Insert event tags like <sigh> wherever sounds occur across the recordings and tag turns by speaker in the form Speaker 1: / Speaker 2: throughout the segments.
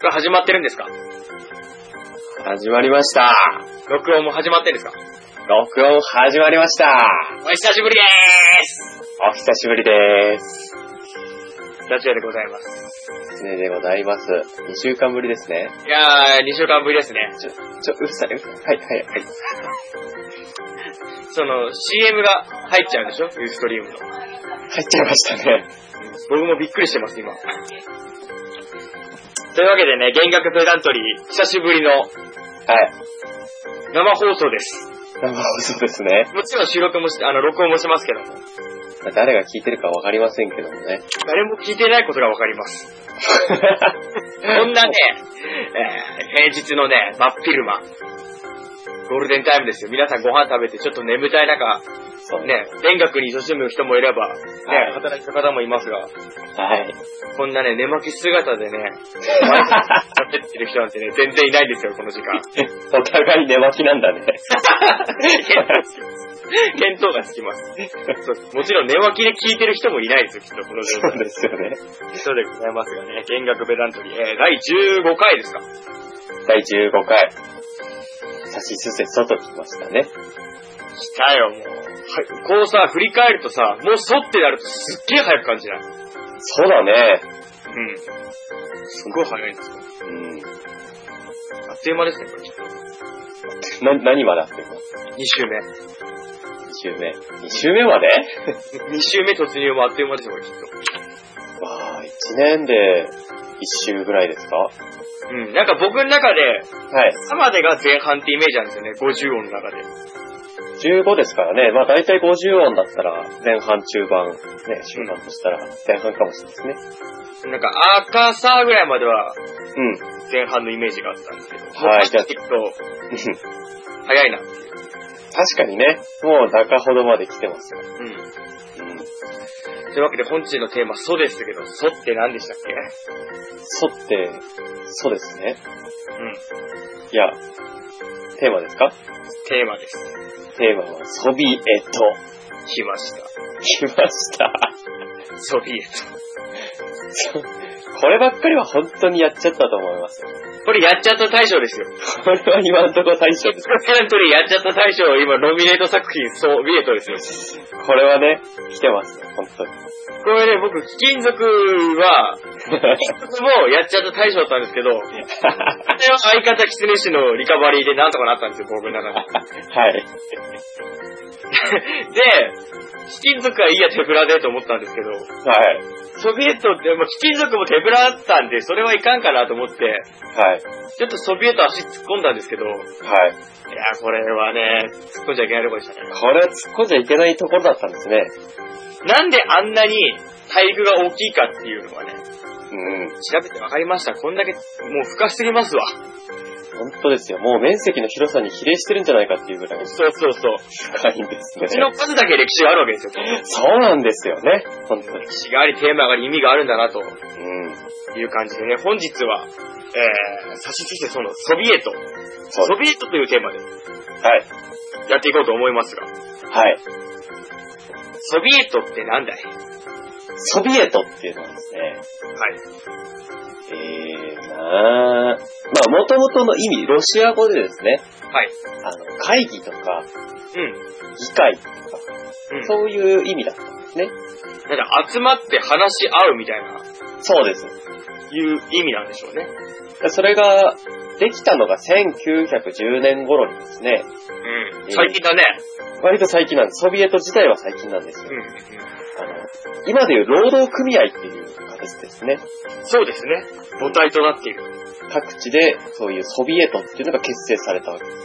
Speaker 1: が始まってるんですか
Speaker 2: 始まりました。
Speaker 1: 録音も始まってるんですか
Speaker 2: 録音始まりました。
Speaker 1: お久しぶりでー
Speaker 2: お久しぶりです。
Speaker 1: すラジオでございます。
Speaker 2: つねでございます。2週間ぶりですね。
Speaker 1: いやー、2週間ぶりですね。
Speaker 2: ちょ、うっさい。うっはい、はい、はい。
Speaker 1: その、CM が入っちゃうでしょユーストリームの。
Speaker 2: 入っちゃいましたね。
Speaker 1: 僕もびっくりしてます、今。というわけでね、幻覚ペダントリー、久しぶりの
Speaker 2: はい。
Speaker 1: 生放送です。
Speaker 2: 生 <laughs> 放送ですね。
Speaker 1: もちろん収録もして、あの、録音もしますけども、
Speaker 2: まあ誰が聞いてるかわかりませんけども <laughs> ね。
Speaker 1: 誰も聞いてないことがわかります。こんなね、えー平日のね、真っ昼間、ゴールデンタイムですよ。皆さんご飯食べてちょっと眠たい中、
Speaker 2: そう
Speaker 1: ね、勉学に勤しむ人もいれば、ね
Speaker 2: はい、
Speaker 1: 働く方もいますが、
Speaker 2: <laughs> はい。
Speaker 1: こんなね、寝巻き姿でね、毎日喋ってる人なんてね、全然いないんですよ、この時 <laughs> 間。
Speaker 2: お互い寝巻きなんだね。
Speaker 1: 見当がつきます。そうもちろん寝巻きで聞いてる人もいないですよ、きっと、この状
Speaker 2: そ
Speaker 1: 態
Speaker 2: うですよね。
Speaker 1: そうでございますがね、見学ベダントリー、えー第15回ですか。
Speaker 2: 第15回。差しすせそときましたね。
Speaker 1: 来たよ、もう。はい、こうさ、振り返るとさ、もうそってなるとすっげえ早く感じない。うん。
Speaker 2: そうだね。
Speaker 1: すごい早いですよ。
Speaker 2: うん。
Speaker 1: あっという間ですね、これきっと。
Speaker 2: な、何まであっても。
Speaker 1: 2週目。
Speaker 2: 2週目。2週目まで
Speaker 1: 2週目突入もあっという間ですよ、これきっと。
Speaker 2: まあ、1年で1週ぐらいですかは
Speaker 1: うん。なんか僕の中で、
Speaker 2: い。
Speaker 1: 朝までが前半ってイメージなんですよね、50音の中で。
Speaker 2: 15ですからね。まあ大体50音だったら前半中盤、ね、中盤としたら前半かもしれないですね。
Speaker 1: なんか、赤さぐらいまでは
Speaker 2: うん。
Speaker 1: 前半のイメージがあったんですけど、
Speaker 2: はい
Speaker 1: もう帰ってくると、早いな。う
Speaker 2: 確かにね、もう中ほどまで来てますよ。
Speaker 1: ん。
Speaker 2: うん。
Speaker 1: というわけで本日のテーマ、ソですけど、ソって何でしたっけ
Speaker 2: そって、そうですね。
Speaker 1: うん。
Speaker 2: いや、テーマですか
Speaker 1: テーマです。
Speaker 2: テーマはソビエト。
Speaker 1: 来ました。
Speaker 2: 来ました。
Speaker 1: ソビエト。
Speaker 2: <laughs> そうこればっかりは本当にやっちゃったと思いますよ。
Speaker 1: これやっちゃった大賞ですよ。
Speaker 2: これは今のところ大象です。
Speaker 1: ペナントリーやっちゃった大賞、今ノミネート作品、ソビエトですよ。
Speaker 2: これはね、来てますよ、本当に。 <laughs>
Speaker 1: これね、僕、貴金属は、貴金属もやっちゃった大賞だったんですけど、これは相方キツネ氏のリカバリーでなんとかなったんですよ、僕の中で。
Speaker 2: はい。
Speaker 1: で、貴金属はいいや手ぶらでと思ったんですけど、
Speaker 2: はい。
Speaker 1: ソビエトって、まあ、貴金属も手ぶらだったんで、それはいかんかなと思って、
Speaker 2: はい。
Speaker 1: ちょっとソビエト足突っ込んだんですけど、いや、
Speaker 2: はい。
Speaker 1: これはね、突っ込んじゃいけないとこでしたね。
Speaker 2: これは突っ込んじゃいけないところだったんですね。
Speaker 1: なんであんなに体育が大きいかっていうのはね、
Speaker 2: うん。
Speaker 1: 調べてわかりました。こんだけ、もう深すぎますわ。
Speaker 2: 本当ですよ。もう面積の広さに比例してるんじゃないかっていうぐらい
Speaker 1: そうそうそう。
Speaker 2: 深いんですね
Speaker 1: う。ちの数だけ歴史があるわけですよ。
Speaker 2: そうなんですよね。本当に。
Speaker 1: 歴史があり、テーマがあり、意味があるんだな、と
Speaker 2: うん。
Speaker 1: いう感じでね、本日は、えー、差し付けそのソビエト、
Speaker 2: そう
Speaker 1: ソビエトというテーマで
Speaker 2: はい。
Speaker 1: やっていこうと思いますが、
Speaker 2: はい。
Speaker 1: ソビエトってなんだいは
Speaker 2: ソビエトっていうのはですね、
Speaker 1: い。
Speaker 2: えーなーまあ、もともとの意味、ロシア語でですね、
Speaker 1: はい。
Speaker 2: あの、会議とか、
Speaker 1: うん。
Speaker 2: 議会とか、
Speaker 1: うん。
Speaker 2: そういう意味だったんですね。
Speaker 1: なんか集まって話し合うみたいな、
Speaker 2: そうです。
Speaker 1: いう意味なんでしょうね。
Speaker 2: それが、できたのが1910年頃にですね、
Speaker 1: うん
Speaker 2: えー
Speaker 1: 最近だね。
Speaker 2: 割と最近なんです。ソビエト自体は最近なんですよ。
Speaker 1: う
Speaker 2: あの、今でいう労働組合っていう形ですね。
Speaker 1: ん。そうですね。母体となっている。
Speaker 2: 各地でそういうソビエトっていうのが結成されたわけです。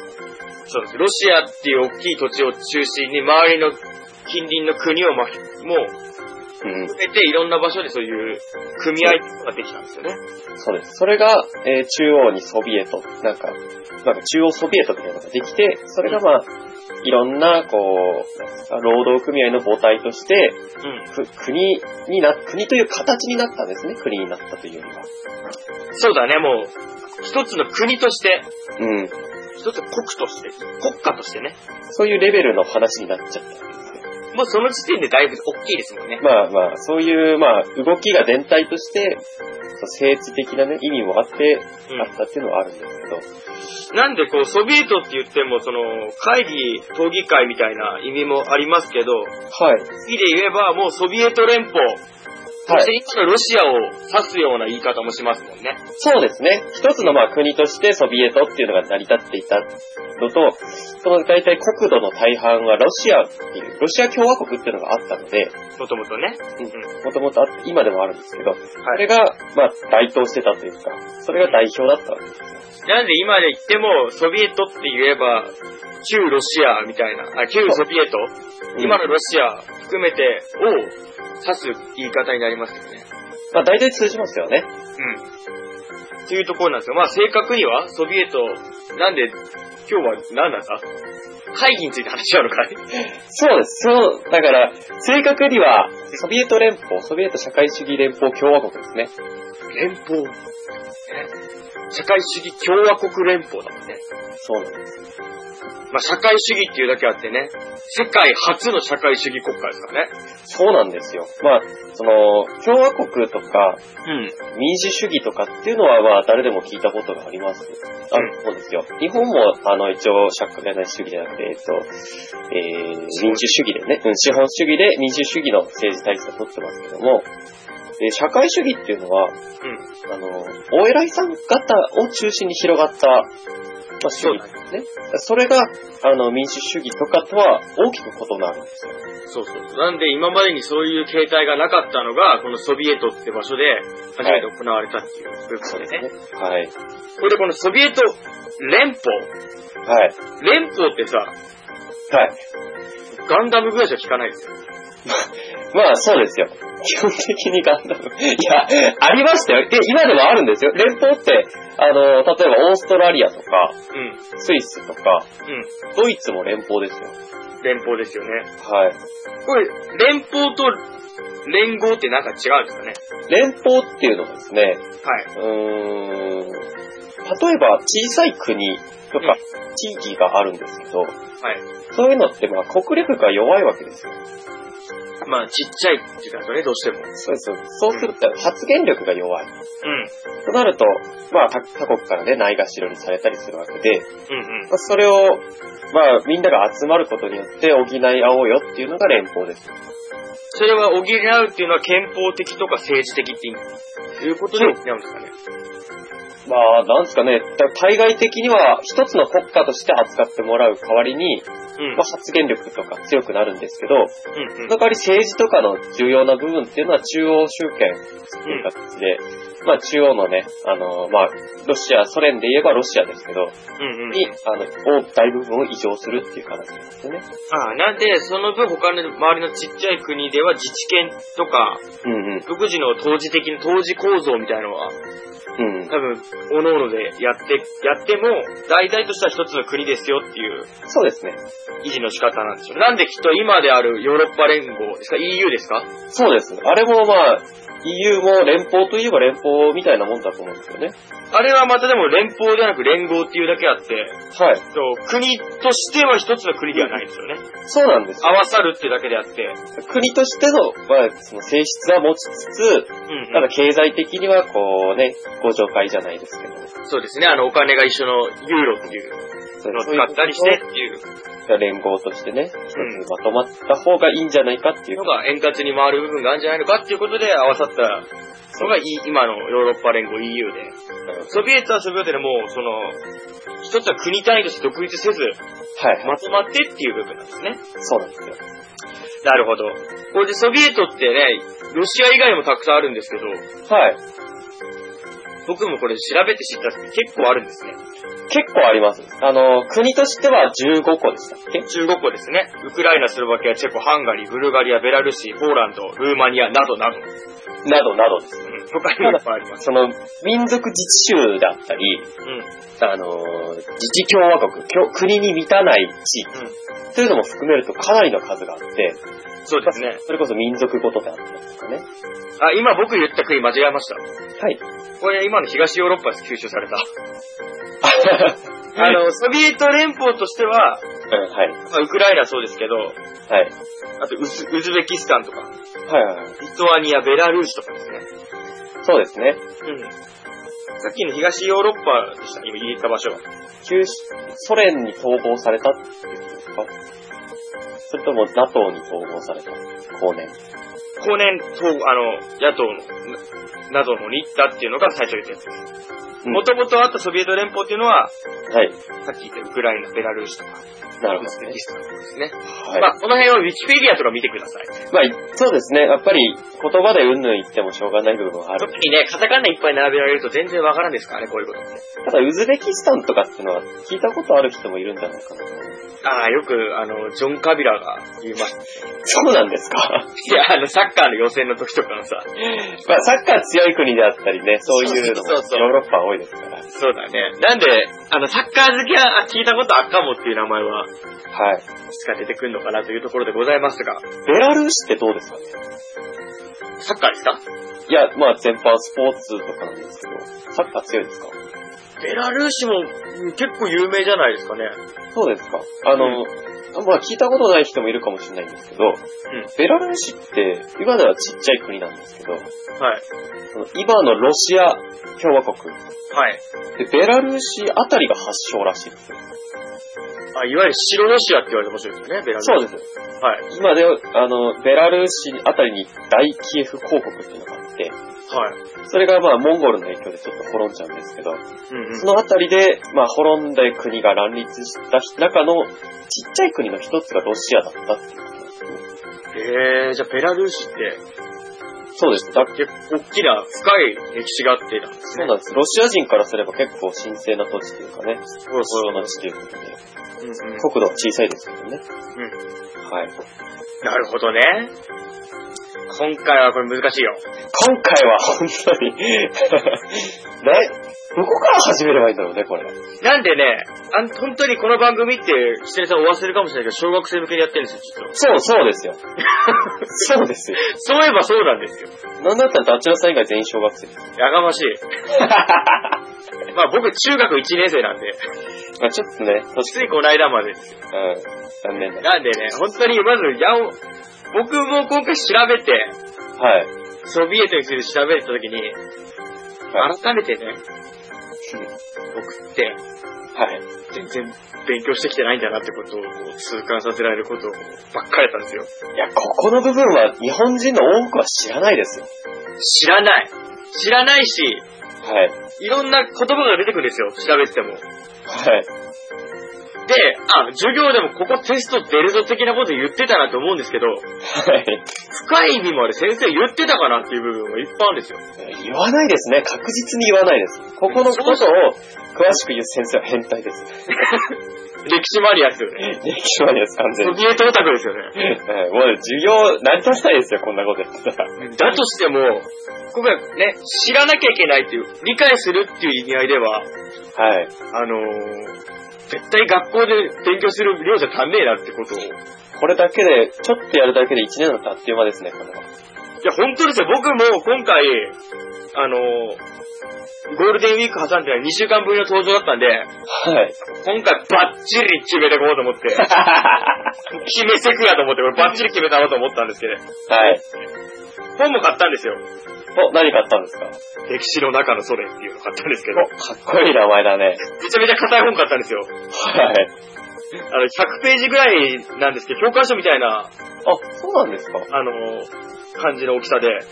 Speaker 1: そうです。ロシアっていう大きい土地を中心に、周りの近隣の国を巻き、もう、
Speaker 2: うん。
Speaker 1: 含めていろんな場所でそういう組合ができたんですよね。
Speaker 2: そうです。それが、えー中央にソビエト、なんか、なんか中央ソビエトみたいなのができて、それがまあ、いろんな、こう、なんですか労働組合の母体として、
Speaker 1: う
Speaker 2: く国にな、国という形になったんですね。国になったというよりは。
Speaker 1: ん。そうだね、もう、一つの国として、
Speaker 2: うん。
Speaker 1: 一つの国として、国家としてね。
Speaker 2: そういうレベルの話になっちゃったんですよ。
Speaker 1: もうその時点でだいぶ大きいですもんね。
Speaker 2: まあまあ、そういう、まあ、動きが全体として、政治的なね、意味もあって、あったっていうのはあるんですけど、
Speaker 1: なんでこう、ソビエトって言っても、その、会議、討議会みたいな意味もありますけど、
Speaker 2: はい。
Speaker 1: 次で言えばもうソビエト連邦、そして今のロシアを指すような言い方もしますもんね。
Speaker 2: そうですね。一つのまあ国としてソビエトっていうのが成り立っていたのと、その大体国土の大半はロシアっていう、ロシア共和国っていうのがあったので、
Speaker 1: もともとね。
Speaker 2: もともとあって今でもあるんですけど、そ
Speaker 1: い
Speaker 2: れがまあ台頭してたというか、それが代表だったわけです。
Speaker 1: なんで今で言っても、ソビエトって言えば、旧ロシアみたいな、あ旧ソビエト、今のロシア含めてを指す言い方になりますよね。
Speaker 2: まあ大体通じますよね。
Speaker 1: うん。というところなんですよ。まあ正確には、ソビエト、なんで、今日は何なんだ会議について話し合うのかい
Speaker 2: そうです。そう、だから、正確には、ソビエト連邦、ソビエト社会主義連邦共和国ですね。
Speaker 1: 連邦。ね社会主義共和国連邦だもんね。
Speaker 2: そうなんです。
Speaker 1: まあ、社会主義っていうだけあってね、世界初の社会主義国家ですからね。
Speaker 2: そうなんですよ。まあ、その、共和国とか、
Speaker 1: うん。
Speaker 2: 民主主義とかっていうのは、まあ、誰でも聞いたことがあります。あると思うんですよ。日本も、あの、一応、社会主義じゃなくて、えっと、えー、民主主義でね、うん、資本主義で民主主義の政治体制をとってますけども、で社会主義っていうのは、あの、お偉いさん方を中心に広がった、まあ、主義なんですね。それが、あの、民主主義とかとは大きく異なるんですよ。
Speaker 1: そうそう。なんで今までにそういう形態がなかったのが、このソビエトって場所で初めて行われたっていう部分でね。
Speaker 2: ね。はい。
Speaker 1: これでこのソビエト連邦。
Speaker 2: はい。
Speaker 1: 連邦ってさ、
Speaker 2: はい。
Speaker 1: ガンダムぐらいしか聞かないですよ。
Speaker 2: まあそうですよ。基本的にガンダム。いや、ありましたよ。で、今でもあるんですよ。連邦って、あの、例えばオーストラリアとか、
Speaker 1: うん。
Speaker 2: スイスとか、
Speaker 1: う
Speaker 2: ドイツも連邦ですよ。
Speaker 1: ん。連邦ですよね。
Speaker 2: はい。
Speaker 1: これ、連邦と連合ってなんか違うんですかね。
Speaker 2: 連邦っていうのはですね、
Speaker 1: はい。
Speaker 2: うーん、例えば小さい国とか地域があるんですけど、
Speaker 1: はい。
Speaker 2: そういうのってまあ国力が弱いわけですよ。
Speaker 1: まあ、ちっちゃいって言ったらね、どうしても。うん。
Speaker 2: そうですよ。そうすると発言力が弱い。となると、まあ他他国からね、ないがしろにされたりするわけで、
Speaker 1: うんうん。
Speaker 2: まあそれを、まあ、みんなが集まることによって補い合おうよっていうのが連邦です。
Speaker 1: それは補うっていうのは憲法的とか政治的っていうことでなんですかね。
Speaker 2: まあ、なんですかね、だ対外的には一つの国家として扱ってもらう代わりに、
Speaker 1: うん
Speaker 2: まあ、発言力とか強くなるんですけど、
Speaker 1: うんうん
Speaker 2: その代わり政治とかの重要な部分っていうのは中央集権っていう形で、まあ、中央のね、あの、まあ、ロシア、ソ連で言えばロシアですけど、
Speaker 1: うんうん
Speaker 2: に、あの、大大部分を移譲するっていう形なんですよね。
Speaker 1: ああなんで、その分他の周りのちっちゃい国では自治権とか、
Speaker 2: うんうん。
Speaker 1: 独自の当時的に当時構造みたいなのは、
Speaker 2: うん
Speaker 1: 多。分、各々でやって、やっても、大々とした一つの国ですよっていう
Speaker 2: そうですね。
Speaker 1: 維持の仕方なんでしょう。なんできっと今であるヨーロッパ連合ですか ?EU ですか
Speaker 2: そうです。あれもまあ、EU も連邦といえば連邦みたいなもんだと思うんですよね。
Speaker 1: あれはまたでも連邦じゃなく連合っていうだけあって、
Speaker 2: はい。
Speaker 1: と国としては一つの国ではないですよね。
Speaker 2: そうなんですよ
Speaker 1: 合わさるってだけであって。
Speaker 2: 国としての、まあ、その性質は持ちつつ、
Speaker 1: うん
Speaker 2: ただ経済的にはこうね、ご紹介じゃないですけど、
Speaker 1: そうですね。あの、お金が一緒のユーロっていう
Speaker 2: そう
Speaker 1: のを使ったりしてっていう
Speaker 2: 連合としてね、一つまとまった方がいいんじゃないかっていう
Speaker 1: の。が円滑に回る部分があるんじゃないのかっていうことで合わさったのがい今のヨーロッパ連合 EU で。ソビエトはソビエトでもう、その、一つは国単位として独立せず、
Speaker 2: はい、
Speaker 1: まとまってっていう部分なんですね。
Speaker 2: そうなんですよ。
Speaker 1: なるほど。これでソビエトってね、ロシア以外もたくさんあるんですけど、
Speaker 2: はい。
Speaker 1: 僕もこれ調べて知ったんですけど結構あるんですね。
Speaker 2: 結構あります。あの、国としては15個でしたっけ
Speaker 1: 15個ですね。ウクライナ、スロバキア、チェコ、ハンガリー、ブルガリア、ベラルーシ、ポーランド、ルーマニアなどなど。うん
Speaker 2: などなどです。
Speaker 1: 他にもいっぱいあります。
Speaker 2: その、民族自治州だったり、
Speaker 1: うん。
Speaker 2: あのー、自治共和国、共国に満たない地域というのも含めるとかなりの数があって、
Speaker 1: そうですね。
Speaker 2: それこそ民族語とかあったんですかね。
Speaker 1: あ、今僕言った国間違えました。
Speaker 2: <laughs> はい。
Speaker 1: これ今の東ヨーロッパです吸収された。あの、ソビエト連邦としては、
Speaker 2: うんはい。
Speaker 1: まあウクライナそうですけど、
Speaker 2: はい。
Speaker 1: あとウズウズベキスタンとか、
Speaker 2: はいはいはい。
Speaker 1: リトアニア、ベラルーシとかですね。
Speaker 2: そうですね。
Speaker 1: うん。さっきの東ヨーロッパでした、今言った場所は。
Speaker 2: 旧ソ連に統合されたってことですかそれとも NATO に統合された後年。
Speaker 1: 後年、とあの、野党の、ななどのに行ったっていうのが最初言ったやつです。
Speaker 2: うん
Speaker 1: もともとあったソビエト連邦っていうのは、
Speaker 2: はい。
Speaker 1: さっき言ったウクライナ、ベラルーシとか、
Speaker 2: な
Speaker 1: ウ
Speaker 2: るほど
Speaker 1: ズベ
Speaker 2: ね
Speaker 1: キ。スタンとかですね。
Speaker 2: はい。
Speaker 1: まあ、この辺はウィキペディアとか見てください。
Speaker 2: まあ、いそうですね。やっぱり言葉でうんぬん言ってもしょうがない部分はある
Speaker 1: 特。にね、カタカナいっぱい並べられると全然わからんですからね、こういうことって。
Speaker 2: ただ、ウズベキスタンとかっていうのは聞いたことある人もいるんじゃないかなと思う。
Speaker 1: ああ、よく、あの、ジョン・カビラが言いました。
Speaker 2: そうなんですか
Speaker 1: いや、あの、サッカーの予選の時とかのさ、
Speaker 2: まあ、サッカー強い国であったりね、そういうのも
Speaker 1: そうそうそう
Speaker 2: ヨーロッパは多いですから。
Speaker 1: そうだね。なんで、あの、サッカー好きはあ聞いたことあっかもっていう名前は、い
Speaker 2: はい。
Speaker 1: つか出てくるのかなというところでございますが、
Speaker 2: ベラルーシってどうですかね
Speaker 1: サッカーですか
Speaker 2: いや、まあ全般スポーツとかなんですけど、サッカー強いですか
Speaker 1: ベラルーシもうん結構有名じゃないですかね。
Speaker 2: そうですかあの、まあ聞いたことない人もいるかもしれないんですけど、ベラルーシって今ではちっちゃい国なんですけど、
Speaker 1: はい。
Speaker 2: その今のロシア共和国、
Speaker 1: はい。
Speaker 2: でベラルーシあたりが発祥らしいですよ。
Speaker 1: あ、いわゆる白ロシアって言われて面白いですよね、ベラルーシ。
Speaker 2: そうです。
Speaker 1: す。はい。
Speaker 2: 今では、あの、ベラルーシあたりに大キエフ公国っていうのがあって、
Speaker 1: はい。
Speaker 2: それがまあモンゴルの影響でちょっと滅んじゃうんですけど、
Speaker 1: うんうん
Speaker 2: そ。のあたりで、まあ、滅んだ国が乱立した中のちっちゃい国の一つがロシアだったっていうことなんですね。
Speaker 1: えー、じゃあベラルーシって、
Speaker 2: そうです。だ
Speaker 1: 結構大きな深い歴史があってなんです
Speaker 2: そ
Speaker 1: ね。
Speaker 2: うなんです。ロシア人からすれば結構神聖な土地というかね、
Speaker 1: そう
Speaker 2: ロシアの地ということ
Speaker 1: う
Speaker 2: で、
Speaker 1: んうん
Speaker 2: 国土は小さいですけどね。
Speaker 1: うん
Speaker 2: はい。
Speaker 1: なるほどね。今回はこれ難しいよ。
Speaker 2: 今回は本当に <laughs> ない、どこから始めればいいんだろうね、これ。
Speaker 1: なんでね、あん本当にこの番組って、シテレさんお忘れかもしれないけど、小学生向けにやってるんですよ、実は。
Speaker 2: そう、そうですよ。 <laughs> そうですよ。
Speaker 1: そういえばそうなんですよ。
Speaker 2: なんだったらダチュラさん以外全員小学生です。
Speaker 1: やがま <laughs> しい。まあ僕、中学1年生なんで、
Speaker 2: まあちょっとね、
Speaker 1: ついこの間までです。
Speaker 2: 年、うん、残念だ。
Speaker 1: なんでね、本当にまず、やお、僕も今回調べて、
Speaker 2: はい。
Speaker 1: ソビエトについて調べたときに、
Speaker 2: はい
Speaker 1: 改めてね、僕って、
Speaker 2: はい。
Speaker 1: 全然勉強してきてないんだなってことをこう痛感させられることをこうばっかりだったんですよ。
Speaker 2: いや、ここの部分は日本人の多くは知らないですよ。
Speaker 1: 知らない。知らないし、
Speaker 2: はい。
Speaker 1: いろんな言葉が出てくるんですよ、調べてても。
Speaker 2: はい。
Speaker 1: で、あ、授業でもここテスト出るぞ的なこと言ってたなと思うんですけど、
Speaker 2: は
Speaker 1: 深い意味まで先生言ってたかなっていう部分がいっぱいあるんですよ。
Speaker 2: い。言わないですね。確実に言わないです。ここのことを詳しく言う先生は変態です。
Speaker 1: 歴史マニアですよね。
Speaker 2: 歴史マニアです、完全
Speaker 1: ソ
Speaker 2: に。
Speaker 1: ビエトオタクですよね。
Speaker 2: はいもう授業成り立たないですよ、こんなことやってたら。
Speaker 1: だとしても、今回ね、知らなきゃいけないっていう、理解するっていう意味合いでは、
Speaker 2: はい。
Speaker 1: あのー、絶対学校で勉強する量じゃ足んねえなってことを。い
Speaker 2: これだけで、ちょっとやるだけで1年だったあっという間ですね、これは。
Speaker 1: や、本当ですよ。僕も今回、あのー、ゴールデンウィーク挟んで2週間分の登場だったんで、
Speaker 2: はい。
Speaker 1: 今回バッチリ決めてこうと思って、 <laughs> 決めてくやと思って、これバッチリ決めたなと思ったんですけど、
Speaker 2: <laughs> はい。
Speaker 1: 本も買ったんですよ。
Speaker 2: お、何買ったんですか
Speaker 1: 歴史の中のソ連っていうの買ったんですけど、
Speaker 2: お、かっこいい名前だね。
Speaker 1: めちゃめちゃ硬い本買ったんですよ。
Speaker 2: はい。
Speaker 1: あの、100ページぐらいなんですけど、教科書みたいな、
Speaker 2: あ、そうなんですかは
Speaker 1: あのー、感じの大きさで、
Speaker 2: い。
Speaker 1: 100ペ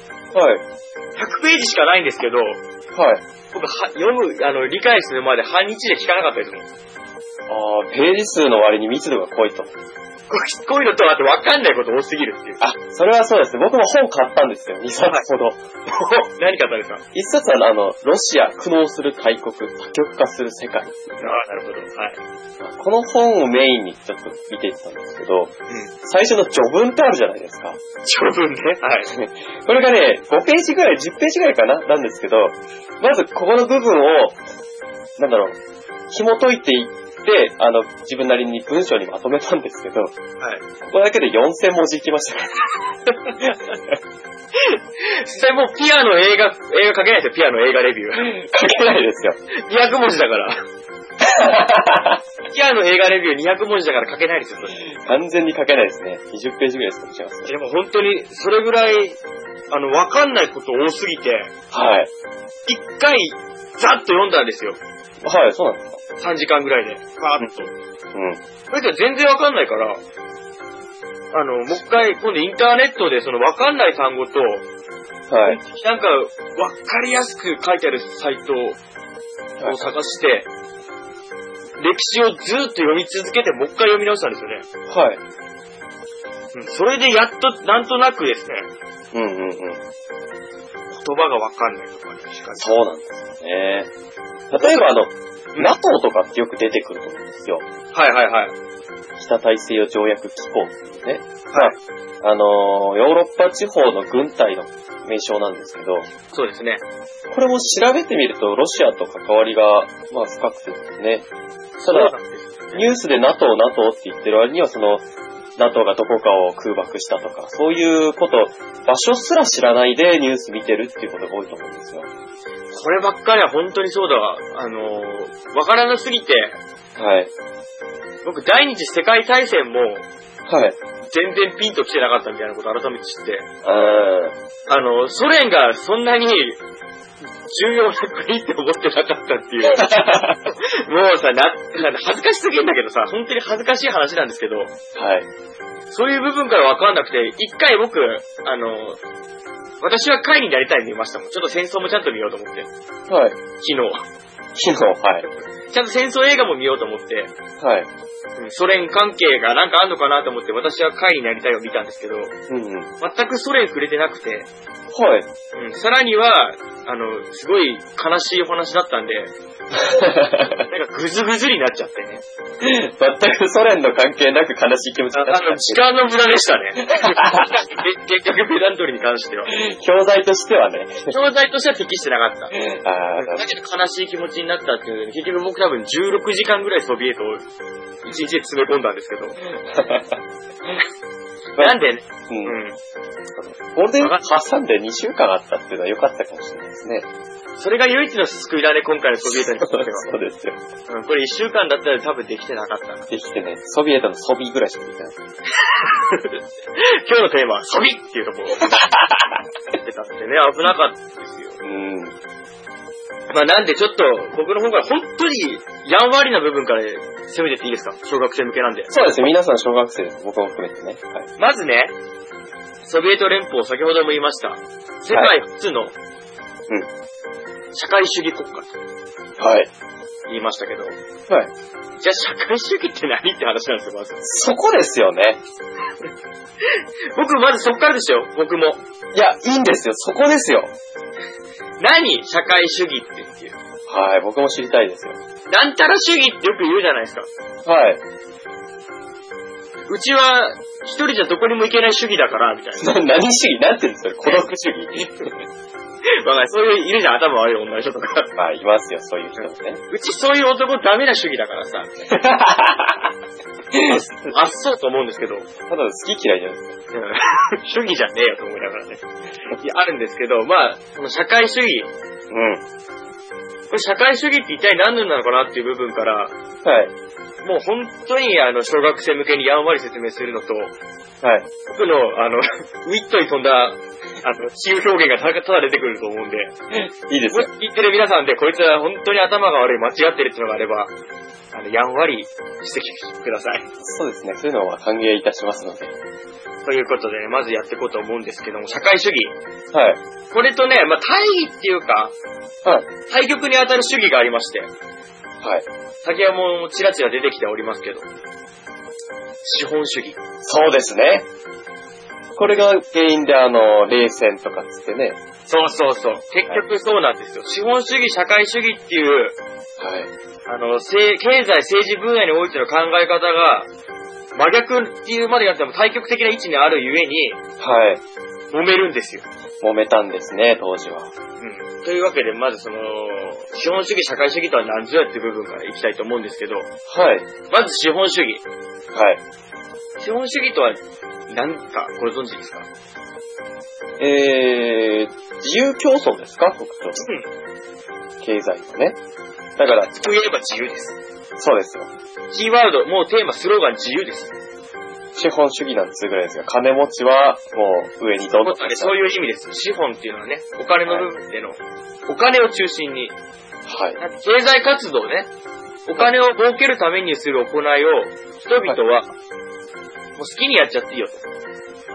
Speaker 1: ージしかないんですけど、
Speaker 2: はい。
Speaker 1: 僕は、読む、あの、理解するまで半日で聞かなかったですもん。
Speaker 2: あー、ページ数の割に密度が濃いと。
Speaker 1: こうこういうのとあって分かんないこと多すぎるっていう。
Speaker 2: あ、それはそうですね。僕も本買ったんですよ。2冊ほど。
Speaker 1: <laughs> 何買ったんですか
Speaker 2: 1冊は、あの、ロシア、苦悩する大国、多極化する世
Speaker 1: あ
Speaker 2: 界。
Speaker 1: あ、なるほど。はい。
Speaker 2: この本をメインにちょっと見ていったんですけど、
Speaker 1: うん。
Speaker 2: 最初の序文ってあるじゃないですか。
Speaker 1: 長文ね。はい。
Speaker 2: これがね、5ページぐらい、10ページぐらいかななんですけど、まずここの部分を、なんだろう、紐解いていっで、あの、自分なりに文章にまとめたんですけど、
Speaker 1: はい。
Speaker 2: これだけで4000文字いきました <laughs> から。
Speaker 1: それもうピアの映画、映画書けないですよ、ピアの映画レビュー。
Speaker 2: 書けないですよ。
Speaker 1: 200文字だ <laughs> から。ピアの映画レビュー200文字だから書けないですよ、それ
Speaker 2: 完全に書けないですね。20ページぐらいですかもしれません。
Speaker 1: でも本当に、それぐらい、あの、わかんないこと多すぎて、
Speaker 2: はい。
Speaker 1: 一回、ざっと読んだんですよ。
Speaker 2: はい、そうなんですか。
Speaker 1: 3時間ぐらいで。パーッと。
Speaker 2: うん。
Speaker 1: それで全然わかんないから、あの、もう一回、今度インターネットでそのわかんない単語と、
Speaker 2: はい。
Speaker 1: なんか、わかりやすく書いてあるサイトを探して、歴史をずっと読み続けて、もう一回読み直したんですよね。
Speaker 2: はい。
Speaker 1: うん、それでやっと、なんとなくですね、
Speaker 2: うんうんうん。
Speaker 1: 言葉がわかんないとかね、しかし。
Speaker 2: そうなんですよね。例えばあの、NATO とかってよく出てくると思うんですよ。
Speaker 1: はいはいはい。
Speaker 2: 北大西洋条約機構っていうね。はい。あのー、ヨーロッパ地方の軍隊の名称なんですけど、
Speaker 1: そうですね。
Speaker 2: これも調べてみるとロシアと関わりが、まあ深くてですね。た
Speaker 1: そう
Speaker 2: だ、
Speaker 1: なんです
Speaker 2: ニュースで NATO、NATO って言ってる割にはその、NATO がどこかを空爆したとか、そういうこと、場所すら知らないでニュース見てるっていうことが多いと思うんですよ。
Speaker 1: こればっかりは本当にそうだわ。あのーわからなすぎて、
Speaker 2: はい。
Speaker 1: 僕第二次世界大戦も
Speaker 2: はい。
Speaker 1: 全然ピンと来てなかったみたいなこと改めて知って、
Speaker 2: う
Speaker 1: あの、ソ連がそんなに重要な国って思ってなかったっていう。もうさ、な、恥ずかしすぎるんだけどさ、本当に恥ずかしい話なんですけど、
Speaker 2: ん。はい。
Speaker 1: そういう部分からわかんなくて、一回僕、あの、私は会になりたい見ましたもん。ちょっと戦争もちゃんと見ようと思って、昨
Speaker 2: はい。
Speaker 1: 日。
Speaker 2: 昨日、はい。
Speaker 1: ちゃんと戦争映画も見ようと思って、
Speaker 2: はい。
Speaker 1: うんソ連関係がなんかあんのかなと思って、私は会になりたいを見たんですけど、
Speaker 2: うんうん。はい。
Speaker 1: 全くソ連触れてなくて、
Speaker 2: はい。
Speaker 1: うん、さらには、あの、すごい悲しいお話だったんで、なんかぐずぐずになっちゃってね。
Speaker 2: 全くソ連の関係なく悲しい気持ち
Speaker 1: あ
Speaker 2: になっ
Speaker 1: あの、時間の無駄でした <laughs> ね。け結局ペダントリーに関しては。
Speaker 2: 教材としてはね。
Speaker 1: 教材としては適してなかった。
Speaker 2: ああ、
Speaker 1: だけど悲しい気持ちになったっていうので、結局僕多分16時間ぐらいソビエトを一日で詰め込んだんです <laughs> けど。なんでね、
Speaker 2: う。
Speaker 1: うんん。
Speaker 2: ゴールデンウィーク挟んで2週間あったっていうのは良かったかもしれないですね。
Speaker 1: それが唯一の救いだね、今回のソビエトにとっては。
Speaker 2: そうですよ。
Speaker 1: うん、これ1週間だったら多分できてな <laughs> かったな。
Speaker 2: できてね、ソビエトのソビーぐらいしかできない。
Speaker 1: 今日のテーマはソビっていうところを言ってたんでね、危なかったですよ。
Speaker 2: うん。
Speaker 1: まあなんでちょっと僕の方から本当にやんわりな部分から攻めてっていいですか小学生向けなんで。
Speaker 2: そうですね、皆さん小学生です。僕も含めてね。はい。
Speaker 1: まずね、ソビエト連邦、先ほども言いました。世界初の、社会主義国家と
Speaker 2: はい。
Speaker 1: 言いましたけど、
Speaker 2: はい。
Speaker 1: じゃあ社会主義って何って話なんですよ、まず。
Speaker 2: そこですよね。
Speaker 1: 僕、まずそっからですよ、僕も。
Speaker 2: いや、いいんですよ。そこですよ。
Speaker 1: 何社会主義ってっていう。
Speaker 2: はい、僕も知りたいですよ。
Speaker 1: なんたら主義ってよく言うじゃないですか。
Speaker 2: はい。
Speaker 1: うちは、一人じゃどこにも行けない主義だから、みたいな。
Speaker 2: な何主義なんて言うんですよ。孤独主
Speaker 1: <laughs>
Speaker 2: 義。
Speaker 1: わかんないそういう、いるじゃん、頭悪い女の人とか。
Speaker 2: まあ、いますよ、そういう人もね。
Speaker 1: うちそういう男ダメな主義だからさ、あっそうと思うんですけど、 <laughs> うん、
Speaker 2: ただ好き嫌いじゃないですか。
Speaker 1: 主義じゃねえよと思いながらね。いや、あるんですけど、まあ、この社会主義、
Speaker 2: うん。
Speaker 1: これ社会主義って一体何なのかなっていう部分から、
Speaker 2: はい。
Speaker 1: もう本当にあの、小学生向けにやんわり説明するのと、
Speaker 2: はい。
Speaker 1: 僕のあ <laughs> の、ウィットに飛んだ、あの、比喩表現がただただ出てくると思うんで、
Speaker 2: いいです
Speaker 1: これ
Speaker 2: よ。
Speaker 1: 聞いてる皆さんで、こいつは本当に頭が悪い、間違ってるっていうのがあれば、あの、やんわりしてください。
Speaker 2: そうですね。そういうのは歓迎いたしますので。
Speaker 1: ということでね、まずやっていこうと思うんですけども、社会主義。
Speaker 2: はい。
Speaker 1: これとね、まあ、大義っていうか、
Speaker 2: はい。
Speaker 1: 対極に当たる主義がありまして、
Speaker 2: はい。
Speaker 1: 先はもうちらちら出てきておりますけど、資本主義。
Speaker 2: そうですね。これが原因で、あの、冷戦とかつってね。
Speaker 1: そうそうそう。結局そうなんですよ。資本主義、社会主義っていう、
Speaker 2: はい。
Speaker 1: あの、せい経済、政治分野においての考え方が、真逆っていうまでやっても対極的な位置にあるゆえに、
Speaker 2: はい。
Speaker 1: 揉めるんですよ。
Speaker 2: 揉めたんですね、当時は。
Speaker 1: うん。というわけで、まずその、資本主義、社会主義とは何ぞやっていう部分からいきたいと思うんですけど、
Speaker 2: はい。
Speaker 1: まず資本主義。
Speaker 2: はい。
Speaker 1: 資本主義とは何かご存知ですか
Speaker 2: えー、自由競争ですか僕と。経済のね。だから、
Speaker 1: といえば自由です。
Speaker 2: そうですよ。
Speaker 1: キーワード、もうテーマ、スローガン自由です。
Speaker 2: 資本主義なんつうぐらいですが、金持ちはもう上にどんどん。
Speaker 1: そういう意味です。資本っていうのはね、お金の部分での、お金を中心に、
Speaker 2: はい。
Speaker 1: 経済活動ね、お金を儲けるためにする行いを、人々は、もう好きにやっちゃっていいよと。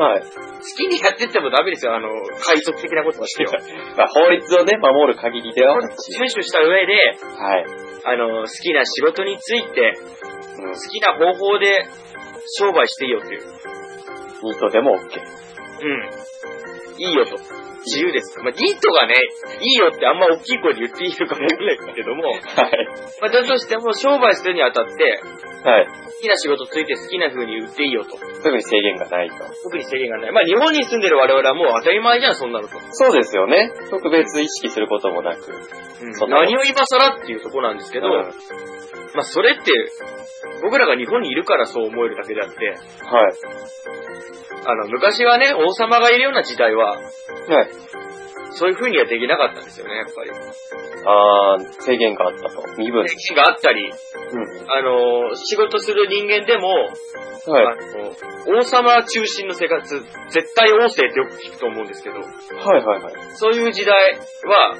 Speaker 2: はい。
Speaker 1: 好きにやってってもダメですよ、あの、海賊的なことはしてよ。
Speaker 2: まあ、法律をね、守る限りでは。はい。
Speaker 1: 遵守した上で、
Speaker 2: はい。
Speaker 1: あの、好きな仕事について、
Speaker 2: うん
Speaker 1: 好きな方法で商売していいよっていう。
Speaker 2: ニートでも OK。
Speaker 1: うん。いいよと。自由です。まあ、ニートがね、いいよってあんま大きい声で言っていいのかわかんないけども、
Speaker 2: はい。
Speaker 1: まあ、だとしても商売するにあたって、
Speaker 2: はい。
Speaker 1: 好きな仕事ついて好きな風に売っていいよと。
Speaker 2: 特に制限がないと。
Speaker 1: 特に制限がない。まあ、日本に住んでる我々はもう当たり前じゃん、そんなのと。
Speaker 2: そうですよね。特別意識することもなく。そんなの
Speaker 1: 何を今更っていうとこなんですけど、
Speaker 2: うん
Speaker 1: まあ、それって、僕らが日本にいるからそう思えるだけであって、
Speaker 2: はい。
Speaker 1: あの、昔はね、王様がいるような時代は、
Speaker 2: はい。
Speaker 1: そういう風にはできなかったんですよね、やっぱり。
Speaker 2: あー、制限があったと。身分。
Speaker 1: 制限があったり、
Speaker 2: うん。
Speaker 1: あのー仕事する人間でも、
Speaker 2: は
Speaker 1: あの王様中心の生活、絶対王政ってよく聞くと思うんですけど、
Speaker 2: い。はいはいはい。
Speaker 1: そういう時代は、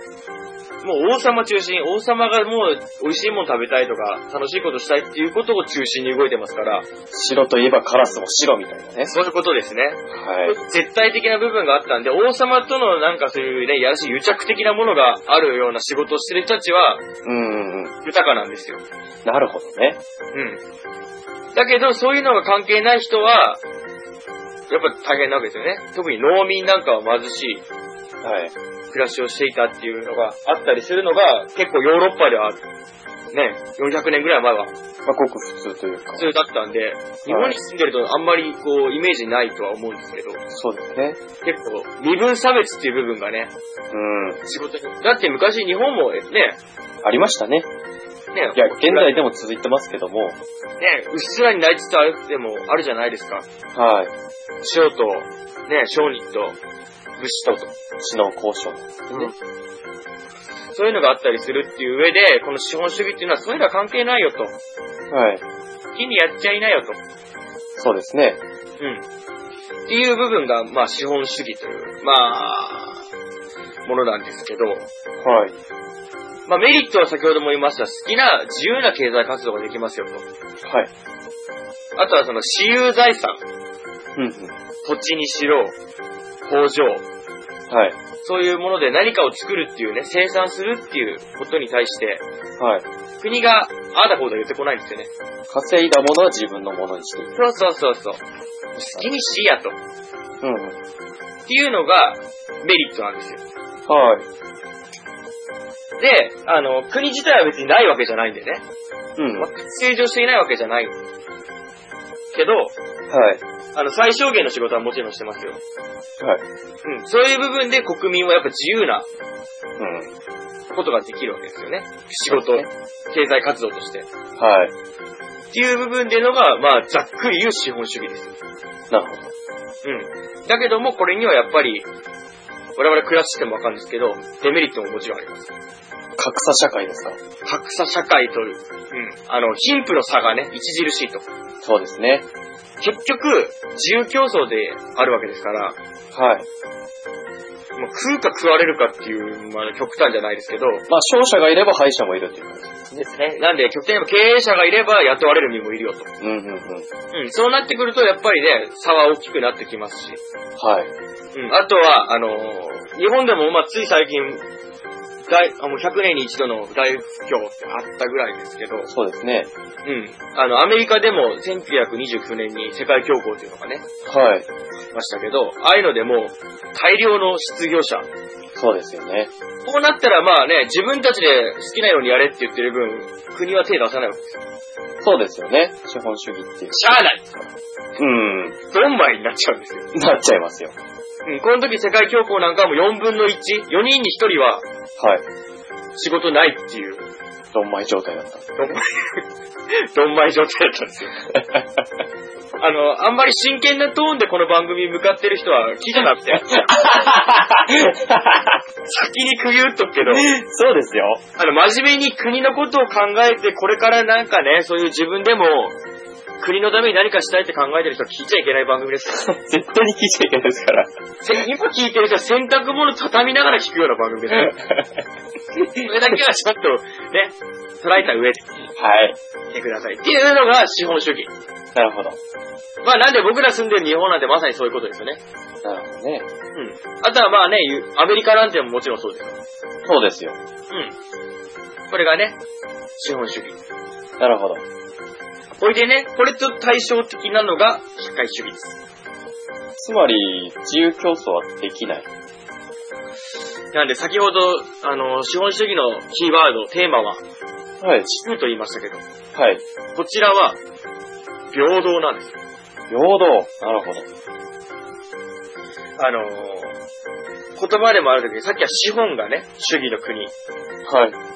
Speaker 1: もう王様中心、王様がもう美味しいもの食べたいとか、楽しいことしたいっていうことを中心に動いてますから、
Speaker 2: 白といえばカラスも白みたいなね。
Speaker 1: そういうことですね。
Speaker 2: はい。
Speaker 1: 絶対的な部分があったんで、王様とのなんかそういうね、やらしい癒着的なものがあるような仕事をしてる人たちは
Speaker 2: うんうんうん。
Speaker 1: 豊かなんですよ。
Speaker 2: なるほどね。
Speaker 1: うん。だけど、そういうのが関係ない人は、やっぱ大変なわけですよね。特に農民なんかは貧しい
Speaker 2: はい。
Speaker 1: 暮らしをしていたっていうのがあったりするのが、結構ヨーロッパでは、ね、400年ぐらい前は
Speaker 2: まあ、ごく普通というか
Speaker 1: 普。通だったんで、日本に住んでるとあんまりこう、イメージないとは思うんですけど、
Speaker 2: そうですね。
Speaker 1: 結構、身分差別っていう部分がね、
Speaker 2: うん。
Speaker 1: 仕事に。だって昔日本もね、ね、
Speaker 2: ありましたね。いや、現代でも続いてますけども。
Speaker 1: ね、うっすらに泣いつつ歩くでもあるじゃないですか。
Speaker 2: はい。
Speaker 1: 塩と、ね、商人と、武士とと。
Speaker 2: 知能交渉。
Speaker 1: ねそういうのがあったりするっていう上で、この資本主義っていうのはそういうのは関係ないよと。
Speaker 2: はい。
Speaker 1: 気にやっちゃいなよと。
Speaker 2: そうですね。
Speaker 1: うん。っていう部分が、まあ資本主義という、まあ、ものなんですけど、
Speaker 2: はい。
Speaker 1: まあメリットは先ほども言いました、好きな自由な経済活動ができますよと。
Speaker 2: はい。
Speaker 1: あとはその私有財産、
Speaker 2: うんうん。
Speaker 1: 土地にしろ、工場、
Speaker 2: はい。
Speaker 1: そういうもので何かを作るっていうね、生産するっていうことに対して、
Speaker 2: はい。
Speaker 1: 国がああだこうだ言ってこないんですよね。
Speaker 2: 稼いだものは自分のものにしていく。
Speaker 1: そうそうそうそう。好きにしいやと。っ
Speaker 2: うんうん。
Speaker 1: ていうのがメリットなんですよ。
Speaker 2: はい。
Speaker 1: で、あの、国自体は別にないわけじゃないんでね。
Speaker 2: うん。は
Speaker 1: 正常していないわけじゃない。けど、
Speaker 2: い。
Speaker 1: あの、最小限の仕事はもちろんしてますよ。
Speaker 2: はい。
Speaker 1: うん。そういう部分で国民はやっぱ自由な
Speaker 2: うん。
Speaker 1: ことができるわけですよね。仕事、経済活動として。っ
Speaker 2: はい。
Speaker 1: ていう部分でのが、まあ、ざっくり言う資本主義ですよ。
Speaker 2: なるほど。
Speaker 1: うん。だけども、これにはやっぱり、我々暮らしてもわかるんですけど、デメリットももちろんあります。
Speaker 2: 格差社会ですか
Speaker 1: 格差社会という、うん、あの、貧富の差がね、著しいと。
Speaker 2: そうですね。
Speaker 1: 結局、自由競争であるわけですから、
Speaker 2: はい。
Speaker 1: もう食うか食われるかっていう、まあ、極端じゃないですけど、
Speaker 2: まあ、勝者がいれば敗者もいるという感じですね。
Speaker 1: ですね。なんで、極端にも経営者がいれば雇われる身もいるよと。
Speaker 2: うんうんうん。
Speaker 1: うん、そうなってくると、やっぱりね、差は大きくなってきますし、
Speaker 2: はい。
Speaker 1: うん、あとは、あのー日本でも、まあ、つい最近、大、あもう100年に一度の大不況ってあったぐらいですけど、
Speaker 2: そうですね。
Speaker 1: うん。あの、アメリカでも1929年に世界恐慌というのがね、
Speaker 2: はい。
Speaker 1: ましたけど、ああいうのでもう大量の失業者、
Speaker 2: そうですよね。
Speaker 1: こうなったらまあね、自分たちで好きなようにやれって言ってる分、国は手出さないわけですよ。
Speaker 2: そうですよね。資本主義って。
Speaker 1: しゃあない
Speaker 2: うん。
Speaker 1: ドンマイになっちゃうんですよ。
Speaker 2: なっちゃいますよ。
Speaker 1: うん、この時世界恐慌なんかはもう4分の1、4人に1人は
Speaker 2: はい。
Speaker 1: 仕事ないっていう、
Speaker 2: ドンマイ状態だ <laughs> った。
Speaker 1: ドンマイ状態だったんですよ。あの、あんまり真剣なトーンでこの番組に向かってる人は聞いてなくて。先に釘打っとくけど、
Speaker 2: そうですよ。
Speaker 1: あの、真面目に国のことを考えて、これからなんかね、そういう自分でも、国のために何かしたいって考えてる人は聞いちゃいけない番組です。
Speaker 2: 絶対に聞いちゃいけないですから。
Speaker 1: せ今聞いてる人は洗濯物畳みながら聞くような番組です。それだけはちょっと、ね、捉えた上で
Speaker 2: <laughs> はい。
Speaker 1: 聞いてください。っていうのが資本主義。
Speaker 2: なるほど。
Speaker 1: まあなんで僕ら住んでる日本なんてまさにそういうことですよね。
Speaker 2: なるほどね。
Speaker 1: うん。あとはまあね、ゆアメリカなんてももちろんそうですよ。
Speaker 2: そうですよ。
Speaker 1: うん。これがね、資本主義。
Speaker 2: なるほど。
Speaker 1: ほいでね、これと対照的なのが社会主義です。
Speaker 2: つまり、自由競争はできない。
Speaker 1: なんで先ほど、あの、資本主義のキーワード、テーマは、
Speaker 2: はい。
Speaker 1: 自由と言いましたけど、
Speaker 2: はい。
Speaker 1: こちらは、平等なんですよ。
Speaker 2: 平等。なるほど。
Speaker 1: あのー言葉でもあるけど、さっきは資本がね、主義の国。
Speaker 2: はい。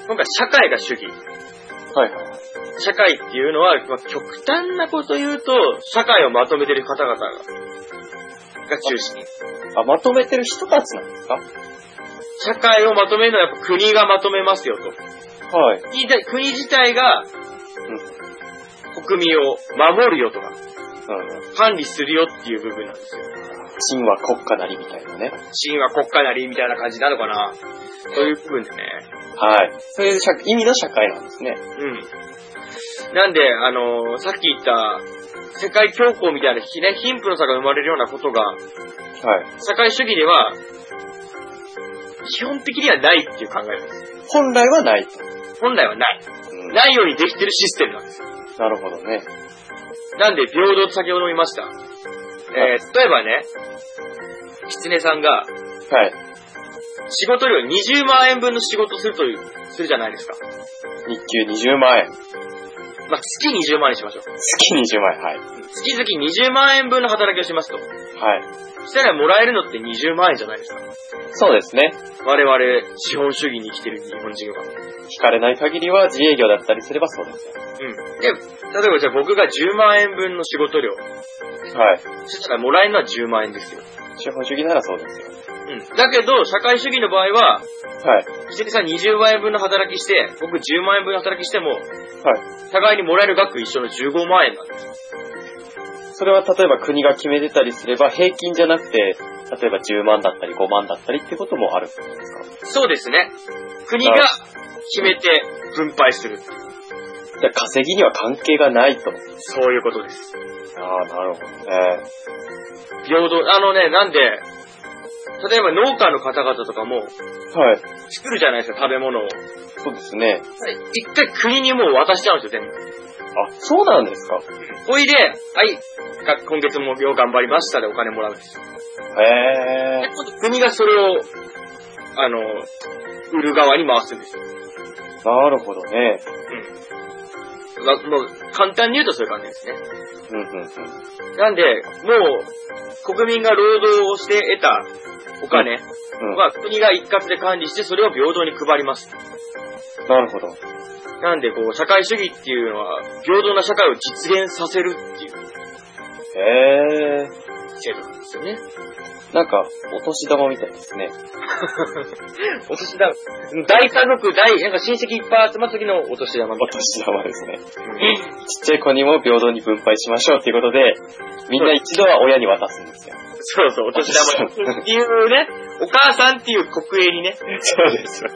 Speaker 1: 今回社会が主義。
Speaker 2: はいはい。
Speaker 1: 社会っていうのは、まあ、極端なこと言うと、社会をまとめてる方々が、が中心。
Speaker 2: あ、まとめてる人たちなんですか
Speaker 1: 社会をまとめるのはやっぱ国がまとめますよと。
Speaker 2: はい。
Speaker 1: 国で国自体が、国民を守るよとか、
Speaker 2: うん。
Speaker 1: 管理するよっていう部分なんですよ。
Speaker 2: 神は国家なりみたいなね。
Speaker 1: 神は国家なりみたいな感じなのかな。そういう部分でね。
Speaker 2: はい。そういう社意味の社会なんですね。
Speaker 1: うん。なんで、あのーさっき言った、世界恐慌みたいな、ひね、貧富の差が生まれるようなことが、
Speaker 2: はい。
Speaker 1: 社会主義では、基本的にはないっていう考えです。
Speaker 2: 本来はないと。
Speaker 1: 本来はない。
Speaker 2: うん
Speaker 1: ないようにできてるシステムなんです。
Speaker 2: なるほどね。
Speaker 1: なんで、平等と先ほども言いました。えー、例えばね、狐さんが、
Speaker 2: はい。
Speaker 1: 仕事量20万円分の仕事をするという、するじゃないですか。
Speaker 2: 日給20万円。
Speaker 1: まあ、月20万円にしましょう。
Speaker 2: 月20万円。はい。
Speaker 1: 月々20万円分の働きをしますと。
Speaker 2: はい。
Speaker 1: したらもらえるのって20万円じゃないですか。
Speaker 2: そうですね。
Speaker 1: 我々、資本主義に生きてる日本人は。
Speaker 2: 引かれない限りは自営業だったりすればそうですね。
Speaker 1: うん。で、例えばじゃあ僕が10万円分の仕事量、
Speaker 2: はい。
Speaker 1: そしたらもらえるのは10万円ですよ。
Speaker 2: 資本主義ならそうですよ。
Speaker 1: うん。だけど、社会主義の場合は、
Speaker 2: はい。
Speaker 1: 藤木さん20万円分の働きして、僕10万円分の働きしても、
Speaker 2: はい。
Speaker 1: 互いにもらえる額一緒の15万円なんです。
Speaker 2: それは例えば国が決めてたりすれば平均じゃなくて、例えば10万だったり5万だったりってこともあるってことですか
Speaker 1: そうですね。国が決めて分配する。
Speaker 2: じゃあ稼ぎには関係がないと。
Speaker 1: そういうことです。
Speaker 2: ああ、なるほどね。
Speaker 1: 平等。あのね、なんで、例えば農家の方々とかも
Speaker 2: はい。
Speaker 1: 作るじゃないですか、食べ物を。
Speaker 2: そうですね。
Speaker 1: 一回国にもう渡しちゃうんですよ、全部。
Speaker 2: あ、そうなんですか
Speaker 1: ほいで、はい、が今月もよう頑張りましたでお金もらうんですよ。
Speaker 2: へ
Speaker 1: で
Speaker 2: え。
Speaker 1: 今度国がそれを、あの、売る側に回すんですよ。
Speaker 2: なるほどね。
Speaker 1: まもう、簡単に言うとそういう感じですね。
Speaker 2: うんうんうん。
Speaker 1: なんで、もう、国民が労働をして得たお金
Speaker 2: うん、
Speaker 1: は国が一括で管理して、それを平等に配ります。
Speaker 2: なるほど。
Speaker 1: なんで、こう、社会主義っていうのは、平等な社会を実現させるっていう
Speaker 2: へえ。
Speaker 1: 制度なんですよね。
Speaker 2: なんか、お年玉みたいですね。
Speaker 1: お年玉。大家族、大、なんか親戚いっぱい集まった時のお年 <laughs> 玉み
Speaker 2: お
Speaker 1: た
Speaker 2: 年玉ですね。
Speaker 1: いな。
Speaker 2: ちっちゃい子にも平等に分配しましょうっていうことで、みんな一度は親に渡すんですよ。
Speaker 1: そうそう、お年玉。っていうね、お母さんっていう国営にね、
Speaker 2: そうですよ。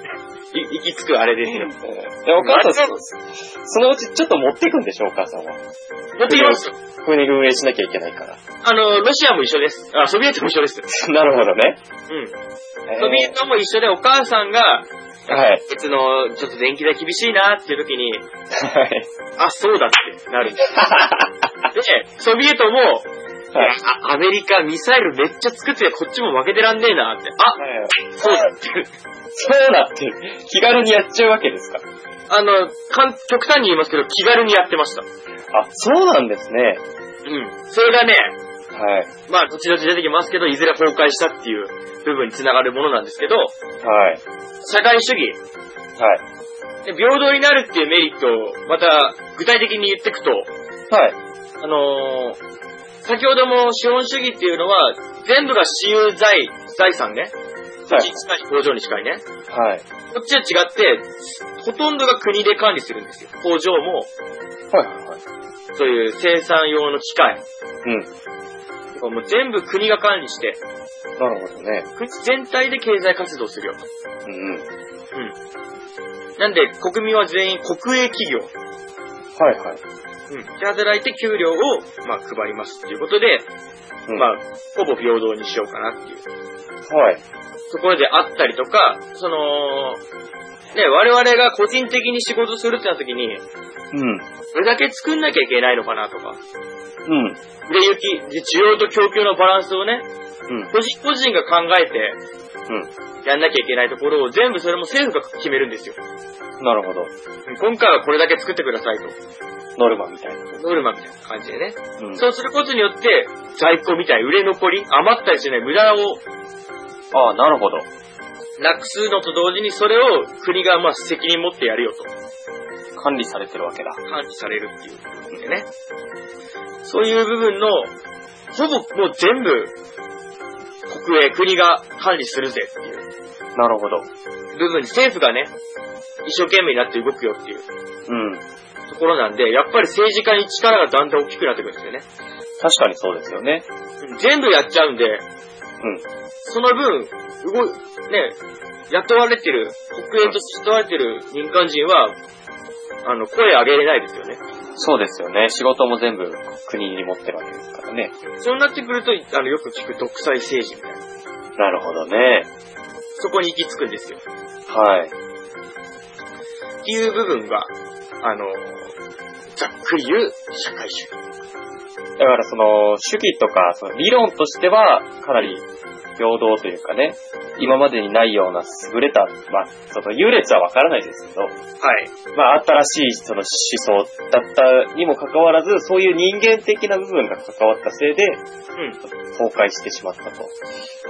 Speaker 1: い行き着くあれですよ。
Speaker 2: で、お母さん、
Speaker 1: ま
Speaker 2: そのうちちょっと持ってくんでしょ、お母さんは。
Speaker 1: 持ってきます。
Speaker 2: 国運営しなきゃいけないから。 <laughs>
Speaker 1: あの、ロシアも一緒です。あ、ソビエトも一緒です。
Speaker 2: なるほどね。
Speaker 1: うん。ソビエトも一緒で、お母さんが、
Speaker 2: はい。
Speaker 1: 別の、ちょっと電気代厳しいなっていう時に、
Speaker 2: はい。
Speaker 1: <laughs> あ、そうだってなるんです。で、ソビエトも、いやあアメリカミサイルめっちゃ作っててこっちも負けてらんねえなって。あ、
Speaker 2: はい。
Speaker 1: そうだっていう。
Speaker 2: そうだって、気軽にやっちゃうわけですか。
Speaker 1: あの、かん極端に言いますけど、気軽にやってました。う
Speaker 2: あ、そうなんですね。
Speaker 1: ん。それがね、
Speaker 2: はい。
Speaker 1: まあ、後々出てきますけど、いずれ崩壊したっていう部分に繋がるものなんですけど、
Speaker 2: はい。
Speaker 1: 社会主義、
Speaker 2: はい。
Speaker 1: で平等になるっていうメリットを、また、具体的に言っていくと、
Speaker 2: はい。
Speaker 1: あのー先ほども資本主義っていうのは、全部が私有財、財産ね。
Speaker 2: は
Speaker 1: 地
Speaker 2: い。
Speaker 1: 近い工場に近いね。
Speaker 2: はい。
Speaker 1: こっちは違って、ほとんどが国で管理するんですよ。工場も、
Speaker 2: はい。はい。
Speaker 1: そういう生産用の機械。
Speaker 2: うん。
Speaker 1: とかもう全部国が管理して、
Speaker 2: なるほどね。
Speaker 1: 国全体で経済活動するよ。
Speaker 2: うん。
Speaker 1: なんで、国民は全員国営企業。
Speaker 2: はいはい。
Speaker 1: うん。で、働いて給料を、まあ、配りますっていうことで、
Speaker 2: うん
Speaker 1: まあ、ほぼ平等にしようかなっていう
Speaker 2: はい。
Speaker 1: ところであったりとか、その、ね、我々が個人的に仕事するってなった時に、
Speaker 2: うん。
Speaker 1: どれだけ作んなきゃいけないのかなとか、
Speaker 2: うん。
Speaker 1: 売れ行き、で需要と供給のバランスをね、
Speaker 2: うん。
Speaker 1: 個人個人が考えて、やんなきゃいけないところを全部それも政府が決めるんですよ。
Speaker 2: うん。なるほど。
Speaker 1: うん今回はこれだけ作ってくださいと。
Speaker 2: ノルマみたいな。
Speaker 1: ノルマみたいな感じでね。
Speaker 2: うん。
Speaker 1: そうすることによって、在庫みたい、売れ残り、余ったりしない無駄を
Speaker 2: ああ、なるほど。
Speaker 1: なくすのと同時に、それを国がまあ責任持ってやるよと、
Speaker 2: 管理されてるわけだ。
Speaker 1: 管理されるっていう部分でね。そういう部分の、ほぼもう全部、国営、国が管理するぜっていう
Speaker 2: なるほど。
Speaker 1: 部分に政府がね、一生懸命になって動くよっていう
Speaker 2: うん。
Speaker 1: ところなんで、やっぱり政治家に力がだんだん大きくなってくるんですよね。
Speaker 2: 確かにそうですよね。
Speaker 1: 全部やっちゃうんで、
Speaker 2: うん。
Speaker 1: その分、動い、ね、雇われてる、国営として雇われてる民間人は、あの、声上げれないですよね。
Speaker 2: そうですよね。仕事も全部国に持ってるわけですからね。
Speaker 1: そうなってくると、あの、よく聞く独裁政治みたいな。
Speaker 2: なるほどね。
Speaker 1: そこに行き着くんですよ。っ
Speaker 2: はい。
Speaker 1: ていう部分が、あの、ざっくり言う社会主義。
Speaker 2: だからその、主義とか、その理論としては、かなり平等というかね、今までにないような優れた、まあ、その優劣はわからないですけど、
Speaker 1: はい。
Speaker 2: まあ、新しいその思想だったにもかかわらず、そういう人間的な部分が関わったせいで、
Speaker 1: うん。
Speaker 2: 崩壊してしまったと。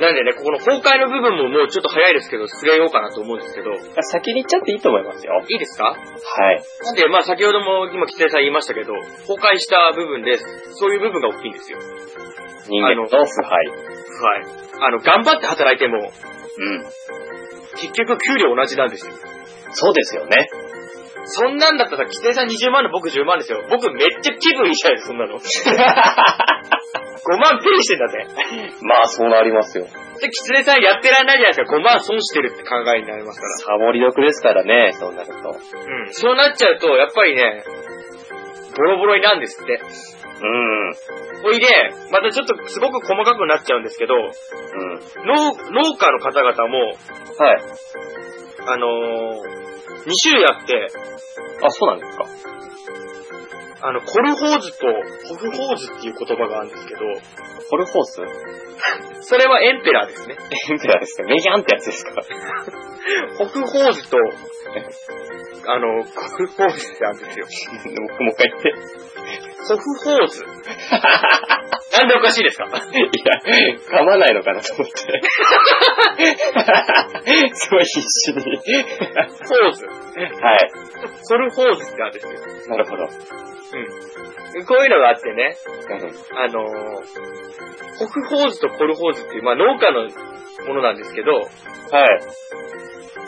Speaker 1: なんでね、ここの崩壊の部分ももうちょっと早いですけど、触れようかなと思うんですけど、い
Speaker 2: 先に行っちゃっていいと思いますよ。
Speaker 1: いですか
Speaker 2: はい。
Speaker 1: なんで、まあ先ほども今、規制さん言いましたけど、崩壊した部分で、そういう部分が大きいんですよ。
Speaker 2: 人間の腐敗。
Speaker 1: はい。あの、頑張って働いても、
Speaker 2: うん。
Speaker 1: 結局給料同じなんですよ。
Speaker 2: そうですよね。
Speaker 1: そんなんだったら、規定さん20万の僕10万ですよ。僕めっちゃ気分いいじゃないですか、そんなの。5万ペイしてんだぜ。
Speaker 2: まあ、そうなりますよ。
Speaker 1: で、キツネさんやってらんないじゃないですか。5万損してるって考えになりますか
Speaker 2: サボり得ですからね、そうなると。
Speaker 1: ら。うん。そうなっちゃうと、やっぱりね、ボロボロになんですって。
Speaker 2: うん。
Speaker 1: ほいで、またちょっとすごく細かくなっちゃうんですけど、
Speaker 2: うん。
Speaker 1: 農農家の方々も、
Speaker 2: はい。
Speaker 1: あのー、2種類あって、
Speaker 2: あ、そうなんですか。
Speaker 1: あの、コルホーズとホフホーズっていう言葉があるんですけど、
Speaker 2: ホルホース
Speaker 1: それはエンペラーですね。
Speaker 2: エンペラーですよ。メギャンってやつですか。
Speaker 1: ホフホーズと、あの、コルホーズってあるんですよ。
Speaker 2: 僕もう一回言って。
Speaker 1: ソフホーズ。なんでおかしいですか
Speaker 2: いや、噛まないのかなと思って。 <laughs> すごい必死に。
Speaker 1: ホーズ。
Speaker 2: はい。
Speaker 1: ソルホーズってあるんですよ。
Speaker 2: なるほど。
Speaker 1: こういうのがあってね、
Speaker 2: うん
Speaker 1: あのー、ホフホーズとコルホーズっていう、まあ農家のものなんですけど、
Speaker 2: はい。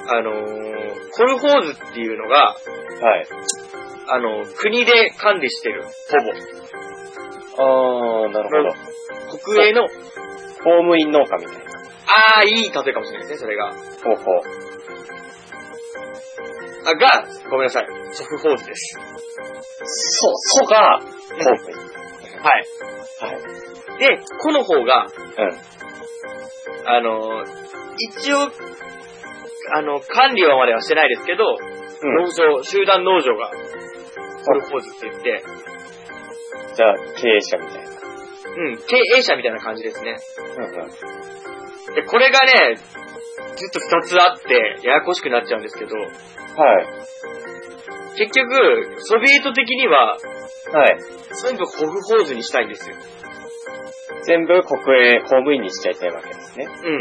Speaker 1: あのー、コルホーズっていうのが、
Speaker 2: はい。
Speaker 1: あのー、国で管理してる、
Speaker 2: あー、なる
Speaker 1: ほ
Speaker 2: ほど。
Speaker 1: ぼ。国営の、
Speaker 2: 公務員農家みたいな
Speaker 1: あー、いい例えかもしれないですね、それが。
Speaker 2: 方法。
Speaker 1: あ、が、ごめんなさい。ソフホーズです。は
Speaker 2: そう、そうが、公務員。
Speaker 1: い。
Speaker 2: はい。
Speaker 1: で、この方が、
Speaker 2: うん。
Speaker 1: あのー、一応、あの、管理はまではしてないですけど、
Speaker 2: うん。
Speaker 1: 農場、集団農場が、コルホーズって言って、
Speaker 2: じゃあ、経営者みたいな。
Speaker 1: うん、経営者みたいな感じですね。
Speaker 2: うんうん。
Speaker 1: で、これがね、ずっと二つあって、ややこしくなっちゃうんですけど、
Speaker 2: はい。
Speaker 1: 結局、ソビエト的には、
Speaker 2: はい。
Speaker 1: 全部ホグホーズにしたいんですよ。
Speaker 2: 全部国営公務員にしちゃいたいわけですね。
Speaker 1: うん。
Speaker 2: うんう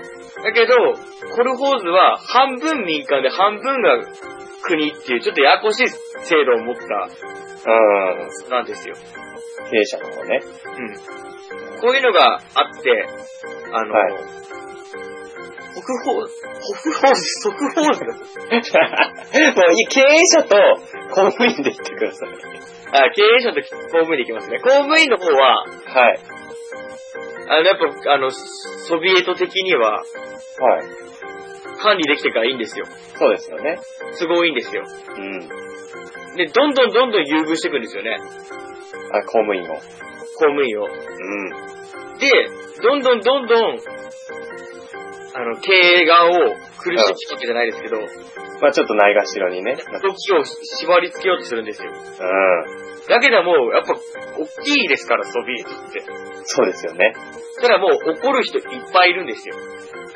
Speaker 2: ん。
Speaker 1: だけど、コルホーズは半分民間で半分が国っていう、ちょっとややこしい制度を持った、
Speaker 2: うん。
Speaker 1: なんですよ。
Speaker 2: 経営者の方ね。
Speaker 1: うん。こういうのがあって、あの、
Speaker 2: はい
Speaker 1: 北方、北方図、即方図
Speaker 2: もうい経営者と公務員で言ってください。
Speaker 1: <laughs> あ、経営者と公務員でいきますね。公務員の方は、
Speaker 2: はい。
Speaker 1: あの、やっぱ、あの、ソビエト的には
Speaker 2: はい。
Speaker 1: 管理できてからいいんですよ。
Speaker 2: そうですよね。
Speaker 1: 都合いいんですよ。
Speaker 2: うん。
Speaker 1: で、どんどんどんどん優遇していくんですよね。
Speaker 2: あ、公務員を。
Speaker 1: 公務員を。
Speaker 2: うん。
Speaker 1: で、どんどんどんどん、あの、経営側を苦しくしていくじゃないですけど、
Speaker 2: まあちょっとないがしろにね。
Speaker 1: 時を縛り付けようとするんですよ。
Speaker 2: う
Speaker 1: だけどもう、やっぱ、大きいですから、ソビエトって。
Speaker 2: ん。そうですよね。
Speaker 1: ただもう、怒る人いっぱいいるんですよ。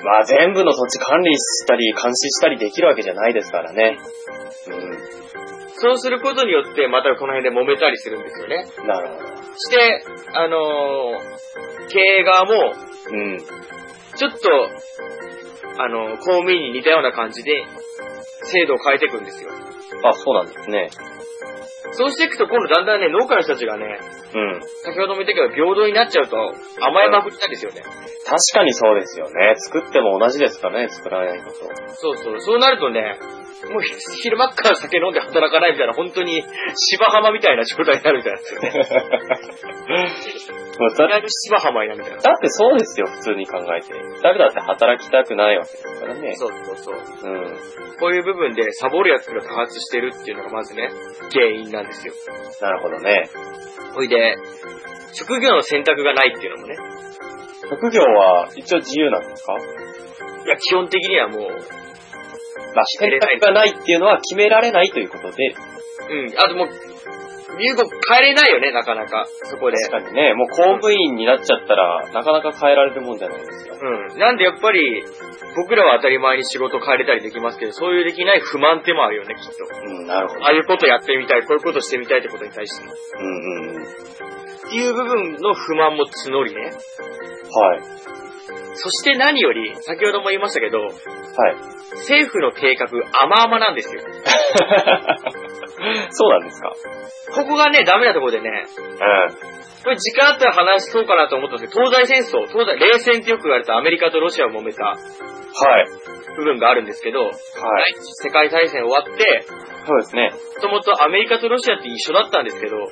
Speaker 2: まあ全部の土地管理したり、監視したりできるわけじゃないですからね。う
Speaker 1: そうすることによって、またこの辺で揉めたりするんですよね。
Speaker 2: ん。なるほど。
Speaker 1: して、あのー経営側も、
Speaker 2: うん。
Speaker 1: ちょっと、あの、公務員に似たような感じで、制度を変えていくんですよ。
Speaker 2: あ、そうなんですね。
Speaker 1: そうしていくと、今度だんだんね、農家の人たちがね、
Speaker 2: うん。
Speaker 1: 先ほども言ったけど、平等になっちゃうと、甘えまくったんですよね。
Speaker 2: 確かにそうですよね。作っても同じですからね、作らないこと。
Speaker 1: そうそう。そうなるとね、もうひ昼間っから酒飲んで働かないみたいな、本当に芝浜みたいな状態になるみたいなんです <laughs> よね。い
Speaker 2: まあだ
Speaker 1: きなり芝浜になるみたいな。
Speaker 2: だってそうですよ、普通に考えて。誰だって働きたくないわけですからね。
Speaker 1: そうそうそう。
Speaker 2: うん。
Speaker 1: こういう部分でサボるやつが多発してるっていうのがまずね、原因なんですよ。
Speaker 2: なるほどね。
Speaker 1: ほいで、職業の選択がないっていうのもね、
Speaker 2: 職業は一応自由なんですか
Speaker 1: いや、基本的にはもう、
Speaker 2: まあ、選択がないっていうのは決められないということで、
Speaker 1: うん。あともう、入国変えれないよね、なかなか。そこで。
Speaker 2: 確かにね、もう公務員になっちゃったら、なかなか変えられるもんじゃないですよ。
Speaker 1: うん。なんでやっぱり、僕らは当たり前に仕事変えれたりできますけど、そういうできない不満ってもあるよね、きっと。
Speaker 2: うん、なるほど
Speaker 1: あ。あいうことやってみたい、こういうことしてみたいってことに対しての。
Speaker 2: うんうんうん。
Speaker 1: っていう部分の不満も募りね。
Speaker 2: はい。
Speaker 1: そして何より、先ほども言いましたけど、
Speaker 2: はい。 <laughs>
Speaker 1: 政府の計画、甘々なんですよ。
Speaker 2: そうなんですか
Speaker 1: ここがね、ダメなところでね、
Speaker 2: うん。
Speaker 1: これ時間あったら話しそうかなと思ったんですけど、東西戦争、東西、冷戦ってよく言われたアメリカとロシアを揉めた
Speaker 2: はい。
Speaker 1: 部分があるんですけど、
Speaker 2: はい。
Speaker 1: 第一次世界大戦終わって、
Speaker 2: そうですね。
Speaker 1: もともとアメリカとロシアって一緒だったんですけど、
Speaker 2: はい。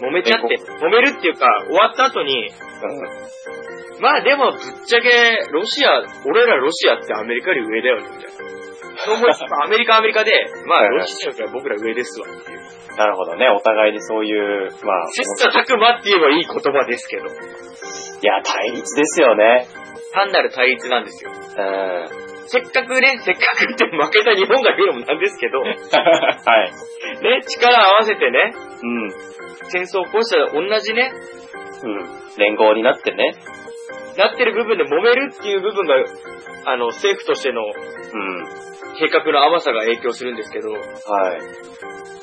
Speaker 1: 揉めちゃって、
Speaker 2: え
Speaker 1: 揉めるっていうか、終わった後に、
Speaker 2: うん。
Speaker 1: まあでもぶっちゃけ、ロシア、俺らロシアってアメリカより上だよね、みたいな。そう思いつつ、
Speaker 2: <laughs>
Speaker 1: アメリカはアメリカで、まあ
Speaker 2: はいはい
Speaker 1: ロシアよりは僕ら上ですわっていう。
Speaker 2: なるほどね。お互いにそういう、まあ、
Speaker 1: 切磋琢磨って言えばいい言葉ですけど、
Speaker 2: いや、対立ですよね。
Speaker 1: 単なる対立なんですよ。
Speaker 2: うん。は
Speaker 1: せっかくね、せっかくって負けた日本が言うのもなんですけ
Speaker 2: <laughs>
Speaker 1: ど、ね、
Speaker 2: い。
Speaker 1: 力合わせてね、
Speaker 2: うん。
Speaker 1: 戦争を起こしたら同じね、
Speaker 2: うん。連合になってね。
Speaker 1: なってる部分で揉めるっていう部分が、あの、政府としての
Speaker 2: うん。
Speaker 1: 計画の甘さが影響するんですけど、
Speaker 2: はい。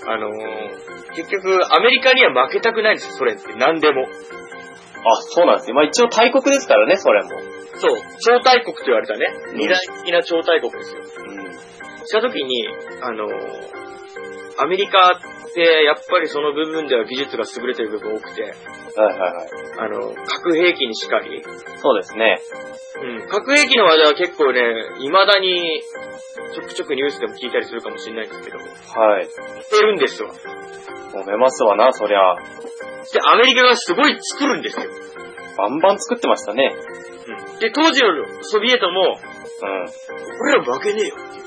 Speaker 1: あのー結局、アメリカには負けたくないんですよ、ソ連って。何でも。
Speaker 2: あ、そうなんですよ。まあ一応大国ですからね、それも。
Speaker 1: そう、超大国と言われたね、
Speaker 2: うん
Speaker 1: 二大的な超大国ですよ。
Speaker 2: うん。
Speaker 1: したときに、あのーアメリカって、やっぱりその部分では技術が優れてる部分多くて、
Speaker 2: はいはいはい。
Speaker 1: あのー核兵器にしかり、
Speaker 2: そうですね。
Speaker 1: うん、核兵器の話題は結構ね、未だに、ちょくちょくニュースでも聞いたりするかもしれないんですけど、
Speaker 2: はい。
Speaker 1: してるんですわ。
Speaker 2: 揉めますわな、そりゃ。
Speaker 1: で、アメリカがすごい作るんですよ。
Speaker 2: バンバン作ってましたね。
Speaker 1: で、当時のソビエトも、
Speaker 2: う
Speaker 1: 俺ら負けねえよ。
Speaker 2: ん。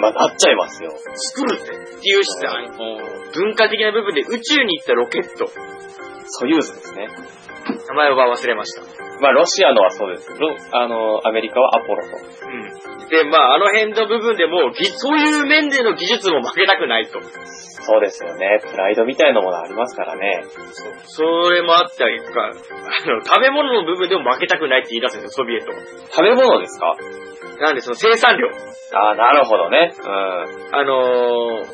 Speaker 2: まあ、なっちゃいますよ。
Speaker 1: 作るって。っていう質あの文化的な部分で宇宙に行ったロケット。
Speaker 2: ソユーズですね。
Speaker 1: 名前は忘れました。
Speaker 2: まあ、ロシアのはそうですけど、あの、アメリカはアポロと。
Speaker 1: うん。で、まあ、あの辺の部分でもうぎ、そういう面での技術も負けたくないと。
Speaker 2: そうですよね。プライドみたいなものありますからね。
Speaker 1: それもあったりとか、あの、食べ物の部分でも負けたくないって言い出すんですよ、ソビエトは。
Speaker 2: 食べ物ですか
Speaker 1: なんで、その生産量。
Speaker 2: ああ、なるほどね。うん。
Speaker 1: あのー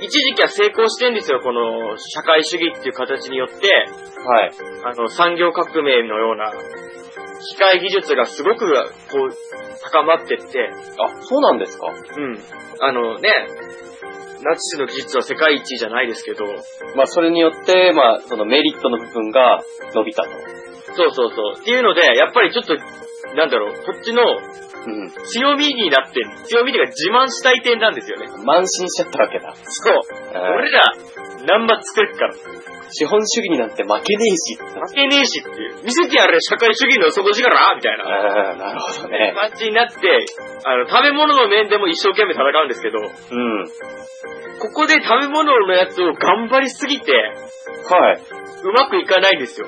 Speaker 1: 一時期は成功してんですよ、この社会主義っていう形によって、
Speaker 2: はい。
Speaker 1: あの、産業革命のような、機械技術がすごく、こう、高まってって、
Speaker 2: あ、そうなんですか
Speaker 1: うん。あのね、ナチスの技術は世界一じゃないですけど、
Speaker 2: まあ、それによって、まあ、そのメリットの部分が伸びたと。
Speaker 1: そうそうそう。っていうので、やっぱりちょっと、なんだろう、こっちの
Speaker 2: うん。
Speaker 1: 強みになってる、強みというか自慢したい点なんですよね。
Speaker 2: 慢心しちゃったわけだ。
Speaker 1: そう。俺ら、ナンバー作るから。
Speaker 2: 資本主義になんて負けねえし。
Speaker 1: 負けねえしっていう。見せてやれ、社会主義の底力みたいな。
Speaker 2: うん、なるほどね。
Speaker 1: 感じになって、あの、食べ物の面でも一生懸命戦うんですけど、
Speaker 2: うん。
Speaker 1: ここで食べ物のやつを頑張りすぎて、
Speaker 2: はい。
Speaker 1: うまくいかないんですよ。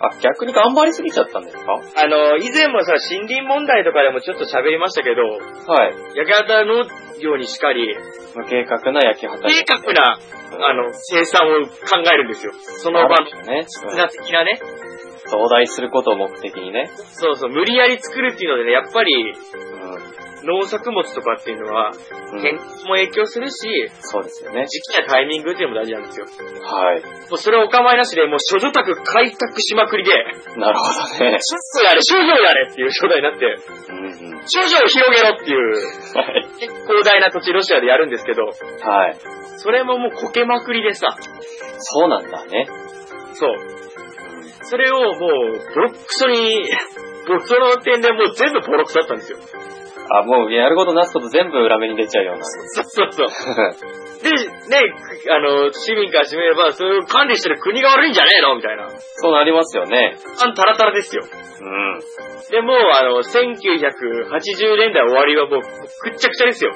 Speaker 2: あ、逆に頑張りすぎちゃったんですか
Speaker 1: あの、以前もさ、森林問題とかでもちょっと喋りましたけど、
Speaker 2: はい。
Speaker 1: 焼き畑農業にしかり、
Speaker 2: 無計画な焼き畑。
Speaker 1: 正確な、
Speaker 2: うん
Speaker 1: あ、の、生産を考えるんですよ。その場
Speaker 2: な
Speaker 1: の
Speaker 2: るほどね。
Speaker 1: 的な的なね。
Speaker 2: 増大することを目的にね。
Speaker 1: そうそう、無理やり作るっていうのでね、やっぱり
Speaker 2: う
Speaker 1: 農作物とかっていうのは、
Speaker 2: ん。
Speaker 1: 天候も影響するし、
Speaker 2: そうですよね。
Speaker 1: 時期やタイミングっていうのも大事なんですよ。
Speaker 2: はい。
Speaker 1: もうそれはお構いなしで、もう諸女宅開拓しまくりで、
Speaker 2: なるほどね。
Speaker 1: 諸女やれ、諸女やれっていう状態になって、
Speaker 2: うんうん。
Speaker 1: 諸女を広げろっていう、
Speaker 2: はい。
Speaker 1: 結構広大な土地ロシアでやるんですけど、
Speaker 2: はい。
Speaker 1: それももうこけまくりでさ、
Speaker 2: そうなんだね。
Speaker 1: そう。それをもう、ボロックソに、 <laughs> 僕その点でもう全部ボロクソだったんですよ。
Speaker 2: あ、もうやることなすこと全部裏目に出ちゃうような。 <laughs>
Speaker 1: そうそうそう。で、ね、あの、市民からしてみれば、そういう管理してる国が悪いんじゃねえのみたいな。
Speaker 2: そうなりますよね。
Speaker 1: あんタラタラですよ。
Speaker 2: うん。
Speaker 1: で、もう、あの、1980年代終わりはもう、くっちゃくちゃですよ。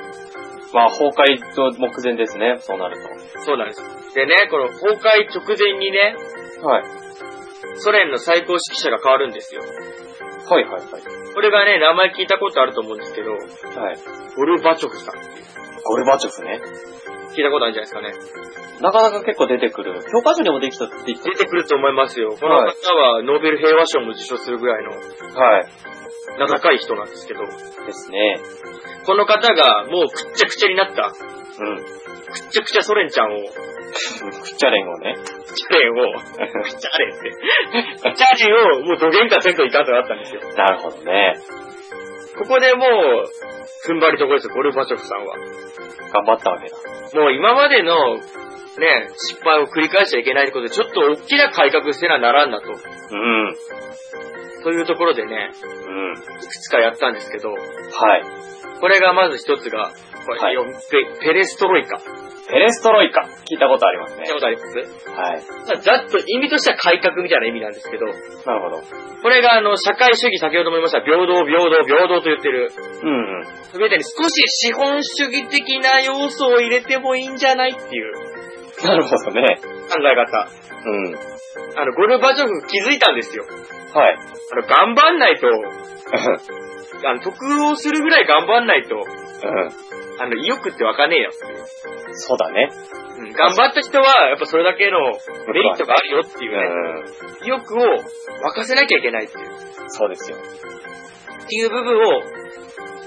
Speaker 2: まあ、崩壊の目前ですね。そうなると。
Speaker 1: そうなんです。でね、この崩壊直前にね、
Speaker 2: はい。
Speaker 1: ソ連の最高指揮者が変わるんですよ。
Speaker 2: はいはいはい。
Speaker 1: これがね、名前聞いたことあると思うんですけど、
Speaker 2: はい。
Speaker 1: ゴルバチョフさん。
Speaker 2: ゴルバチョフね。
Speaker 1: 聞いたことあるんじゃないですかね。
Speaker 2: なかなか結構出てくる。教科書にもできたって言って
Speaker 1: 出てくると思いますよ。この方はノーベル平和賞も受賞するぐらいの
Speaker 2: はい。
Speaker 1: 名高い人なんですけど、
Speaker 2: ですね。
Speaker 1: この方がもうくっちゃくちゃになった、く
Speaker 2: うん。
Speaker 1: っちゃくちゃソ連ちゃんを、
Speaker 2: クッチャレンをね。
Speaker 1: チャレンを、くっちゃレンって、チャレンをもうどげんかせんといかんとなったんですよ。
Speaker 2: なるほどね。
Speaker 1: ここでもう、踏ん張りどころですよ、ゴルバチョフさんは。
Speaker 2: 頑張ったわけだ。
Speaker 1: もう今までの、ね、失敗を繰り返しちゃいけないってことで、ちょっと大きな改革せなならんなと。
Speaker 2: うん。う
Speaker 1: というところでね、
Speaker 2: ん。
Speaker 1: いくつかやったんですけど、
Speaker 2: はい。
Speaker 1: これがまず一つが、これ、
Speaker 2: はい
Speaker 1: よペペレストロイカ。聞
Speaker 2: ペレストロイカ。聞いたことありますね
Speaker 1: いた。ことあります
Speaker 2: はい。
Speaker 1: まあざっと意味としては改革みたいな意味なんですけど、
Speaker 2: なるほど。
Speaker 1: これがあの、社会主義、先ほども言いました、平等、平等、平等と言ってる、
Speaker 2: うんうん。
Speaker 1: それに少し資本主義的な要素を入れてもいいんじゃないっていう
Speaker 2: なるほどね。
Speaker 1: 考え方。
Speaker 2: うん。
Speaker 1: あの、ゴルバチョフ気づいたんですよ。
Speaker 2: はい。 <laughs>
Speaker 1: あの、頑張んないと、あの、得をするぐらい頑張んないと、
Speaker 2: う
Speaker 1: あの、意欲って湧かねえよっていう。
Speaker 2: ん。そうだね。
Speaker 1: うん頑張った人は、やっぱそれだけのメリットがあるよっていうね、
Speaker 2: う
Speaker 1: 意欲を沸かせなきゃいけないっていう、って
Speaker 2: ん。そうですよ。
Speaker 1: いう部分を、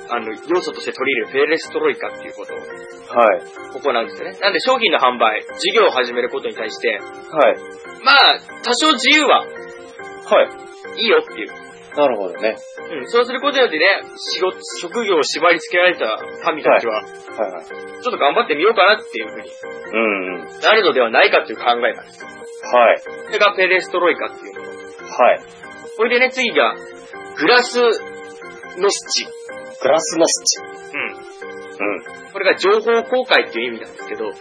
Speaker 1: あの、要素として取り入れるフェレストロイカっていうことを
Speaker 2: はい。
Speaker 1: 行うんですよね。なんで商品の販売、事業を始めることに対して、
Speaker 2: はい。
Speaker 1: まあ、多少自由は
Speaker 2: はい。
Speaker 1: いいよっていう。
Speaker 2: なるほどね。
Speaker 1: うん、そうすることによってね、仕事、職業を縛り付けられた民たちは、
Speaker 2: はいはい。
Speaker 1: ちょっと頑張ってみようかなっていうふうに
Speaker 2: うんうん。
Speaker 1: なるのではないかという考えなんです。
Speaker 2: はい。
Speaker 1: それがペレストロイカっていうもの。
Speaker 2: はい。
Speaker 1: これでね、次が、グラスノスチ。
Speaker 2: グラスノスチ。
Speaker 1: う
Speaker 2: うん。
Speaker 1: ん。これが情報公開っていう意味なんですけど、
Speaker 2: はい。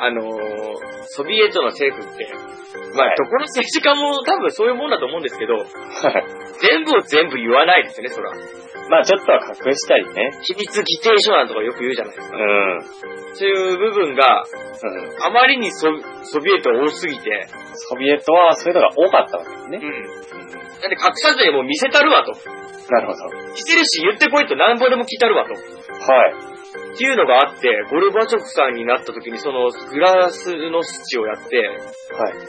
Speaker 1: あのー、ソビエトの政府って、ま
Speaker 2: は
Speaker 1: あ
Speaker 2: い、
Speaker 1: どこの政治家も多分そういうもんだと思うんですけど、
Speaker 2: はい。 <laughs>
Speaker 1: 全部を全部言わないですよね、そら。
Speaker 2: まあちょっとは隠したりね。
Speaker 1: 秘密議定書なんとかよく言うじゃないです
Speaker 2: う
Speaker 1: か。
Speaker 2: ん。うん。
Speaker 1: そういう部分が、あまりにソソビエト多すぎて、
Speaker 2: ソビエトはそういうのが多かったわけです
Speaker 1: う
Speaker 2: ね。
Speaker 1: ん。だって隠さずにもう見せたるわと。
Speaker 2: なるほど。
Speaker 1: 来てるし言ってこいとなんぼでも来たるわと。
Speaker 2: はい。
Speaker 1: っていうのがあって、ゴルバチョフさんになった時にそのグラスのスチをやって、
Speaker 2: はい。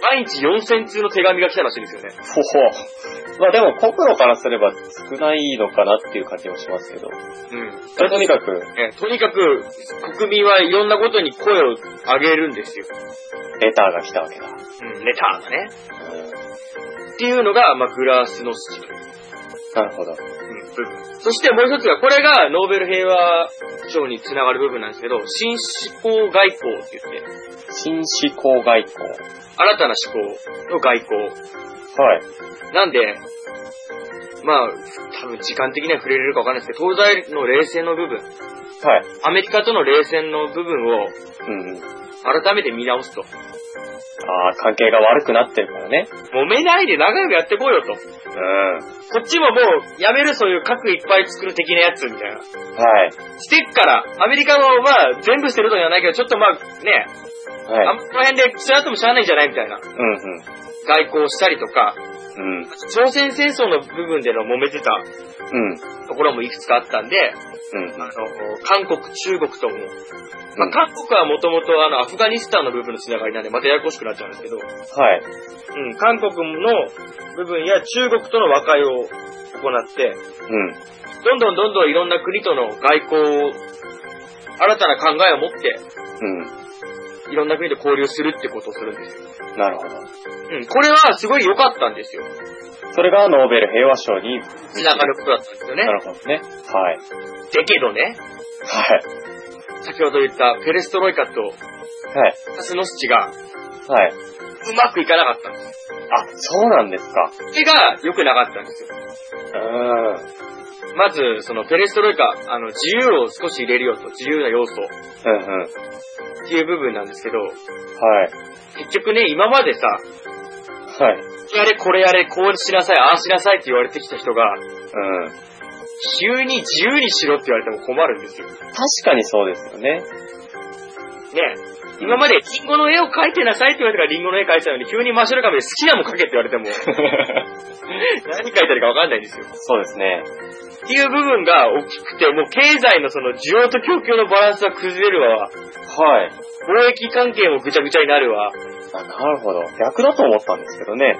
Speaker 1: 毎日4000通の手紙が来たらしいんですよね。
Speaker 2: ほほ。まあでも国路からすれば少ないのかなっていう感じもしますけど。
Speaker 1: うん。
Speaker 2: まあとにかく、
Speaker 1: えとにかく、国民はいろんなことに声を上げるんですよ。
Speaker 2: レターが来たわけだ。
Speaker 1: うん、レターがね。
Speaker 2: うん。
Speaker 1: っていうのが、まあ、グラスノスチという、
Speaker 2: なるほど。
Speaker 1: うん、部分。そしてもう一つが、これがノーベル平和賞につながる部分なんですけど、新思考外交って言って、
Speaker 2: 新思考外交。
Speaker 1: 新たな思考の外交。
Speaker 2: はい。
Speaker 1: なんで、まあ、多分時間的には触れれるかわかんないですけど、東西の冷戦の部分、
Speaker 2: はい。
Speaker 1: アメリカとの冷戦の部分を
Speaker 2: うん。
Speaker 1: 改めて見直すと。
Speaker 2: ああ、関係が悪くなってるからね。
Speaker 1: 揉めないで仲良くやってこうよと。
Speaker 2: うん。
Speaker 1: こっちももう、やめるそういう核いっぱい作る的なやつみたいな。
Speaker 2: はい。
Speaker 1: してっから、アメリカもまあ、全部してるとはないけど、ちょっとまあ、ね、あ
Speaker 2: はい。
Speaker 1: んこの辺でしちゃってもしゃあないんじゃないみたいな。
Speaker 2: うん
Speaker 1: 外交をしたりとか、
Speaker 2: うん。うん。
Speaker 1: 朝鮮戦争の部分での揉めてた
Speaker 2: うん。
Speaker 1: ところもいくつかあったんで、
Speaker 2: うん。
Speaker 1: あの、韓国、中国とも、まあ、韓国はもともとあの、アフガニスタンの部分のつながりなんで、またややこしくなっちゃうんですけど、
Speaker 2: はい。
Speaker 1: うん、韓国の部分や中国との和解を行って、
Speaker 2: うん。
Speaker 1: どんどんどんどんいろんな国との外交を、新たな考えを持って、
Speaker 2: う
Speaker 1: いろんな国と交流するってことをするんですよ。
Speaker 2: ん。なるほど。
Speaker 1: うん、これはすごい良かったんですよ。
Speaker 2: それがノーベル平和賞に
Speaker 1: つながることだったんですよね
Speaker 2: な。るほどね。はい。
Speaker 1: だけどね、
Speaker 2: はい。
Speaker 1: 先ほど言ったペレストロイカと
Speaker 2: はい。
Speaker 1: タスノスチがう
Speaker 2: はい。
Speaker 1: まくいかなかったんです。
Speaker 2: あ、そうなんですか。
Speaker 1: それが良くなかったんですよ。
Speaker 2: うん。
Speaker 1: まず、そのペレストロイカ、あの、自由を少し入れるよと、自由な要素
Speaker 2: うんうん。
Speaker 1: っていう部分なんですけど、
Speaker 2: はい。
Speaker 1: 結局ね、今までさ、
Speaker 2: はい。
Speaker 1: やれこれやれ、こうしなさい、ああしなさいって言われてきた人が、
Speaker 2: うん。
Speaker 1: 急に自由にしろって言われても困るんですよ。ね
Speaker 2: 確かにそうですよね。 <laughs>
Speaker 1: 今までリンゴの絵を描いてなさいって言われたからリンゴの絵描いてたのに、急に真っ白紙で好きなもん描けって言われても、何描いてるかわかんないんですよ。
Speaker 2: そうですね。
Speaker 1: っていう部分が大きくて、もう経済のその需要と供給のバランスは崩れるわ、
Speaker 2: はい。
Speaker 1: 貿易関係もぐちゃぐちゃになるわ。
Speaker 2: あなるほど。逆だと思ったんですけどね。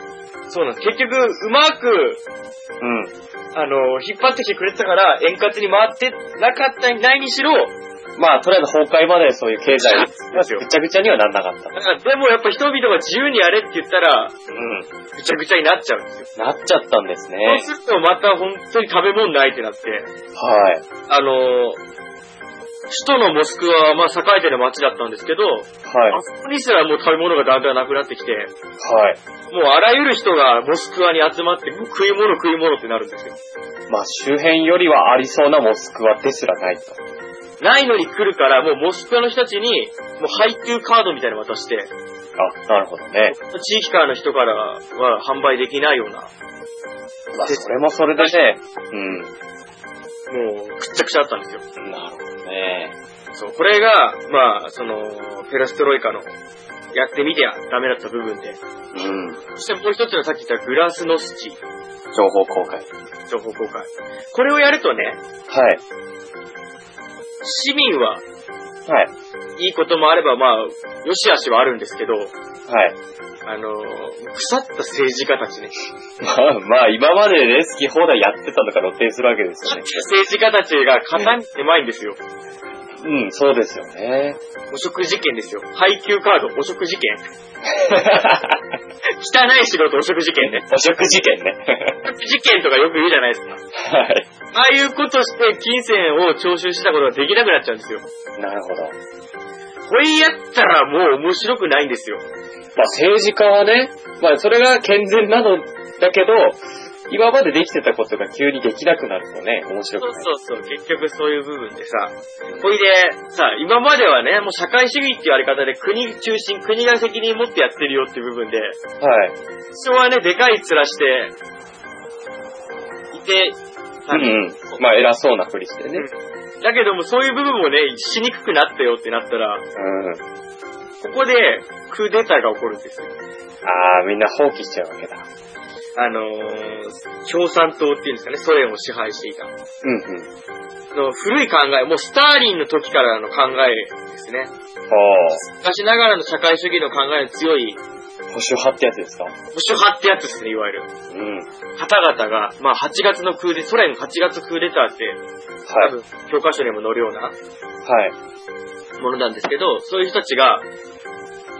Speaker 1: そうなんです。結局、うまく、
Speaker 2: うん。
Speaker 1: あの、引っ張ってきてくれてたから、円滑に回ってなかった、ないにしろ、
Speaker 2: まあ、とりあえず崩壊までそういう経
Speaker 1: で
Speaker 2: 済
Speaker 1: すよ
Speaker 2: ぐちゃぐちゃにはなんなかった。
Speaker 1: だからでもやっぱ人々が自由にやれって言ったら、
Speaker 2: うん。
Speaker 1: ぐちゃぐちゃになっちゃうんですよ。
Speaker 2: なっちゃったんですね。
Speaker 1: そうするとまた本当に食べ物ないってなって、
Speaker 2: はい。
Speaker 1: あのー、首都のモスクワはまあ栄えてる街だったんですけど、
Speaker 2: は
Speaker 1: あそこにすらもう食べ物がだんだんなくなってきて、
Speaker 2: い。はい。
Speaker 1: もうあらゆる人がモスクワに集まって、もう食い物食い物ってなるんですよ。
Speaker 2: まあ、周辺よりはありそうなモスクワですらないと。
Speaker 1: ないのに来るから、もうモスクワの人たちに、もう配給カードみたいなの渡して、
Speaker 2: あ、なるほどね。
Speaker 1: 地域からの人からは販売できないような、も
Speaker 2: まあ、それもそれでね。う
Speaker 1: う、くっちゃくちゃだったんですよ。
Speaker 2: ん。なるほどね。
Speaker 1: そう、これが、まあ、その、ペラストロイカの、やってみてや、ダメだった部分で。
Speaker 2: うん。
Speaker 1: そしてもう一つのさっき言ったグラスノスチ
Speaker 2: 情報公開。
Speaker 1: 情報公開。これをやるとね、
Speaker 2: はい。
Speaker 1: 市民は、
Speaker 2: はい。
Speaker 1: いいこともあれば、まあ、よし悪しはあるんですけど、
Speaker 2: はい。 <laughs>
Speaker 1: あのー腐った政治家たちね。
Speaker 2: まあ、まあ、今までね、好き放題やってたのが露呈するわけです
Speaker 1: 腐
Speaker 2: よ
Speaker 1: った
Speaker 2: ね。
Speaker 1: 政治家たちが肩に手前いんですよ。
Speaker 2: うん、そうですよね。
Speaker 1: 汚職事件ですよ。配給カード、汚職事件。汚い仕事、汚職事件ね。
Speaker 2: <laughs> 捕食事件ね。
Speaker 1: 汚職事件とかよく言うじゃないですか。
Speaker 2: はい。
Speaker 1: ああいうことして金銭を徴収したことができなくなっちゃうんですよ。
Speaker 2: なるほど。
Speaker 1: これやったらもう面白くないんですよ。
Speaker 2: まあ政治家はね、まあそれが健全なのだけど、今までできてたことが急にできなくなるとね、面
Speaker 1: そう
Speaker 2: 白くない。
Speaker 1: そうそう、結局そういう部分でさ。ほいで、さ、今まではね、もう社会主義って言われ方で国中心、国が責任持ってやってるよっていう部分で、
Speaker 2: はい。
Speaker 1: 人はね、でかい面して、いて、
Speaker 2: うんうん。まあ偉そうなふりしてね。
Speaker 1: だけども、そういう部分もね、しにくくなったよってなったら、
Speaker 2: うん。
Speaker 1: ここで、クーデターが起こるんですよ。
Speaker 2: ああ、みんな放棄しちゃうわけだ。
Speaker 1: あのー、共産党っていうんですかね、ソ連を支配していた。
Speaker 2: うんうん。ほ
Speaker 1: の古い考え、もうスターリンの時からの考えですね。
Speaker 2: う。
Speaker 1: 昔ながらの社会主義の考えの強い、保
Speaker 2: 保守派ってやつですか
Speaker 1: 守派ってやつですね、いわゆる。
Speaker 2: うん。はい。
Speaker 1: 方々が、まあ8月のクーデ、ソ連の8月クーデターって、多分教科書にも載るような
Speaker 2: はい。
Speaker 1: ものなんですけど、そういう人たちが、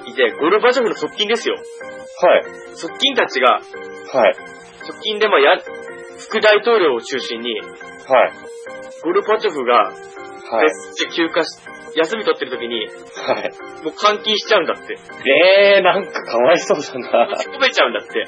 Speaker 1: いて、ゴルバチョフの側近ですよ。
Speaker 2: はい。
Speaker 1: 側近たちが、
Speaker 2: はい。
Speaker 1: 側近でもや、副大統領を中心に、
Speaker 2: はい。
Speaker 1: ゴルバチョフが、
Speaker 2: はい。
Speaker 1: 別で休暇し、休み取ってる時に、
Speaker 2: はい。
Speaker 1: もう監禁しちゃうんだって。
Speaker 2: えー、なんかかわいそうだな。 <laughs>
Speaker 1: 込めちゃうんだって。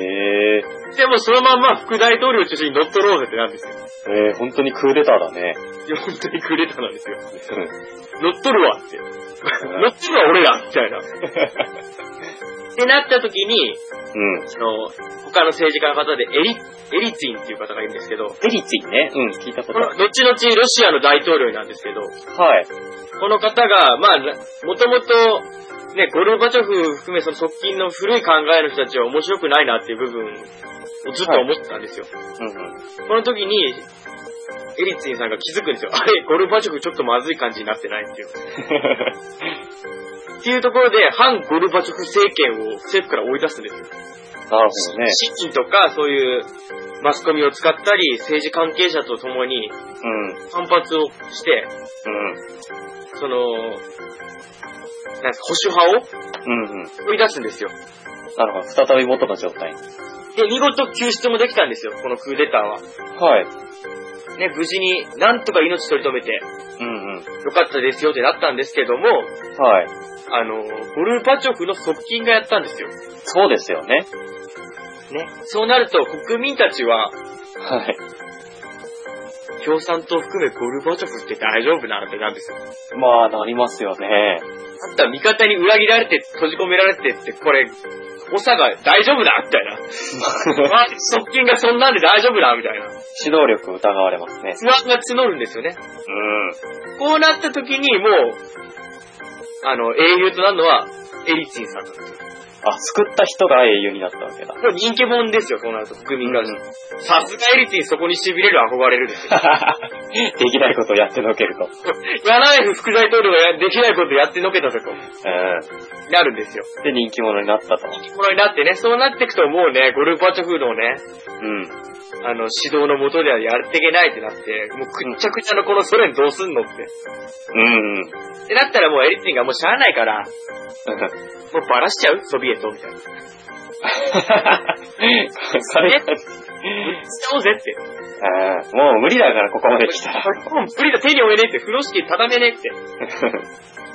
Speaker 2: へえ
Speaker 1: でもそのまんま副大統領中心に乗っ取ろうぜってなんですよ。
Speaker 2: ー、えー、本当にクーデターだね。
Speaker 1: いや、本当にクーデターなんですよ。
Speaker 2: うん。
Speaker 1: 乗っ取る <laughs> わって。乗っ取るわ俺らみたいな。 <laughs> ってなった時に、
Speaker 2: うん。
Speaker 1: その、他の政治家の方でエリ、エリツィンっていう方がいるんですけど、
Speaker 2: エリツィね。うん、聞いたこ
Speaker 1: この、後々ロシアの大統領になんですけど、
Speaker 2: はい。
Speaker 1: この方が、まあ、もともと、ね、ゴルバチョフ含めその側近の古い考えの人たちは面白くないなっていう部分をずっと思ってたんですよ。
Speaker 2: うんうん。
Speaker 1: この時に、エリツィンさんが気づくんですよ。あれ、ゴルバチョフちょっとまずい感じになってないっていう。っていうところで、反ゴルバチョフ政権を政府から追い出すんですよ。
Speaker 2: <laughs> なるほどね。
Speaker 1: 資金とか、そういうマスコミを使ったり、政治関係者と共に
Speaker 2: うん。
Speaker 1: 反発をして、
Speaker 2: うん。
Speaker 1: その、なんですか保守派
Speaker 2: うんうん。
Speaker 1: を追い出すんですよ。
Speaker 2: なるほど。再び元の状態。
Speaker 1: で、見事救出もできたんですよ、このクーデターは。
Speaker 2: はい。
Speaker 1: ね、無事になんとか命取り留めて、よ
Speaker 2: うんうん。
Speaker 1: かったですよってなったんですけども、
Speaker 2: はい。
Speaker 1: あの、ゴルバチョフの側近がやったんですよ。
Speaker 2: そうですよね。
Speaker 1: ね。そうなると、国民たちは、
Speaker 2: はい。
Speaker 1: 共産党含めゴルバチョフって大丈夫なのってなんですよ。
Speaker 2: まあ、なりますよね。
Speaker 1: あんた味方に裏切られて、閉じ込められてって、これ、誤差が大丈夫だみたいな。あ側近がそんなんで大丈夫だみたいな。
Speaker 2: 指導力疑われますね。
Speaker 1: 不安が募るんですよね。
Speaker 2: うん。
Speaker 1: こうなった時に、もう、あの、英雄となるのは、エリツィンさんなんですよ。
Speaker 2: あ、救った人が英雄になったわけだ。
Speaker 1: これ人気者ですよ、そうなると、国民が。
Speaker 2: うん
Speaker 1: さすがエリツィン、そこに痺れる、憧れるですよ。
Speaker 2: <laughs> できないことをやってのけると。うん。
Speaker 1: やらない副大統領がやできないことやってのけたぞと、なるんですよ。
Speaker 2: で、人気者になったと。
Speaker 1: これになってね、そうなっていくともうね、ゴルバチョフのね、
Speaker 2: うん。
Speaker 1: あの、指導のもとではやっていけないってなって、もうくっちゃくちゃのこのソ連どうすんのって。
Speaker 2: うんうん。
Speaker 1: ってなったらもうエリツィンがもうしゃあないから、もうバラしちゃうソビエトみたいな。
Speaker 2: それ、
Speaker 1: しちゃおうぜって。
Speaker 2: うんもう無理だから、ここまで来たら。
Speaker 1: もう無理だ、手に負えねえって、風呂敷畳めねえって。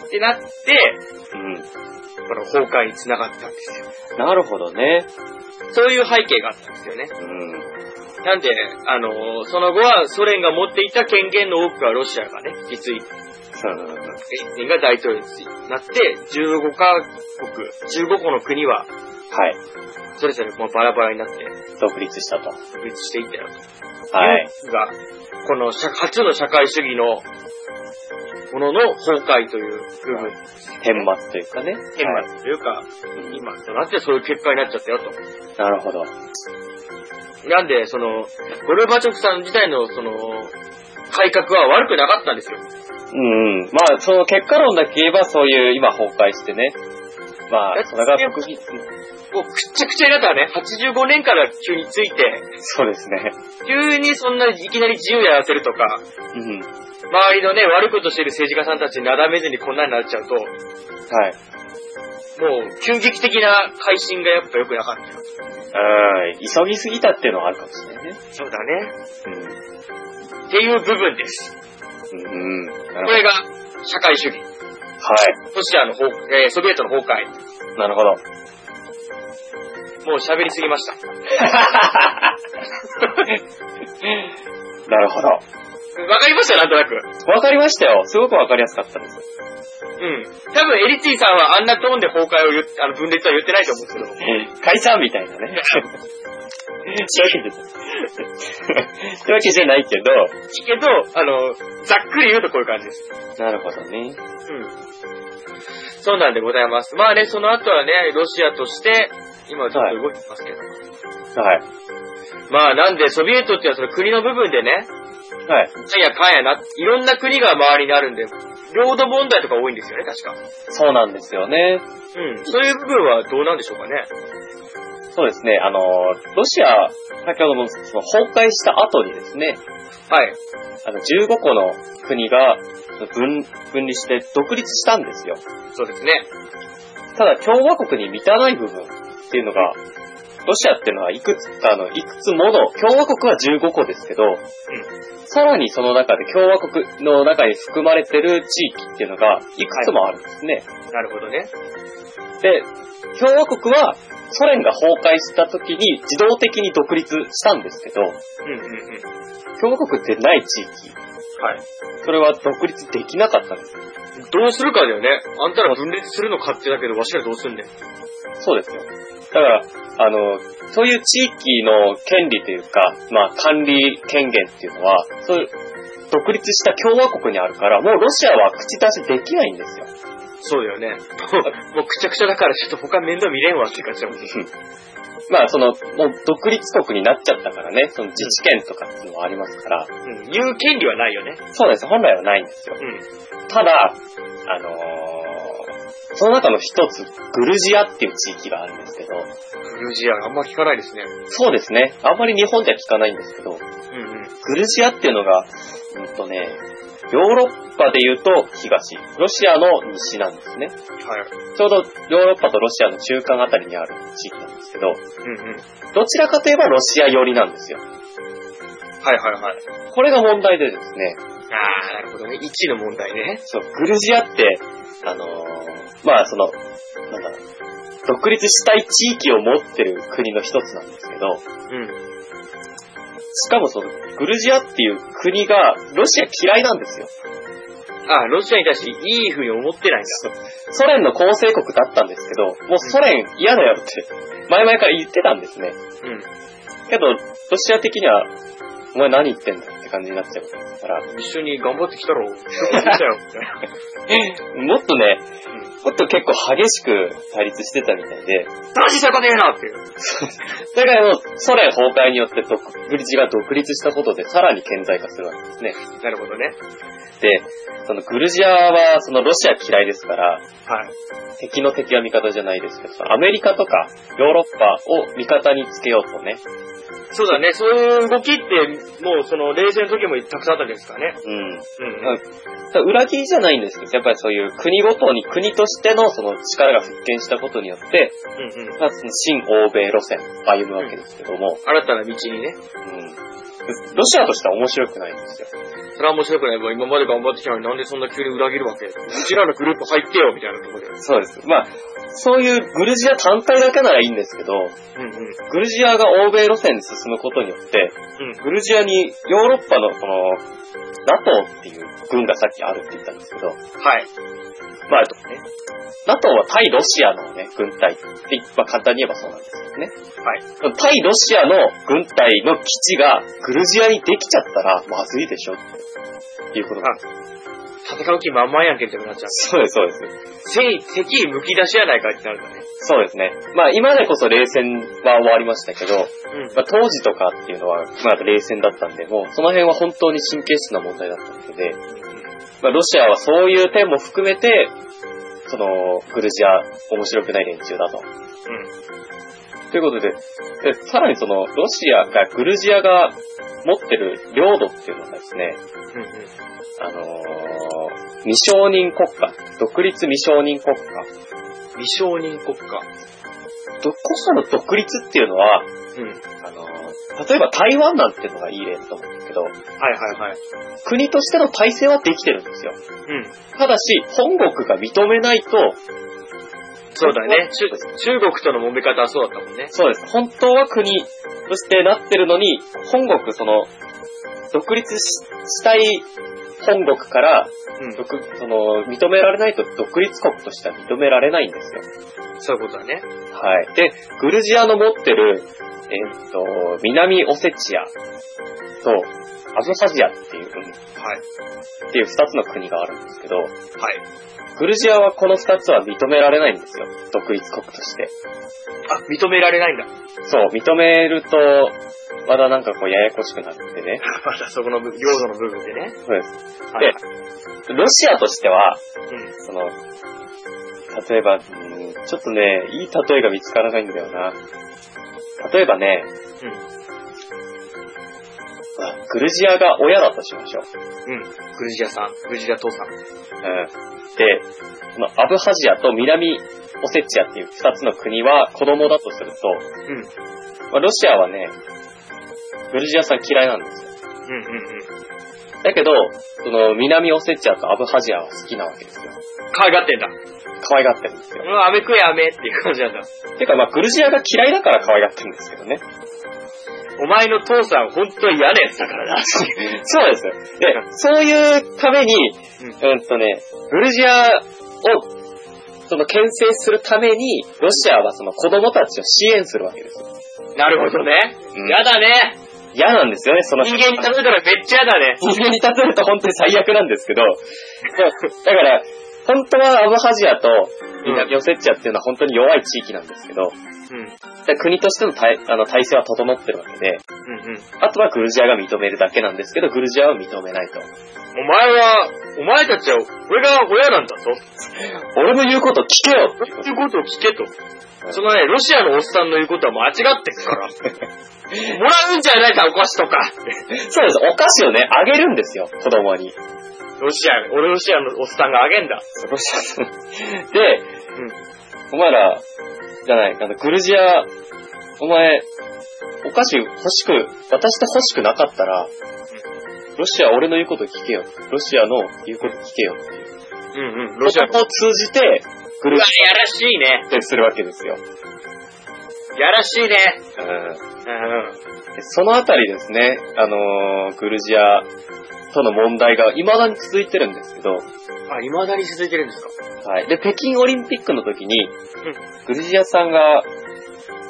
Speaker 1: ってなって、
Speaker 2: うん。
Speaker 1: この崩壊に繋がったんですよ。
Speaker 2: なるほどね。
Speaker 1: そういう背景があったんですよね。
Speaker 2: うん。
Speaker 1: なんで、あのーその後はソ連が持っていた権限の多くはロシアがね、引き継いで、
Speaker 2: う
Speaker 1: ソ連が大統領になって、15カ国、15個の国は、
Speaker 2: んはい。
Speaker 1: それぞれもうバラバラになって、
Speaker 2: 独立したと。
Speaker 1: 独立していったよ。
Speaker 2: はい。。
Speaker 1: が、この社初の社会主義の、ものの崩壊という部分、
Speaker 2: 天末というかね。
Speaker 1: 変
Speaker 2: はい
Speaker 1: 化というか、
Speaker 2: うん
Speaker 1: 今となってそういう結果になっちゃったよと。
Speaker 2: なるほど。
Speaker 1: なんで、その、ゴルバチョフさん自体の、その、改革は悪くなかったんですよ。
Speaker 2: うんうん。まあ、その結果論だけ言えば、そういう、今崩壊してね。まあ、それが国技。
Speaker 1: もうくっちゃくちゃになったらね、85年から急について、
Speaker 2: そうですね。
Speaker 1: 急にそんないきなり自由やらせるとか、
Speaker 2: うん。
Speaker 1: 周りのね、悪いことしてる政治家さんたちになだめずにこんなになっちゃうと、も
Speaker 2: はい。
Speaker 1: う急激的な改心がやっぱ良くなかったよ。
Speaker 2: うん。急ぎすぎたっていうのはあるかもしれないね。
Speaker 1: そうだね。っていう部分です。
Speaker 2: うん。うん。な
Speaker 1: こ
Speaker 2: る
Speaker 1: れが、社会主義。
Speaker 2: ほどは
Speaker 1: ロシアの崩えーソビエトの崩壊。
Speaker 2: い。なるほど。 <laughs>
Speaker 1: もう喋りすぎました。
Speaker 2: なるほど。
Speaker 1: わかりました、なんとなく。
Speaker 2: わかりましたよ。すごくわかりやすかったです。 <laughs>
Speaker 1: うん。多分、エリッティさんはあんなトーンで崩壊を言っあの分裂は言ってないと思うんですけど。
Speaker 2: 解散みたいなね。 <laughs> そういうわけでそういうわけじゃないけど。
Speaker 1: けど、あの、ざっくり言うとこういう感じです。
Speaker 2: なるほど
Speaker 1: う
Speaker 2: ね。
Speaker 1: ん。そうなんでございます。まあね、その後はね、ロシアとして、今ちょっと動いてますけど。
Speaker 2: はい。
Speaker 1: まあなんで、ソビエトっていうのはその国の部分でね、
Speaker 2: はい。
Speaker 1: なんやかんやな、いろんな国が周りにあるんで、領土問題とか多いんですよね、確か。
Speaker 2: そうなんですよね。
Speaker 1: うん。そういう部分はどうなんでしょうかね。
Speaker 2: そうですね。あの、ロシア、先ほどもその崩壊した後にですね、
Speaker 1: はい。
Speaker 2: あの、15個の国が分分離して独立したんですよ。
Speaker 1: そうですね。
Speaker 2: ただ、共和国に満たない部分っていうのが、ロシアっていうのはいくつかの、いくつもの、共和国は15個ですけど、さらにその中で共和国の中に含まれてる地域っていうのが、いくつもあるんですね。
Speaker 1: なるほどね。
Speaker 2: で、共和国はソ連が崩壊した時に自動的に独立したんですけど、
Speaker 1: うんうんうん。
Speaker 2: 共和国ってない地域、
Speaker 1: はい。
Speaker 2: それは独立できなかったんです。
Speaker 1: どうするかだよね。あんたら分裂するの勝手だけど、わしらどうすんねん。
Speaker 2: そうですよ。だから、あの、そういう地域の権利というか、まあ管理権限っていうのは、そういう独立した共和国にあるから、もうロシアは口出しできないんですよ。
Speaker 1: そうだよね。 <laughs> もうくちゃくちゃだから、ちょっと他面倒見れんわって感じだもん。
Speaker 2: まあその、もう独立国になっちゃったからね、その自治権とかっていうのはありますから、
Speaker 1: うん。言う権利はないよね。
Speaker 2: そうなんです。本来はないんですよ。
Speaker 1: うん。
Speaker 2: ただ、あのーその中の一つ、グルジアっていう地域があるんですけど、
Speaker 1: グルジア、あんま聞かないですね。
Speaker 2: そうですね。あんまり日本では聞かないんですけど、
Speaker 1: うんうん。
Speaker 2: グルジアっていうのが、うんとね、ヨーロッパで言うと東、ロシアの西なんですね。
Speaker 1: はい。
Speaker 2: ちょうどヨーロッパとロシアの中間あたりにある地域なんですけど、
Speaker 1: うんうん。はい
Speaker 2: どちらかといえばロシア寄りなんですよ。
Speaker 1: はいはい。
Speaker 2: これが問題でですね、
Speaker 1: あー、なるほどね。位置の問題ね。
Speaker 2: そう、グルジアって、あのーまあその、なんだろう、独立したい地域を持ってる国の一つなんですけど、
Speaker 1: うん。
Speaker 2: しかもその、グルジアっていう国が、ロシア嫌いなんですよ。
Speaker 1: あー、ロシアに対していい風に思ってないんだ。
Speaker 2: ソ連の構成国だったんですけど、もうソ連嫌だよって、前々から言ってたんですね。けど、ロシア的には、お前何言ってんだって感じになっちゃうから、
Speaker 1: うん。一緒に頑張ってきたろ。一緒に来たよ。 <laughs>
Speaker 2: もっとね、もっと結構激しく対立してたみたいで、
Speaker 1: 楽しいこと言うなっていう。
Speaker 2: だからもうソ連崩壊によって独グルジアが独立したことでさらに顕在化するわけですね。
Speaker 1: なるほどね。
Speaker 2: で、そのグルジアはそのロシア嫌いですから、
Speaker 1: はい。
Speaker 2: 敵の敵は味方じゃないですけど、そのアメリカとかヨーロッパを味方につけようとね、
Speaker 1: そうだね。そういう動きって、もうその冷戦の時もたくさんあったわけですからね。
Speaker 2: うん。
Speaker 1: うん
Speaker 2: うんただ裏切りじゃないんですけど、やっぱりそういう国ごとに、国としてのその力が復権したことによって、
Speaker 1: うんうん。
Speaker 2: まあ、その新欧米路線を歩むわけですけども、
Speaker 1: 新たな道にね。
Speaker 2: うん。ロシアとしては面白くないんですよ。
Speaker 1: それは面白くない。もう今まで頑張ってきたのになんでそんな急に裏切るわけうちらのグループ入ってよみたいなところで。
Speaker 2: そうです。まあ、そういうグルジア単体だけならいいんですけど、
Speaker 1: うんうん。
Speaker 2: グルジアが欧米路線に進むことによって、
Speaker 1: うん
Speaker 2: グルジアにヨーロッパのこの、NATO っていう軍がさっきあるって言ったんですけど、
Speaker 1: はい。
Speaker 2: まあ、あとね、NATO は対ロシアのね、軍隊って、まあ簡単に言えばそうなんですよね。
Speaker 1: はい。
Speaker 2: 対ロシアの軍隊の基地がグルジアにできちゃったらまずいでしょっていうことなんです。
Speaker 1: 戦う気満々やんけってなっちゃう。
Speaker 2: そうです、そうです。
Speaker 1: せい、敵むき出しやないかってなるんだね。
Speaker 2: そうですね。まあ今でこそ冷戦は終わりましたけど、
Speaker 1: うん。
Speaker 2: まあ当時とかっていうのはまあ冷戦だったんで、もうその辺は本当に神経質な問題だったわけで、まあロシアはそういう点も含めて、そのグルジア面白くない連中だと。ということで、でさらにその、ロシアが、グルジアが持ってる領土っていうのがですね、
Speaker 1: うん。うんうん。
Speaker 2: あのー未承認国家、独立未承認国家。
Speaker 1: 未承認国家。
Speaker 2: どこかの独立っていうのは、
Speaker 1: うん。はい
Speaker 2: あのー例えば台湾なんていうのがいい例だと思うんですけど、
Speaker 1: はいはい。
Speaker 2: 国としての体制はできてるんですよ。
Speaker 1: うん。
Speaker 2: ただし、本国が認めないと、
Speaker 1: そうだね。中中国との揉め方はそうだったもんね。
Speaker 2: そうです。本当は国としてなってるのに、本国その、独立ししたい本国から、
Speaker 1: うん。
Speaker 2: 独その、認められないと独立国としては認められないんですよ。
Speaker 1: そういうことだね。
Speaker 2: はい。で、グルジアの持ってる、えっと、南オセチアと、アブサジアっていう、
Speaker 1: はい。
Speaker 2: っていう二つの国があるんですけど、
Speaker 1: はい。
Speaker 2: グルジアはこの二つは認められないんですよ。独立国として。
Speaker 1: あ、認められないんだ。
Speaker 2: そう、認めると、まだなんかこうややこしくなって
Speaker 1: <laughs>
Speaker 2: ね。
Speaker 1: まだそこの部領土の部分でね。
Speaker 2: そうです。
Speaker 1: はい。
Speaker 2: ロシアとしては、
Speaker 1: うん。
Speaker 2: その、例えば、うんちょっとね、いい例えが見つからないんだよな。例えばね、あグルジアが親だとしましょう。
Speaker 1: うん。うん。グルジアさん。グルジア父さん。
Speaker 2: うん。で、このアブハジアと南オセチアっていう二つの国は子供だとすると、
Speaker 1: うん
Speaker 2: まあロシアはね、グルジアさん嫌いなんですよ。
Speaker 1: うんうんうん。
Speaker 2: だけど、その南オセチアとアブハジアは好きなわけですよ。
Speaker 1: 可愛がってんだ。
Speaker 2: 可愛がってるんですよ
Speaker 1: う。わ、飴食え飴っていう感じなんだ。
Speaker 2: てかまあグルジアが嫌いだから可愛がってるんですけどね。
Speaker 1: お前の父さん、本当に嫌なやつだからな。
Speaker 2: そうですよ。で、そういうために、
Speaker 1: う
Speaker 2: うんん、とね、グルジアを、その、牽制するために、ロシアはその子供たちを支援するわけですよ。
Speaker 1: なるほどね。
Speaker 2: うん
Speaker 1: 嫌だね。
Speaker 2: 嫌なんですよね、その
Speaker 1: 人間に例えたらめっちゃ嫌だね。
Speaker 2: 人間に例えると本当に最悪なんですけど、そうだから、本当はアブハジアと南オセチアっていうのは本当に弱い地域なんですけど、
Speaker 1: う
Speaker 2: だから国としての体あの体制は整ってるわけで、
Speaker 1: ん。うんうん。
Speaker 2: あとはグルジアが認めるだけなんですけど、グルジアは認めないと。
Speaker 1: お前は、お前たちは、俺が親なんだぞ。
Speaker 2: 俺の言うこと聞けよっていうこと
Speaker 1: ということを聞けと。そのね、ロシアのおっさんの言うことは間違ってる <laughs> から。もらうんじゃないか、お菓子とか。
Speaker 2: そうです。お菓子をね、あげるんですよ、子供に。
Speaker 1: ロシア、俺ロシアのおっさんがあげんだ。
Speaker 2: ロシアさん <laughs> で、お前ら、じゃない、あの、グルジア、お前、お菓子欲しく、渡して欲しくなかったら、ロシア俺の言うこと聞けよ。ロシアの言うこと聞けよ。
Speaker 1: うんうん、
Speaker 2: ロ
Speaker 1: ロシ
Speaker 2: シア
Speaker 1: ア。
Speaker 2: を通じて、グ
Speaker 1: う
Speaker 2: ル
Speaker 1: わ
Speaker 2: ジ、
Speaker 1: やらしいね。
Speaker 2: アってするわけですよ。
Speaker 1: やらしいね。
Speaker 2: う
Speaker 1: うん。
Speaker 2: ん。そのあたりですね、あのーグルジアとの問題が未だに続いてるんですけど、
Speaker 1: あ、未だに続いてるんですか
Speaker 2: はい。で、北京オリンピックの時に、グルジアさんが、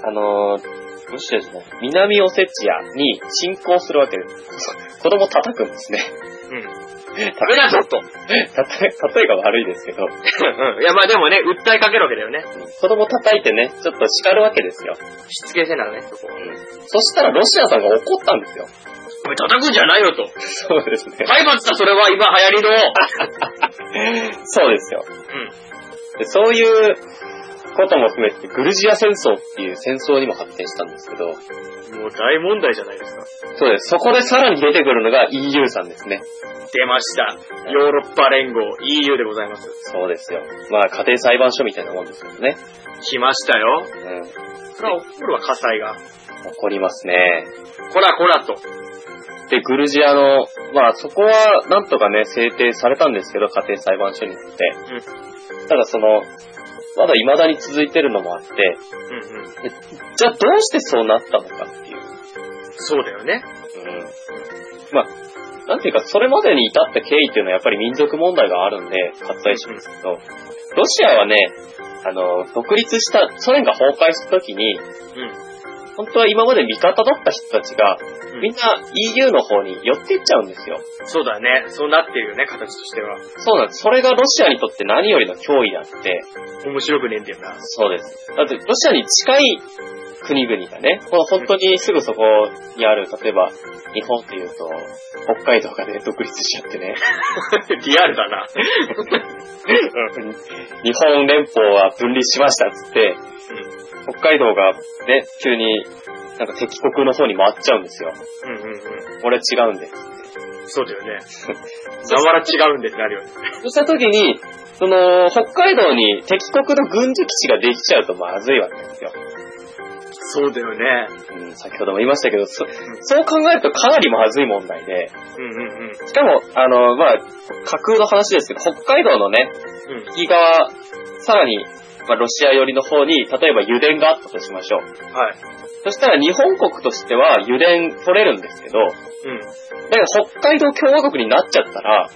Speaker 2: あのー、ロシアじゃない、南オセチアに侵攻するわけ <laughs> です。子供叩くんですね。
Speaker 1: うん。ダメだぞと。
Speaker 2: <laughs> たとえ、例えが悪いですけど、
Speaker 1: うん。いや、まあでもね、訴えかけるわけだよね。
Speaker 2: 子供叩いてね、ちょっと叱るわけですよ。
Speaker 1: しつけせなね、そこは。
Speaker 2: そしたらロシアさんが怒ったんですよ。 <laughs>
Speaker 1: お前叩くんじゃないよと。
Speaker 2: そうですね。
Speaker 1: 体罰だ、それは、今流行りの。
Speaker 2: そうですよ。
Speaker 1: う
Speaker 2: でそういうことも含めて、グルジア戦争っていう戦争にも発展したんですけど、
Speaker 1: ん。もう大問題じゃないですか。
Speaker 2: そうです。そこでさらに出てくるのが EU さんですね。
Speaker 1: 出ました。ヨーロッパ連合 EU でございます。
Speaker 2: そうですよ。まあ、家庭裁判所みたいなもんですけどね。
Speaker 1: 来ましたよ。
Speaker 2: うん。
Speaker 1: それは起こるわ、火災が。
Speaker 2: 怒りますね。
Speaker 1: こらこらと。
Speaker 2: で、グルジアの、まあ、そこは、なんとかね、制定されたんですけど、家庭裁判所によって。ただ、その、まだ未だに続いてるのもあって、
Speaker 1: うんうん。
Speaker 2: じゃあどうしてそうなったのかっていう。
Speaker 1: そうだよね。
Speaker 2: うん。まあ、なんていうか、それまでに至った経緯っていうのはやっぱり民族問題があるんで、割愛しますけど、ロシアはね、あの、独立した、ソ連が崩壊した時に、
Speaker 1: うん。
Speaker 2: 本当は今まで味方だった人たちが、みんな EU の方に寄っていっちゃうんですよ。
Speaker 1: そうだね。そうなってるよね、形としては。
Speaker 2: そうなんです。それがロシアにとって何よりの脅威であって、
Speaker 1: 面白くねえんだよな。
Speaker 2: そうです。だって、ロシアに近い国々がね、この本当にすぐそこにある、例えば、日本っていうと、北海道がね、独立しちゃって <laughs> ね、
Speaker 1: <laughs> リアルだな。
Speaker 2: 日本連邦は分離しましたっつって、北海道がね、急に、なんか敵国の方に回っちゃうんですよ。
Speaker 1: うんうんう
Speaker 2: 俺は違うんです。
Speaker 1: ん。そうだよね。ざわら違うんでってなるよね。
Speaker 2: そうした時に、その、北海道に敵国の軍事基地ができちゃうとまずいわけですよ。
Speaker 1: そうだよね。
Speaker 2: うん、先ほども言いましたけど、そそう考えるとかなりまずい問題で、
Speaker 1: うんうんうん。
Speaker 2: しかも、あの、まあ、架空の話ですけど、北海道のね、
Speaker 1: うん。
Speaker 2: 右側、さらにまあ、ロシア寄りの方に、例えば油田があったとしましょう。
Speaker 1: はい。
Speaker 2: そしたら日本国としては油田取れるんですけど、
Speaker 1: うん。
Speaker 2: だけど北海道共和国になっちゃったら、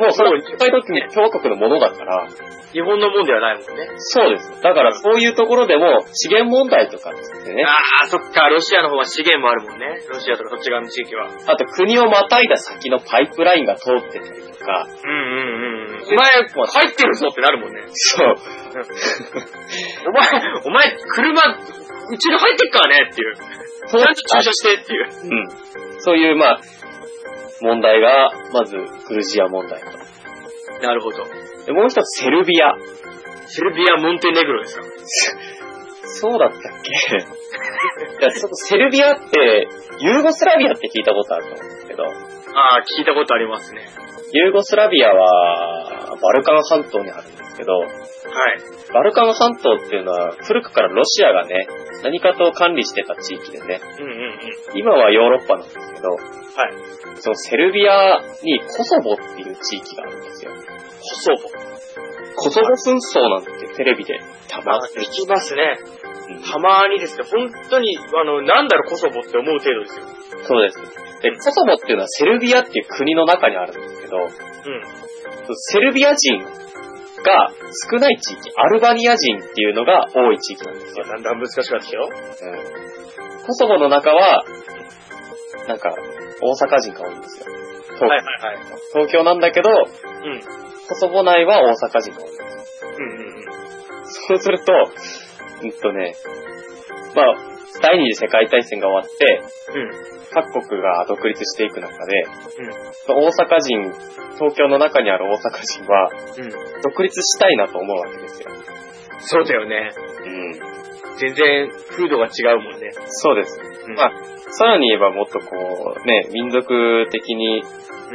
Speaker 2: もうそれは北海道共和国のものだから、
Speaker 1: 日本のもんではないもんね。
Speaker 2: そうです。だからそういうところでも資源問題とかですね、
Speaker 1: ああ、そっか、ロシアの方は資源もあるもんね。ロシアとかそっち側の地域は。うん
Speaker 2: あと国をまたいだ先のパイプラインが通ってたりとか、
Speaker 1: うんうん。お前、入ってるぞってなるもんね。
Speaker 2: そう。
Speaker 1: お前、お前、車、うちに入ってっからねっていう。ち
Speaker 2: そう
Speaker 1: ゃんと駐車してっていう。
Speaker 2: うん。そういう、まあ、問題が、まず、グルジア問題と。
Speaker 1: なるほど。
Speaker 2: で、もう一つ、セルビア。
Speaker 1: セルビア、モンテネグロですか
Speaker 2: そうだったっけ <laughs> いやちょっとセルビアって、ユーゴスラビアって聞いたことあると思うんですけど、
Speaker 1: ああ、聞いたことありますね。
Speaker 2: ユーゴスラビアは、バルカン半島にあるんですけど、
Speaker 1: はい。
Speaker 2: バルカン半島っていうのは、古くからロシアがね、何かと管理してた地域でね、
Speaker 1: うんうんうん。。
Speaker 2: 今はヨーロッパなんですけど、はいそのセルビアにコソボっていう地域があるんですよ。
Speaker 1: コソボ。
Speaker 2: コソボ紛争なんてテレビでたま
Speaker 1: あ、
Speaker 2: って
Speaker 1: 聞きますね。
Speaker 2: うん
Speaker 1: たまにですね、本当に、あの、なんだろう、コソボって思う程度ですよ。
Speaker 2: そうです。で、コソボっていうのはセルビアっていう国の中にあるんですけど、
Speaker 1: うん。
Speaker 2: セルビア人が少ない地域、アルバニア人っていうのが多い地域なんですよ。
Speaker 1: だんだん難しくなってきたよ。
Speaker 2: コソボの中は、なんか、大阪人が多いんですよ。東
Speaker 1: はいはいはい。
Speaker 2: 東京なんだけど、
Speaker 1: うん。
Speaker 2: コソボ内は大阪人が多い。
Speaker 1: うんうんうん。
Speaker 2: そうすると、うんとね、まあ、第二次世界大戦が終わって、
Speaker 1: うん。
Speaker 2: 各国が独立していく中で、
Speaker 1: ん
Speaker 2: 大阪人、東京の中にある大阪人は、
Speaker 1: うん。
Speaker 2: 独立したいなと思うわけですよ。
Speaker 1: そうだよね。
Speaker 2: うん。
Speaker 1: 全然、風土が違うもんね。
Speaker 2: そうです。
Speaker 1: うん
Speaker 2: まあ、さらに言えばもっとこう、ね、民族的に
Speaker 1: う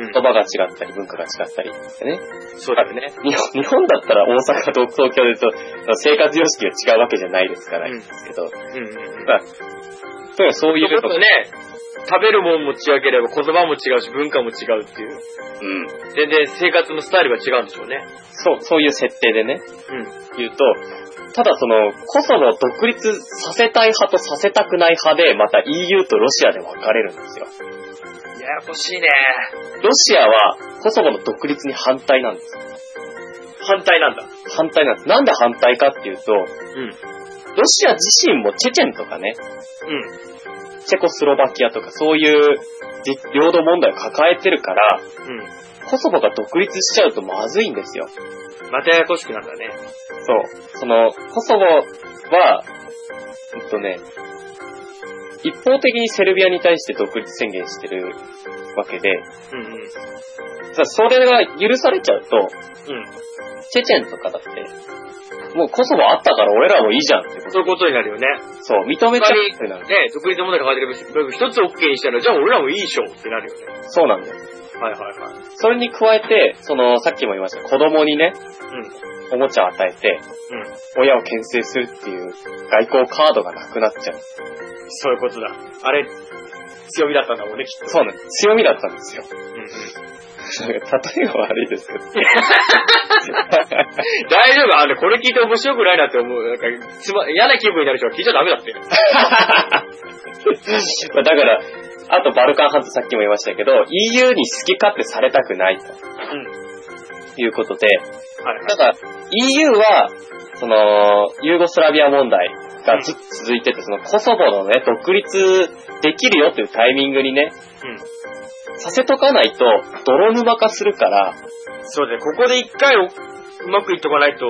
Speaker 1: ん
Speaker 2: 言葉が違ったり、文化が違ったりですね。
Speaker 1: そうだよね。
Speaker 2: 日本、日本だったら大阪と東京でと生活様式が違うわけじゃないですから、
Speaker 1: うん
Speaker 2: ですけど、
Speaker 1: うんうんうん。
Speaker 2: とにかくそういう
Speaker 1: ちょ
Speaker 2: と
Speaker 1: っとね、食べるもんも違ければ言葉も違うし文化も違うっていう。
Speaker 2: うん。
Speaker 1: 全然生活のスタイルが違うんでしょうね。
Speaker 2: そう、そういう設定でね、
Speaker 1: うん。
Speaker 2: 言うと、ただその、コソボを独立させたい派とさせたくない派で、また EU とロシアで分かれるんですよ。
Speaker 1: ややこしいね。
Speaker 2: ロシアは、コソボの独立に反対なんですよ。
Speaker 1: 反対なんだ。
Speaker 2: 反対なんです。なんで反対かっていうと、
Speaker 1: うん。
Speaker 2: ロシア自身もチェチェンとかね、
Speaker 1: うん。
Speaker 2: チェコスロバキアとかそういうじ領土問題を抱えてるから、
Speaker 1: う
Speaker 2: コソボが独立しちゃうとまずいんですよ。
Speaker 1: ん。またややこしくなったね。
Speaker 2: そう。その、コソボは、えっとね、一方的にセルビアに対して独立宣言してるわけで、
Speaker 1: うんうん。
Speaker 2: さそれが許されちゃうと、
Speaker 1: うん。
Speaker 2: チェチェンとかだって、もうコソボあったから俺らもいいじゃんってこと。
Speaker 1: そういうことになるよね。
Speaker 2: そう、認めちゃうってなる。
Speaker 1: ね、独立問題が書いてる部分一つ OK にしたら、じゃあ俺らもいいでしょってなるよね。
Speaker 2: そうなんです。
Speaker 1: はいはいはい。
Speaker 2: それに加えて、その、さっきも言いました、子供にね、おもちゃを与えて、
Speaker 1: うん。うん。
Speaker 2: 親を牽制するっていう外交カードがなくなっちゃう。
Speaker 1: そういうことだ。あれ、強みだったんだもんね、きっと。
Speaker 2: そうなんです。強みだったんですよ。 <laughs>
Speaker 1: うんうん。
Speaker 2: なんか例えが悪いですけど。
Speaker 1: 大丈夫あの、これ聞いて面白くないなって思う。なんか、つま、嫌な気分になる人は聞いちゃダメだって。
Speaker 2: まあだから、あとバルカン半島さっきも言いましたけど、EU に好き勝手されたくないと
Speaker 1: うん。
Speaker 2: いうことで、
Speaker 1: はい。
Speaker 2: ただ EU は、その、ユーゴスラビア問題がずっと続いてて、そのコソボのね、独立できるよというタイミングにね、
Speaker 1: うん
Speaker 2: させとかないと、泥沼化するから、
Speaker 1: そうだね。ここで一回おうまくいっとかないと、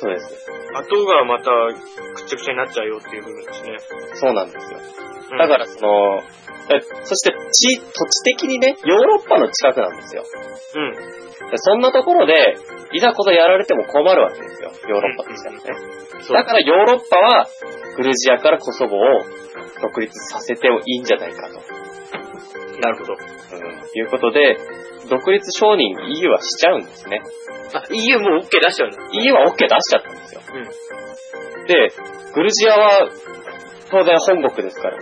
Speaker 2: そうです。
Speaker 1: 後がまた、くっちゃくちゃになっちゃうよっていう部分ですね。
Speaker 2: そうなんですよ。
Speaker 1: うん
Speaker 2: だからその、えそして地、土地的にね、ヨーロッパの近くなんですよ。
Speaker 1: うん。
Speaker 2: でそんなところで、いざこざやられても困るわけですよ。ヨーロッパとしてはね。
Speaker 1: そう
Speaker 2: だからヨーロッパは、グルジアからコソボを独立させてもいいんじゃないかと、
Speaker 1: なるほど。
Speaker 2: いうことで、独立承認 EU はしちゃうんですね。
Speaker 1: あ、EU もう OK 出しちゃうんだ。
Speaker 2: EU は OK 出しちゃったんですよ。で、グルジアは、当然本国ですから、
Speaker 1: う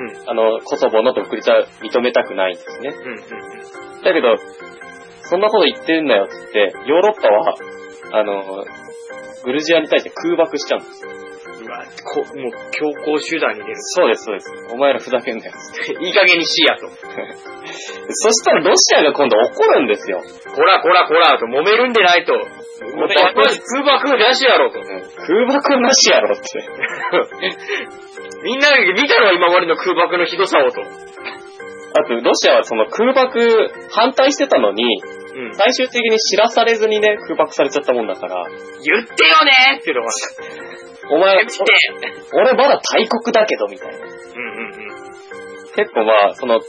Speaker 1: ん。うん。
Speaker 2: あの、コソボの独立は認めたくないんですね。
Speaker 1: うん。うん。
Speaker 2: だけど、そんなこと言ってんだよって言って、ヨーロッパは、あの、グルジアに対して空爆しちゃうんです。
Speaker 1: うわ、こもう強行手段に出る。
Speaker 2: そうです、そうです。お前らふざけんなよ。
Speaker 1: いい加減にしいやと。
Speaker 2: そしたらロシアが今度怒るんですよ。
Speaker 1: こらこらこらと揉めるんでないと。もう
Speaker 2: める
Speaker 1: やっぱり空爆なしやろと。
Speaker 2: 空爆なしやろって。
Speaker 1: みんな見たろ今までの空爆のひどさをと。う
Speaker 2: あと、ロシアはその空爆反対してたのに、
Speaker 1: ん。
Speaker 2: 最終的に知らされずにね、空爆されちゃったもんだから、
Speaker 1: 言ってよねーっていうのがあ
Speaker 2: お前、 <laughs>
Speaker 1: る。して。
Speaker 2: お俺まだ大国だけど、みたいな。
Speaker 1: うんうんうん。
Speaker 2: 結構まあ、その、確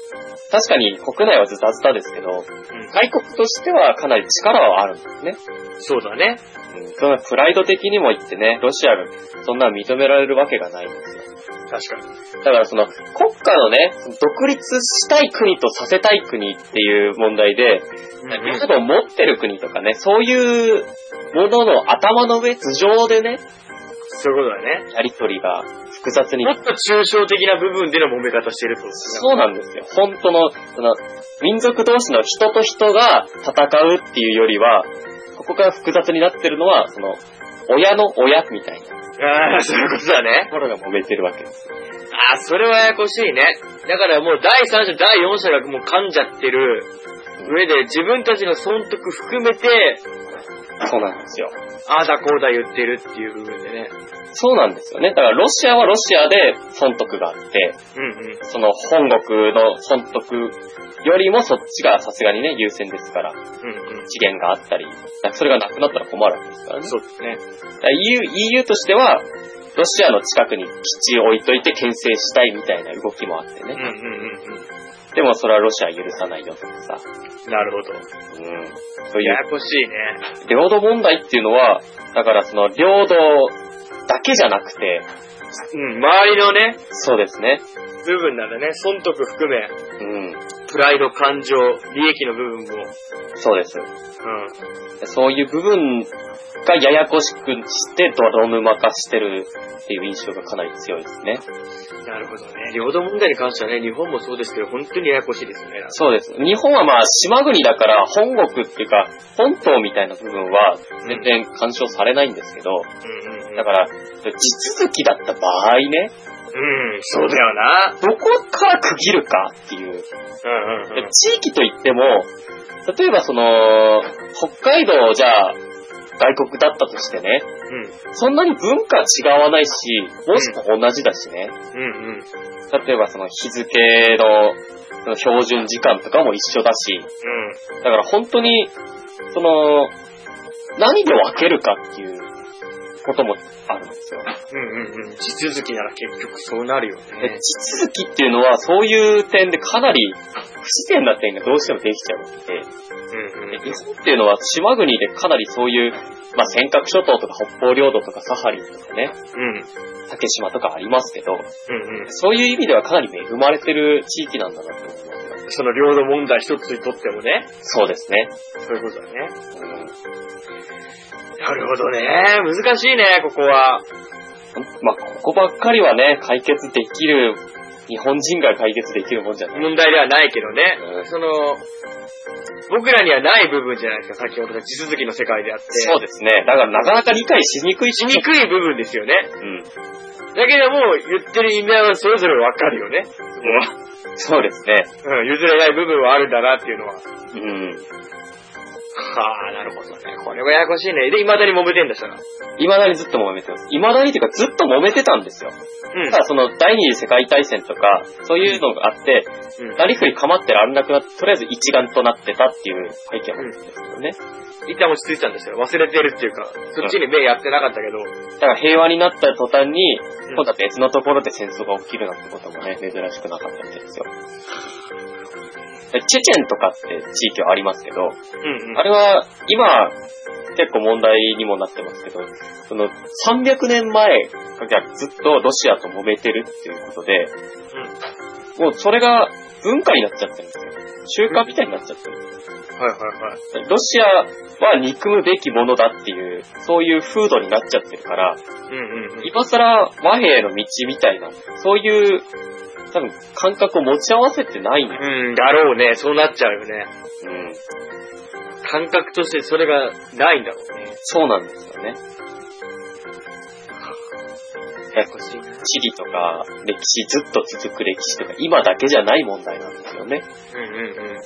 Speaker 2: かに国内はずたずたですけど、大国としてはかなり力はあるんですね。
Speaker 1: そうだね。
Speaker 2: うん、そのプライド的にも言ってね、ロシアがそんな認められるわけがないんですよ。
Speaker 1: 確かに。
Speaker 2: だからその国家のね、その独立したい国とさせたい国っていう問題で、領土を持ってる国とかね、そういうものの頭の上、頭上でね、
Speaker 1: そういうことだね。
Speaker 2: やりとりが複雑に
Speaker 1: も。っと抽象的な部分での揉め方してるってことですね。
Speaker 2: そうなんですよ。本当の、その、民族同士の人と人が戦うっていうよりは、ここから複雑になってるのは、その、親の親みたいなと
Speaker 1: ああ、そういうことだね。
Speaker 2: ころが揉めてるわけです。
Speaker 1: ああ、それはややこしいね。だからもう第三者、第四者がもう噛んじゃってる上で、自分たちの損得含めて、
Speaker 2: そうなんですよ。
Speaker 1: ああだこうだ言ってるっていう部分でね。
Speaker 2: そうなんですよね。だからロシアはロシアで損得があって、
Speaker 1: うんうん。
Speaker 2: その本国の損得よりもそっちがさすがにね、優先ですから、
Speaker 1: うんうん。
Speaker 2: 資源があったり、だからそれがなくなったら困るわけですからね。
Speaker 1: そうですね。
Speaker 2: だから EU, EU としては、ロシアの近くに基地を置いといて牽制したいみたいな動きもあって
Speaker 1: うん
Speaker 2: ね。
Speaker 1: うんうんう
Speaker 2: でもそれはロシアは許さないよとかさ。
Speaker 1: ん。なるほど。
Speaker 2: うん。そうい
Speaker 1: やや
Speaker 2: う
Speaker 1: こしいね。
Speaker 2: 領土問題っていうのは、だからその領土だけじゃなくて、
Speaker 1: うん、周りのね、
Speaker 2: そうですね。
Speaker 1: 部分なんだね。損得含め、
Speaker 2: うん。
Speaker 1: プライド、感情、利益の部分も。
Speaker 2: そうです。
Speaker 1: うん。
Speaker 2: そういう部分がややこしくして泥沼化してるっていう印象がかなり強いですね。
Speaker 1: なるほどね。領土問題に関してはね、日本もそうですけど、本当にややこしいですよね。
Speaker 2: そうです。日本はまあ島国だから本国っていうか本島みたいな部分は全然干渉されないんですけど、
Speaker 1: うんうんうん。
Speaker 2: だから地続きだった場合ね、
Speaker 1: うん、そうだよな。
Speaker 2: どこから区切るかってい
Speaker 1: うん
Speaker 2: う。
Speaker 1: うんうん。
Speaker 2: 地域といっても、例えばその、北海道をじゃあ外国だったとしてね、そんなに文化違わないし、もしくは同じだしね。
Speaker 1: うんうんうん。
Speaker 2: 例えばその日付のその標準時間とかも一緒だし、だから本当に、その、何で分けるかっていうこともあるんですよ。
Speaker 1: うんうんうん。地続きなら結局そうなるよね
Speaker 2: で。地続きっていうのはそういう点でかなり不自然な点がどうしてもできちゃうわけで、
Speaker 1: うんうん。
Speaker 2: 日本っていうのは島国でかなりそういう、まあ尖閣諸島とか北方領土とかサハリンとかね、
Speaker 1: うん。
Speaker 2: 竹島とかありますけど、
Speaker 1: うんうん。
Speaker 2: そういう意味ではかなり恵まれてる地域なんだなと思いますよ。
Speaker 1: その領土問題一つにとってもね、
Speaker 2: そうですね。
Speaker 1: そういうことだね。
Speaker 2: うん
Speaker 1: なるほどね。難しいね、ここは。
Speaker 2: まあ、ここばっかりはね、解決できる、日本人が解決できるもんじゃない。
Speaker 1: 問題ではないけどね。
Speaker 2: うん
Speaker 1: その、僕らにはない部分じゃないですか、先ほどの地続きの世界であって。
Speaker 2: そうですね。だからなかなか理解しにくいし
Speaker 1: しにくい部分ですよね。
Speaker 2: うん。
Speaker 1: だけども、言ってる意味はそれぞれわかるよね。そこは。
Speaker 2: そうですね。
Speaker 1: うん、譲れない部分はあるんだなっていうのは。
Speaker 2: うん。
Speaker 1: はあ、なるほどね。これはややこしいね。で、未だに揉めてんだしたら。う
Speaker 2: 未だにずっと揉めてます。未だにっていうかずっと揉めてたんですよ。
Speaker 1: ん
Speaker 2: ただその第二次世界大戦とか、そういうのがあって、
Speaker 1: うん
Speaker 2: なりふり構ってられなくなって、とりあえず一丸となってたっていう背景なんですけどね。
Speaker 1: 一旦落ち着いたんですよ。忘れてるっていうか、そっちに目やってなかったけど。
Speaker 2: だから平和になった途端に、
Speaker 1: うん
Speaker 2: 今度は別のところで戦争が起きるなんてこともね、珍しくなかったみたいですよ。でチェチェンとかって地域はありますけど、
Speaker 1: うんうん。
Speaker 2: あれは今結構問題にもなってますけど、その300年前からずっとロシアと揉めてるっていうことで、もうそれが文化になっちゃってるんですよ。中華みたいになっちゃってる。
Speaker 1: はいはいはい。
Speaker 2: ロシアは憎むべきものだっていう、そういう風土になっちゃってるから、
Speaker 1: うんうん。
Speaker 2: 今更和平の道みたいな、そういう、多分感覚を持ち合わせてないんだ。
Speaker 1: うん、だろうね。そうなっちゃうよね。
Speaker 2: うん。
Speaker 1: 感覚としてそれがないんだろうね。
Speaker 2: そうなんですよね。
Speaker 1: ややこしいな。
Speaker 2: 地理とか歴史、ずっと続く歴史とか、今だけじゃない問題なんですよね。
Speaker 1: うんうんうん。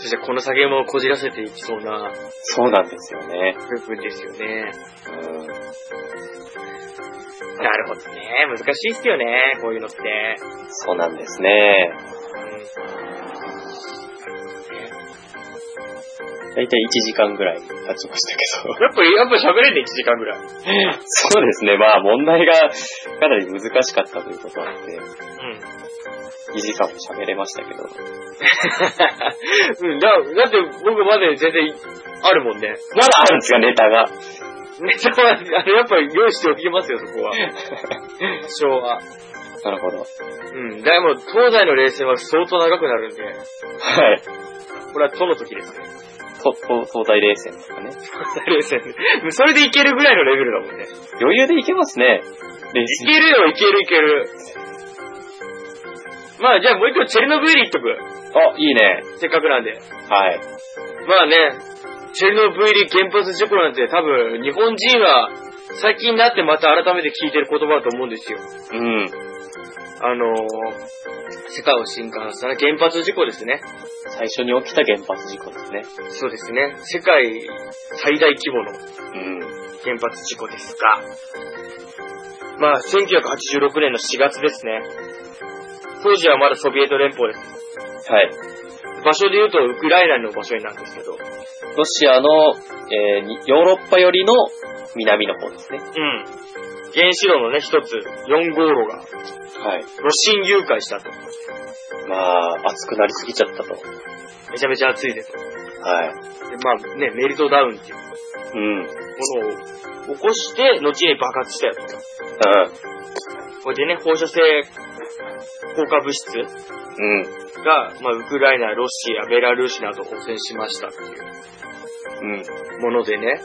Speaker 1: そしてこの下げ馬をこじらせていきそうな
Speaker 2: そうなんですよね。
Speaker 1: 部分ですよね。
Speaker 2: うん
Speaker 1: なるほどね。難しいっすよね、こういうのって。
Speaker 2: そうなんですね。だいたい1時間ぐらい経ちましたけど。 <laughs>
Speaker 1: やっぱ、やっぱ喋れんね、1時間ぐらい。う
Speaker 2: そうですね。まあ問題がかなり難しかったということなんで、
Speaker 1: ん。
Speaker 2: 2時間も喋れましたけど。
Speaker 1: うん、 <laughs> だ、だって僕まで全然あるもんね。
Speaker 2: まだあるんですか、ネタが。
Speaker 1: ネタは、あの、やっぱり用意しておきますよ、そこは。 <laughs> 昭和。
Speaker 2: なるほど。
Speaker 1: うん。だいぶ東西の冷戦は相当長くなるんで、
Speaker 2: はい。
Speaker 1: これは都の時ですね。
Speaker 2: と、と、東大冷戦ですかね。
Speaker 1: 東 <laughs> 西冷戦。 <laughs> それでいけるぐらいのレベルだもんね。
Speaker 2: 余裕でいけますね。冷
Speaker 1: い
Speaker 2: 戦。
Speaker 1: けるよ、いけるいける。まあじゃあもう一個チェルノブイリ行っとく。
Speaker 2: あ、いいね。
Speaker 1: せっかくなんで。
Speaker 2: はい。
Speaker 1: まあね、チェルノブイリ原発事故なんて多分日本人は最近になってまた改めて聞いてる言葉だと思うんですよ。
Speaker 2: うん。
Speaker 1: あのー、世界を震撼した原発事故ですね。
Speaker 2: 最初に起きた原発事故ですね。
Speaker 1: そうですね。世界最大規模の
Speaker 2: うん。
Speaker 1: 原発事故ですが、まあ、1986年の4月ですね。当時はまだソビエト連邦です。
Speaker 2: はい。
Speaker 1: 場所で言うとウクライナの場所になるんですけど、う
Speaker 2: ロシアの、えーにヨーロッパ寄りの南の方ですね。
Speaker 1: ん。原子炉のね、一つ、4号炉が、
Speaker 2: はい。
Speaker 1: 炉心誘拐したと。
Speaker 2: まあ、暑くなりすぎちゃったと。
Speaker 1: めちゃめちゃ熱いです。で
Speaker 2: はい。
Speaker 1: まあね、メルトダウンっていう
Speaker 2: うん。うん。
Speaker 1: ものを起こして、後に爆発したよと。これでね、放射性効果物質
Speaker 2: うん。
Speaker 1: が、まあ、ウクライナ、ロシア、ベラルーシなどを汚染しましたっていう
Speaker 2: うん。
Speaker 1: ものでね、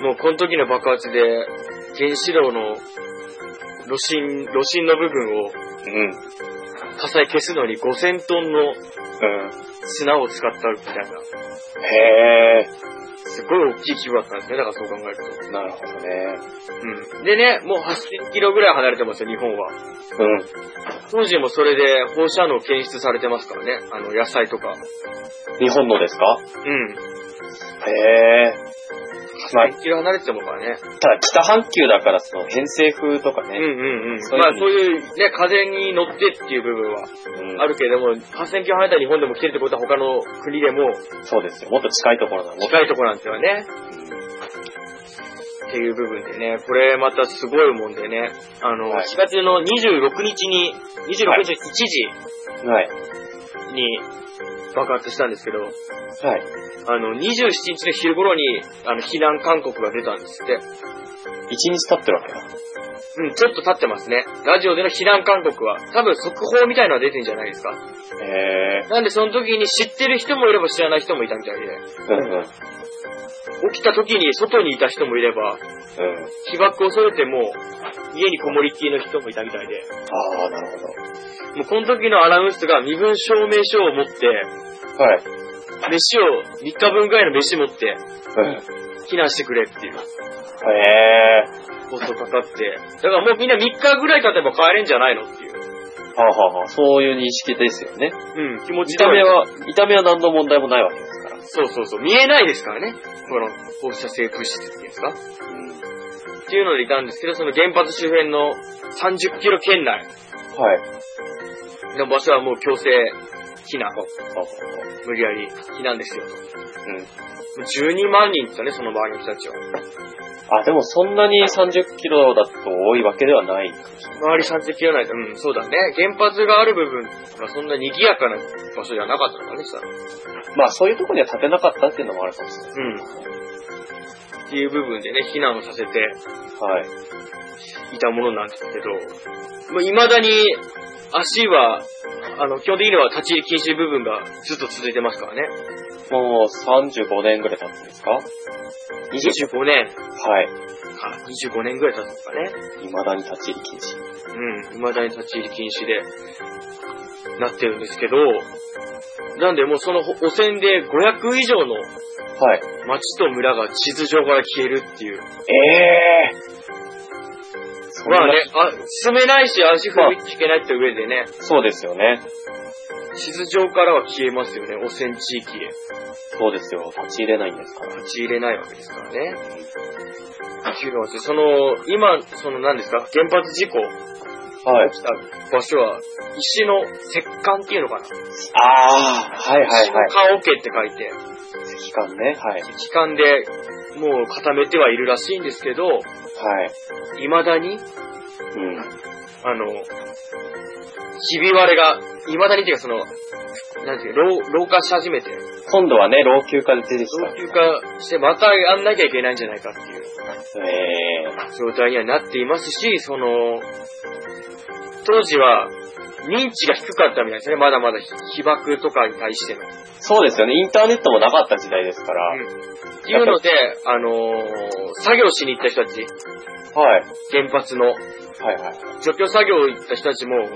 Speaker 1: もうこの時の爆発で、原子炉の炉心、炉心の部分を
Speaker 2: うん。
Speaker 1: 火災消すのに5000トンの
Speaker 2: うん。
Speaker 1: 砂を使ったみたいな、
Speaker 2: へ
Speaker 1: すごい大きい規模だったんですね、だからそう考える
Speaker 2: え。なるほどね。
Speaker 1: と。うん。でね、もう8000キロぐらい離れてますよ、日本は。
Speaker 2: うん。
Speaker 1: 当時もそれで放射能検出されてますからね、あの、野菜とか。
Speaker 2: 日本のですか
Speaker 1: うん。
Speaker 2: へえ。まあ、
Speaker 1: 1000キロ離れててもからね。
Speaker 2: ただ北半球だからその偏西風とか
Speaker 1: うん
Speaker 2: ね。
Speaker 1: うんうん。
Speaker 2: そういう
Speaker 1: まあそういうね、風に乗ってっていう部分は
Speaker 2: うん
Speaker 1: あるけれども、8000キロ離れた日本でも来てるってことは他の国でも
Speaker 2: そうですよ。もっと近いところなの。もっと
Speaker 1: 近いところなんですよね。っていう部分でね、これまたすごいもんでね、あの、
Speaker 2: はい
Speaker 1: 4月の26日に、26日の
Speaker 2: うんはい。
Speaker 1: 1時に爆発したんですけど、
Speaker 2: はい。
Speaker 1: あの、27日の昼頃に、あの、避難勧告が出たんですって。
Speaker 2: 一日経ってるわけだ。
Speaker 1: うん、ちょっと経ってますね。ラジオでの避難勧告は、多分速報みたいなのは出てんじゃないですか。
Speaker 2: へえ。
Speaker 1: なんでその時に知ってる人もいれば知らない人もいたみたいで、
Speaker 2: うんうん。
Speaker 1: 起きた時に外にいた人もいれば、
Speaker 2: うん。
Speaker 1: 被爆を恐れても、家にこもりっきりの人もいたみたいで、
Speaker 2: ああ、なるほ
Speaker 1: もうこの時のアナウンスが身分証明書を持って、
Speaker 2: ど。はい。
Speaker 1: 飯を、3日分ぐらいの飯持って、
Speaker 2: うん。
Speaker 1: 避難してくれっていう
Speaker 2: へえ。
Speaker 1: 放送かかって、だからもうみんな3日ぐらい経てば帰れんじゃないのっていう、
Speaker 2: はあ、はあはあ、そういう認識ですよね。
Speaker 1: うん、気持ち
Speaker 2: 見た目は、見た目は何の問題もないわけですから。
Speaker 1: そうそうそう、見えないですからね。この放射性物質っていうんですかっ
Speaker 2: うん。
Speaker 1: ていうのでいたんですけど、その原発周辺の30キロ圏内
Speaker 2: はい。
Speaker 1: の場所はもう強制避難
Speaker 2: あ、。あ、あ
Speaker 1: 無理やり避難ですよと。
Speaker 2: うん。
Speaker 1: 12万人ってね、その周りの人たちは。
Speaker 2: あ、でもそんなに30キロだと多いわけではない。
Speaker 1: 周り30キロ内で、うん、そうだね。原発がある部分がそんな賑やかな場所じゃなかったのかね、したら。
Speaker 2: まあそういうところには立てなかったっていうのもあるかもしれない。
Speaker 1: うん。っていう部分でね、避難をさせて
Speaker 2: はい。
Speaker 1: いたものなんですけど、もう未だに足は、あの、基本的には立ち入り禁止部分がずっと続いてますからね。
Speaker 2: もう35年ぐらい経つんですか ?20?
Speaker 1: 25年
Speaker 2: はい。
Speaker 1: か、25年ぐらい経つのかね。
Speaker 2: 未だに立ち入り禁止。
Speaker 1: うん、未だに立ち入り禁止で、なってるんですけど、なんでもうその汚染で500以上の
Speaker 2: はい。
Speaker 1: 町と村が地図上から消えるっていう、
Speaker 2: ええー。
Speaker 1: まあね、あ、進めないし足踏みつけないって上でね、
Speaker 2: そうですよね。
Speaker 1: 地図上からは消えますよね、汚染地域へ。
Speaker 2: そうですよ。立ち入れないんですから。
Speaker 1: 立ち入れないわけですからね。っていうのは、その、今、その何ですか、原発事故
Speaker 2: はい。
Speaker 1: 起きた場所は、石の石棺っていうのかな。
Speaker 2: ああ、はいはい
Speaker 1: 石の
Speaker 2: はい。
Speaker 1: 棺桶って書いて、
Speaker 2: 期間ね。はい。
Speaker 1: 石棺でもう固めてはいるらしいんですけど、
Speaker 2: はい。
Speaker 1: 未だに、
Speaker 2: うん。
Speaker 1: あの、ひび割れが、未だにっていうかその、なんていうか、老老化し始めて、
Speaker 2: 今度はね、老朽化で出てきた。
Speaker 1: 老朽化してまたやんなきゃいけないんじゃないかっていう
Speaker 2: ええ
Speaker 1: 状態にはなっていますし、その、当時は、認知が低かったみたいですね。まだまだ被爆とかに対しての。っ
Speaker 2: そうですよね。インターネットもなかった時代ですから。
Speaker 1: うんていうので、あのー作業しに行った人たち、
Speaker 2: はい。
Speaker 1: 原発の
Speaker 2: はいはい。
Speaker 1: 除去作業行った人たちも、もうす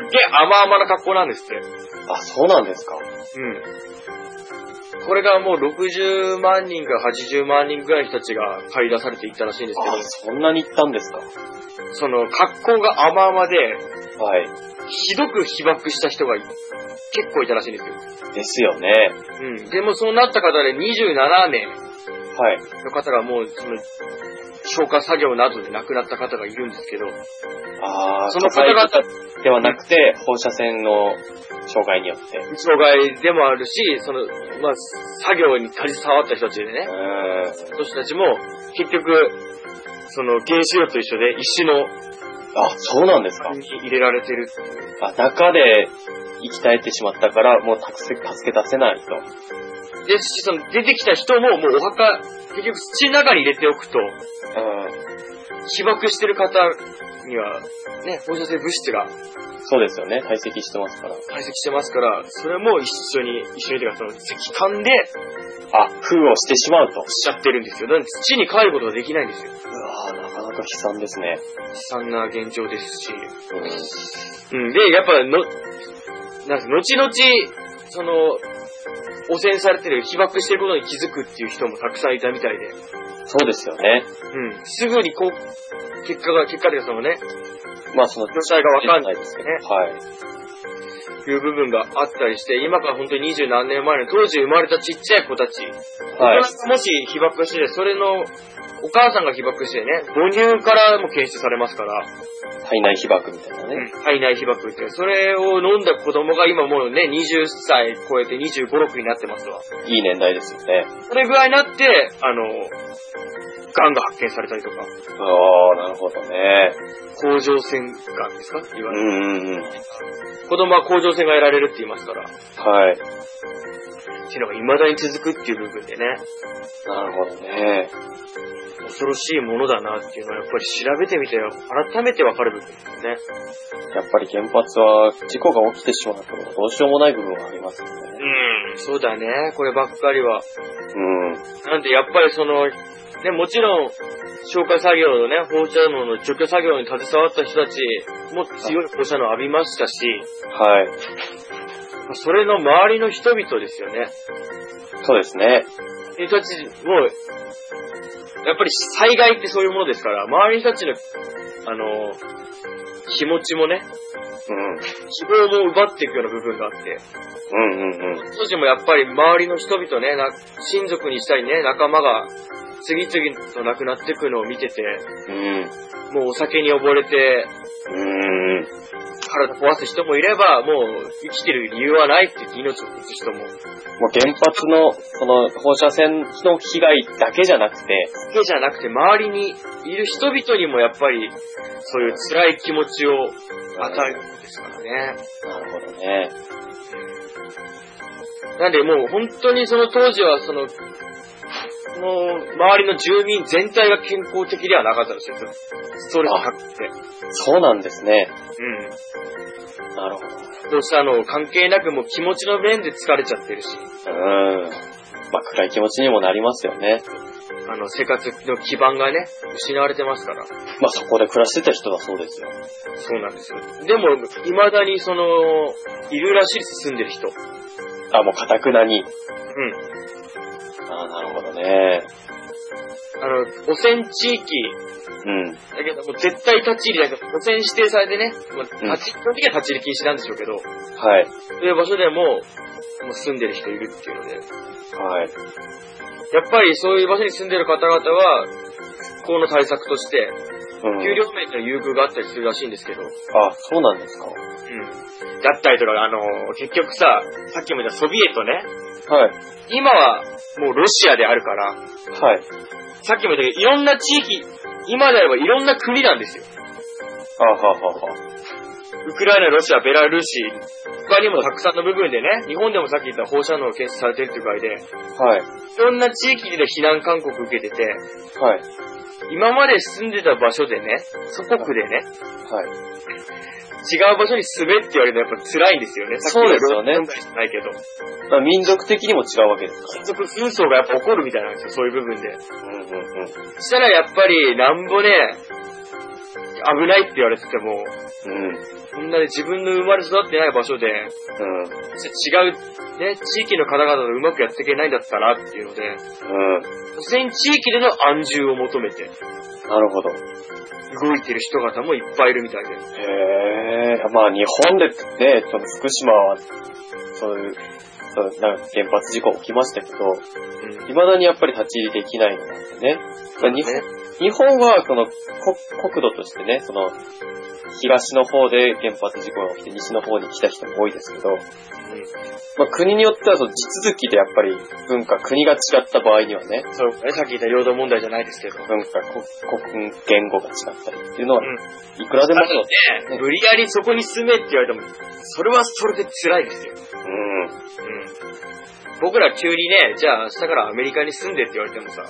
Speaker 1: っげえ甘々な格好なんですって。
Speaker 2: あ、そうなんですか。
Speaker 1: うん。これがもう60万人か80万人ぐらいの人たちが買い出されていったらしいんです
Speaker 2: あ、そんなに行ったんですか。
Speaker 1: けど、その格好が甘々で、
Speaker 2: はい。
Speaker 1: ひどく被爆した人がい結構いたらしいんですよ。
Speaker 2: ですよね。
Speaker 1: うん。でもそうなった方で27名
Speaker 2: はい。
Speaker 1: の方がもう、その、消化作業などで亡くなった方がいるんですけど、
Speaker 2: ああ、
Speaker 1: その方々、
Speaker 2: 々ではなくて、放射線の障害によって。
Speaker 1: 障害でもあるし、その、まあ、作業に携わった人たちでね
Speaker 2: う、ーん。
Speaker 1: その人たちも、結局、その原子炉と一緒で石の
Speaker 2: あ、そうなんですか。
Speaker 1: に入れられてるっていう
Speaker 2: あ、中で生き絶えてしまったから、もうたくせ助け出せないと。
Speaker 1: ですし、その出てきた人ももうお墓、結局土の中に入れておくと、
Speaker 2: うん。
Speaker 1: 被爆してる方には、ね、放射性物質が
Speaker 2: そうですよね。堆積してますから。
Speaker 1: 堆積してますから、それも一緒に、一緒にというか、その石棺で
Speaker 2: あ、封をしてしまうと。
Speaker 1: しちゃってるんですよ。なんで土に帰ることができないんですよ。
Speaker 2: うわーなかなか悲惨ですね。
Speaker 1: 悲惨な現状ですし。
Speaker 2: うん。
Speaker 1: うん、で、やっぱ、の、なんか、後々、その、汚染されてる、被爆してることに気づくっていう人もたくさんいたみたいで、
Speaker 2: そうですよね。
Speaker 1: うん、すぐにこう、結果が、結果でそのね、
Speaker 2: まあその、
Speaker 1: 状態がわかんない
Speaker 2: いですけ
Speaker 1: どね
Speaker 2: はい。
Speaker 1: いう部分があったりして、今から本当に二十何年前の当時生まれたちっちゃい子たち、
Speaker 2: はい。
Speaker 1: もし被爆して、それの、お母さんが被爆してね、母乳からも検出されますから、
Speaker 2: 体内被爆みたいなね。
Speaker 1: 体内被爆って、それを飲んだ子供が今もうね、20歳超えて25、6になってますわ。
Speaker 2: いい年代ですよね。
Speaker 1: それぐらいになって、あの、癌が発見されたりとか、
Speaker 2: ああ、なるほどね。
Speaker 1: 甲状腺癌ですか言
Speaker 2: う
Speaker 1: われる。
Speaker 2: んうんうん。
Speaker 1: 子供は甲状腺が得られるって言いますから、って
Speaker 2: はい。
Speaker 1: いうのが未だに続くっていう部分でね、
Speaker 2: なるほどね。
Speaker 1: 恐ろしいものだなっていうのはやっぱり調べてみて、改めてわかる部分ですね。
Speaker 2: やっぱり原発は事故が起きてしまうとどうしようもない部分がありますよね。
Speaker 1: うん、そうだね、こればっかりは。
Speaker 2: うん。
Speaker 1: なんでやっぱりその、ね、もちろん、消火作業のね、放射能の除去作業に携わった人たちも強い放射能を浴びましたし、
Speaker 2: はい。
Speaker 1: それの周りの人々ですよね。
Speaker 2: そうですね。
Speaker 1: 人たちも、やっぱり災害ってそういうものですから、周りの人たちの、あの、気持ちもね、
Speaker 2: うん。
Speaker 1: 希望も奪っていくような部分があって、
Speaker 2: うんうんうん。
Speaker 1: 当時もやっぱり周りの人々ね、な親族にしたりね、仲間が次々と亡くなっていくのを見てて、
Speaker 2: うん。
Speaker 1: もうお酒に溺れて
Speaker 2: うん。
Speaker 1: 体壊す人もいれば、もう生きてる理由はないって言って命を落とす人も、
Speaker 2: もう原発の、その放射線の被害だけじゃなくて、
Speaker 1: だけじゃなくて周りにいる人々にもやっぱりそういう辛い気持ちを与えるんですからね。
Speaker 2: なるほどね。
Speaker 1: なんでもう本当にその当時はその、その周りの住民全体が健康的ではなかったですよ。ストレスなくて。
Speaker 2: そうなんですね。
Speaker 1: うん。
Speaker 2: なるほど。
Speaker 1: そうしたの関係なくもう気持ちの面で疲れちゃってるし、
Speaker 2: うん。まあ暗い気持ちにもなりますよね。
Speaker 1: あの生活の基盤がね、失われてますから。
Speaker 2: まあそこで暮らしてた人はそうですよ。
Speaker 1: そうなんですよ。でも、未だにその、いるらしいです、住んでる人。
Speaker 2: あ、もうかたくなに。
Speaker 1: うん。
Speaker 2: ああ、なるほどね。
Speaker 1: あの、汚染地域
Speaker 2: うん。
Speaker 1: だけど、もう絶対立ち入りだけど、汚染指定されてね、まあ、立ち、基本的には立ち入り禁止なんでしょうけど、
Speaker 2: はい。
Speaker 1: そういう場所でもう、もう住んでる人いるっていうので、
Speaker 2: はい。
Speaker 1: やっぱりそういう場所に住んでる方々は、復興の対策として、
Speaker 2: うん
Speaker 1: 給料面での優遇があったりするらしいんですけど、うん。
Speaker 2: あ、そうなんですか。
Speaker 1: だったりとか、あの、結局さ、さっきも言ったソビエトね、
Speaker 2: はい。
Speaker 1: 今はもうロシアであるから、
Speaker 2: はい。
Speaker 1: さっきも言ったけど、いろんな地域、今であればいろんな国なんですよ。
Speaker 2: あははは。
Speaker 1: ウクライナ、ロシア、ベラルーシ、他にもたくさんの部分でね、日本でもさっき言った放射能を検出されてるっていう具合で、
Speaker 2: はい。
Speaker 1: いろんな地域で避難勧告受けてて、
Speaker 2: はい。
Speaker 1: 今まで住んでた場所でね、祖国でね、
Speaker 2: はい。
Speaker 1: 違う場所に住めって言われるのはやっぱ辛いんですよね。
Speaker 2: そうですよね
Speaker 1: さっきの論点じゃないけど。
Speaker 2: まあ、民族的にも違うわけですか
Speaker 1: 民族紛争がやっぱ起こるみたいなんですよ、そういう部分で。
Speaker 2: ら。うんうんうん。
Speaker 1: そしたらやっぱり、なんぼね、危ないって言われてても、
Speaker 2: うん。
Speaker 1: こんなに自分の生まれ育ってない場所で、
Speaker 2: うん。
Speaker 1: 違う、ね、地域の方々とうまくやっていけないんだったらっていうので、
Speaker 2: うん。
Speaker 1: 全地域での安住を求めて、
Speaker 2: なるほど。
Speaker 1: 動いてる人方もいっぱいいるみたいで。
Speaker 2: へえ。まあ、日本でね、その福島は、そういう、そうなんか原発事故起きましたけど、
Speaker 1: うん。
Speaker 2: 未だにやっぱり立ち入りできないのなんですね。まあ日本日本は、その、こ国土としてね、その、東の方で原発事故が起きて、西の方に来た人も多いですけど、まあ、国によってはその地続きでやっぱり文化、国が違った場合にはね、
Speaker 1: そうね、さっき言った領土問題じゃないですけど。
Speaker 2: 文化、国、国言語が違ったりっていうのは
Speaker 1: う、
Speaker 2: いくらでもあ
Speaker 1: あ
Speaker 2: る。
Speaker 1: とね、無理やりそこに住めって言われても、それはそれで辛いですよ。
Speaker 2: うん。
Speaker 1: うん。僕ら急にね、じゃあ明日からアメリカに住んでって言われてもさ、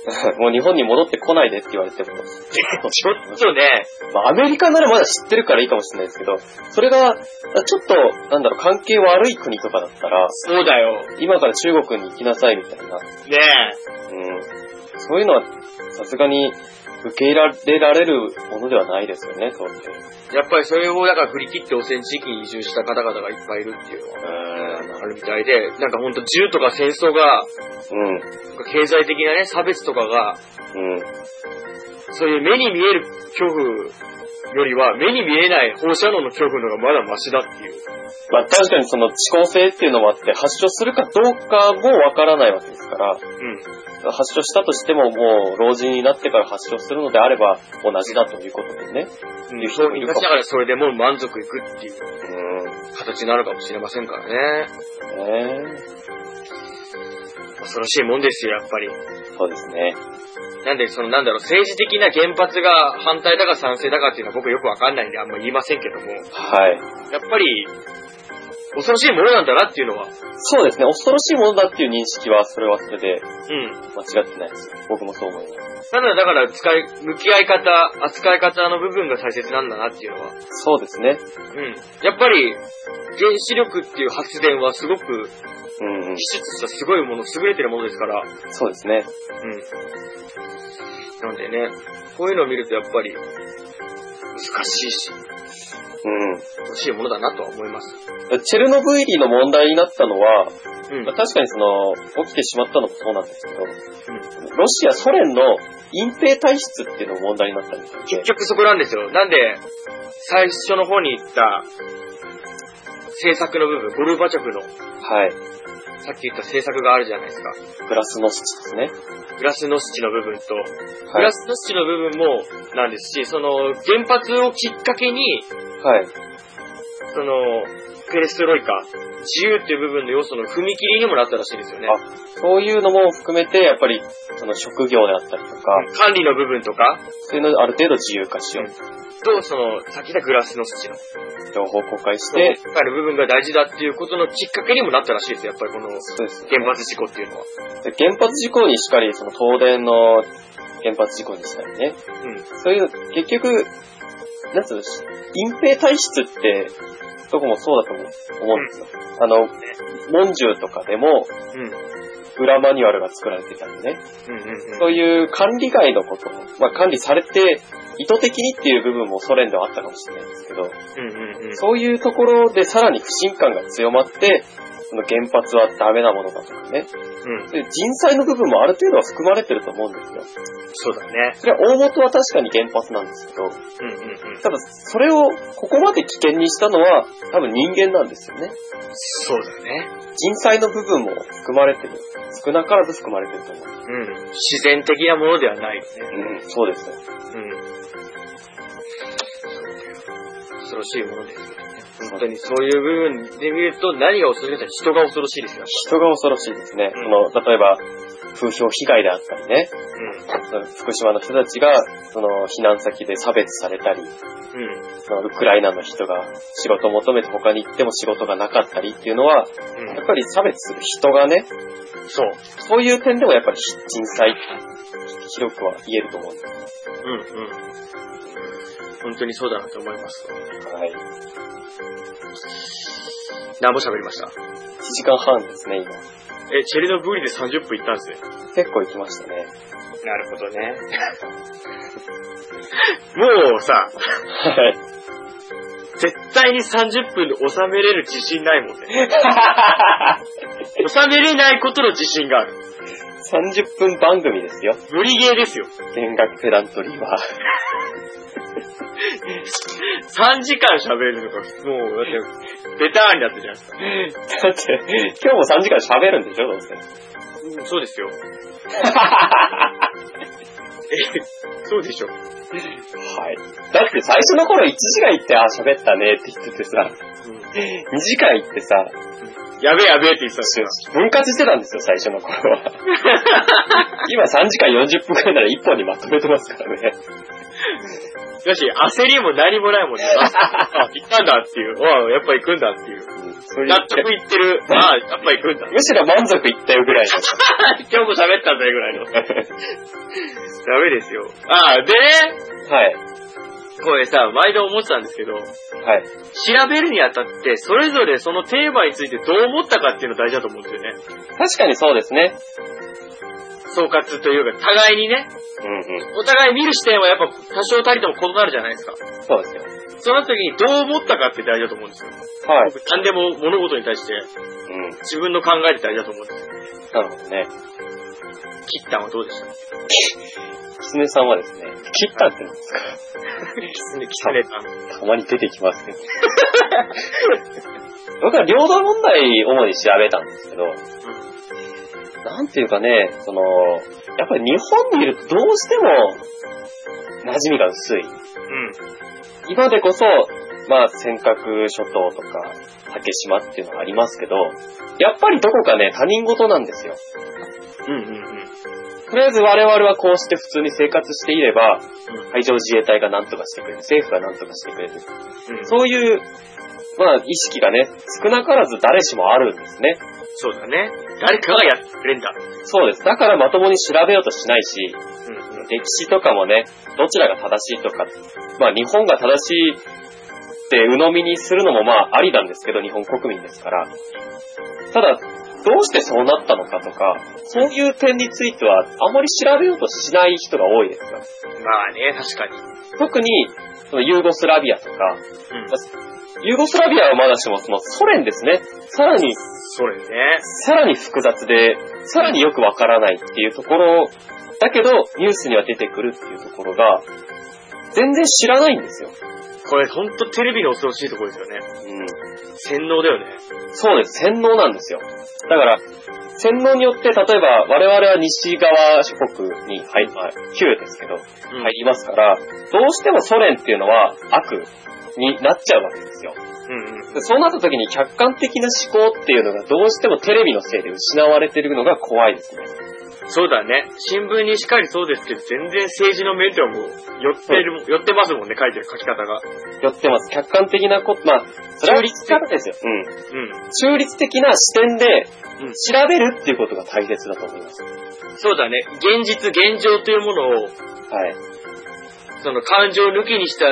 Speaker 2: <laughs> もう日本に戻ってこないでって言われても、
Speaker 1: ちょっとね、
Speaker 2: まあ、アメリカならまだ知ってるからいいかもしれないですけど、それが、ちょっと、なんだろう、関係悪い国とかだったら、
Speaker 1: そうだよ。
Speaker 2: 今から中国に行きなさいみたいな、
Speaker 1: ねえ。
Speaker 2: うん、そういうのは、さすがに、受け入れられるものではないですよね、当然。
Speaker 1: やっぱりそれをだから振り切って汚染地域に移住した方々がいっぱいいるっていうのは。あるみたいで、なんかほんと銃とか戦争が、
Speaker 2: うん、
Speaker 1: 経済的なね、差別とかが、
Speaker 2: うん、
Speaker 1: そういう目に見える恐怖よりは、目に見えない放射能の恐怖の方がまだマシだっていう。
Speaker 2: まあ確かにその遅効性っていうのもあって、発症するかどうかもわからないわけですから、
Speaker 1: うん。
Speaker 2: 発症したとしてももう老人になってから発症するのであれば同じだということですね。
Speaker 1: うん、そういう人だからそれでもう満足いくっていう
Speaker 2: うん。
Speaker 1: 形なのかもしれませんからね。
Speaker 2: ね
Speaker 1: 恐ろしいもんですよ、やっぱり。
Speaker 2: そうですね。
Speaker 1: なんで、そのなんだろう、政治的な原発が反対だか賛成だかっていうのは僕よくわかんないんであんま言いませんけども、やっ
Speaker 2: はい。
Speaker 1: ぱり、恐ろしいものなんだなっていうのは、
Speaker 2: そうですね。恐ろしいものだっていう認識は、それはそれで
Speaker 1: うん。
Speaker 2: 間違ってないです。僕もそう思います。
Speaker 1: ただだから使い、向き合い方、扱い方の部分が大切なんだなっていうのは。
Speaker 2: そうですね。
Speaker 1: うん。やっぱり、原子力っていう発電はすごく、
Speaker 2: うん、うん
Speaker 1: 技。術したすごいもの、優れてるものですから。う
Speaker 2: そうですね。
Speaker 1: ん。なんでね、こういうのを見るとやっぱり、難しいし、
Speaker 2: う
Speaker 1: 欲しいものだなとは思います。
Speaker 2: ん。チェルノブイリの問題になったのは、
Speaker 1: うん
Speaker 2: まあ。確かにその、起きてしまったのもそうなんですけど、ロシア、ソ連の隠蔽体質っていうのも問題になったんですよね。
Speaker 1: 結局そこなんですよ。なんで、最初の方に言った、政策の部分、ゴルバチョフの、
Speaker 2: はい。
Speaker 1: さっき言った政策があるじゃないですか。
Speaker 2: グラスノスチですね。
Speaker 1: グラスノスチの部分と、プ
Speaker 2: はい
Speaker 1: ラ。ストッシュの部分もなんですし、その原発をきっかけに、
Speaker 2: はい。
Speaker 1: そのペレストロイカ、自由っていう部分の要素の踏み切りにもなったらしいですよね。
Speaker 2: あそういうのも含めて、やっぱり、その職業であったりとか、
Speaker 1: 管理の部分とか、
Speaker 2: そういうのをある程度自由化しよう。
Speaker 1: とその、さっき言ったグラスの土の、
Speaker 2: 情報公開し
Speaker 1: で
Speaker 2: て、、
Speaker 1: ある部分が大事だっていうことのきっかけにもなったらしいですよ、やっぱりこの
Speaker 2: そうですね
Speaker 1: 原発事故っていうのは。
Speaker 2: で原発事故にしかり、その東電の原発事故にしたりね。
Speaker 1: うん。
Speaker 2: そういう、結局、なんつうの、隠蔽体質って、どこもそうだと思う思うんですよ。あの、モンジュとかでも、
Speaker 1: うん。
Speaker 2: 裏マニュアルが作られてたんでね。
Speaker 1: うんうんうん。
Speaker 2: そういう管理外のこと、まあ管理されて、意図的にっていう部分もソ連ではあったかもしれないですけど、
Speaker 1: うんうんうん。
Speaker 2: そういうところでさらに不信感が強まって、その原発はダメなものだとかね。
Speaker 1: うん。
Speaker 2: そういう人災の部分もある程度は含まれてると思うんですよ。
Speaker 1: そうだね。
Speaker 2: それは大元は確かに原発なんですけど、
Speaker 1: うんうんうん。
Speaker 2: ただそれをここまで危険にしたのは多分人間なんですよね。
Speaker 1: そうだね。
Speaker 2: 人災の部分も含まれてる。少なからず含まれてると思う。
Speaker 1: うん。自然的なものではないよね。
Speaker 2: うん、そうですね。
Speaker 1: うん。恐ろしいものですよね。本当にそういう部分で見ると何が恐ろしいか人が恐ろしいですよ。
Speaker 2: 人が恐ろしいですね。
Speaker 1: うん
Speaker 2: その、例えば、風評被害であったりね、その福島の人たちが、その、避難先で差別されたり、
Speaker 1: うん。うん。
Speaker 2: そのウクライナの人が仕事を求めて他に行っても仕事がなかったりっていうのは、やっぱり差別する人がね、
Speaker 1: うん。そう。
Speaker 2: そういう点でもやっぱり人災、広くは言えると思うんです。
Speaker 1: うんうん。本当にそうだなと思います。
Speaker 2: はい。1
Speaker 1: 何も喋りました。
Speaker 2: 時間半ですね、今。
Speaker 1: え、チェリノブイリで30分行ったんですね。
Speaker 2: 結構行きましたね。
Speaker 1: なるほどね。もうさ、
Speaker 2: はい。
Speaker 1: 絶対に30分で収めれる自信ないもんね。収めれないことの自信がある。
Speaker 2: 30分番組ですよ。
Speaker 1: 無理ゲーですよ。
Speaker 2: 見学ペダントリーは。
Speaker 1: 3時間喋るのが、もう、だって、ベターになってるじゃないですか。
Speaker 2: だって、今日も3時間喋るんでしょ、どうせ。
Speaker 1: そうですよ。え、 <laughs> そうでしょ。
Speaker 2: はい。だって最初の頃1時間行って、あ、喋ったねって言っててさ、2時間行ってさ、
Speaker 1: やべえやべえって言ってたんですよ。
Speaker 2: 分割してたんですよ、最初の頃は。今3時間40分くらいなら1本にまとめてますからね。
Speaker 1: だし、焦りも何もない <laughs> もんね。あ、あ行ったんだっていう。ああ、やっぱ行くんだっていう。
Speaker 2: そういう
Speaker 1: 納得いってる。ああ、やっぱ行くん <laughs> だ。
Speaker 2: むしろ満足いったよぐらいの。
Speaker 1: 今日も喋ったんだよぐらいの。 <laughs> ダメですよ。ああ、でね、
Speaker 2: はい。
Speaker 1: これさ、毎度思ってたんですけど、
Speaker 2: はい。
Speaker 1: 調べるにあたって、それぞれそのテーマについてどう思ったかっていうの大事だと思うんですよね。
Speaker 2: 確かにそうですね。
Speaker 1: 総括というか、互いにね、
Speaker 2: うんうん。
Speaker 1: お互い見る視点はやっぱ多少たりとも異なるじゃないですか。
Speaker 2: そうですよ。
Speaker 1: その時にどう思ったかって大事だと思うんですよ。
Speaker 2: はい。
Speaker 1: 僕何でも物事に対して
Speaker 2: うん。
Speaker 1: 自分の考えって大事だと思うんですよ。
Speaker 2: なるほどね。
Speaker 1: キッタンはどう <laughs> でした
Speaker 2: キツネさんはですね、切ったって言うんですか
Speaker 1: キツネ、キツネさん。
Speaker 2: たまに出てきます <laughs> けど。僕は領土問題主に調べたんですけど、なんていうかね、その、やっぱり日本にいるとどうしても馴染みが薄い。
Speaker 1: うん。
Speaker 2: 今でこそ、まあ尖閣諸島とか竹島っていうのがありますけど、やっぱりどこかね他人事なんですよ。
Speaker 1: うんうんうん。
Speaker 2: とりあえず我々はこうして普通に生活していれば
Speaker 1: ん、
Speaker 2: 海上自衛隊が何とかしてくれる、政府が何とかしてくれる、
Speaker 1: うん、そ
Speaker 2: そういう、まあ、意識がね、少なからず誰しもあるんですね。
Speaker 1: そうだね。誰かがやってくれんだ。
Speaker 2: そうです。だからまともに調べようとしないし、
Speaker 1: うんうん。
Speaker 2: 歴史とかもね、どちらが正しいとか、まあ、日本が正しいって鵜呑みにするのもまあ、ありなんですけど、日本国民ですから。ただ、どうしてそうなったのかとか、そういう点については、あまり調べようとしない人が多いですよ。
Speaker 1: まあね、確かに。う
Speaker 2: 特に、そのユーゴスラビアとか、
Speaker 1: ん
Speaker 2: ユーゴスラビアはまだしもそのソ連ですね。さらに
Speaker 1: それね。
Speaker 2: さらに複雑で、さらによくわからないっていうところ、だけど、ニュースには出てくるっていうところが、全然知らないんですよ。
Speaker 1: これほんとテレビの恐ろしいところですよね。
Speaker 2: うん。
Speaker 1: 洗脳だよね。
Speaker 2: そうです。洗脳なんですよ。だから、洗脳によって、例えば、我々は西側諸国に入り、まあ、旧ですけど、
Speaker 1: うん
Speaker 2: 入りますから、どうしてもソ連っていうのは悪になっちゃうわけですよ。
Speaker 1: うんうん。
Speaker 2: でそうなった時に客観的な思考っていうのがどうしてもテレビのせいで失われてるのが怖いですね。
Speaker 1: そうだね。新聞にしっかりそうですけど、全然政治の面ではもう、寄ってるも、寄ってますもんね、書いてる書き方が。
Speaker 2: 寄ってます。客観的なこと、まあ、それは立方ですよ。うん。
Speaker 1: うん。
Speaker 2: 中立的な視点で
Speaker 1: うん、
Speaker 2: 調べるっていうことが大切だと思います。
Speaker 1: そうだね。現実、現状というものを、
Speaker 2: はい。
Speaker 1: その感情抜きにした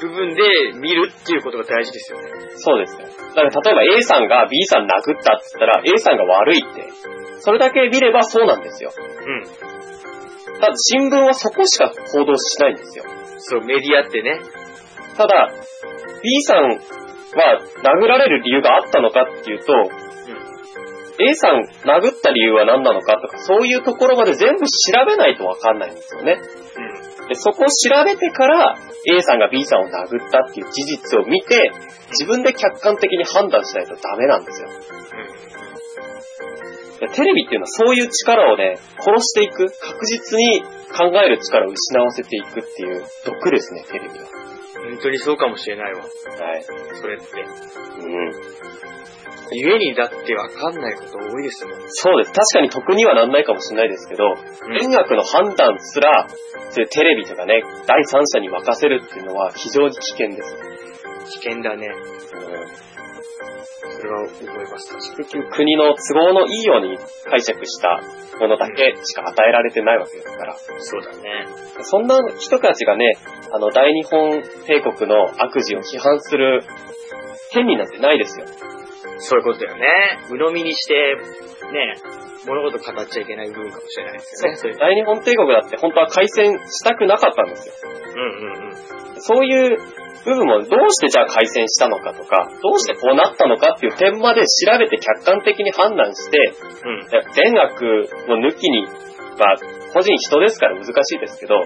Speaker 1: 部分で見るっていうことが大事ですよね。
Speaker 2: そうですね。だから例えば A さんが B さん殴ったって言ったら A さんが悪いって、それだけ見ればそうなんですよ。
Speaker 1: うん。
Speaker 2: ただ新聞はそこしか報道しないんですよ。
Speaker 1: そう、メディアってね。
Speaker 2: ただ、B さんは殴られる理由があったのかっていうと、 A さん殴った理由は何なのかとか、そういうところまで全部調べないとわかんないんですよね。で、そこを調べてから A さんが B さんを殴ったっていう事実を見て、自分で客観的に判断しないとダメなんですよ。でテレビっていうのはそういう力をね、殺していく、確実に考える力を失わせていくっていう毒ですね、テレビは。
Speaker 1: 本当にそうかもしれないわ。
Speaker 2: はい。
Speaker 1: それって。
Speaker 2: うん。
Speaker 1: 故にだってわかんないこと多いですもん。
Speaker 2: そうです。確かに得にはなんないかもしれないですけど、
Speaker 1: う
Speaker 2: 音楽の判断すら、そういうテレビとかね、第三者に任せるっていうのは非常に危険です。
Speaker 1: 危険だね。それは思います。確か
Speaker 2: 結局国の都合のいいように解釈したものだけしか与えられてないわけですから。
Speaker 1: にそうだね。
Speaker 2: そんな人たちがね、あの、大日本帝国の悪事を批判する権利なんてないですよ。
Speaker 1: そういうことだよね。鵜呑みにして、ね、物事語っちゃいけない部分かもしれないですよね。そういう。
Speaker 2: 大日本帝国だって本当は開戦したくなかったんですよ。
Speaker 1: うんうんうん。
Speaker 2: そういう部分もどうしてじゃあ改善したのかとか、どうしてこうなったのかっていう点まで調べて客観的に判断して、
Speaker 1: うん
Speaker 2: 全額を抜きに、まあ、個人人ですから難しいですけど、
Speaker 1: う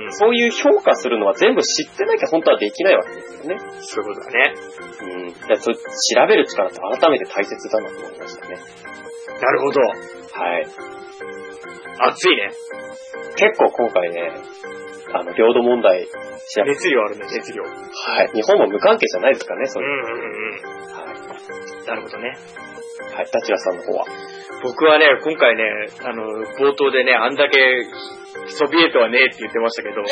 Speaker 1: んうん。
Speaker 2: そういう評価するのは全部知ってなきゃ本当はできないわけですよね。
Speaker 1: そういうことだね。
Speaker 2: うん。だからそう調べる力って改めて大切だなと思いましたね。
Speaker 1: なるほど。
Speaker 2: はい。
Speaker 1: 熱いね。
Speaker 2: 結構今回ね、あの、領土問題調べ、
Speaker 1: 熱量あるね、熱量。うん
Speaker 2: はい。日本も無関係じゃないですかね、そうれ。
Speaker 1: んうん
Speaker 2: はい。
Speaker 1: うん。なるほどね。
Speaker 2: はい。タチラさんの方は。
Speaker 1: 僕はね、今回ね、あの、冒頭でね、あんだけ、ソビエトはねえって言ってましたけど、
Speaker 2: は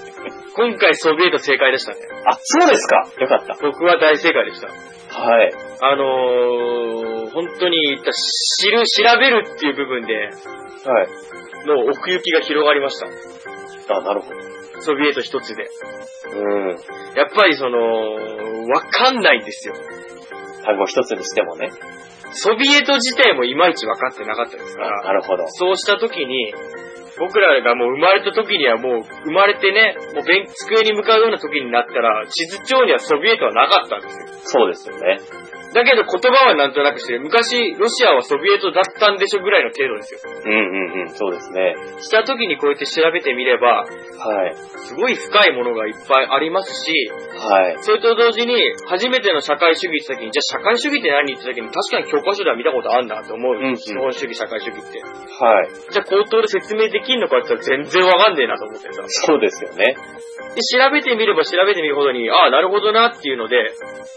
Speaker 2: い。
Speaker 1: 今回ソビエト正解でしたね。
Speaker 2: あ、そうですか。よかった。
Speaker 1: 僕は大正解でした。
Speaker 2: はい。
Speaker 1: あのー、本当に言った、知る、調べるっていう部分で
Speaker 2: はい。
Speaker 1: の奥行きが広がりました。
Speaker 2: あ、なるほど。
Speaker 1: ソビエト一つで。
Speaker 2: うん。
Speaker 1: やっぱりその、わかんないんですよ。
Speaker 2: 単語一つにしてもね。
Speaker 1: ソビエト自体もいまいちわかってなかったですから。
Speaker 2: なるほど。
Speaker 1: そうした時に、僕らがもう生まれた時にはもう生まれてね、もう勉机に向かうような時になったら、地図上にはソビエトはなかったんですよ。
Speaker 2: そうですよね。
Speaker 1: だけど言葉はなんとなくして、昔ロシアはソビエトだったんでしょぐらいの程度ですよ。
Speaker 2: うんうんうん。そうですね。
Speaker 1: した時にこうやって調べてみれば、
Speaker 2: はい。
Speaker 1: すごい深いものがいっぱいありますし、
Speaker 2: はい。
Speaker 1: それと同時に初めての社会主義って時に、じゃあ社会主義って何って時に確かに教科書では見たことあんだと思う。
Speaker 2: うんうん
Speaker 1: 資本主義、社会主義って。
Speaker 2: はい。
Speaker 1: じゃあ口頭で説明できんのかって言ったら全然わかんねえなと思ってさ。
Speaker 2: そうですよね。
Speaker 1: で、調べてみれば調べてみるほどに、ああ、なるほどなっていうので、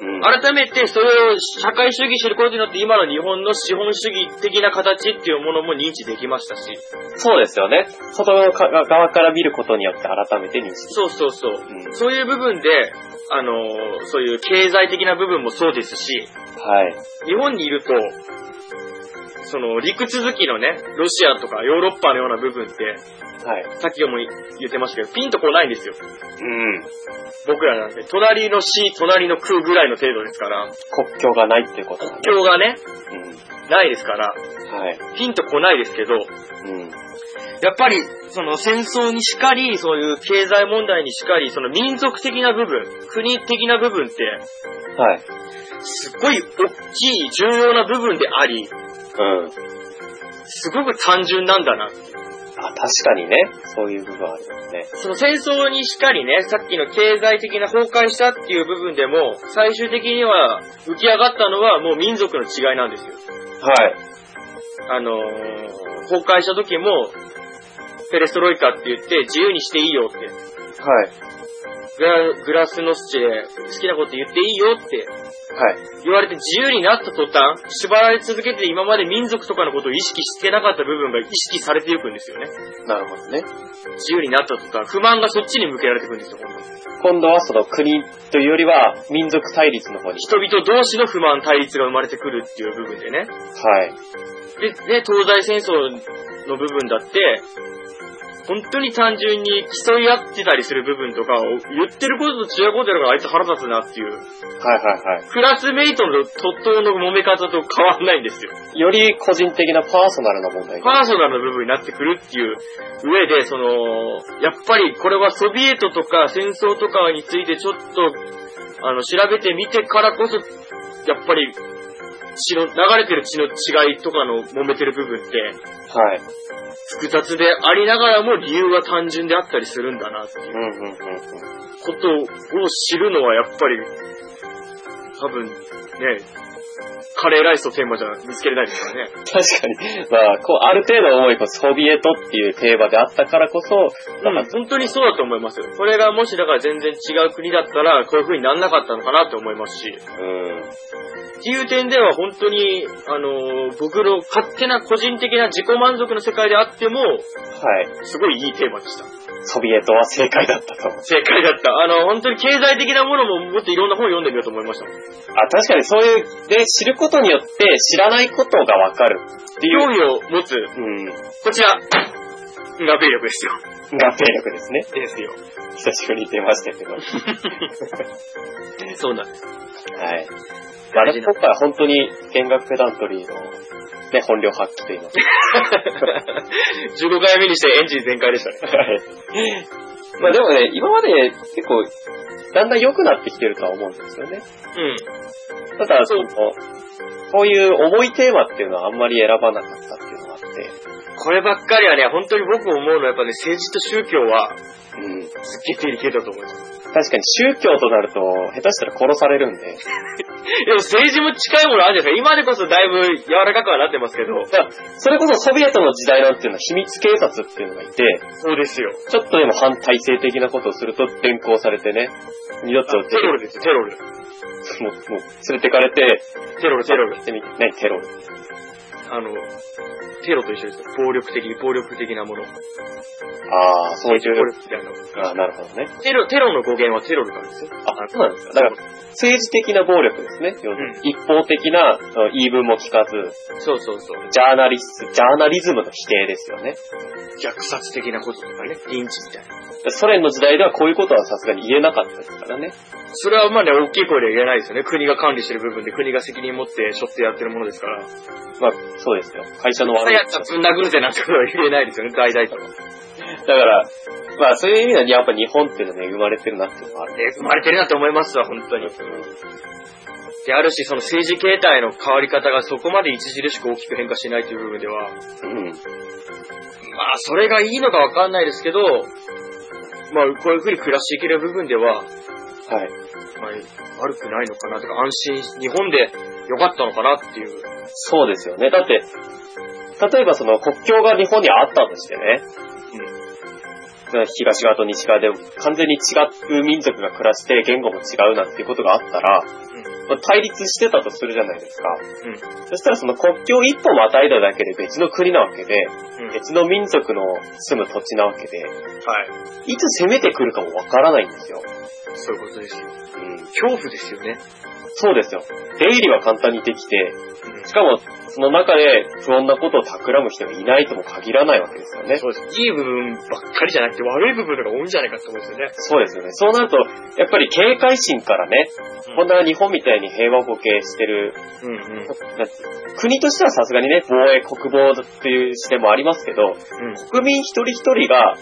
Speaker 2: うん。
Speaker 1: 改めてそれを社会主義してることによって今の日本の資本主義的な形っていうものも認知できましたし、
Speaker 2: そうですよね。外側か側から見ることによって改めて認識。
Speaker 1: そうそうそう。
Speaker 2: うん。
Speaker 1: そういう部分で、あのーそういう経済的な部分もそうですし、
Speaker 2: はい。
Speaker 1: 日本にいると、その陸続きのね、ロシアとかヨーロッパのような部分って、
Speaker 2: はい。
Speaker 1: さっきも言ってましたけど、ピンとこないんですよ。
Speaker 2: うん。
Speaker 1: 僕らなんて、隣の市、隣の空ぐらいの程度ですから、
Speaker 2: 国境がないっていうことだね。
Speaker 1: 今日がね、
Speaker 2: う
Speaker 1: ないですから、
Speaker 2: ん。はい。
Speaker 1: ヒント来ないですけど、
Speaker 2: うん。
Speaker 1: やっぱり、その戦争にしかり、そういう経済問題にしかり、その民族的な部分、国的な部分って、
Speaker 2: はい。
Speaker 1: すっごい大きい重要な部分であり、
Speaker 2: うん。
Speaker 1: すごく単純なんだな。
Speaker 2: あ、確かにね。そういう部分はありますね。
Speaker 1: その戦争にしかりね、さっきの経済的な崩壊したっていう部分でも、最終的には浮き上がったのはもう民族の違いなんですよ。
Speaker 2: はい。
Speaker 1: あのー、崩壊した時も、ペレストロイカって言って自由にしていいよって。
Speaker 2: はい。
Speaker 1: グラグラスノスチで好きなこと言っていいよって
Speaker 2: はい。
Speaker 1: 言われて自由になった途端、縛られ続けて今まで民族とかのことを意識してなかった部分が意識されていくんですよね。
Speaker 2: なるほどね。
Speaker 1: 自由になった途端、不満がそっちに向けられていくんですよ、本当に
Speaker 2: 今度はその国というよりは民族対立の方に。
Speaker 1: 人々同士の不満対立が生まれてくるっていう部分でね。
Speaker 2: はい。
Speaker 1: で、ね、東西戦争の部分だって、本当に単純に競い合ってたりする部分とかを言ってることと違うことやるからあいつ腹立つなっていう、
Speaker 2: はいはいは
Speaker 1: クラスメイトの突頭の揉め方と変わんないんですよ。
Speaker 2: い。より個人的なパーソナルな問題が。
Speaker 1: パーソナルな部分になってくるっていう上で、その、やっぱりこれはソビエトとか戦争とかについてちょっと、あの、調べてみてからこそ、やっぱり、血の、流れてる血の違いとかの揉めてる部分って、
Speaker 2: はい。
Speaker 1: 複雑でありながらも理由は単純であったりするんだなっていう
Speaker 2: うんうんうんうん。
Speaker 1: ことを知るのはやっぱり、多分ね、カレーライスとテーマじゃ見つけれないですからね。
Speaker 2: 確かに。まあ、こう、ある程度思い、こう、ソビエトっていうテーマであったからこそ、なんか、
Speaker 1: 本当にそうだと思いますよ。これがもしだから全然違う国だったら、こういう風になんなかったのかなって思いますし。
Speaker 2: うん。
Speaker 1: っていう点では本当に、あのー僕の勝手な個人的な自己満足の世界であっても、
Speaker 2: はい。
Speaker 1: すごいいいテーマでした。
Speaker 2: ソビエトは正解だったと。
Speaker 1: 正解だった。あの、本当に経済的なものももっといろんな本読んでみようと思いました。
Speaker 2: あ、確かにそういう、で、知ることによって知らないことがわかるっていう、
Speaker 1: 興味を持つ、
Speaker 2: うん、
Speaker 1: こちら、が兵力ですよ。
Speaker 2: 合併力ですね。
Speaker 1: ですよ。
Speaker 2: 久しぶりに出ましたけど。は
Speaker 1: そうなんです。
Speaker 2: い。まあ、
Speaker 1: 大事な
Speaker 2: 今回は本当に弦楽ペダントリーの、ね、本領発揮というの。
Speaker 1: 15回目にしてエンジン全開でしたね。
Speaker 2: <laughs> はい。まあでもね、今まで結構、だんだん良くなってきてるとは思うんですよね。ただ、そ
Speaker 1: そう
Speaker 2: の、こういう重いテーマっていうのはあんまり選ばなかったっていうのがあって、
Speaker 1: うん。こればっかりはね、本当に僕思うのはやっぱね、政治と宗教は、
Speaker 2: うん。
Speaker 1: すっげえ手に消えたと思います。
Speaker 2: 確かに宗教となると、下手したら殺されるんで、
Speaker 1: でも政治も近いものあるじゃないですか。今でこそだいぶ柔らかくはなってますけど。
Speaker 2: それこそソビエトの時代なんていうのは秘密警察っていうのがいて、
Speaker 1: そうですよ。
Speaker 2: ちょっとでも反体制的なことをすると連行されてね、二度と
Speaker 1: テロルですよ、テロル。
Speaker 2: もう、もう連れてかれて、
Speaker 1: テロル、テロル。
Speaker 2: てみ何テロル
Speaker 1: あの、テロと一緒ですよ。暴力的に、暴力的なもの。
Speaker 2: ああ、そうい
Speaker 1: 暴
Speaker 2: う。
Speaker 1: 力的なも
Speaker 2: ああ、なるほどね。
Speaker 1: の。テロ、テロの語源はテロルなんですよ。
Speaker 2: あ、そうなんですか。だから、政治的な暴力ですね。要するに一方的なその言い分も聞かず、
Speaker 1: そうそうそう。
Speaker 2: ジャーナリスト、ジャーナリズムの否定ですよね。
Speaker 1: 虐殺的なこととかね、リンチみたいな。
Speaker 2: ソ連の時代ではこういうことはさすがに言えなかったですからね。
Speaker 1: それはまあね、大きい声では言えないですよね。国が管理してる部分で国が責任持ってしょってやってるものですから。
Speaker 2: まあ、そうですよ。会社の
Speaker 1: さ
Speaker 2: 悪い。
Speaker 1: やっちゃぶん殴るぜなんてことは言えないですよね、大々と。
Speaker 2: だから、まあそういう意味ではやっぱ日本っていうのは恵まれてるなっていうのはある。
Speaker 1: え、生まれてるなって思いますわ、本当に。で、あるし、その政治形態の変わり方がそこまで著しく大きく変化しないという部分では、ま
Speaker 2: うん。
Speaker 1: あ、それがいいのかわかんないですけど、まあ、こういう風に暮らしていける部分では、
Speaker 2: はい。
Speaker 1: まあ、悪くないのかなとか、安心、日本で良かったのかなっていう。
Speaker 2: そうですよね。だって、例えばその国境が日本にあったとしてね、東側と西側で完全に違う民族が暮らして言語も違うなんていうことがあったら、まあ対立してたとするじゃないですか。そしたらその国境一歩またいだだけで別の国なわけで、
Speaker 1: うん。うん。
Speaker 2: 別の民族の住む土地なわけで、
Speaker 1: はい。
Speaker 2: いつ攻めてくるかもわからないんですよ。
Speaker 1: そういうことですよ。
Speaker 2: うん、
Speaker 1: 恐怖ですよね。
Speaker 2: そうですよ。出入りは簡単にできて、
Speaker 1: うん
Speaker 2: しかも、その中で不穏なことを企む人がいないとも限らないわけですよね。
Speaker 1: そうです。いい部分ばっかりじゃなくて、悪い部分の方が多いんじゃないかって思うんですよね。
Speaker 2: そうですよね。そうなると、やっぱり警戒心からね、こんな日本みたいに平和ボケしてる、
Speaker 1: うんうん。
Speaker 2: なんて国としてはさすがにね、防衛、国防っていう視点もありますけど、
Speaker 1: うん。
Speaker 2: 国民一人一人が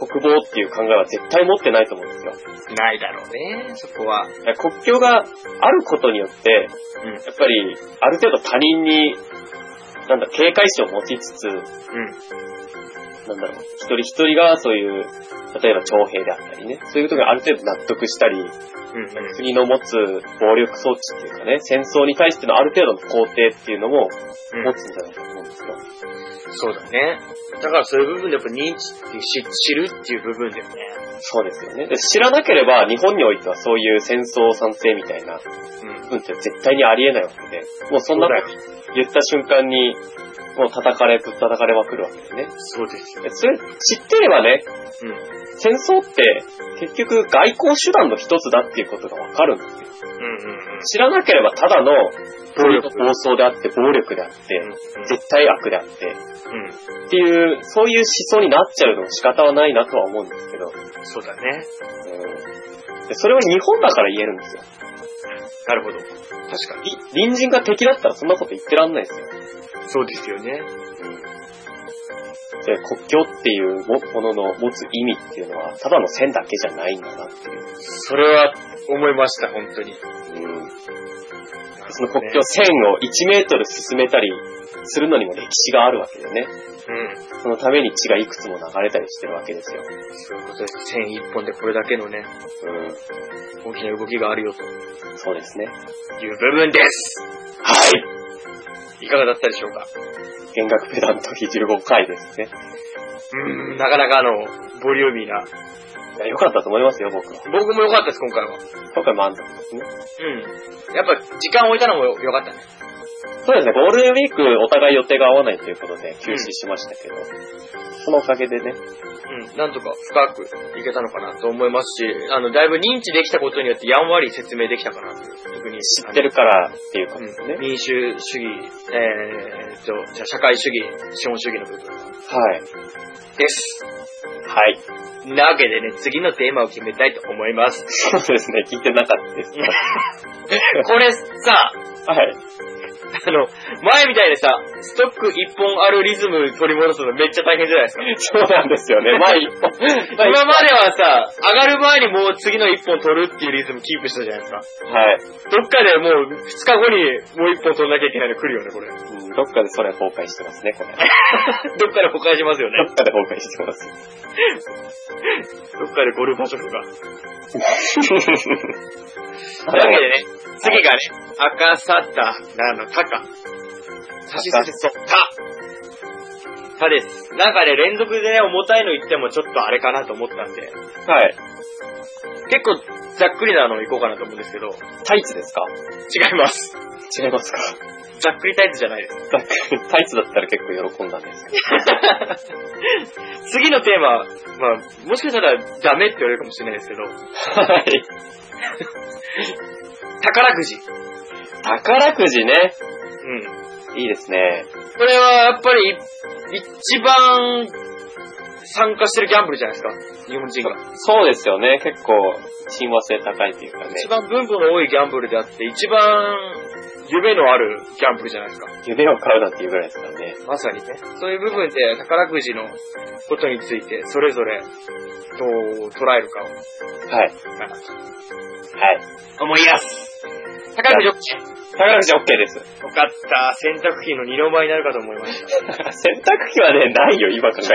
Speaker 2: 国防っていう考えは絶対持ってないと思うんですよ。
Speaker 1: ないだろうね、そこは。
Speaker 2: だから国境があることによって、
Speaker 1: うん
Speaker 2: やっぱり、ある程度他人に、なんだ、警戒心を持ちつつ、
Speaker 1: うん。
Speaker 2: なんだろう、一人一人がそういう、例えば徴兵であったりね、そういうことがある程度納得したり、
Speaker 1: うんうん。
Speaker 2: 国の持つ暴力装置っていうかね、戦争に対してのある程度の肯定っていうのも
Speaker 1: うん
Speaker 2: 持つんじゃないかと思うんですよ。
Speaker 1: そうだね。だからそういう部分でやっぱ認知ってし知るっていう部分でもね。
Speaker 2: そうですよね。で知らなければ日本においてはそういう戦争賛成みたいな
Speaker 1: うん。
Speaker 2: うんって絶対にありえないわけで、もうそんなこと言った瞬間に、もう叩かれ、ぶっ叩かれまくるわけですね。
Speaker 1: そうですよ。
Speaker 2: でそれ、知ってればね、
Speaker 1: うん。
Speaker 2: 戦争って結局外交手段の一つだっていうことがわかるんですよ。
Speaker 1: うんうんうん。
Speaker 2: 知らなければただの
Speaker 1: 暴力
Speaker 2: 暴走であって、暴力であって、絶対悪であって、
Speaker 1: うん。
Speaker 2: っていう、そういう思想になっちゃうのも仕方はないなとは思うんですけど、
Speaker 1: うん。そうだね。
Speaker 2: うんでそれは日本だから言えるんですよ。
Speaker 1: なるほど。確かに。
Speaker 2: い隣人が敵だったらそんなこと言ってらんないですよ。
Speaker 1: そうですよね。
Speaker 2: そういう国境っていうもものの持つ意味っていうのは、ただの線だけじゃないんだなっていう。
Speaker 1: それは思いました、本当に。
Speaker 2: うん。その国境線を1メートル進めたりするのにも歴史があるわけだよね。
Speaker 1: うん。
Speaker 2: そのために血がいくつも流れたりしてるわけですよ。
Speaker 1: そういうことです。線一本でこれだけのね、
Speaker 2: うん。
Speaker 1: 大きな動きがあるよと
Speaker 2: そうですね。
Speaker 1: いう部分です。
Speaker 2: はい
Speaker 1: いかがだったでしょうか
Speaker 2: 弦楽ペダントリー15回ですね。
Speaker 1: うん、なかなかあの、ボリューミーな。
Speaker 2: いや良かったと思いますよ、僕は。
Speaker 1: 僕も良かったです、今回は。
Speaker 2: 今回満足ですね。
Speaker 1: うん。やっぱ、時間置いたのも良かったね。
Speaker 2: そうですね、ゴールデンウィークお互い予定が合わないということで休止しましたけど、そのおかげでね、
Speaker 1: うん。なんとか深くいけたのかなと思いますし、あの、だいぶ認知できたことによってやんわり説明できたかなという。特に
Speaker 2: 知ってるからっていう
Speaker 1: あ
Speaker 2: か
Speaker 1: の。
Speaker 2: です
Speaker 1: う
Speaker 2: ね。
Speaker 1: ん、民主主義、えー、っと、じゃあ社会主義、資本主義の部分
Speaker 2: はい。
Speaker 1: です。
Speaker 2: はい。
Speaker 1: なわけでね、次のテーマを決めたいと思い
Speaker 2: <laughs>
Speaker 1: ます。
Speaker 2: そうですね、聞いてなかったです。
Speaker 1: これさ、
Speaker 2: はい。
Speaker 1: あの、前みたいでさ、ストック一本あるリズム取り戻すのめっちゃ大変じゃないですか。
Speaker 2: そうなんで
Speaker 1: <laughs>
Speaker 2: すよね、前一本。
Speaker 1: 今
Speaker 2: 前一
Speaker 1: まではさ、上がる前にもう次の一本取るっていうリズムキープしたじゃないですか。
Speaker 2: 本はい。
Speaker 1: どっかでもう2日後にもう一本取んなきゃいけないの来るよね、これ。
Speaker 2: うんどっかでそれ崩壊してますね、これ。
Speaker 1: どっかで崩壊しますよね。
Speaker 2: どっかで崩壊してます。
Speaker 1: <laughs> どっかでゴルバチョフが。と
Speaker 2: と
Speaker 1: いうわけでね、次がね、赤さたなのたか。さしすせそた。たです。なんかね、連続でね、重たいの言ってもちょっとあれかなと思ったんで、
Speaker 2: <laughs> はい。
Speaker 1: 結構ざっくりなのいこうかなと思うんですけど、
Speaker 2: タイツですか
Speaker 1: 違います。
Speaker 2: 違いますか <laughs>
Speaker 1: ざっくりタイプじゃないです。
Speaker 2: ざっくりタイツだったら結構喜んだんですけど。
Speaker 1: 次のテーマは、まあ、もしかしたらダメって言われるかもしれないですけど、
Speaker 2: はい。
Speaker 1: 宝くじ。う
Speaker 2: 宝くじね。
Speaker 1: ん。
Speaker 2: いいですね。
Speaker 1: これはやっぱり、一番参加してるギャンブルじゃないですか、日本人が。
Speaker 2: そうですよね。結構、親和性高いというかね。
Speaker 1: 一番分母の多いギャンブルであって、一番夢のあるギャンブルじゃないですか。
Speaker 2: 夢を買うなんていうぐらいですからね。
Speaker 1: まさにね。そういう部分で宝くじのことについて、それぞれどう捉えるかを
Speaker 2: はい。
Speaker 1: かなと
Speaker 2: はい。
Speaker 1: 思います。宝くじ OK。
Speaker 2: 宝くじ OK です。 <laughs>
Speaker 1: よかった。洗濯機の二の舞になるかと思いました。
Speaker 2: 洗濯機はね、ないよ、今考えても。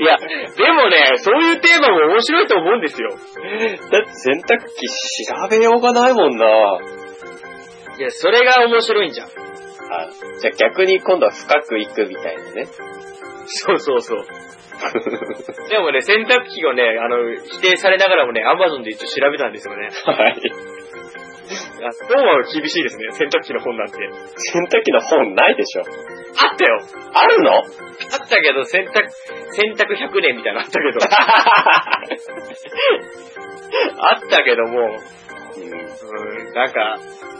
Speaker 1: いや、でもね、そういうテーマも面白いと思うんですよ。
Speaker 2: だって洗濯機調べようがないもんなはい
Speaker 1: や、それが面白いんじゃん。
Speaker 2: い。じゃあ逆に今度は深くいくみたいなね。
Speaker 1: そうそう <laughs> そう。でもね、洗濯機をね、あの、否定されながらもね、アマゾンで一応調べたんですよね。
Speaker 2: はい。
Speaker 1: あ、本は厳しいですね、洗濯機の本なんて。
Speaker 2: 洗濯機の本ないでしょ。
Speaker 1: あったよ
Speaker 2: あるの
Speaker 1: あったけど、洗濯、洗濯100年みたいなのあったけど。 <laughs> あったけども、
Speaker 2: うん
Speaker 1: うん、なんか、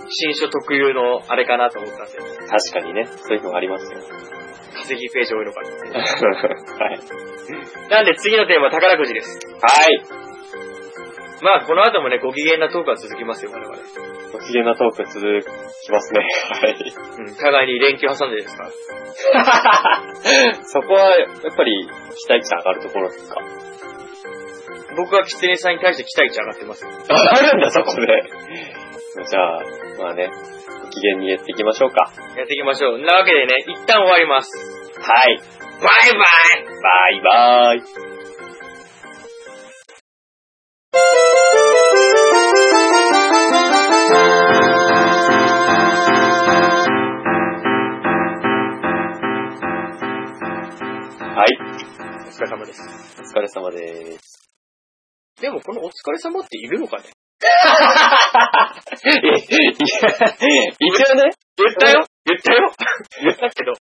Speaker 1: 新書特有のあれかなと思ったんで、
Speaker 2: 確かにね、そういうのありますよ。 <laughs>
Speaker 1: 稼ぎページ多いのかなって
Speaker 2: はい。
Speaker 1: なんで次のテーマは宝くじです。
Speaker 2: はい。
Speaker 1: まあ、この後もね、ご機嫌なトークは続きますよ、我々。
Speaker 2: ご機嫌なトーク続きますね。 <laughs> はい。
Speaker 1: うん、互いに連休挟んでですから。
Speaker 2: そこは、やっぱり、期待値上がるところですか。
Speaker 1: 僕はキツネさんに対して期待値上がってます。
Speaker 2: 上がるんだ、そこで。じゃあ、まあね、ご機嫌にやっていきましょうか。
Speaker 1: やっていきましょう。なわけでね、一旦終わります。
Speaker 2: はい。
Speaker 1: バイバイ
Speaker 2: バイバーイ。
Speaker 1: お
Speaker 2: はい。
Speaker 1: 疲れ様です。
Speaker 2: お疲れ様 <laughs> です。
Speaker 1: でもこのお疲れ様っているの <laughs> かね
Speaker 2: いや、いや一応ね、
Speaker 1: 言ったよ言ったよ言ったけど。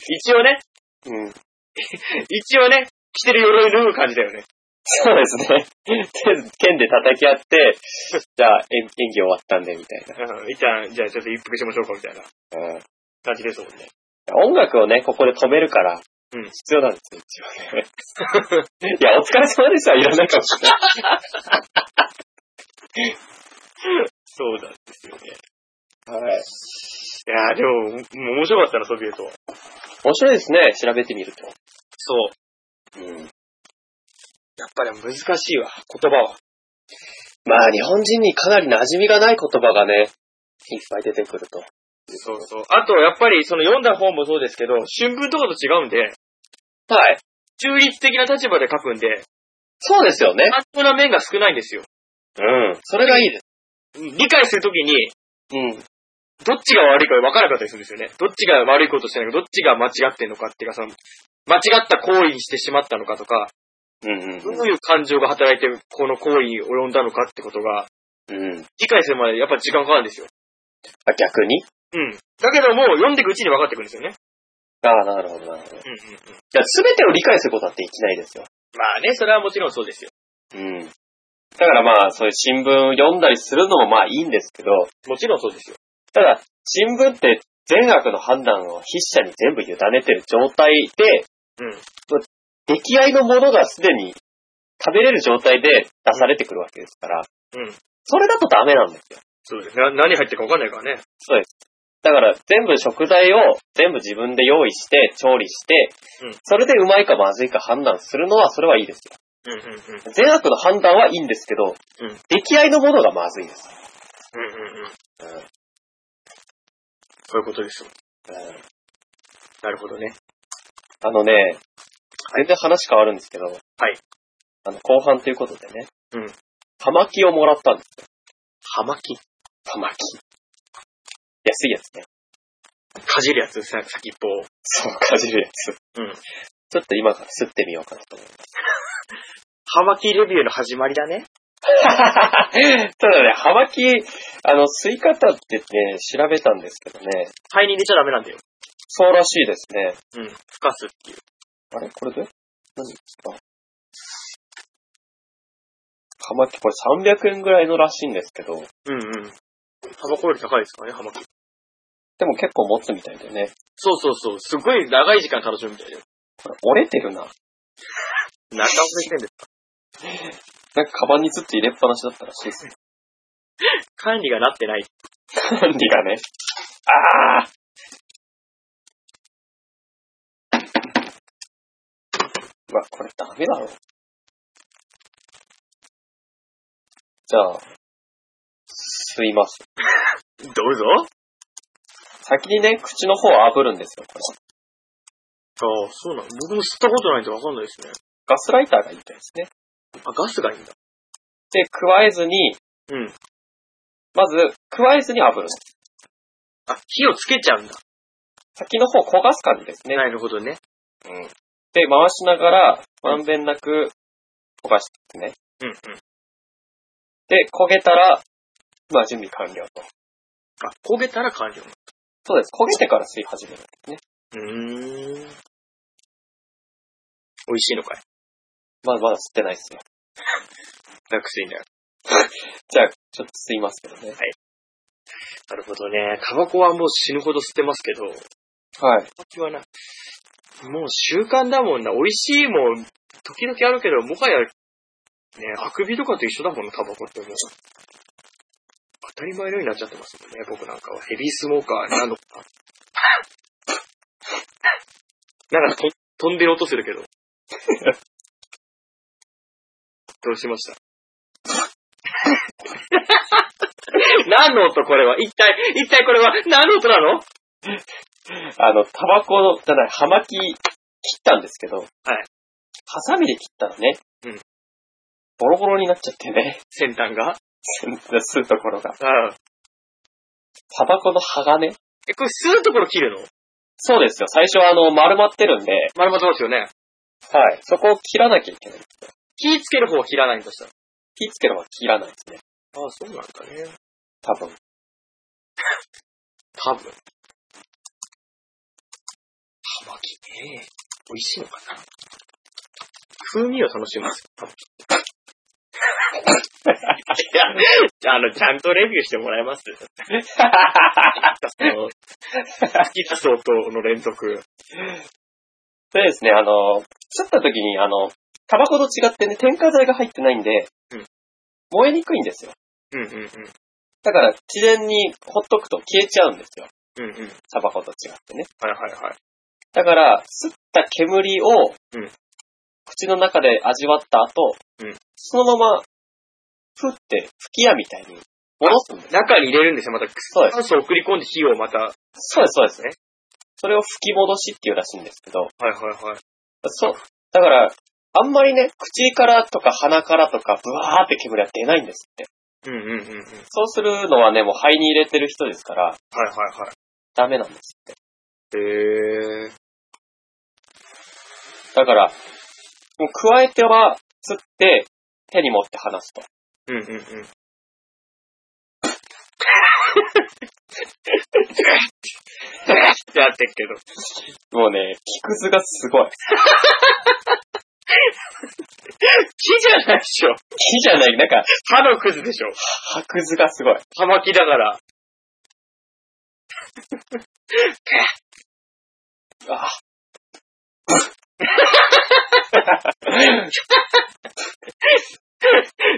Speaker 1: 一応ね、
Speaker 2: うん、
Speaker 1: 一応ね、着てる鎧脱ぐ感じだよね。
Speaker 2: そうです <laughs> ね。剣剣で叩き合って、じゃあ演演技終わったんで、みたい
Speaker 1: うん。一旦、じゃあちょっと一服しましょうかみたいな
Speaker 2: な。うん
Speaker 1: 感じですもんね。
Speaker 2: 音楽をね、ここで止めるから、
Speaker 1: うん
Speaker 2: 必要なんですよ、一応ね。 <laughs> いや、お疲れ様ですはいらないかもしれない。
Speaker 1: そうなんですよね。
Speaker 2: はい。
Speaker 1: いやーでも、もう面白かったな、ソビエトは。
Speaker 2: 面白いですね、調べてみると。
Speaker 1: そう。
Speaker 2: うん。
Speaker 1: やっぱり難しいわ、言葉は。
Speaker 2: まあ、日本人にかなり馴染みがない言葉がね、いっぱい出てくると。
Speaker 1: そうそう。あと、やっぱり、その読んだ本もそうですけど、春分とかと違うんで、
Speaker 2: はい。
Speaker 1: 中立的な立場で書くんで、
Speaker 2: そうですよね。
Speaker 1: 感情な面が少ないんですよ。
Speaker 2: うん。それがいいです。
Speaker 1: 理解するときに、
Speaker 2: うん。
Speaker 1: どっちが悪いか分からなかったりするんですよね。どっちが悪いことしてないか、どっちが間違ってんのかっていうか、その、間違った行為にしてしまったのかとか、
Speaker 2: うん
Speaker 1: どういう感情が働いてこの行為を及んだのかってことが、
Speaker 2: うん。うん。
Speaker 1: 理解するまでやっぱ時間かかるんですよ。
Speaker 2: あ、逆に
Speaker 1: うん。だけども、読んでいくうちに分かってくるんですよね。
Speaker 2: ああ、なるほど、なるほど。
Speaker 1: うんうんうん。
Speaker 2: じゃあ、すべてを理解することだってできないですよ。
Speaker 1: まあね、それはもちろんそうですよ。
Speaker 2: うん。だからまあ、そういう新聞読んだりするのもまあいいんですけど、
Speaker 1: もちろんそうですよ。
Speaker 2: ただ、新聞って善悪の判断を筆者に全部委ねてる状態で、
Speaker 1: うん
Speaker 2: 出来合いのものがすでに食べれる状態で出されてくるわけですから、
Speaker 1: うん
Speaker 2: それだとダメなんですよ。
Speaker 1: そうです。な、何入ってるか分かんないからね。
Speaker 2: そうです。だから全部食材を全部自分で用意して、調理して、
Speaker 1: うん
Speaker 2: それでうまいかまずいか判断するのは、それはいいですよ。
Speaker 1: うんうんうん。
Speaker 2: 善悪の判断はいいんですけど、
Speaker 1: うん
Speaker 2: 出来合いのものがまずいです。
Speaker 1: うんうんうん。
Speaker 2: うんうん
Speaker 1: そういうことですよ。なるほどね。。
Speaker 2: あのね、全然話変わるんですけど、はいあの、後半ということでね、
Speaker 1: うん。
Speaker 2: 葉巻をもらったんです。
Speaker 1: 葉巻
Speaker 2: 葉巻。安いやつね。
Speaker 1: かじるやつ、さ先っぽを。
Speaker 2: そう、かじるやつ。
Speaker 1: うん。
Speaker 2: ちょっと今から吸ってみようかなと思います。
Speaker 1: 葉巻レビューの始まりだね。
Speaker 2: ただね、葉巻、あの、吸い方ってね、調べたんですけどね、
Speaker 1: 肺に入れちゃダメなんだよ。
Speaker 2: そうらしいですね。
Speaker 1: うん。孵化すっていう。
Speaker 2: あれこれで何ですか葉巻、これ300円ぐらいのらしいんですけど、
Speaker 1: うんうん。タバコより高いですからね、葉巻。
Speaker 2: でも結構持つみたいでね、
Speaker 1: そうそうそう。すごい長い時間楽しむみたいだよ。
Speaker 2: これ折れてるな。
Speaker 1: 中折れしてんです。
Speaker 2: なんかカバンにずっと入れっぱなしだったらしいです。
Speaker 1: 管理がなってない。
Speaker 2: 管理がね。ああうわ、これダメだろ。じゃあ、吸います。
Speaker 1: どうぞ。
Speaker 2: 先にね、口の方を炙るんですよ、これ。
Speaker 1: ああ、そうなの。僕も吸ったことないんでわかんないですね。
Speaker 2: ガスライターがいいみたいですね。
Speaker 1: あ、ガスがいいんだ。
Speaker 2: で、加えずに、
Speaker 1: うん。
Speaker 2: まず、加えずに炙るんです。
Speaker 1: あ、火をつけちゃうんだ。
Speaker 2: 先の方焦がす感じですね。
Speaker 1: なるほどね。
Speaker 2: で、回しながら、まんべんなく焦がしてですね。
Speaker 1: うんうん。
Speaker 2: で、焦げたら、まあ準備完了と。
Speaker 1: あ、焦げたら完了。
Speaker 2: そうです。焦げてから吸い始めるんですね。
Speaker 1: うーん。美味しいのかい
Speaker 2: まだまだ吸ってないですよ。
Speaker 1: なくすいな。
Speaker 2: じゃあ、ちょっと吸いますけどね。
Speaker 1: なるほどね。タバコはもう死ぬほど吸ってますけど、
Speaker 2: はい。
Speaker 1: タバコはな、もう習慣だもんな。美味しいもん、時々あるけど、もはや、ね、あくびとかと一緒だもんな、タバコってもう。当たり前のようになっちゃってますもんね、僕なんかは。ヘビースモーカーなのかな。なんかと飛んでる音するけど。どうしました <laughs> 何の音これは一体、一体これは何の音なの
Speaker 2: あの、タバコの、じゃない、葉巻切ったんですけど、はい。ハサミで切ったらね、
Speaker 1: うん。
Speaker 2: ボロボロになっちゃってね、 <laughs>
Speaker 1: 先端が
Speaker 2: 吸うところが。
Speaker 1: うん。
Speaker 2: タバコの葉がね、
Speaker 1: え、これ吸うところ切るの
Speaker 2: そうですよ。最初はあの、丸まってるんで、
Speaker 1: 丸まってますよね。
Speaker 2: はい。そこを切らなきゃいけない。
Speaker 1: 火つける方は切らないんだしたら。
Speaker 2: 火つければ切らないですね。
Speaker 1: ああ、そうなんだね。
Speaker 2: 多 <laughs> 分。
Speaker 1: 多分。葉巻ね。美味しいのかな風味を楽しむんです <laughs> よ。いや、あの、ちゃんとレビューしてもらえます好きな相当の連続。
Speaker 2: そうですね、あの、吸った時に、あの、タバコと違ってね、添加剤が入ってないんで、
Speaker 1: うん
Speaker 2: 燃えにくいんですよ。
Speaker 1: うんうんうん。
Speaker 2: だから、自然にほっとくと消えちゃうんですよ。
Speaker 1: うんうん。
Speaker 2: タバコと違ってね。
Speaker 1: はいはいはい。
Speaker 2: だから、吸った煙を
Speaker 1: うん、
Speaker 2: 口の中で味わった後、
Speaker 1: うん
Speaker 2: そのまま、ふって吹き矢みたいに戻すんです。
Speaker 1: 中に入れるんですよ、また。
Speaker 2: そうです。
Speaker 1: 酸素を送り込んで火をまた。はい
Speaker 2: そうです、そうです
Speaker 1: ね
Speaker 2: ね。それを吹き戻しっていうらしいんですけど、
Speaker 1: はいはい。
Speaker 2: そう。だから、あんまりね、口からとか鼻からとか、ブワーって煙は出ないんですって。
Speaker 1: うんうんうんうん。はいはい
Speaker 2: そうするのはね、もう肺に入れてる人ですから、
Speaker 1: は
Speaker 2: ダメなんです。
Speaker 1: い。へー。
Speaker 2: だから、もう加えては、吸って、手に持って離すと。
Speaker 1: うんうんうん。ってやってるけど。
Speaker 2: もうね、木くずがすごい。
Speaker 1: 木じゃないでしょ。
Speaker 2: 木じゃない、なんか、
Speaker 1: 歯のくずでしょ。
Speaker 2: 葉くずがすごい。
Speaker 1: 葉巻だから。
Speaker 2: あ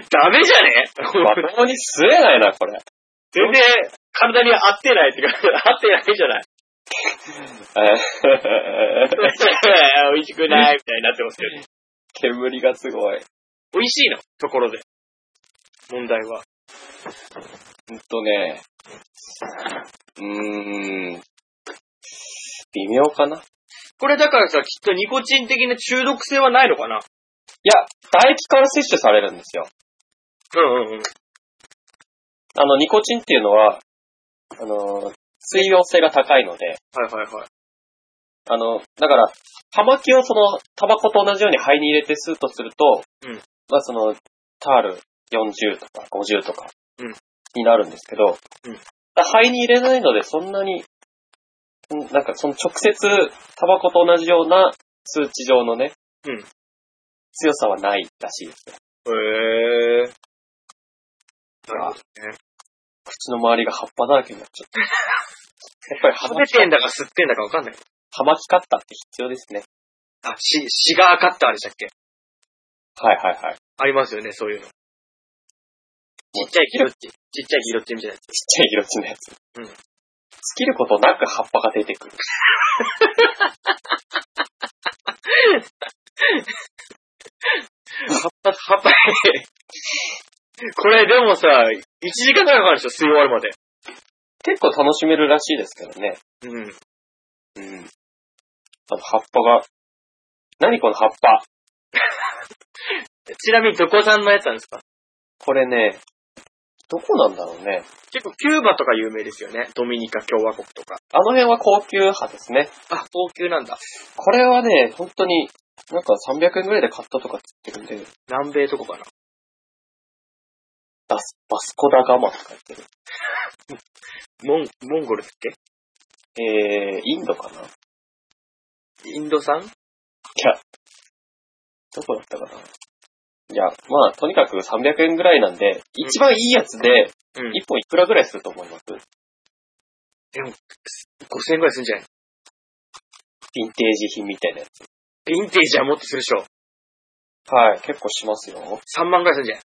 Speaker 1: ダメじゃね
Speaker 2: まともに吸えないな、これ。 <laughs>
Speaker 1: 全然体に合ってないっていうか、 <laughs> 合ってないじゃない。
Speaker 2: えー
Speaker 1: <laughs> 美味しくないみたいになってますけど。
Speaker 2: 煙がすごい。
Speaker 1: 美味しいのところで。問題は。
Speaker 2: ほんとね、うーん、微妙かな。い
Speaker 1: これだからさ、きっとニコチン的な中毒性はないのかな
Speaker 2: や、唾液から摂取されるんですよ。
Speaker 1: うんうんうん。
Speaker 2: あの、ニコチンっていうのは、あの、水溶性が高いので、
Speaker 1: はいはいはい。
Speaker 2: あの、だから、葉巻をその、タバコと同じように肺に入れて吸うとすると、
Speaker 1: うん
Speaker 2: まあその、タール40とか50とか
Speaker 1: うん、
Speaker 2: になるんですけど、
Speaker 1: うん
Speaker 2: だ肺に入れないのでそんなに、んなんかその直接タバコと同じような数値上のね、
Speaker 1: うん
Speaker 2: 強さはないらしいですよ。
Speaker 1: へー。なるほどね。
Speaker 2: 口の周りが葉っぱだらけになっちゃった。やっぱり葉
Speaker 1: 食べ
Speaker 2: 巻
Speaker 1: てんだか吸ってんだかわかんない。
Speaker 2: 葉巻カッターって必要ですね。
Speaker 1: あ、シ、シガーカッターでしたっけ
Speaker 2: はいはいはい。
Speaker 1: ありますよね、そういうの。ちっちゃいギロッチ。ちっちゃいギロッチみたいなや
Speaker 2: ちっちゃい色地のやつ。
Speaker 1: うん
Speaker 2: 尽きることなく葉っぱが出てくる。
Speaker 1: つ。葉っぱ、葉っぱ、 <laughs> これでもさ、1時間ぐらいかかるでしょ、吸い終わるまで。
Speaker 2: 結構楽しめるらしいですけどね。
Speaker 1: うん。
Speaker 2: うん。あの葉っぱが、何この葉っぱ
Speaker 1: ちなみにどこさんのやつなんですか
Speaker 2: これね、どこなんだろうね。
Speaker 1: 結構キューバとか有名ですよね。ドミニカ共和国とか。
Speaker 2: あの辺は高級派ですね。
Speaker 1: あ、高級なんだ。
Speaker 2: これはね、本当に、なんか300円ぐらいで買ったとかって言ってるんで、
Speaker 1: 南米とかかな。
Speaker 2: バス、バスコダガマとか言ってる。
Speaker 1: モン、モンゴルだっけ
Speaker 2: えー、インドかな
Speaker 1: インド産
Speaker 2: どこだったかないや、まあ、とにかく300円ぐらいなんで、一番いいやつで、
Speaker 1: うん
Speaker 2: 1本いくらぐらいすると思います
Speaker 1: 5000円ぐらいするんじゃない
Speaker 2: ヴィンテージ品みたいなやつ。
Speaker 1: ヴィンテージはもっとするでしょ。
Speaker 2: はい、結構しますよ。
Speaker 1: 3万ぐらいするんじゃない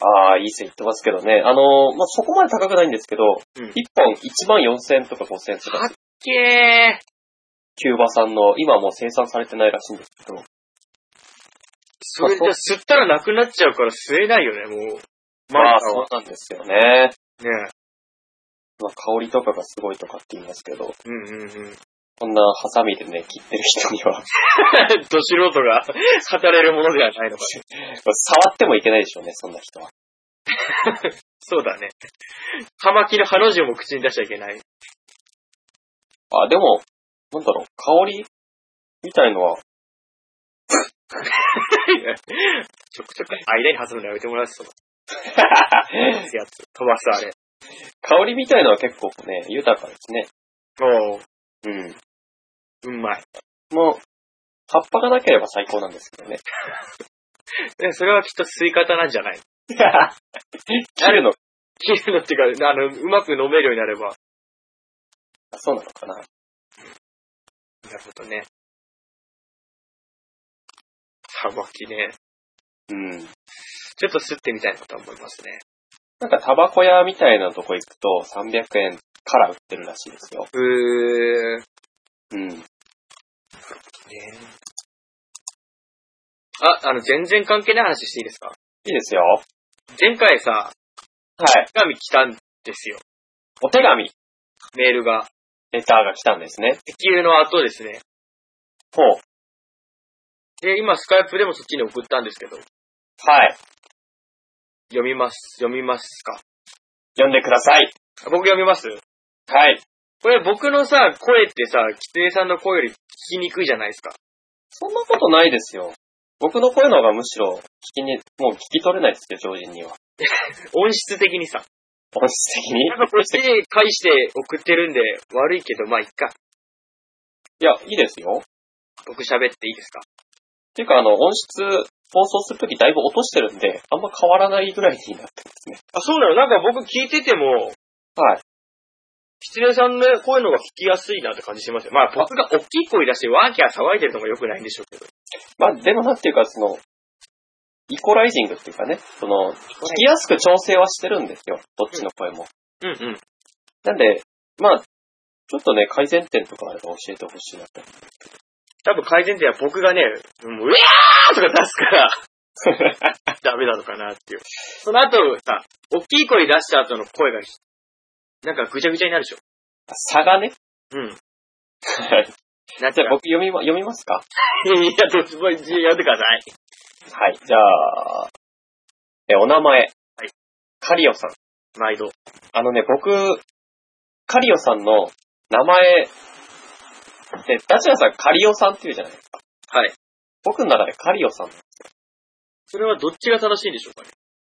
Speaker 2: ああ、いい線いってますけどね。あのーまあ、そこまで高くないんですけど、
Speaker 1: うん
Speaker 2: 一本1万4000とか5000と
Speaker 1: は
Speaker 2: か
Speaker 1: っ、けー。
Speaker 2: キューバ産の、今はもう生産されてないらしいんですけど、
Speaker 1: それじゃ吸ったらなくなっちゃうから吸えないよね、もう。
Speaker 2: まあ、
Speaker 1: マルタ
Speaker 2: そう
Speaker 1: は
Speaker 2: なんですよね。
Speaker 1: ね。
Speaker 2: まあ、香りとかがすごいとかって言いますけど、
Speaker 1: うんうん <laughs> うん。
Speaker 2: こんなハサミでね、切ってる人には、 <laughs>
Speaker 1: ど素人が <laughs> 語れるものではないのか。
Speaker 2: 触ってもいけないでしょうね、そんな人は。
Speaker 1: そうだね。葉巻の葉の字も口に出しちゃいけない。 <laughs>
Speaker 2: あ、でも、なんだろう、香りみたいのは、
Speaker 1: ちょくちょく間に挟むのやめてもらう <laughs> そのやつ。飛ばすあれ。
Speaker 2: 香りみたいのは結構ね、豊かですね。
Speaker 1: おう、
Speaker 2: うん。
Speaker 1: うまい。
Speaker 2: もう、葉っぱがなければ最高なんですけどね。
Speaker 1: でそれはきっと吸い方なんじゃない
Speaker 2: 切るの、
Speaker 1: 切るのっていうか、あの、うまく飲めるようになれば。
Speaker 2: そうなのかな。
Speaker 1: なるほどね。葉巻ね。
Speaker 2: うん。
Speaker 1: ちょっと吸ってみたいなとは思いますね。
Speaker 2: なんかタバコ屋みたいなとこ行くと300円から売ってるらしいですよ。
Speaker 1: うー。
Speaker 2: うん。
Speaker 1: あ、あの、全然関係ない話していいですか
Speaker 2: いいですよ。
Speaker 1: 前回さ、
Speaker 2: はい。
Speaker 1: 手紙来たんですよ。
Speaker 2: お手紙、
Speaker 1: メールが。
Speaker 2: レターが来たんですね。
Speaker 1: 石油の後ですね。
Speaker 2: ほう。
Speaker 1: で、今、スカイプでもそっちに送ったんですけど、
Speaker 2: はい。
Speaker 1: 読みます。読みますか。
Speaker 2: 読んでください。
Speaker 1: あ僕読みます
Speaker 2: はい。
Speaker 1: これ僕のさ、声ってさ、キツネさんの声より聞きにくいじゃないですか。
Speaker 2: そんなことないですよ。僕の声の方がむしろ聞きに、もう聞き取れないですよ、常人には。
Speaker 1: 音質的に <laughs> さ。
Speaker 2: 本質的に。
Speaker 1: やっぱこっちで返して送ってるんで、悪いけど、まあ、いっか。
Speaker 2: いや、いいですよ。
Speaker 1: 僕喋っていいですか
Speaker 2: ていうか、あの、音質、放送するときだいぶ落としてるんで、あんま変わらないぐらいになってますね。
Speaker 1: あ、そうなのなんか僕聞いてても、
Speaker 2: はい。
Speaker 1: キツネさんの声の方が聞きやすいなって感じしますよ。まあ、僕が大きい声出してワーキャー騒いでるのが良くないんでしょうけど。
Speaker 2: まあ、でもなんていうか、その、イコライジングっていうかね、その、聞きやすく調整はしてるんですよ。どっちの声も。
Speaker 1: うんうん。
Speaker 2: なんで、まあ、ちょっとね、改善点とかあれば教えてほしいなと。
Speaker 1: 多分改善点は僕がね、もう、うわーとか出すから、 <laughs> ダメなのかなっていう。その後さ、大きい声出した後の声が、なんかぐちゃぐちゃになるでしょ。
Speaker 2: 差がね。
Speaker 1: うん。
Speaker 2: はい
Speaker 1: なっ
Speaker 2: じ
Speaker 1: ち
Speaker 2: ゃ
Speaker 1: ゃ
Speaker 2: あ
Speaker 1: う。
Speaker 2: 僕読みま、読みますか
Speaker 1: <laughs> いや、どっちもやってください。
Speaker 2: はい。じゃあ、え、お名前。
Speaker 1: はい。
Speaker 2: カリオさん。
Speaker 1: 毎度。
Speaker 2: あのね、僕、カリオさんの名前、で、ダチナさんカリオさんって言うじゃないですか。
Speaker 1: はい。
Speaker 2: 僕の中でカリオさん。どっ
Speaker 1: それはどっちが正しいんでしょうかね。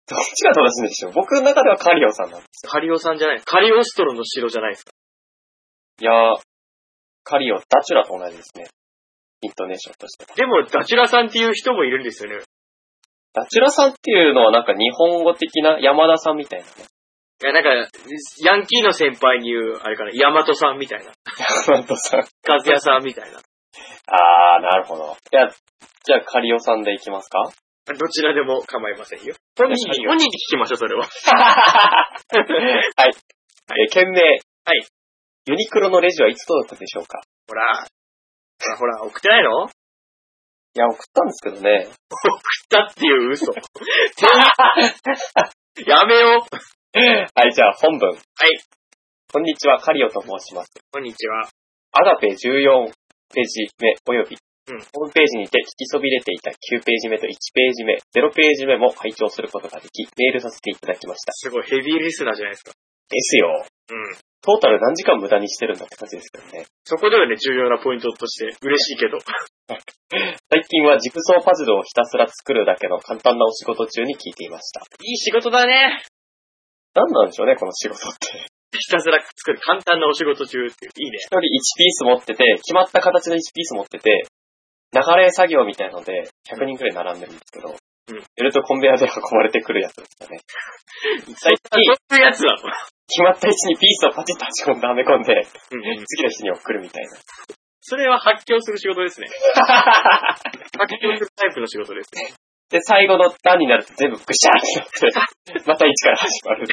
Speaker 2: ちが正しいんでしょう僕の中ではカリオさんなんですよ。
Speaker 1: カリオさんじゃない。カリオストロの城じゃないですか。
Speaker 2: いやー、カリオ、ダチュラと同じですね。イントネーションとして。
Speaker 1: でも、ダチュラさんっていう人もいるんですよね。
Speaker 2: ダチュラさんっていうのはなんか日本語的な山田さんみたいなね。
Speaker 1: いや、なんか、ヤンキーの先輩に言う、あれかな、ヤマトさんみたいな。
Speaker 2: 山田さん。
Speaker 1: カズヤさんみたいな。
Speaker 2: あー、なるほど。いや、じゃあカリオさんでいきます <laughs> か
Speaker 1: どちらでも構いませんよ。本人に、本人に聞きましょう、それは。。
Speaker 2: はい。えー、件名。はいユニクロのレジはいつ届くでしょうか
Speaker 1: <laughs> ほら。ほら、ほら、送ってないの
Speaker 2: いや、送ったんですけどね。
Speaker 1: だっていう嘘。 <laughs> てんやめよう。。
Speaker 2: はい、じゃあ本文。はいこんにちは、カリオと申します。
Speaker 1: こんにちは。
Speaker 2: アガペ14ページ目及び、
Speaker 1: うん
Speaker 2: ホームページにて聞きそびれていた9ページ目と1ページ目、0ページ目も拝聴することができ、メールさせていただきました。
Speaker 1: すごい、ヘビーリスナーじゃないですか。
Speaker 2: ですよ。
Speaker 1: うん。
Speaker 2: トータル何時間無駄にしてるんだって感じですけどね。
Speaker 1: そこではね、重要なポイントとして、嬉しいけど。
Speaker 2: 最近はジグソーパズルをひたすら作るだけの簡単なお仕事中に聞いていました。
Speaker 1: いい仕事だね。
Speaker 2: 何なんでしょうね、この仕事って。
Speaker 1: ひたすら作る簡単なお仕事中っていう。いいね
Speaker 2: 一。人1ピース持ってて、決まった形の1ピース持ってて、流れ作業みたいので、100人くらい並んでるんですけど、
Speaker 1: ん
Speaker 2: やるとコンベヤーで運ばれてくるやつですよね。最
Speaker 1: あ、
Speaker 2: 近、
Speaker 1: そういうやつなの。
Speaker 2: 決まった位置にピースをパチッと足をはめ込んで、
Speaker 1: うんうん。
Speaker 2: 次の人に送るみたいな。
Speaker 1: それは発狂する仕事 <laughs> ですね。発狂するタイプの仕事ですね。
Speaker 2: で、最後の段になると全部グシャーって
Speaker 1: <laughs>
Speaker 2: なって、また一から始まる。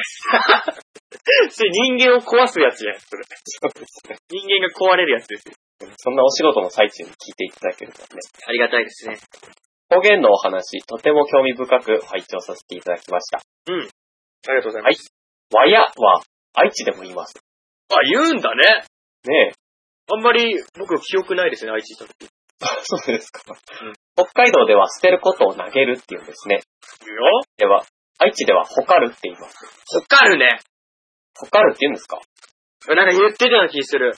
Speaker 1: それ人間を壊すやつじゃないそれ。
Speaker 2: そうですね。
Speaker 1: 人間が壊れるやつですよ。
Speaker 2: そんなお仕事の最中に聞いていただけるとね。
Speaker 1: ありがたいですね。
Speaker 2: 方言のお話、とても興味深く拝聴させていただきました。
Speaker 1: ありがとうござい
Speaker 2: ま
Speaker 1: ます
Speaker 2: わやは、愛知でも言います。
Speaker 1: い。あ、言うんだね。
Speaker 2: ねえ。
Speaker 1: あんまり僕記憶ないですね、愛知行った時。
Speaker 2: <laughs> そうですか
Speaker 1: ん。
Speaker 2: 北海道では捨てることを投げるっていうんですね。
Speaker 1: 言うよ。
Speaker 2: では、愛知ではほかるって言います。
Speaker 1: ほかるね。
Speaker 2: ほかるって言うんですか
Speaker 1: なんか言ってたような気する。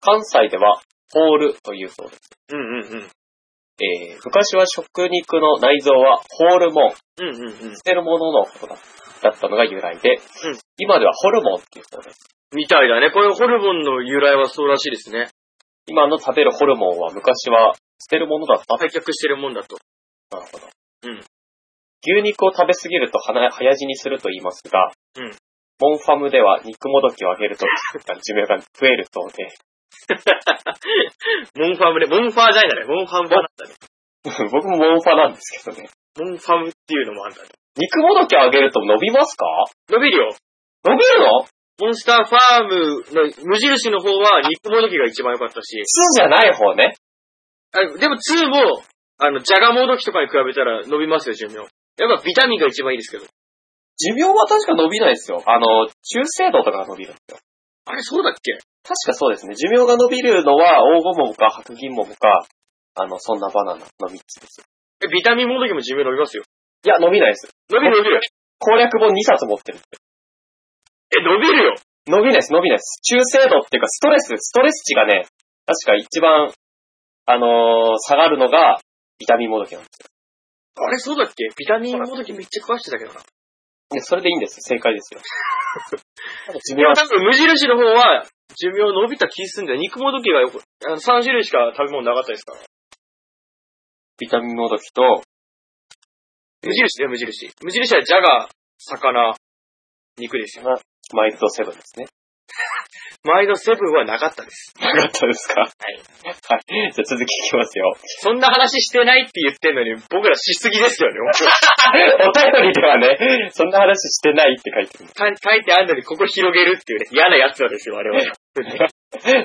Speaker 2: 関西では、ホールというそうです。
Speaker 1: うんうんうん。
Speaker 2: えー、昔は食肉の内臓はホールモン、
Speaker 1: うんうんうん。
Speaker 2: 捨てるもののことだだったのが由来で、
Speaker 1: うん
Speaker 2: 今ではホルモンっていうそうです。
Speaker 1: みたいだね。これホルモンの由来はそうらしいですね。
Speaker 2: 今の食べるホルモンは昔は捨てるものだった。
Speaker 1: 廃却してるもんだと。
Speaker 2: なるほど。
Speaker 1: うん
Speaker 2: 牛肉を食べ過ぎると鼻早死にすると言いますが、
Speaker 1: うん
Speaker 2: モンファムでは肉もどきをあげる
Speaker 1: <laughs>
Speaker 2: と寿命が増えるそうで、 <laughs>
Speaker 1: モンファムね。モンファーじゃないんだね。モンファムなんだね。
Speaker 2: 僕もモンファなんですけどね。
Speaker 1: モンファムっていうのもあんだね。
Speaker 2: 肉もどきをあげると伸びますか
Speaker 1: 伸びるよ。
Speaker 2: 伸びるの
Speaker 1: モンスターファームの無印の方は肉もどきが一番良かったし、
Speaker 2: 巣じゃない方ね。
Speaker 1: あでも2も、あの、じゃがもどきとかに比べたら伸びますよ、寿命。やっぱビタミンが一番いいですけど。
Speaker 2: 寿命は確か伸びないですよ。あの、中性度とかが伸びるんですよ。
Speaker 1: あれ、そうだっけ
Speaker 2: 確かそうですね。寿命が伸びるのは、黄金桃か白銀桃か、あの、そんなバナナの3つです。
Speaker 1: えビタミンもどきも寿命伸びますよ。
Speaker 2: いや、伸びないです。
Speaker 1: 伸びる伸びる。
Speaker 2: 攻略本2冊持ってる。
Speaker 1: え、伸びるよ。
Speaker 2: 伸びないです、伸びないです。中性度っていうか、ストレス、ストレス値がね、確か一番、あのー下がるのが、ビタミンもどきなんです
Speaker 1: あれ、そうだっけビタミンもどきめっちゃ壊してたけどな。
Speaker 2: でそれでいいんです。正解ですよ。あと寿
Speaker 1: で
Speaker 2: 命
Speaker 1: も
Speaker 2: は
Speaker 1: 多分無印の方は、寿命伸びた気すんだよ。肉もどきがよく、あの3種類しか食べ物なかったですから。
Speaker 2: ビタミンもどきと、
Speaker 1: 無印だよ、無印。無印はジャガー、魚、肉ですよ。
Speaker 2: マイルドセブンですね。
Speaker 1: 前のセブンはなかったです。
Speaker 2: なかったですかはい。はい。じゃあ続きいきますよ。
Speaker 1: そんな話してないって言ってんのに、僕らしすぎですよね。
Speaker 2: お便りではね、そんな話してないって書いてる。
Speaker 1: た書いてあんのにここ広げるっていうね、嫌なやつらですよ、我々は。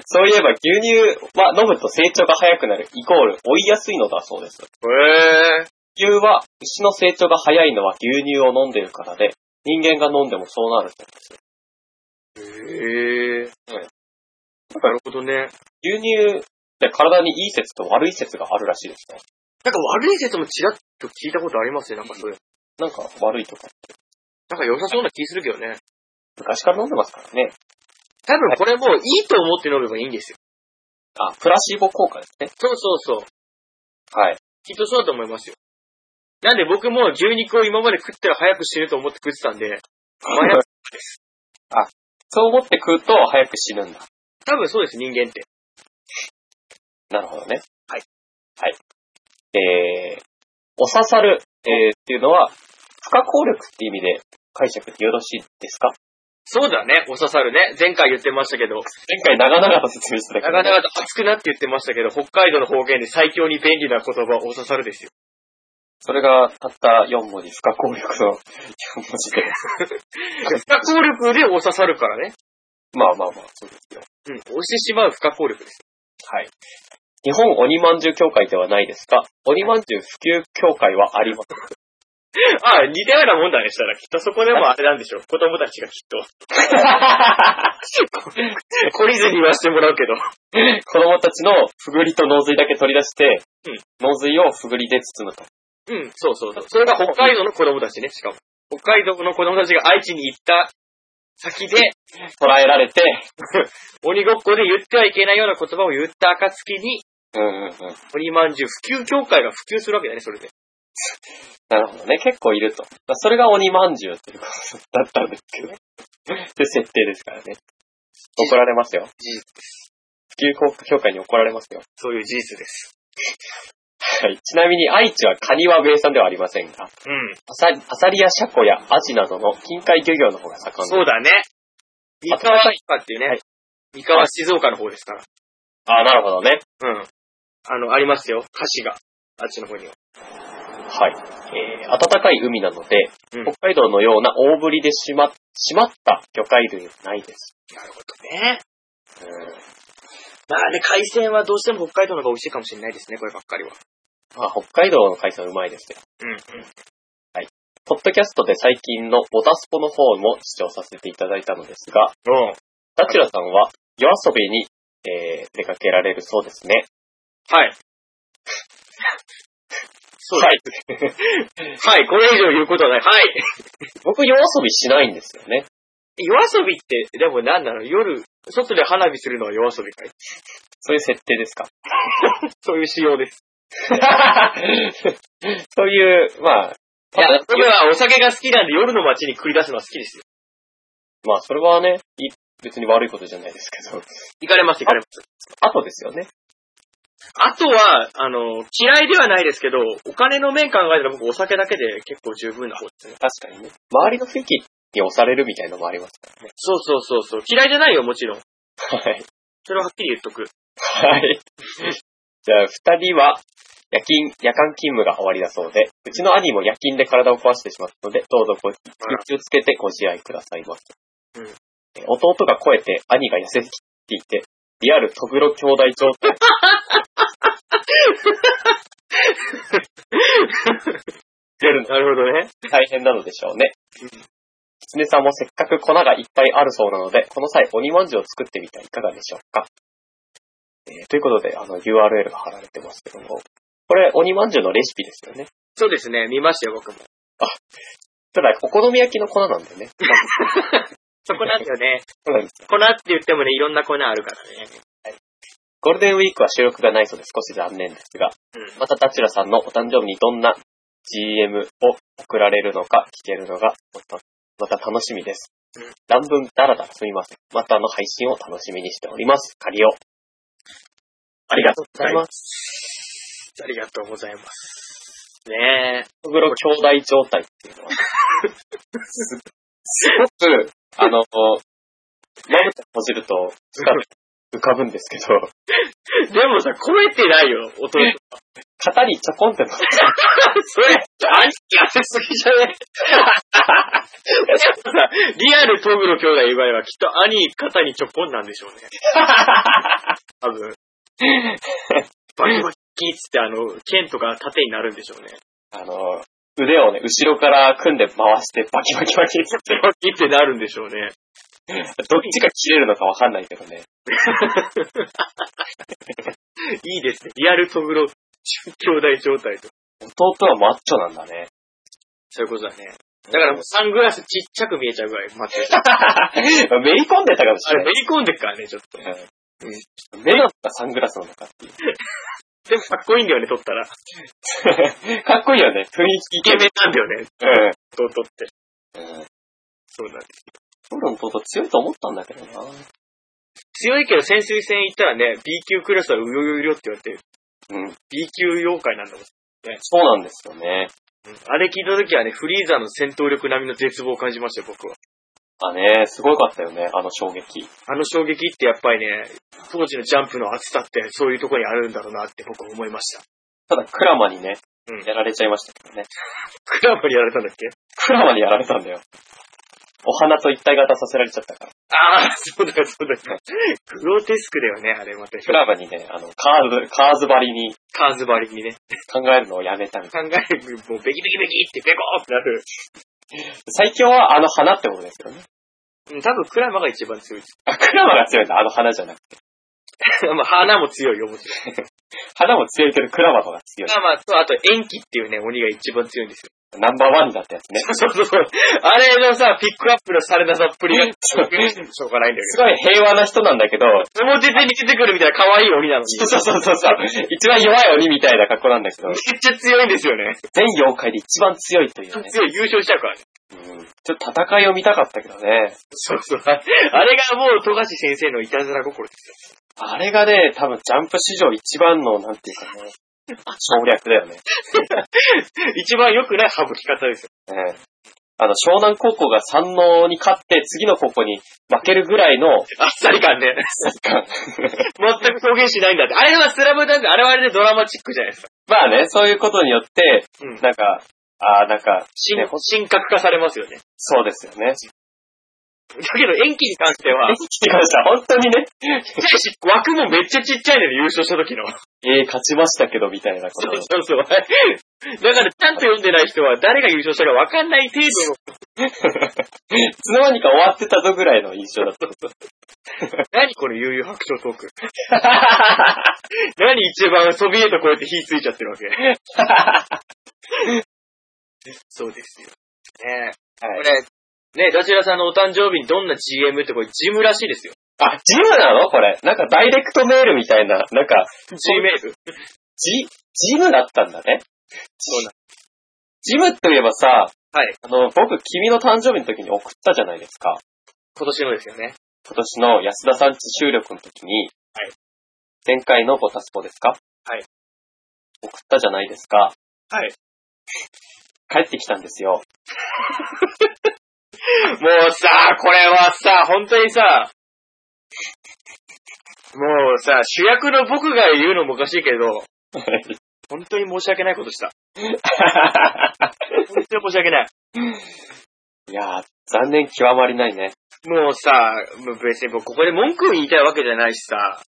Speaker 2: そういえば牛乳は飲むと成長が早くなる、イコール追いやすいのだそうです。
Speaker 1: へぇー。
Speaker 2: 牛は牛の成長が早いのは牛乳を飲んでるからで、人間が飲んでもそうなるそうですよ。
Speaker 1: へぇー。
Speaker 2: はい
Speaker 1: なるほどね。
Speaker 2: 牛乳って体にいい説と悪い説があるらしいですね。
Speaker 1: なんか悪い説もちらっと聞いたことありますね、なんかそういう。
Speaker 2: なんか悪いとか。
Speaker 1: なんか良さそうな気するけどね。
Speaker 2: 昔から飲んでますからね。
Speaker 1: 多分これもういいと思って飲めばいいんですよ。
Speaker 2: あ、プラシーボ効果ですね。
Speaker 1: そうそうそう。
Speaker 2: はい。
Speaker 1: きっとそうだと思いますよ。なんで僕も牛肉を今まで食ったら早く死ぬと思って食ってたんで、早く
Speaker 2: そう思って食うと早く死ぬんだ。
Speaker 1: 多分そうです、人間って。
Speaker 2: なるほどね。
Speaker 1: はい。
Speaker 2: はい。えー、お刺さる、えー、っていうのは、不可抗力って意味で解釈でよろしいですか
Speaker 1: そうだね、お刺さるね。前回言ってましたけど、
Speaker 2: 前回長々と説明してたけ
Speaker 1: な
Speaker 2: ど、
Speaker 1: かなか熱くなって言ってましたけど、北海道の方言で最強に便利な言葉、お刺さるですよ。
Speaker 2: それがたった4文字、不可抗力の4文字で。
Speaker 1: 不可抗力でお刺さるからね。
Speaker 2: まあまあまあ、そうですよ。
Speaker 1: うん、押してしまう不可抗力です。
Speaker 2: はい。日本鬼まんじゅう協会ではないですが、鬼まんじゅう普及協会はあります。
Speaker 1: ああ、似たようなもんだね、したら。きっとそこでもあれなんでしょう。子供たちがきっと。 <laughs> 懲りずに言わせてもらうけど。
Speaker 2: 子供たちのふぐりと脳髄だけ取り出して、
Speaker 1: うん
Speaker 2: 脳髄をふぐりで包むと。
Speaker 1: うん、そうそうそう。それが北海道の子供たちね、しかも。北海道の子供たちが愛知に行った先で、
Speaker 2: 捕らえられて、
Speaker 1: 鬼ごっこで言ってはいけないような言葉を言った暁に、
Speaker 2: うんうんうん。
Speaker 1: 鬼まんじゅう普及協会が普及するわけだね、それで。
Speaker 2: なるほどね。結構いると。まあそれが鬼まんじゅうということだったんですけど。で、設定ですからね。怒られますよ。
Speaker 1: 事実
Speaker 2: 普及協会に怒られますよ。
Speaker 1: そういう事実です。
Speaker 2: はい。ちなみに愛知はカニは名産ではありませんが、
Speaker 1: うん。
Speaker 2: アサリアサリやシャコやアジなどの近海漁業の方が盛んで
Speaker 1: そうだね。三河一家っていうね、三河静岡の方ですから。
Speaker 2: ああ、なるほどね。
Speaker 1: うん。あの、ありますよ。歌詞が。あっちの方には。
Speaker 2: はい。えー、暖かい海なので、
Speaker 1: うん
Speaker 2: 北海道のような大ぶりでしま、しまった魚介類はないです。
Speaker 1: なるほどね。
Speaker 2: う
Speaker 1: ま
Speaker 2: ん。
Speaker 1: あね、海鮮はどうしても北海道の方が美味しいかもしれないですね、こればっかりは。
Speaker 2: まあ、北海道の海鮮うまいですよ。
Speaker 1: うん、うん。
Speaker 2: ポッドキャストで最近のボタスポの方も視聴させていただいたのですが、
Speaker 1: うん。
Speaker 2: ダチュラさんは夜遊びに、えー、出かけられるそうですね。
Speaker 1: はい。そうだ
Speaker 2: はい。
Speaker 1: はい、これ以上言うことはない。はい。
Speaker 2: 僕夜遊びしないんですよね。
Speaker 1: 夜遊びって、でもなんなの夜、外で花火するのは夜遊びかい
Speaker 2: そういう設定ですか
Speaker 1: そういう仕様です。
Speaker 2: <laughs> そういう、まあ、
Speaker 1: いや、僕はお酒が好きなんで夜の街に繰り出すのは好きですよ。
Speaker 2: まあ、それはね、い別に悪いことじゃないですけど、 <laughs>
Speaker 1: 行かれます、行かれます。
Speaker 2: あとですよね。
Speaker 1: あとは、あの、嫌いではないですけど、お金の面考えたら僕お酒だけで結構十分な方ですね。
Speaker 2: 確かにね。周りの雰囲気に押されるみたいのもあります <laughs> からね。
Speaker 1: そうそうそうそう。嫌いじゃないよ、もちろん。
Speaker 2: はい。
Speaker 1: それははっきり言っとく。
Speaker 2: はい。じゃあ、二人は、夜勤、夜間勤務が終わりだそうで、うちの兄も夜勤で体を壊してしまったので、どうぞご気をつけてご自愛くださいませ。
Speaker 1: うん
Speaker 2: え弟が超えて、兄が痩せてきていて、リアルトグロ兄弟状態。
Speaker 1: なるほどね。
Speaker 2: 大変なのでしょうね。きつねさんもせっかく粉がいっぱいあるそうなので、この際鬼まんじゅうを作ってみてはいかがでしょうか。えーということで、あの URL が貼られてますけども、これ鬼まんじゅうのレシピですよね。
Speaker 1: そうですね、見ましたよ、僕も。
Speaker 2: ただ、お好み焼きの粉なんだよね。
Speaker 1: そこなんだよね。
Speaker 2: そうなんですよ
Speaker 1: 粉って言ってもね、いろんな粉あるからね。
Speaker 2: ゴールデンウィークは収録がないそうで少し残念ですが、
Speaker 1: うん
Speaker 2: またダチュラさんのお誕生日にどんな GM を送られるのか聞けるのがまたまた楽しみです
Speaker 1: うん。
Speaker 2: 乱文ダラダラすみません。またの配信を楽しみにしております。カリオ。ありがとうございます。
Speaker 1: す。ありがとうございます。ねえ。
Speaker 2: 小黒兄弟状態っていうのは、すすごく、あの、まぶた閉じると浮かぶ浮かぶんですけど、
Speaker 1: でもさ、超えてないよ、音。それ、
Speaker 2: 肩にちょこんってのっ
Speaker 1: <laughs> あんやってすぎじゃね <laughs> リアルトグロ兄弟以外はきっと兄方にちょこんなんでしょうね。多分。バキバキっつってあの、剣とか盾になるんでしょうね。 <laughs>
Speaker 2: あの、腕をね、後ろから組んで回してバキバキバキって、
Speaker 1: バキってなるんでしょうね。
Speaker 2: どっちが切れるのかわかんないけどね。
Speaker 1: いいですね。リアルトグロ兄弟状態と。
Speaker 2: 弟はマッチョなんだね。
Speaker 1: そういうことだね。だからもうサングラスちっちゃく見えちゃうぐらい待ってる。
Speaker 2: <laughs> めり込んでたかもし
Speaker 1: <laughs> あ
Speaker 2: れ
Speaker 1: れ、
Speaker 2: な
Speaker 1: め
Speaker 2: い。
Speaker 1: り込んでっからね、ちょっと。
Speaker 2: 目なのかサングラスな <laughs> のか。
Speaker 1: でもかっこいいんだよね、撮ったら。イ
Speaker 2: かっこいいよね。雰囲気イ
Speaker 1: ケメンなんだよね、
Speaker 2: ン。
Speaker 1: と撮って。
Speaker 2: うん。
Speaker 1: そうなんです。
Speaker 2: ソロの弟強いと思ったんだけどな。
Speaker 1: 強いけど潜水船行ったらね、B 級クラスはうようようよって言われて、
Speaker 2: うん。
Speaker 1: B 級妖怪なんだもん。
Speaker 2: そうなんですよね。
Speaker 1: あれ聞いた時はね、フリーザの戦闘力並みの絶望を感じましたよ、僕は。
Speaker 2: あね、すごかったよね、あの衝撃。
Speaker 1: あの衝撃ってやっぱりね、当時のジャンプの熱さってそういうところにあるんだろうなって僕は思いました。
Speaker 2: ただ、クラマにね、
Speaker 1: うん
Speaker 2: やられちゃいましたけどね。
Speaker 1: クランプにやられたんだっけ
Speaker 2: クラマにやられたんだよ。お花と一体型させられちゃったから。
Speaker 1: ああ、 <laughs> そうだよ、そうだよ。グロテスクだよね、あれまた。
Speaker 2: クラマにね、あの、カーズ、カーズ張りに
Speaker 1: カーズバリにね。
Speaker 2: 考えるのをやめたみたい
Speaker 1: 考える、もうベキベキベキってベコーってなる。
Speaker 2: な。最強はあの花ってことですよね。
Speaker 1: うん、多分クラマが一番強いです。 <laughs>
Speaker 2: あ、クラマが強いんだ、あの花じゃなくて。
Speaker 1: まあ、花も強いよ、もちろん。
Speaker 2: 花も強いけど、クラマの方が強い。
Speaker 1: クラマと、あと、延期っていうね、鬼が一番強いんですよ。
Speaker 2: ナンバーワンだったやつね。
Speaker 1: そうそうそう。あれのさ、ピックアップのされなさっぷりが、し
Speaker 2: そ
Speaker 1: ょ
Speaker 2: う
Speaker 1: うがないんだ
Speaker 2: す
Speaker 1: けど。
Speaker 2: ごい平和な人なんだけど、
Speaker 1: 相撲出てに出てくるみたいな可愛い鬼なのに。
Speaker 2: そうそうそうそうそう、一番弱い鬼みたいな格好なんだけど
Speaker 1: め、っちゃ強いんですよね。
Speaker 2: 全妖怪で一番強いというね。
Speaker 1: 強い、優勝しちゃうからね。
Speaker 2: うんちょっと戦いを見たかったけどね。
Speaker 1: そうそう。あれがもう、富樫先生のいたずら心ですよ。
Speaker 2: あれがね、多分ジャンプ史上一番の、なんていうかね、省略だよね。
Speaker 1: 一番良くない省き方ですよ。
Speaker 2: ねあの、湘南高校が山王に勝って、次の高校に負けるぐらいの、
Speaker 1: あっさり感ね。全く表現しないんだって。あれはスラムダンク、あれはあれでドラマチックじゃないですか。
Speaker 2: まあね、そういうことによって、
Speaker 1: うん。
Speaker 2: なんか、ああ、なんか、
Speaker 1: 深
Speaker 2: ね
Speaker 1: 深刻化されますよね。
Speaker 2: そうですよね。 <laughs>
Speaker 1: だけど、延期に関しては、
Speaker 2: 生きてました、本当にね。
Speaker 1: 枠もめっちゃちっちゃいのよ、優勝した時の。
Speaker 2: えー、勝ちましたけど、みたいなこ
Speaker 1: そ
Speaker 2: と
Speaker 1: う。そうそう。だから、ちゃんと読んでない人は、誰が優勝したか分かんない程度の、
Speaker 2: いつの間にか終わってたぞぐらいの印象だった。
Speaker 1: 何 <laughs> この悠々白書トーク。 <laughs> 何一番ソビエトこうやって火ついちゃってるわけ。 <laughs> そうですよ。ねえ。こ
Speaker 2: はい、
Speaker 1: れ、ねえ、ダチュラさんのお誕生日にどんな GM ってこれ、ジムらしいですよ。
Speaker 2: あ、ジムなのこれ。なんかダイレクトメールみたいな、なんか、
Speaker 1: G メール。
Speaker 2: ジ、ジムだったんだね。
Speaker 1: そうな
Speaker 2: ジムといえばさ、
Speaker 1: はい。
Speaker 2: あの、僕、君の誕生日の時に送ったじゃないですか。
Speaker 1: 今年のですよね。
Speaker 2: 今年の安田さんち収録の時に、
Speaker 1: はい。
Speaker 2: 前回のボタスポですか
Speaker 1: はい。
Speaker 2: 送ったじゃないですか。
Speaker 1: はい。
Speaker 2: 帰ってきたんですよ。
Speaker 1: も
Speaker 2: <laughs>
Speaker 1: うさ、これはさ、本当にさ、もうさ、主役の僕が言うのもおかしいけど、本当に申し訳ないことした。本当に申し訳ない。
Speaker 2: いやー、残念極まりないね。
Speaker 1: もうさ、もう別に僕ここで文句を言いたいわけじゃないしさ、 <laughs>
Speaker 2: は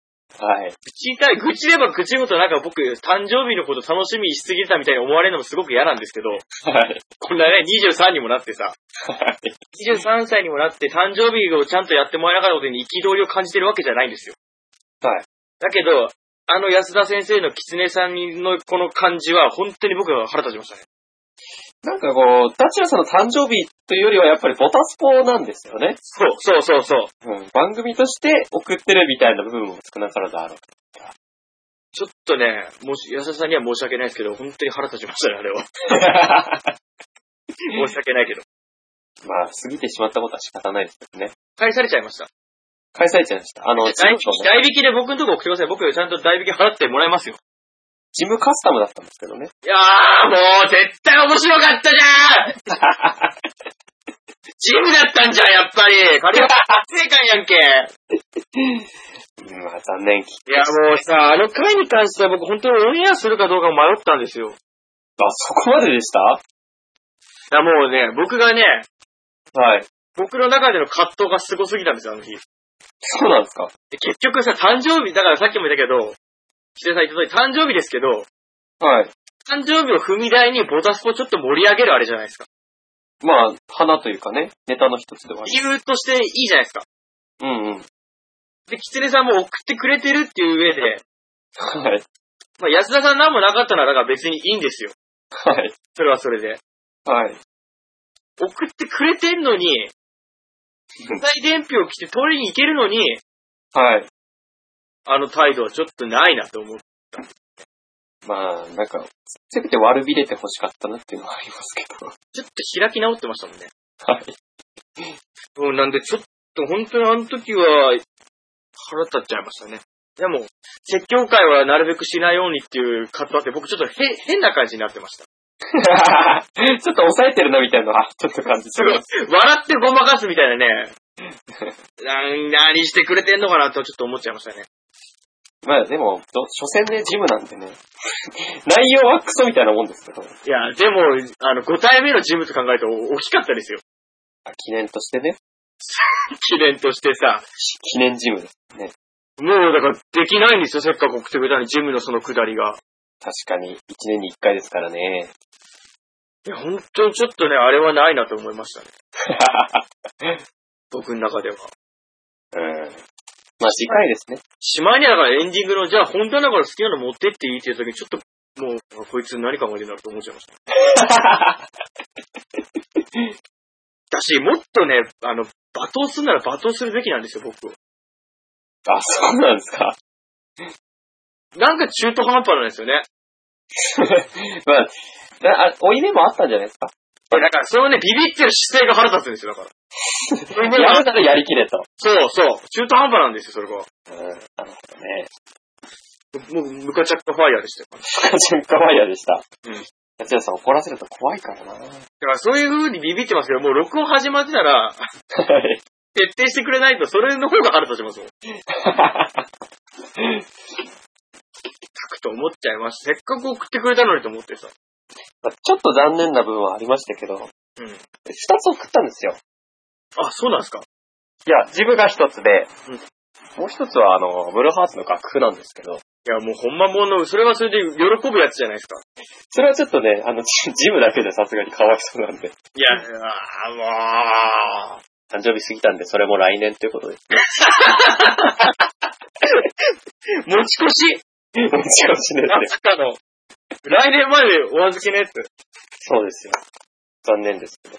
Speaker 2: い。
Speaker 1: 口痛い、愚痴れば愚痴るほどなんか僕、誕生日のこと楽しみにしすぎてたみたいに思われるのもすごく嫌なんですけど、
Speaker 2: はい。
Speaker 1: こんなね、23にもなってさ、
Speaker 2: はい。
Speaker 1: 23歳にもなって誕生日をちゃんとやってもらえなかったことに憤りを感じてるわけじゃないんですよ。
Speaker 2: はい。
Speaker 1: だけど、あの安田先生の狐さんのこの感じは本当に僕は腹立ちましたね。
Speaker 2: なんかこう、ダチュラさんの誕生日というよりはやっぱりボタスポなんですよね。
Speaker 1: そう、そうそうそう。
Speaker 2: うん。番組として送ってるみたいな部分も少なからずある。 <laughs>
Speaker 1: ちょっとね、もし、安田さんには申し訳ないですけど、本当に腹立ちましたね、あれ <laughs> は。申し訳ないけど。
Speaker 2: まあ、過ぎてしまったことは仕方ないですけどね。
Speaker 1: 返されちゃいました。
Speaker 2: 開催ちゃいました。あの、事
Speaker 1: 代
Speaker 2: 務
Speaker 1: 引き、代引きで僕のとこ送ってください。僕ちゃんと代引き払ってもらいますよ。
Speaker 2: ジムカスタムだったんですけどね。
Speaker 1: いやー、もう絶対面白かったじゃ <laughs> んジムだったんじゃん、やっぱり借りは達成感やんけい
Speaker 2: うんまあ、残念。
Speaker 1: や、もうさ、あの回に関しては僕本当にオンエアするかどうか迷ったんですよ。い
Speaker 2: あ、そこまででした
Speaker 1: や、もうね、僕がね、
Speaker 2: はい。
Speaker 1: 僕の中での葛藤がすごすぎたんですよ、あの日。
Speaker 2: そうなんですか
Speaker 1: で結局さ、誕生日、だからさっきも言ったけど、指定さん言った通り誕生日ですけど、
Speaker 2: はい。
Speaker 1: 誕生日を踏み台にボタスポちょっと盛り上げるあれじゃないですか。
Speaker 2: まあ、花というかね、ネタの一つではあ
Speaker 1: 理由としていいじゃないですか。
Speaker 2: る。うんうん。
Speaker 1: で、キツネさんも送ってくれてるっていう上で、
Speaker 2: はい。
Speaker 1: まあ、安田さん何もなかったなら、だから別にいいんですよ。
Speaker 2: はい。
Speaker 1: それはそれで。
Speaker 2: はい。
Speaker 1: 送ってくれてんのに、大伝票来て取りに行けるのに、
Speaker 2: はい。
Speaker 1: あの態度はちょっとないなと思う。
Speaker 2: まあ、なんか、せめて悪びれて欲しかったなっていうのはありますけど。 <laughs>
Speaker 1: ちょっと開き直ってましたもんね。
Speaker 2: はい。
Speaker 1: うん、なんでちょっと本当にあの時は、腹立っちゃいましたね。でも、説教会はなるべくしないようにっていう方って僕ちょっとへ変な感じになってました。
Speaker 2: <laughs> ちょっと抑えてるなみたいなのは、ちょっと感じちゃいます。
Speaker 1: 笑ってごまかすみたいなね。なん何してくれてんのかなとちょっと思っちゃいましたね。
Speaker 2: まあでも、ど所詮ね、ジムなんでね、内容はクソみたいなもんですけど、
Speaker 1: いや、でも、あの、5体目のジムと考えると大きかったですよ。
Speaker 2: 記念としてね、
Speaker 1: 記念としてさ。
Speaker 2: 記念ジムです。
Speaker 1: もうだからできないんですよ、せっかく送ってくれたのに、ジムのその下りが。
Speaker 2: 確かに、一年に一回ですからね。
Speaker 1: いや、本当にちょっとね、あれはないなと思いましたね。僕の中では。
Speaker 2: うん。まあ次回ですね。
Speaker 1: しまいにはだからエンディングの、じゃあ本当はだから好きなの持ってっていいっていう時に、ちょっと、もう、こいつ何考えてんだろうと思っちゃいました。だし、もっとね、あの、罵倒するなら罵倒するべきなんですよ、僕を。
Speaker 2: あ、そうなんですか。
Speaker 1: なんか中途半端なんですよね。
Speaker 2: まあ、なあ、追い目もあったんじゃないですか。
Speaker 1: だから、それをね、ビビってる姿勢が腹立つんですよ、だから。追い目
Speaker 2: <laughs> や
Speaker 1: が
Speaker 2: るならやりきれと。
Speaker 1: そうそう。中途半端なんですよ、それが。
Speaker 2: うん、なるほどね。
Speaker 1: もう、ムカチャッカファイヤーでしたよ。
Speaker 2: ジムカワイヤーでした。
Speaker 1: うん。
Speaker 2: 達也さん怒らせると怖いからな。はい。
Speaker 1: だからそういう風にビビってますけど、もう録音始まってたら、徹
Speaker 2: <laughs>
Speaker 1: 底してくれないと、それの方が腹立ちますもん。書くと思っちゃいました。せっかく送ってくれたのにと思ってさ。
Speaker 2: まあちょっと残念な部分はありましたけど、
Speaker 1: うん。
Speaker 2: 二つ送ったんですよ。
Speaker 1: あ、そうなんですか
Speaker 2: いや、ジムが一つで、
Speaker 1: うん
Speaker 2: もう一つはあの、ブルーハーツの楽譜なんですけど、
Speaker 1: いや、もうほんまもの、それはそれで喜ぶやつじゃないですか。
Speaker 2: それはちょっとね、あの、ジジムだけでさすがにかわいそうなんで、
Speaker 1: いや、あーもう。
Speaker 2: 誕生日過ぎたんで、それも来年ということで。
Speaker 1: 持ち越し
Speaker 2: もちろんしね
Speaker 1: ま
Speaker 2: って。
Speaker 1: さかの。来年までお預けのやつ。
Speaker 2: そうですよ。残念ですけど。い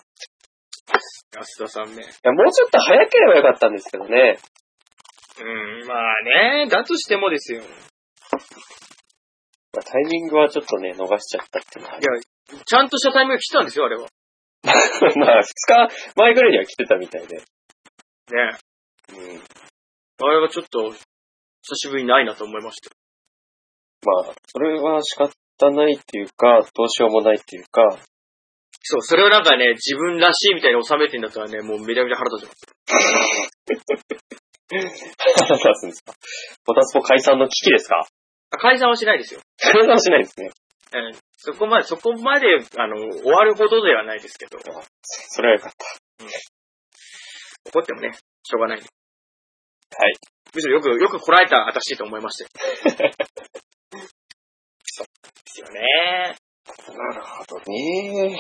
Speaker 1: 安田さんね。
Speaker 2: や、もうちょっと早ければよかったんですけどね。
Speaker 1: うん、まあね、だとしてもですよ。
Speaker 2: まあ、タイミングはちょっとね、逃しちゃったっていうのはあり。
Speaker 1: ちゃんとしたタイミング来たんですよ、あれは。
Speaker 2: <laughs> まあ、二日前ぐらいには来てたみたいで。
Speaker 1: ね
Speaker 2: うん。
Speaker 1: あれはちょっと、久しぶりにないなと思いました。
Speaker 2: まあ、それは仕方ないっていうか、どうしようもないっていうか、
Speaker 1: そう、それをなんかね、自分らしいみたいに収めてんだったらね、もうめちゃめちゃ腹立ちます。
Speaker 2: 腹立つんですか。ボタスポ解散の危機ですか
Speaker 1: あ解散はしないですよ。
Speaker 2: 解散しないですね。
Speaker 1: うんそこまで、そこまで、あの、終わるほどではないですけど、
Speaker 2: それはよかっ
Speaker 1: 怒ってもね、しょうがない。
Speaker 2: た。はい。
Speaker 1: むしろよく、よくこらえた私と思いましたよ。そうですよね。
Speaker 2: なるほどね。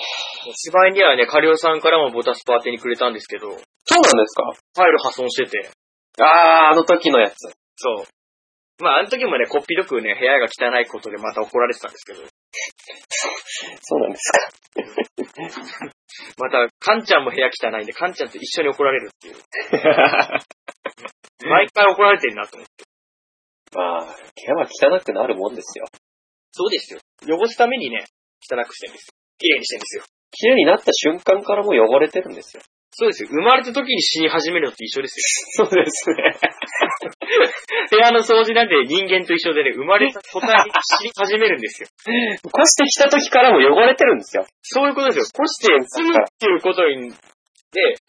Speaker 1: 芝居にはね、カリオさんからもボタスパーテにくれたんですけど、フ
Speaker 2: そうなんですか
Speaker 1: ァイル破損してて、
Speaker 2: あー、あの時のやつ。
Speaker 1: そう。まあ、あの時もね、こっぴどくね、部屋が汚いことでまた怒られてたんですけど、
Speaker 2: そうなんですか。
Speaker 1: また、カンちゃんも部屋汚いんで、カンちゃんと一緒に怒られるっていう。毎回怒られてるなと思って。
Speaker 2: まあ、部屋は汚くなるもんですよ。
Speaker 1: そうですよ。汚すためにね、汚くしてるんですよ。綺麗にしてるんですよ。
Speaker 2: 綺麗になった瞬間からもう汚れてるんですよ。
Speaker 1: そうですよ。生まれた時に死に始めるのと一緒ですよ。
Speaker 2: そうですね。
Speaker 1: <laughs> 部屋の掃除なんて人間と一緒でね、生まれた途端に死に始めるんですよ。
Speaker 2: 越してきた時からも汚れてるんですよ。
Speaker 1: そういうことですよ。越して住むっていうことに、で、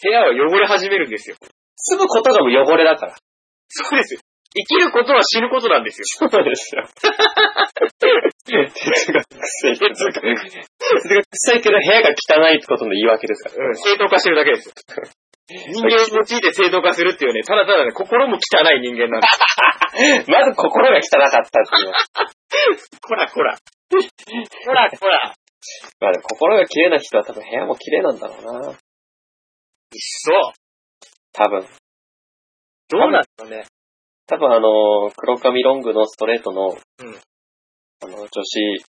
Speaker 1: 部屋は汚れ始めるんですよ。
Speaker 2: 住むことがもう汚れだから。
Speaker 1: そうですよ。生きることは死ぬことなんですよ。
Speaker 2: そう <laughs> ですよ。哲学臭い。哲学臭いけど部屋が汚いってことの言い訳ですから。
Speaker 1: うん、正当化してるだけですよ。人間を用いて正当化するっていうね、ただただね、心も汚い人間なんです。
Speaker 2: まず心が汚かったっていうのは。
Speaker 1: こらこら。 <laughs> こらこら。
Speaker 2: まあでも心が綺麗な人は多分部屋も綺麗なんだろう
Speaker 1: い
Speaker 2: な。
Speaker 1: っそ。
Speaker 2: 多分。
Speaker 1: どうなんだろうね。
Speaker 2: 多分あのー黒髪ロングのストレートの、
Speaker 1: ん
Speaker 2: あの、女子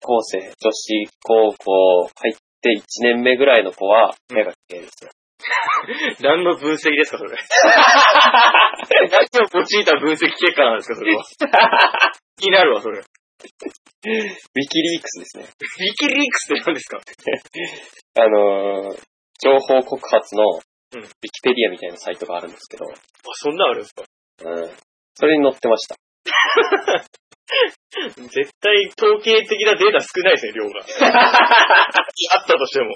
Speaker 2: 高生、女子高校入って1年目ぐらいの子は、部屋が綺麗ですよ。
Speaker 1: 何の分析ですか、それ。何を用いた分析結果なんですか、そ <laughs> れは。気になるわ、それ。
Speaker 2: ウィキリークスですね。
Speaker 1: ウィキリークスって何ですか
Speaker 2: あのー情報告発の、ウ
Speaker 1: ん
Speaker 2: ィキペディアみたいなサイトがあるんですけど、
Speaker 1: あ、そんなんあるんですか
Speaker 2: うん。それに載ってました。
Speaker 1: 絶対統計的なデータ少ないですね、量 <laughs> が。あったとしても。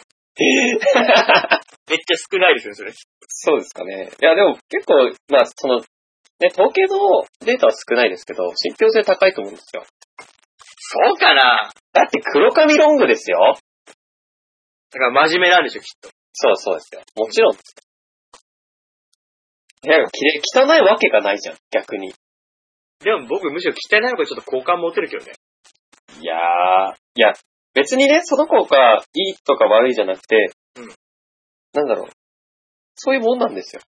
Speaker 1: めっちゃ少ないですね、それ。
Speaker 2: そうですかね。いや、でも結構、まあ、その、ね、統計のデータは少ないですけど、信憑性高いと思うんですよ。
Speaker 1: そうかな
Speaker 2: だって黒髪ロングですよ。
Speaker 1: だから真面目なんでしょ、きっと。
Speaker 2: そうそうですよ。もちろんですよ。部屋が綺麗、汚いわけがないじゃん、逆に。
Speaker 1: でも僕、むしろ汚いのがちょっと好感持てるけどね。
Speaker 2: いやー、いや、別にね、その子がいいとか悪いじゃなくて、
Speaker 1: うん
Speaker 2: なんだろう。そういうもんなんですよ。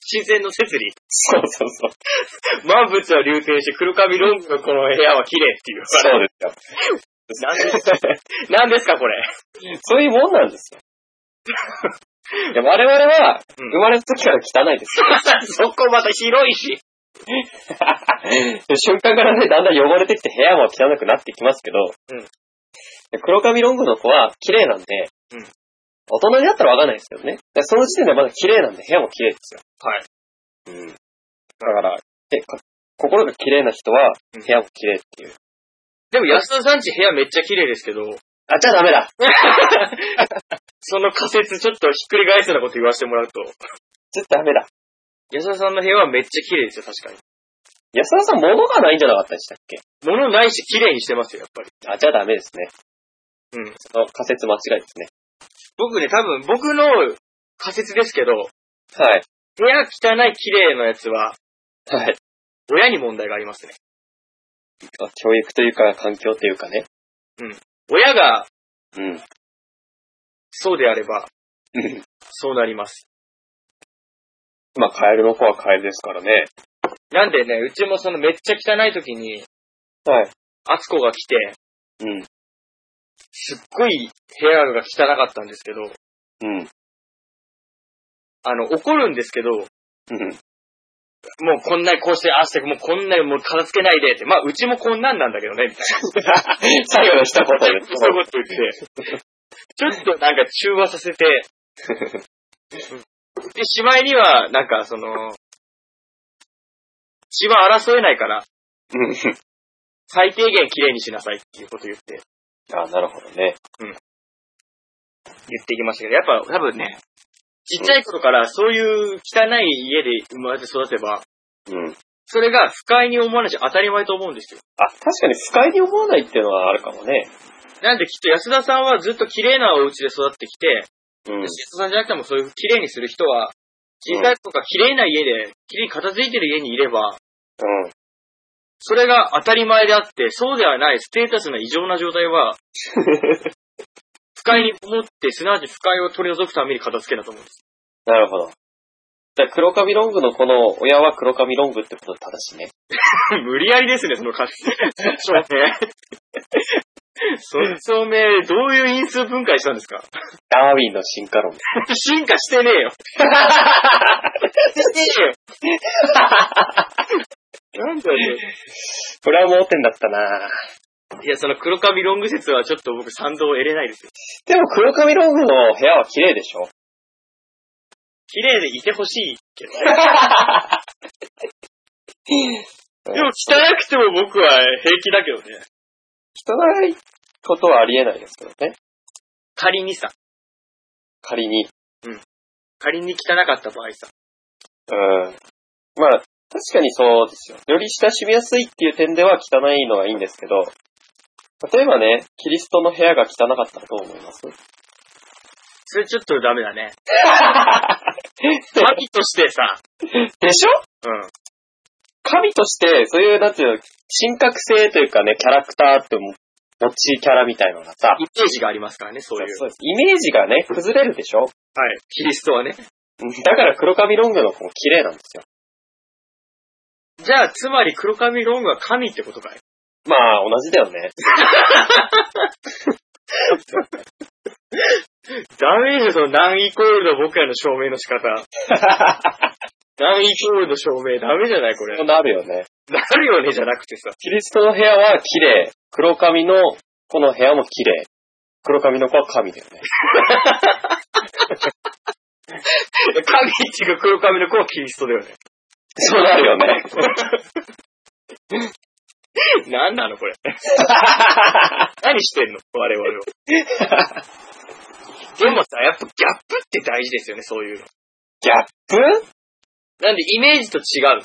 Speaker 1: 新鮮の摂理。
Speaker 2: そうそうそう。
Speaker 1: 万物は流転して黒髪ロングのこの部屋は綺麗っていう。
Speaker 2: そうですよ。
Speaker 1: <laughs> 何ですか何ですか、これ。
Speaker 2: そういうもんなん <laughs> ですよ。いや我々は、
Speaker 1: うん
Speaker 2: 生まれた時から汚いですよ。
Speaker 1: <laughs> そこまた広いし。
Speaker 2: <laughs> 瞬間からね、だんだん汚れてきて部屋も汚くなってきますけど、
Speaker 1: うん
Speaker 2: で黒髪ロングの子は綺麗なんで、
Speaker 1: うん
Speaker 2: 大人になったらわかんないですけどね。でその時点でまだ綺麗なんで部屋も綺麗ですよ。
Speaker 1: はい。
Speaker 2: うん。だから、えか心が綺麗な人は
Speaker 1: うん
Speaker 2: 部屋も綺麗っていう。
Speaker 1: でも安田さんち部屋めっちゃ綺麗ですけど、
Speaker 2: あ、じゃあダメだ
Speaker 1: その仮説ちょっとひっくり返すようなこと言わせてもらうと、
Speaker 2: 絶対ダメだ
Speaker 1: 安田さんの部屋はめっちゃ綺麗ですよ、確かに。
Speaker 2: 安田さん物がないんじゃなかったでしたっけ
Speaker 1: 物ないし綺麗にしてますよ、やっぱり。
Speaker 2: あ、じゃあダメですね。
Speaker 1: うん。
Speaker 2: その仮説間違いですね。
Speaker 1: 僕ね、多分僕の仮説ですけど、
Speaker 2: はい。
Speaker 1: 部屋汚い綺麗のやつは、
Speaker 2: はい。
Speaker 1: 親に問題がありますね。
Speaker 2: まあ教育というか環境というかね。
Speaker 1: 親が
Speaker 2: うん。 <laughs>
Speaker 1: そうであれば、
Speaker 2: うん
Speaker 1: そうなります。
Speaker 2: まあカエルの子はカエルですからね。
Speaker 1: なんでね、うちもそのめっちゃ汚い時に、
Speaker 2: はい。
Speaker 1: 厚子が来て、
Speaker 2: うん。
Speaker 1: すっごい部屋が汚かったんですけど、
Speaker 2: うん。
Speaker 1: あの、怒るんですけど、も
Speaker 2: うん。
Speaker 1: うこんなにこうして、ああして、もうこんなにもう片付けないでって、まあ、うちもこんなんなんだけどね、みたい
Speaker 2: 最後の一
Speaker 1: な。
Speaker 2: 言で
Speaker 1: そういうこと言って、ちょっとなんか中和させて、で、しまいには、なんかその、血は争えないから、
Speaker 2: す。うん。
Speaker 1: 最低限綺麗にしなさいっていうこと言って、
Speaker 2: あ、なるほどね。
Speaker 1: 言ってきましたけど、やっぱ多分ね、ちっちゃい頃からそういう汚い家で生まれて育てば、
Speaker 2: うん。
Speaker 1: それが不快に思わないし当たり前と思うんですよ。
Speaker 2: あ、確かに不快に思わないっていうのはあるかもね。
Speaker 1: なんできっと安田さんはずっと綺麗なお家で育ってきて、
Speaker 2: うん
Speaker 1: 安田さんじゃなくてもそういう綺麗にする人は小さいとか綺麗な家で、綺麗に片付いてる家にいれば、
Speaker 2: うん。
Speaker 1: それが当たり前であって、そうではないステータスの異常な状態は、不快に思って、すなわち不快を取り除くために片付けだと思うんです。
Speaker 2: なるほど。だから黒髪ロングのこの親は黒髪ロングってことで正しいね。
Speaker 1: 無理やりですね、その感じ。証明。 <laughs> その証明、どういう因数分解したんですか
Speaker 2: ダーウィンの進化論。
Speaker 1: 進化してね <laughs> えよ。してねえよ。なんだよ。
Speaker 2: これは盲点だったない
Speaker 1: や、その黒髪ロング説はちょっと僕賛同を得れないですよ。
Speaker 2: でも黒髪ロングの部屋は綺麗でしょ
Speaker 1: 綺麗でいてほしいけど。 <laughs> でも汚くても僕は平気だけどね。
Speaker 2: 汚いことはありえないですけどね。
Speaker 1: 仮にさ、
Speaker 2: 仮に。
Speaker 1: 仮に汚かった場合さ。
Speaker 2: うん。まあ、確かにそうですよ。より親しみやすいっていう点では汚いのがいいんですけど、例えばね、キリストの部屋が汚かったらどう思います
Speaker 1: それちょっとダメだ <laughs> ね。神としてさ、
Speaker 2: でしょ
Speaker 1: うん。
Speaker 2: 神として、そういう、なんていうの、神格性というかね、キャラクターっても、持ちキャラみたいのがさ、
Speaker 1: イメージがありますからね、そういう。
Speaker 2: そうですイメージがね、崩れるでしょ
Speaker 1: はい。キリストはね。
Speaker 2: だから黒髪ロングの子も綺麗なんですよ。
Speaker 1: じゃあ、つまり黒髪ロングは神ってことかい
Speaker 2: まあ、同じだよね。
Speaker 1: ダメージそのナンイコールの僕らの証明の仕
Speaker 2: <laughs>
Speaker 1: 方。ナンイコールの証明ダメじゃないこれ。
Speaker 2: なるよね。
Speaker 1: なるよねじゃなくてさ。
Speaker 2: キリストの部屋は綺麗。黒髪の子の部屋も綺麗。黒髪の子は神だよね。
Speaker 1: 神っていうか黒髪の子はキリストだよね。
Speaker 2: そうなるよね。
Speaker 1: なんなの
Speaker 2: <laughs>
Speaker 1: これ。何してんの我々は。でもさ、やっぱギャップって大事ですよね、そういうの。
Speaker 2: ギャップ
Speaker 1: なんでイメージと違う。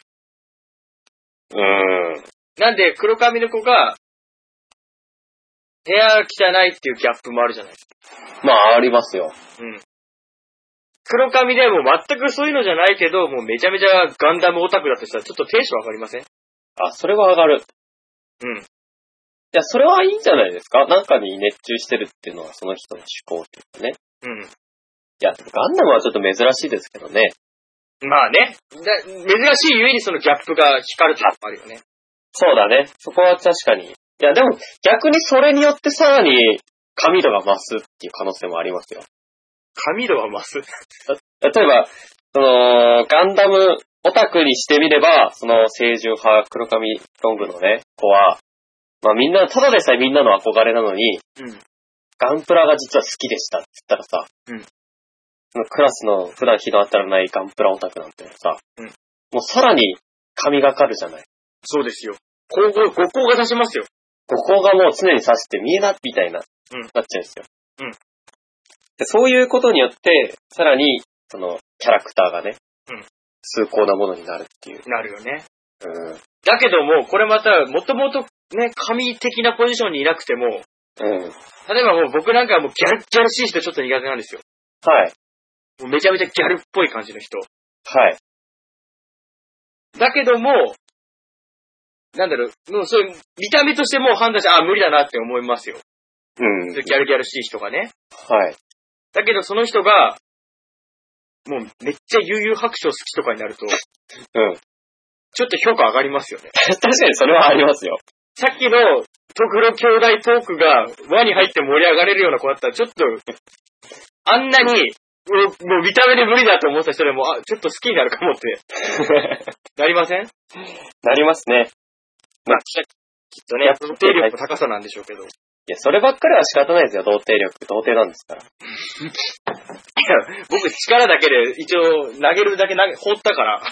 Speaker 2: うーん。
Speaker 1: なんで黒髪の子が、部屋汚いっていうギャップもあるじゃないですか。
Speaker 2: まあ、ありますよ。
Speaker 1: 黒髪でも全くそういうのじゃないけど、もうめちゃめちゃガンダムオタクだとしたらちょっとテンション上がりません
Speaker 2: あ、それは上がる。
Speaker 1: うん
Speaker 2: いや、それはいいんじゃないですかなんかに熱中してるっていうのはその人の思考というかね。
Speaker 1: う
Speaker 2: いや、でもガンダムはちょっと珍しいですけどね。
Speaker 1: ん。まあね。だ珍しいゆえにそのギャップが光るってこともあるよね。
Speaker 2: そうだね。そこは確かに。いや、でも逆にそれによってさらに神度が増すっていう可能性もありますよ。
Speaker 1: 髪度は増す。
Speaker 2: 例えば、その、ガンダムオタクにしてみれば、その、清純派、黒髪ロングのね、子は、まあみんな、ただでさえみんなの憧れなのに、
Speaker 1: うん
Speaker 2: ガンプラが実は好きでしたって言ったらさ、
Speaker 1: うん
Speaker 2: そのクラスの普段日の当たらないガンプラオタクなんてさ、
Speaker 1: うん
Speaker 2: もうさらに神がかるじゃない。
Speaker 1: そうですよ。高校、五校が出しますよ。
Speaker 2: ここがもう常に刺して見えな、みたいな、
Speaker 1: うん
Speaker 2: なっちゃうんですよ。
Speaker 1: うん
Speaker 2: でそういうことによって、さらに、その、キャラクターがね、
Speaker 1: うん
Speaker 2: 崇高なものになるっていう。
Speaker 1: なるよね。
Speaker 2: うん。
Speaker 1: だけども、これまた、もともとね、神的なポジションにいなくても、
Speaker 2: うん。
Speaker 1: 例えばもう僕なんかはもうギャルギャルしい人ちょっと苦手なんですよ。
Speaker 2: はい。
Speaker 1: もうめちゃめちゃギャルっぽい感じの人。
Speaker 2: はい。
Speaker 1: だけども、なんだろう、もうそういう、見た目としてもう判断して、あ、無理だなって思いますよ。
Speaker 2: うん。
Speaker 1: ギャルギャルしい人がね。
Speaker 2: はい。 <laughs>
Speaker 1: だけどその人が、もうめっちゃ悠々白書好きとかになると、
Speaker 2: うん。
Speaker 1: ちょっと評価上がりますよね。
Speaker 2: 確かにそれはありますよ。
Speaker 1: さっきの、トクロ兄弟トークが輪に入って盛り上がれるような子だったら、ちょっと、あんなに、もうもう見た目で無理だと思った人でも、あ、ちょっと好きになるかもって、
Speaker 2: <laughs>
Speaker 1: なりません
Speaker 2: なりますね。
Speaker 1: まあ、きっとね、想定力の高さなんでしょうけど。
Speaker 2: いや、そればっかりは仕方ないですよ。童貞力。童貞なんですから。
Speaker 1: 僕、力だけで、一応、投げるだけ投げ、放った <laughs> から、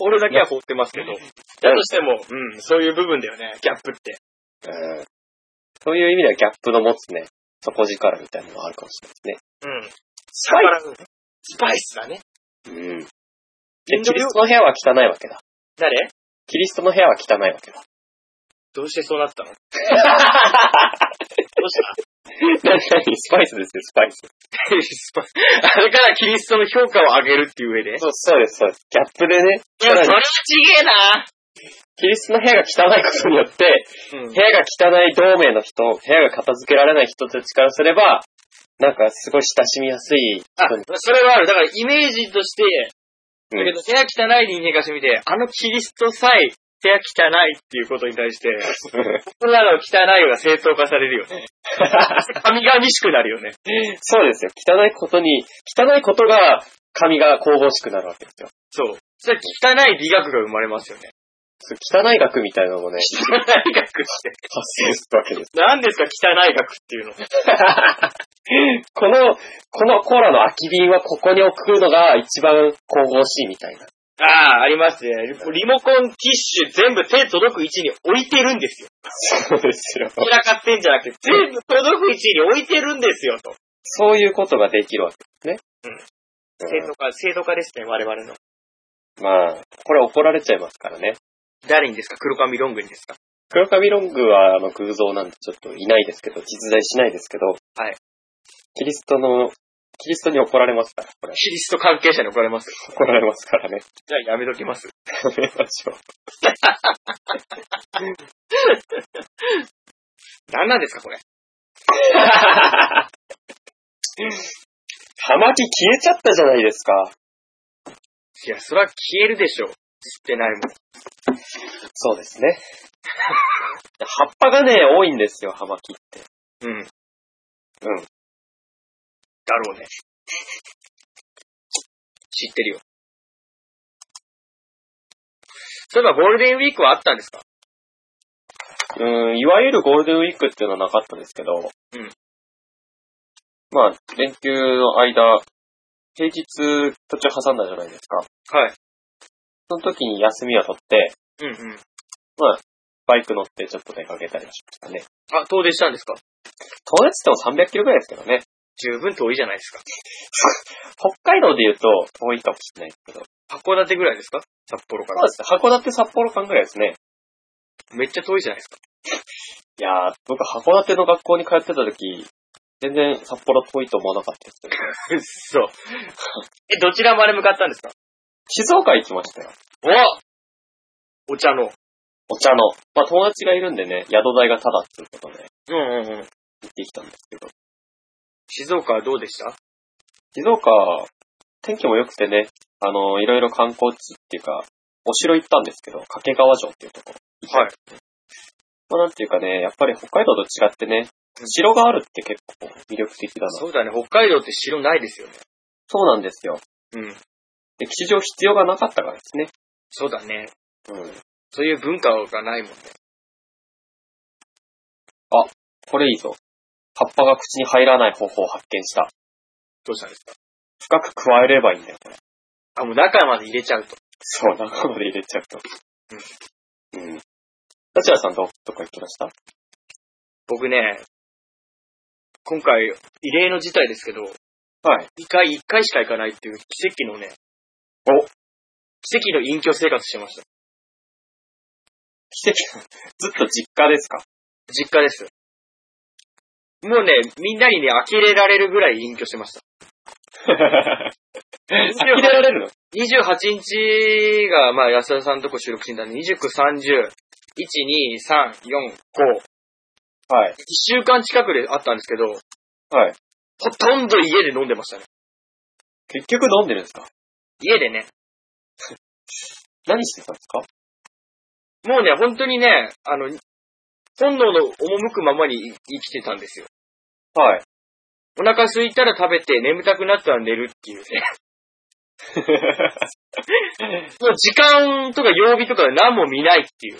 Speaker 1: 放るだけは放ってますけど、だとしても、うん、そういう部分だよね、ギャップって。
Speaker 2: うん。そういう意味ではギャップの持つね、底力みたいなのがあるかもしれない
Speaker 1: うん。
Speaker 2: スパイ
Speaker 1: スパイスだね。
Speaker 2: ですね。う
Speaker 1: イン
Speaker 2: ん。
Speaker 1: ド
Speaker 2: で、キ
Speaker 1: 料
Speaker 2: リストの部屋は汚いわけだ。
Speaker 1: 誰
Speaker 2: キリストの部屋は <laughs> 汚いわけだ。
Speaker 1: どうしてそうなったのどうした
Speaker 2: 何何スパイスですよ、スパイス。
Speaker 1: あれからキリストの評価を上げるっていう上で。い
Speaker 2: そう、そうです、そうです。ギャップでね、
Speaker 1: や、それ
Speaker 2: さら
Speaker 1: は
Speaker 2: に
Speaker 1: ちげえな
Speaker 2: キリストの部屋が汚いことによって、部屋が汚い同盟の人、部屋が片付けられない人たちからすれば、なんかすごい親しみやすい
Speaker 1: あ
Speaker 2: 人に、、
Speaker 1: それはある。だからイメージとして、
Speaker 2: う
Speaker 1: だけ
Speaker 2: ん
Speaker 1: ど部屋汚い人間からしてみて、あのキリストさえ部屋汚いっていうことに対 <laughs> して、そんなの汚いが正当化されるよね。神々しくなるよね。
Speaker 2: そうですよ。汚いことに、汚いことが神が神々しくなるわけですよ。
Speaker 1: そう。それは汚い美学が生まれますよ <laughs> ね。
Speaker 2: そう汚い学みたいなのもね、
Speaker 1: 汚い学って。
Speaker 2: 発生するわけです。
Speaker 1: 何ですか汚い学っていうの。
Speaker 2: この、このコーラの空き瓶はここに置くのが一番神々しいみたいな。
Speaker 1: ああ、ありますね。リモコン、ティッシュ全部手届く位置に置いてるんですよ。
Speaker 2: そうですよ。
Speaker 1: 散らかってんじゃなくて、全部届く位置に置いてるんですよ、と。
Speaker 2: そういうことができるわけですね。
Speaker 1: 正当化、正当化ですね、我々の。
Speaker 2: うんまあ、これ怒られちゃいますからね。
Speaker 1: 誰にですか黒髪ロングにですか
Speaker 2: 黒髪ロングはあの偶像なんでちょっといないですけど、実在しないですけど、
Speaker 1: はい。
Speaker 2: キリストの、キリストに怒られますから、これ。
Speaker 1: キリスト関係者に怒られます。
Speaker 2: 怒られますか
Speaker 1: <laughs>
Speaker 2: らね。
Speaker 1: じゃあやめときます。
Speaker 2: やめましょう。
Speaker 1: 何なんですか、これ。
Speaker 2: 玉木消えちゃったじゃないですか。
Speaker 1: いや、それは消えるでしょう。知ってないもん。
Speaker 2: そうですね。葉っぱがね、多いんですよ、葉巻。
Speaker 1: うん。うん。だろうね。知ってるよ。そういえばゴールデンウィークはあったんですか
Speaker 2: うん、いわゆるゴールデンウィークっていうのはなかったですけど、
Speaker 1: ん
Speaker 2: まあ、連休の間、平日途中挟んだじゃないですか。
Speaker 1: はい。
Speaker 2: その時に休みを取って、
Speaker 1: うんうん。
Speaker 2: バイク乗ってちょっと出かけたりしましたね。
Speaker 1: あ、遠出したんですか
Speaker 2: 遠出っても300キロぐらいですけどね。
Speaker 1: 十分遠いじゃないですか。
Speaker 2: <laughs> 北海道で言うと遠いかもしれないですけど。
Speaker 1: 函館ぐらいですか札幌か
Speaker 2: そう
Speaker 1: ら。
Speaker 2: ですね。函館札幌間ぐらいですね。
Speaker 1: めっちゃ遠いじゃないですか。
Speaker 2: <laughs> いやー、僕函館の学校に通ってた時、全然札幌遠いと思わなかったです
Speaker 1: う
Speaker 2: ね。
Speaker 1: っそ。え、どちらまで向かったんですか
Speaker 2: 静岡行きましたよ。
Speaker 1: おお茶の。
Speaker 2: お茶の。まあ友達がいるんでね、宿代がタダっていうことで
Speaker 1: うんうんうん。
Speaker 2: 行ってきたんですけど。
Speaker 1: 静岡はどうでした
Speaker 2: 静岡、天気も良くてね、あの、いろいろ観光地っていうか、お城行ったんですけど、掛川城っていうところ。
Speaker 1: はい。
Speaker 2: まあなんていうかね、やっぱり北海道と違ってね、城があるって結構魅力的だな。
Speaker 1: そうだね、北海道って城ないですよね。
Speaker 2: そうなんですよ。
Speaker 1: うん。
Speaker 2: 歴史上必要がなかったからですね。
Speaker 1: そうだね。
Speaker 2: うん。
Speaker 1: そういう文化がないもんね。
Speaker 2: これいいぞ。葉っぱが口に入らない方法を発見した。
Speaker 1: どうしたんですか
Speaker 2: 深く加えればいいんだよ、これ。
Speaker 1: あ、もう中まで入れちゃうと。
Speaker 2: そう、中まで入れちゃうと。うん。うん。立花さんど、どこ行きました
Speaker 1: 僕ね、今回、異例の事態ですけど、
Speaker 2: はい。
Speaker 1: 一回、一回しか行かないっていう奇跡のね、
Speaker 2: お
Speaker 1: 奇跡の隠居生活してました。
Speaker 2: 奇跡 <laughs> の、ずっと実家ですか
Speaker 1: 実家です。もうね、みんなにね、呆れられるぐらい隠居してました。
Speaker 2: 呆れられるの
Speaker 1: 28日が、まあ、安田さんのとこ収録してたんで、29、30、1、2、3、4、5、
Speaker 2: はい。
Speaker 1: 1週間近くであったんですけど、
Speaker 2: はい。
Speaker 1: ほとんど家で飲んでましたね。
Speaker 2: 結局飲んでるんですか
Speaker 1: 家でね。
Speaker 2: <laughs> 何してたんですか
Speaker 1: もうね、本当にね、あの、本能の赴くままにい生きてたんですよ。
Speaker 2: はい。
Speaker 1: お腹空いたら食べて、眠たくなったら寝るっていうね。もう時間とか曜日とか何も見ないっていう。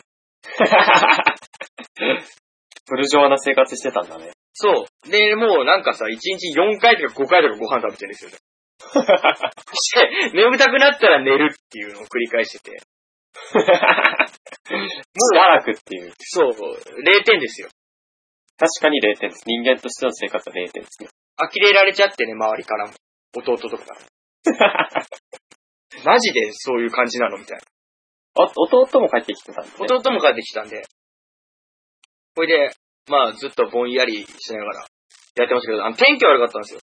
Speaker 2: ブルジョワな生活してたんだね。
Speaker 1: そう。で、もうなんかさ、1日4回とか5回とかご飯食べてるんですよね。して、眠たくなったら寝るっていうのを繰り返してて。
Speaker 2: もうしばらくっていう。
Speaker 1: そう、0点ですよ。
Speaker 2: 確かに0点です。人間としての生活は0点ですね。
Speaker 1: 呆れられちゃってね、周りからも。弟とか <laughs> からも。マジでそういう感じなのみたいな。
Speaker 2: あ、弟も帰ってきてたんで、ね。
Speaker 1: 弟も帰ってきたんで。ほいで、まあずっとぼんやりしながら、やってましたけど、あの、天気悪かったんですよ。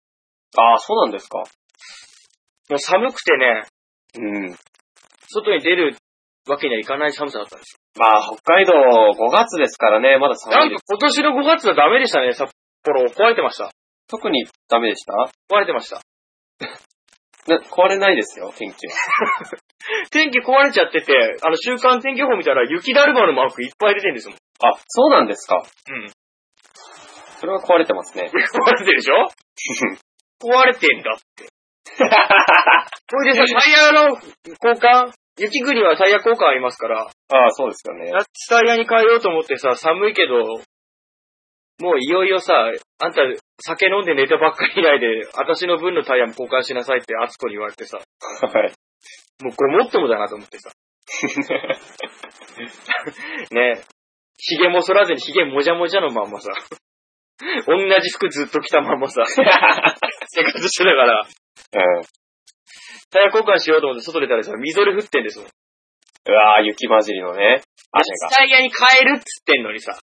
Speaker 2: ああ、そうなんですか。
Speaker 1: もう寒くてね、
Speaker 2: うん。
Speaker 1: 外に出るわけにはいかない寒さだったんです
Speaker 2: まあ、北海道5月ですからね、まだ
Speaker 1: よ。な
Speaker 2: 寒い
Speaker 1: ん
Speaker 2: で
Speaker 1: か
Speaker 2: す。
Speaker 1: 今年の5月はダメでしたね、札幌。壊れてました。
Speaker 2: 特にダメでした
Speaker 1: 壊れてました。
Speaker 2: な壊れないですよ、天気は。
Speaker 1: 天気壊れちゃってて、あの、週間天気予報見たら雪だるまのマークいっぱい出てるんですもん。
Speaker 2: あ、そうなんですか。
Speaker 1: うん。
Speaker 2: それは壊れてますね。
Speaker 1: 壊れてるでしょ <laughs> 壊れてんだ。 <laughs> これでさ、タイヤの交換雪国はタイヤ交換ありますから、
Speaker 2: ああ、そうですよね。
Speaker 1: 夏タイヤに変えようと思ってさ、寒いけど、もういよいよさ、あんた酒飲んで寝たばっかり以来で、私の分のタイヤも交換しなさいってアツコに言われてさ、
Speaker 2: はい。
Speaker 1: もうこれもっともだなと思ってさ、 <laughs> ねえ、髭も剃らずに�げもじゃもじゃのまんまさ、同じ服ずっと着たまんまさ、生活してたから、
Speaker 2: うん。
Speaker 1: タイヤ交換しようと思って外出たらさ、みぞれ降ってんですもん。
Speaker 2: うわぁ、雪混じりのね、雨が。
Speaker 1: タイヤに変えるっつってんのにさ、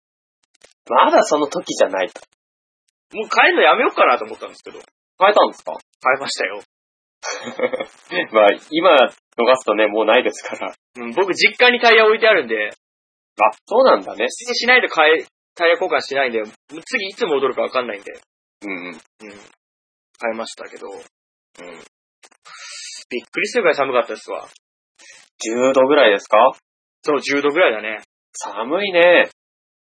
Speaker 2: まだその時じゃないと。
Speaker 1: もう変えるのやめようかなと思ったんですけど、
Speaker 2: 変えたんですか
Speaker 1: 変えましたよ。
Speaker 2: まあ、今逃すとね、もうないですから。
Speaker 1: うん、僕実家にタイヤ置いてあるんで、
Speaker 2: あ、そうなんだね。
Speaker 1: 普通にしないと変え、タイヤ交換しないんで、次いつ戻るかわかんないんで、
Speaker 2: うんうん。
Speaker 1: うん。変えましたけど、
Speaker 2: うん
Speaker 1: びっくりするぐらい寒かったですわ。
Speaker 2: 10度ぐらいですか
Speaker 1: そう、10度ぐらいだね。
Speaker 2: 寒いね。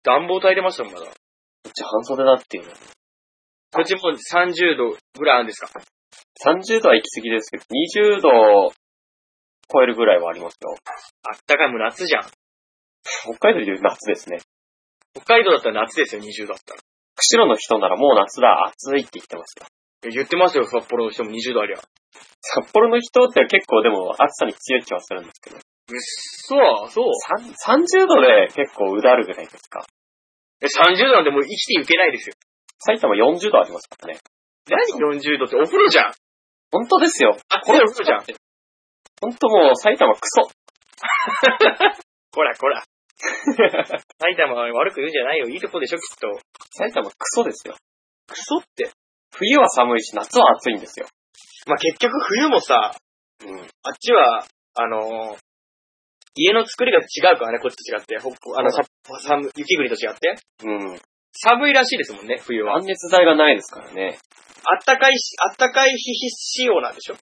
Speaker 1: 暖房炊いてましたもん、まだ。
Speaker 2: こっち半袖だっていうの。
Speaker 1: こっちもう30度ぐらいあるんですか
Speaker 2: 30度は行き過ぎですけど、20度超えるぐらいはありますよ。
Speaker 1: あったかいもう夏じゃん。
Speaker 2: 北海道でいう夏ですね。
Speaker 1: 北海道だったら夏ですよ、20度だったら。
Speaker 2: 釧路の人ならもう夏だ、暑いって言ってますよ。
Speaker 1: いや言ってますよ、札幌の人も20度ありゃ。うっ
Speaker 2: 札幌の人って結構でも暑さに強い気はするんですけど。
Speaker 1: そそう。
Speaker 2: さん30度で結構うだるぐらいですか。
Speaker 1: え30度なんてもう生きていけないですよ。
Speaker 2: 埼玉40度ありますからね。
Speaker 1: 何40度ってお風呂じゃん。
Speaker 2: 本当ですよ。
Speaker 1: あ、これお風呂じゃん。
Speaker 2: 本当もう埼玉クソ。
Speaker 1: こらこら。 <laughs> 埼玉は悪く言うんじゃないよ。いいとこでしょ、きっと。
Speaker 2: 埼玉クソですよ。
Speaker 1: クソって。
Speaker 2: 冬は寒いし、夏は暑いんですよ。
Speaker 1: まあ、結局冬もさ、
Speaker 2: うん。
Speaker 1: あっちは、あのー家の作りが違うからね、こっちと違って。ほあの、
Speaker 2: そ
Speaker 1: さ寒、雪国と違って。
Speaker 2: うん。
Speaker 1: 寒いらしいですもんね、冬は。
Speaker 2: 断熱材がないですからね。
Speaker 1: あったかいし、あったかい日仕様なんでしょ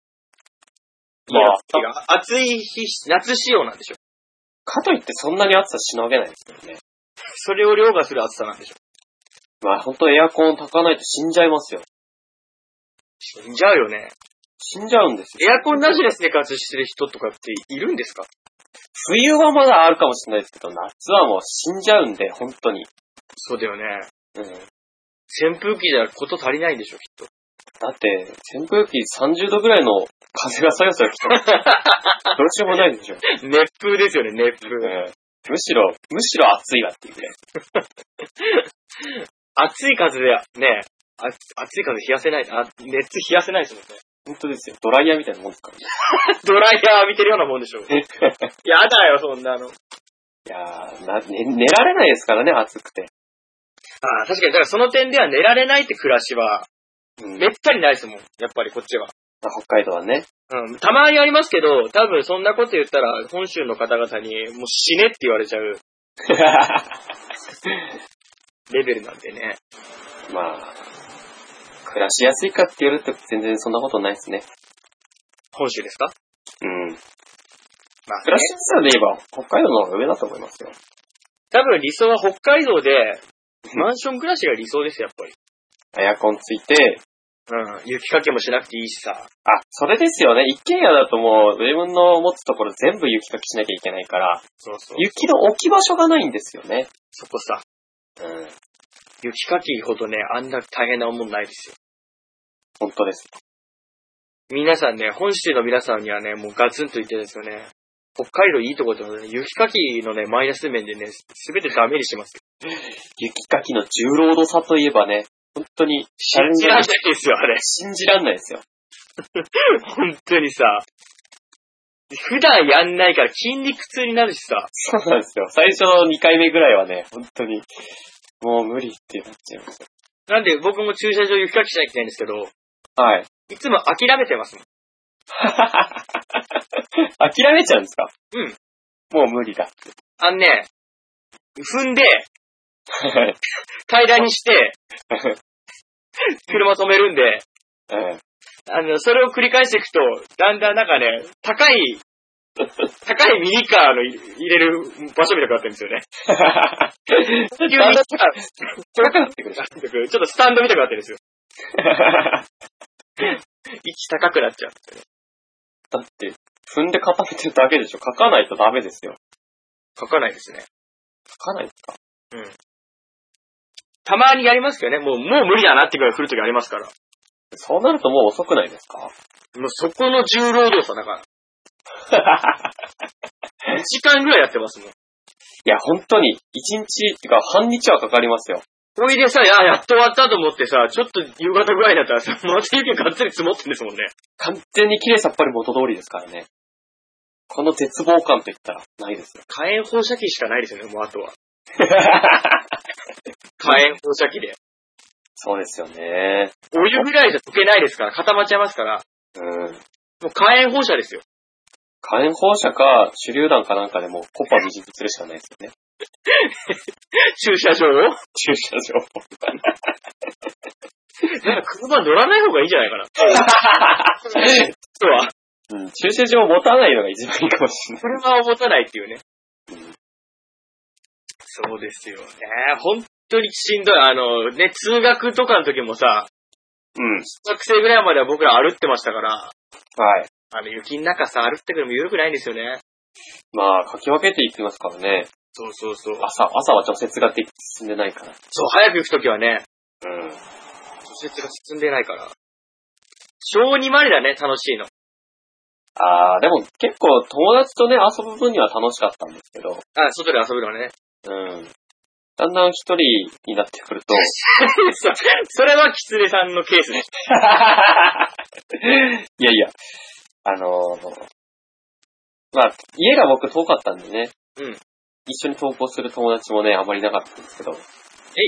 Speaker 1: 家
Speaker 2: まあ
Speaker 1: の作りが暑い日、夏仕様なんでしょ
Speaker 2: かといってそんなに暑さしのげないですよね。
Speaker 1: それを凌駕する暑さなんでしょ
Speaker 2: まあ本当エアコン炊かないと死んじゃいますよ。
Speaker 1: 死んじゃうよね。
Speaker 2: 死んじゃうんですよ。
Speaker 1: エアコンなしで生活してる人とかっているんですか
Speaker 2: 冬はまだあるかもしれないですけど、夏はもう死んじゃうんで、本当に。
Speaker 1: そうだよね。
Speaker 2: うん。
Speaker 1: 扇風機じゃこと足りないんでしょ、きっと。
Speaker 2: だって、扇風機30度ぐらいの風がそよそよ来たら、どうしようもないでしょ。
Speaker 1: 熱風ですよね、熱風。
Speaker 2: うん。むしろ、むしろ暑いわっていうぐらい。
Speaker 1: 暑い風で、ね、あ暑い風冷やせない、あ熱冷やせないですもんね。
Speaker 2: 本当ですよ。ドライヤーみたいなもんですからね。
Speaker 1: ドライヤー浴びてるようなもんで <laughs> しょ。やだよ、そんなの。
Speaker 2: いやーな、ね、寝られないですからね、暑くて。
Speaker 1: ああ、確かに、だからその点では寝られないって暮らしは、
Speaker 2: うん
Speaker 1: めったにないですもん、やっぱりこっちは。
Speaker 2: まあ北海道はね。
Speaker 1: うん、たまにありますけど、多分そんなこと言ったら、本州の方々に、もう死ねって言われちゃうレベルなんでね。
Speaker 2: まあ、暮らしやすいかって言われると全然そんなことないですね。
Speaker 1: 本州ですか
Speaker 2: うん。
Speaker 1: まあ、
Speaker 2: 暮らしやすさで言えば、北海道の方が上だと思いますよ。
Speaker 1: 多分理想は北海道で、マンション暮らしが理想ですよ、やっぱり。
Speaker 2: エアコンついて、
Speaker 1: うん、雪かけもしなくていいしさ。
Speaker 2: あ、それですよね。一軒家だともう、自分の持つところ全部雪かきしなきゃいけないから、
Speaker 1: そうそう。
Speaker 2: 雪の置き場所がないんですよね。
Speaker 1: そこさ、
Speaker 2: うん。
Speaker 1: 雪かきほどね、あんな大変なもんないですよ。
Speaker 2: 本当です。
Speaker 1: 皆さんね、本州の皆さんにはね、もうガツンと言ってるんですよね。北海道いいとこってことで、ね、雪かきのね、マイナス面でね、すべてダメにしてますよ。
Speaker 2: 雪かきの重労働さといえばね、本当に、信
Speaker 1: 信じられないですよ、あれ。
Speaker 2: <laughs> 信じらんないですよ。
Speaker 1: 本当にさ。普段やんないから筋肉痛になるしさ。
Speaker 2: そうなんですよ。最初の2回目ぐらいはね、本当に、もう無理ってなっちゃいますよ。
Speaker 1: なんで僕も駐車場雪かきしなきゃいけないんですけど、
Speaker 2: はい。
Speaker 1: いつも諦めてますもん。
Speaker 2: <laughs> 諦めちゃうんですか
Speaker 1: うん。
Speaker 2: もう無理だ。
Speaker 1: あのね、踏んで、平らにして、車止めるんで、
Speaker 2: <laughs> うん
Speaker 1: あの、それを繰り返していくと、だんだんなんかね、高い、高いミニカーの入入れる場所みたいになってるんですよね。急に、
Speaker 2: だんだん
Speaker 1: あ
Speaker 2: 高くなってくる
Speaker 1: ちょっとスタンドみたくなってるんですよ。
Speaker 2: だ
Speaker 1: 位置高くなっちゃう。
Speaker 2: って、踏んで固めてるだけでしょ。書かないとダメですよ。
Speaker 1: 書かないですね。
Speaker 2: 書かないですか
Speaker 1: たまにやりますけどね、もう、もう無理だなってくらい来るときありますから。
Speaker 2: そうなるともう遅くないですか
Speaker 1: もうそこの重労働さだ <laughs> から。2時間ぐらいやってますもん。
Speaker 2: いや、本当に、一日、ってか半日はかかりますよ。
Speaker 1: ほいでさ、や、やっと終わったと思ってさ、ちょっと夕方ぐらいになったらさ、また雪がっつり積もってんですもんね。
Speaker 2: 完全に綺麗さっぱり元通りですからね。この絶望感と言ったらないですよ。
Speaker 1: 火炎放射器しかないですよね、もうあとは。 <laughs> 火炎放射器で。
Speaker 2: そうですよね。
Speaker 1: お湯ぐらいじゃ溶けないですから、固まっちゃいますから。
Speaker 2: うん。
Speaker 1: もう火炎放射ですよ。
Speaker 2: 火炎放射か、手榴弾かなんかでも、コッパみじんにするしかないですよね。
Speaker 1: <laughs> 駐車場を。
Speaker 2: <laughs> 駐車場。
Speaker 1: なんか車乗らない方がいいんじゃ <laughs> ないかな。人は、
Speaker 2: うん、駐車場を持たないのが一番いいかもしれない。
Speaker 1: 車を持たないっていうね。そうですよね。本当にしんどい。あの、ね、通学とかの時もさ、
Speaker 2: うん。
Speaker 1: 学生ぐらいまでは僕ら歩ってましたから、
Speaker 2: はい。
Speaker 1: あの、雪の中さ、歩ってくるのも緩くないんですよね。
Speaker 2: まあ、かき分けていきますからね。
Speaker 1: そうそうそう。
Speaker 2: 朝、朝は除雪ができ進んでないから。
Speaker 1: そう、早く行く時はね、
Speaker 2: うん。
Speaker 1: 除雪が進んでないから。小2までだね、楽しいの。
Speaker 2: あー、でも結構友達とね、遊ぶ分には楽しかったんですけど、
Speaker 1: あ、外で遊ぶのね。
Speaker 2: うん。だんだん一人になってく <laughs> る
Speaker 1: そ
Speaker 2: と、
Speaker 1: う <laughs> それはキツネさんのケース <laughs> です。
Speaker 2: いやいや、あのーまあ、家が僕遠かったんでね、
Speaker 1: うん。
Speaker 2: 一緒に登校する友達もね、あまりいなかったんですけど、
Speaker 1: え、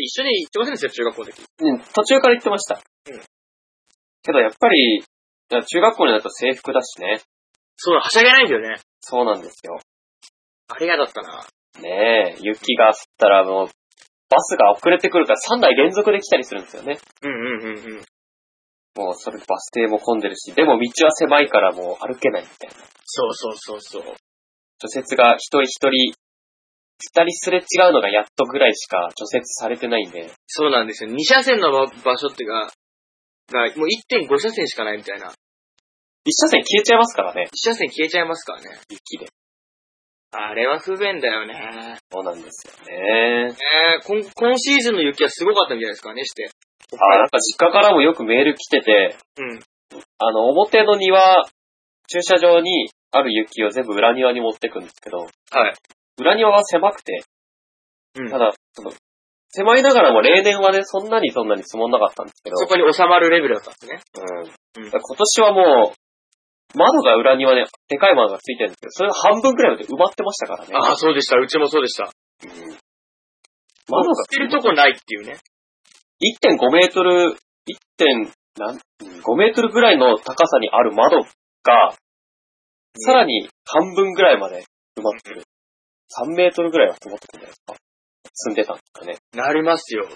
Speaker 1: 一緒に行ってませんでした中学校の時。
Speaker 2: うん、途中から行ってました。
Speaker 1: うん。
Speaker 2: けどやっぱり、中学校になると制服だしね、
Speaker 1: そう、はしゃげないんだよね。
Speaker 2: そうなんですよ。
Speaker 1: あれ嫌だったな。
Speaker 2: ねえ、雪が降ったらもう、バスが遅れてくるから3台連続で来たりするんですよね。
Speaker 1: うんうんうんうん。
Speaker 2: もうそれバス停も混んでるし、でも道は狭いからもう歩けないみたいな。
Speaker 1: そうそうそうそう。
Speaker 2: 除雪が一人一人、二人すれ違うのがやっとぐらいしか除雪されてないんで、
Speaker 1: そうなんですよ。2車線の場場所ってが、が、もう1.5車線しかないみたいな。1
Speaker 2: 一車線消えちゃいますからね、
Speaker 1: 車線消えちゃいますからね。
Speaker 2: 雪で。
Speaker 1: あれは不便だよね。
Speaker 2: そうなんですよ
Speaker 1: え
Speaker 2: ね。
Speaker 1: ー、今、今シーズンの雪はすごかったんじゃないですかね、して。
Speaker 2: あ、なんか実家からもよくメール来てて、
Speaker 1: うん。
Speaker 2: あの、表の庭、駐車場にある雪を全部裏庭に持ってくんですけど、
Speaker 1: はい。
Speaker 2: 裏庭は狭くて、
Speaker 1: うん
Speaker 2: ただ、その、狭いながらも例年はね、そんなにそんなに積もんなかったんですけど、
Speaker 1: そこに収まるレベルだったんですね。
Speaker 2: う。
Speaker 1: うんん
Speaker 2: 今年はもう、窓が裏にはね、でかい窓がついてるんですけど、それが半分くらいまで埋まってましたからね。
Speaker 1: ああ、そうでした。うちもそうでした。
Speaker 2: うん窓
Speaker 1: 窓
Speaker 2: が
Speaker 1: 捨てるとこないっていうね。
Speaker 2: 1.5メートル、1. なん5メートルぐらいの高さにある窓が、さらに半分ぐらいまで埋まってる。3メートルぐらいは積もってたんじゃないですか。積んでたんですかね。
Speaker 1: なりますよ。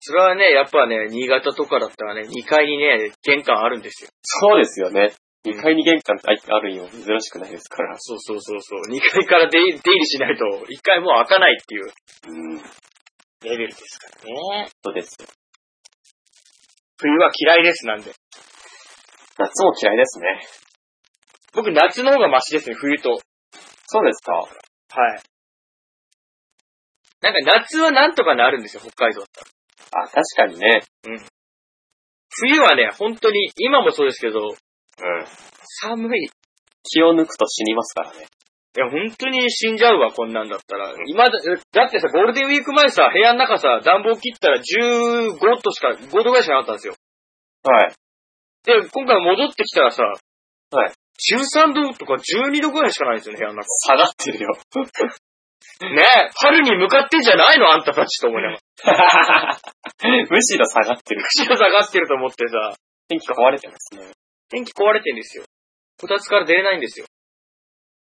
Speaker 1: それはね、やっぱね、新潟とかだったらね、2階にね、玄関あるんですよ。
Speaker 2: そうですよね。
Speaker 1: うん
Speaker 2: 2階に玄関ってあるよ。珍しくないですから。
Speaker 1: そうそうそうそう。2階から出入出入りしないと、1階もう開かないっていう
Speaker 2: うん。
Speaker 1: レベルですからね。
Speaker 2: そうですよ。
Speaker 1: 冬は嫌いです、なんで。
Speaker 2: 夏も嫌いですね。
Speaker 1: 僕、夏の方がマシですね、冬と。
Speaker 2: そうですか
Speaker 1: はい。なんか夏はなんとかなるんですよ、北海道だったら。
Speaker 2: あ、確かにね。
Speaker 1: 冬はね、本当に、今もそうですけど、
Speaker 2: うん。
Speaker 1: 寒い。い
Speaker 2: 気を抜くと死にますからね。
Speaker 1: や、本当に死んじゃうわ、こんなんだったら。今だ、だってさ、ゴールデンウィーク前さ、部屋の中さ、暖房切ったら15度しか、5度ぐらいしかなかったんですよ。
Speaker 2: はい。
Speaker 1: で、今回戻ってきたらさ、
Speaker 2: はい
Speaker 1: 13度とか12度ぐらいしかないんですよね、部屋の中。
Speaker 2: <laughs> 下がってるよ。
Speaker 1: ねえ、春に向かってんじゃないのあんたたちと思い <laughs> ながら。
Speaker 2: むしろ下がってる。
Speaker 1: 口が下がってると思ってさ、
Speaker 2: 天気壊れてますね。
Speaker 1: 天気壊れてんですよ。こたつから出れないんですよ。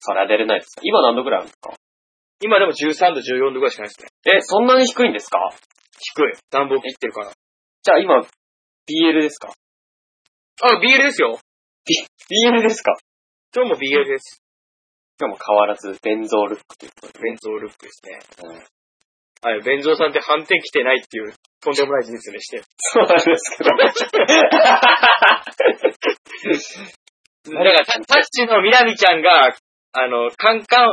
Speaker 2: そりゃ出れないです。今何度くらいあるんですか
Speaker 1: 今でも13度、14度ぐらいしかないですね。
Speaker 2: え、そんなに低いんですか
Speaker 1: 低い。暖房切ってるから。
Speaker 2: じゃあ今、BL ですか
Speaker 1: あ、BL ですよ。
Speaker 2: ?BL ですか
Speaker 1: 今日も BL です。
Speaker 2: 今日も変わらず、ベンゾールックということで。
Speaker 1: ベンゾールックですね。
Speaker 2: うん
Speaker 1: はい、ベンゾーさんって反転来てないっていう、とんでもない事実でして。
Speaker 2: そうなんですけど。
Speaker 1: だから、タタッチのみなみちゃんが、あの、カンカン、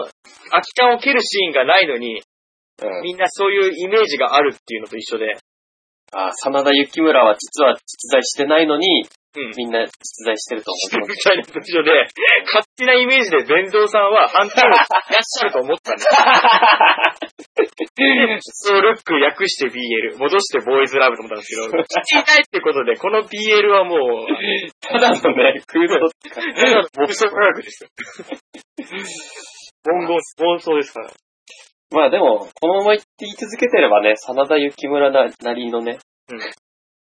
Speaker 1: 空き缶を蹴るシーンがないのに、
Speaker 2: うん
Speaker 1: みんなそういうイメージがあるっていうのと一緒で、
Speaker 2: あ、真田幸村は実は実在してないのに、
Speaker 1: うん
Speaker 2: みんな実在してると思 <laughs> って
Speaker 1: みたいなと一緒で、勝手なイメージで弁蔵さんは反転をいらっしゃると思ったんだ。
Speaker 2: ます。
Speaker 1: そう、ルック訳して BL、戻してボーイズラブと思ったんですけど、聞いたいってことで、この BL はもう、
Speaker 2: ただのね、空洞って感
Speaker 1: ただの妄想科学ですよ。文言、妄想ですから。
Speaker 2: まあでも、このまま言って言い続けてればね、真田幸村ななりのね、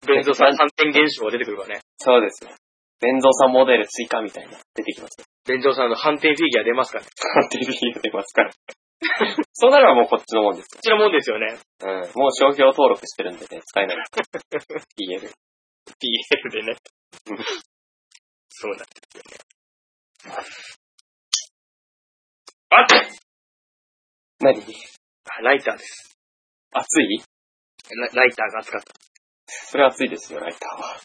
Speaker 1: 弁蔵さん反転現象が出てくるからね。
Speaker 2: そうですね。弁蔵さんモデル追加みたいな、出てきますよ。
Speaker 1: 弁蔵さんの反転フィギュア出ますからね。こ
Speaker 2: テレビ出ますから。 <laughs> そうなればもうこっちのもんです
Speaker 1: っちのもんですよね。
Speaker 2: よ。うん。もう商標登録してるんでね、使え <laughs> ない。BL。
Speaker 1: BL でね。そうなんですよね。
Speaker 2: 何
Speaker 1: あライターです。
Speaker 2: 熱い
Speaker 1: ラライターが熱かった。
Speaker 2: それ熱いですよ、ライターは。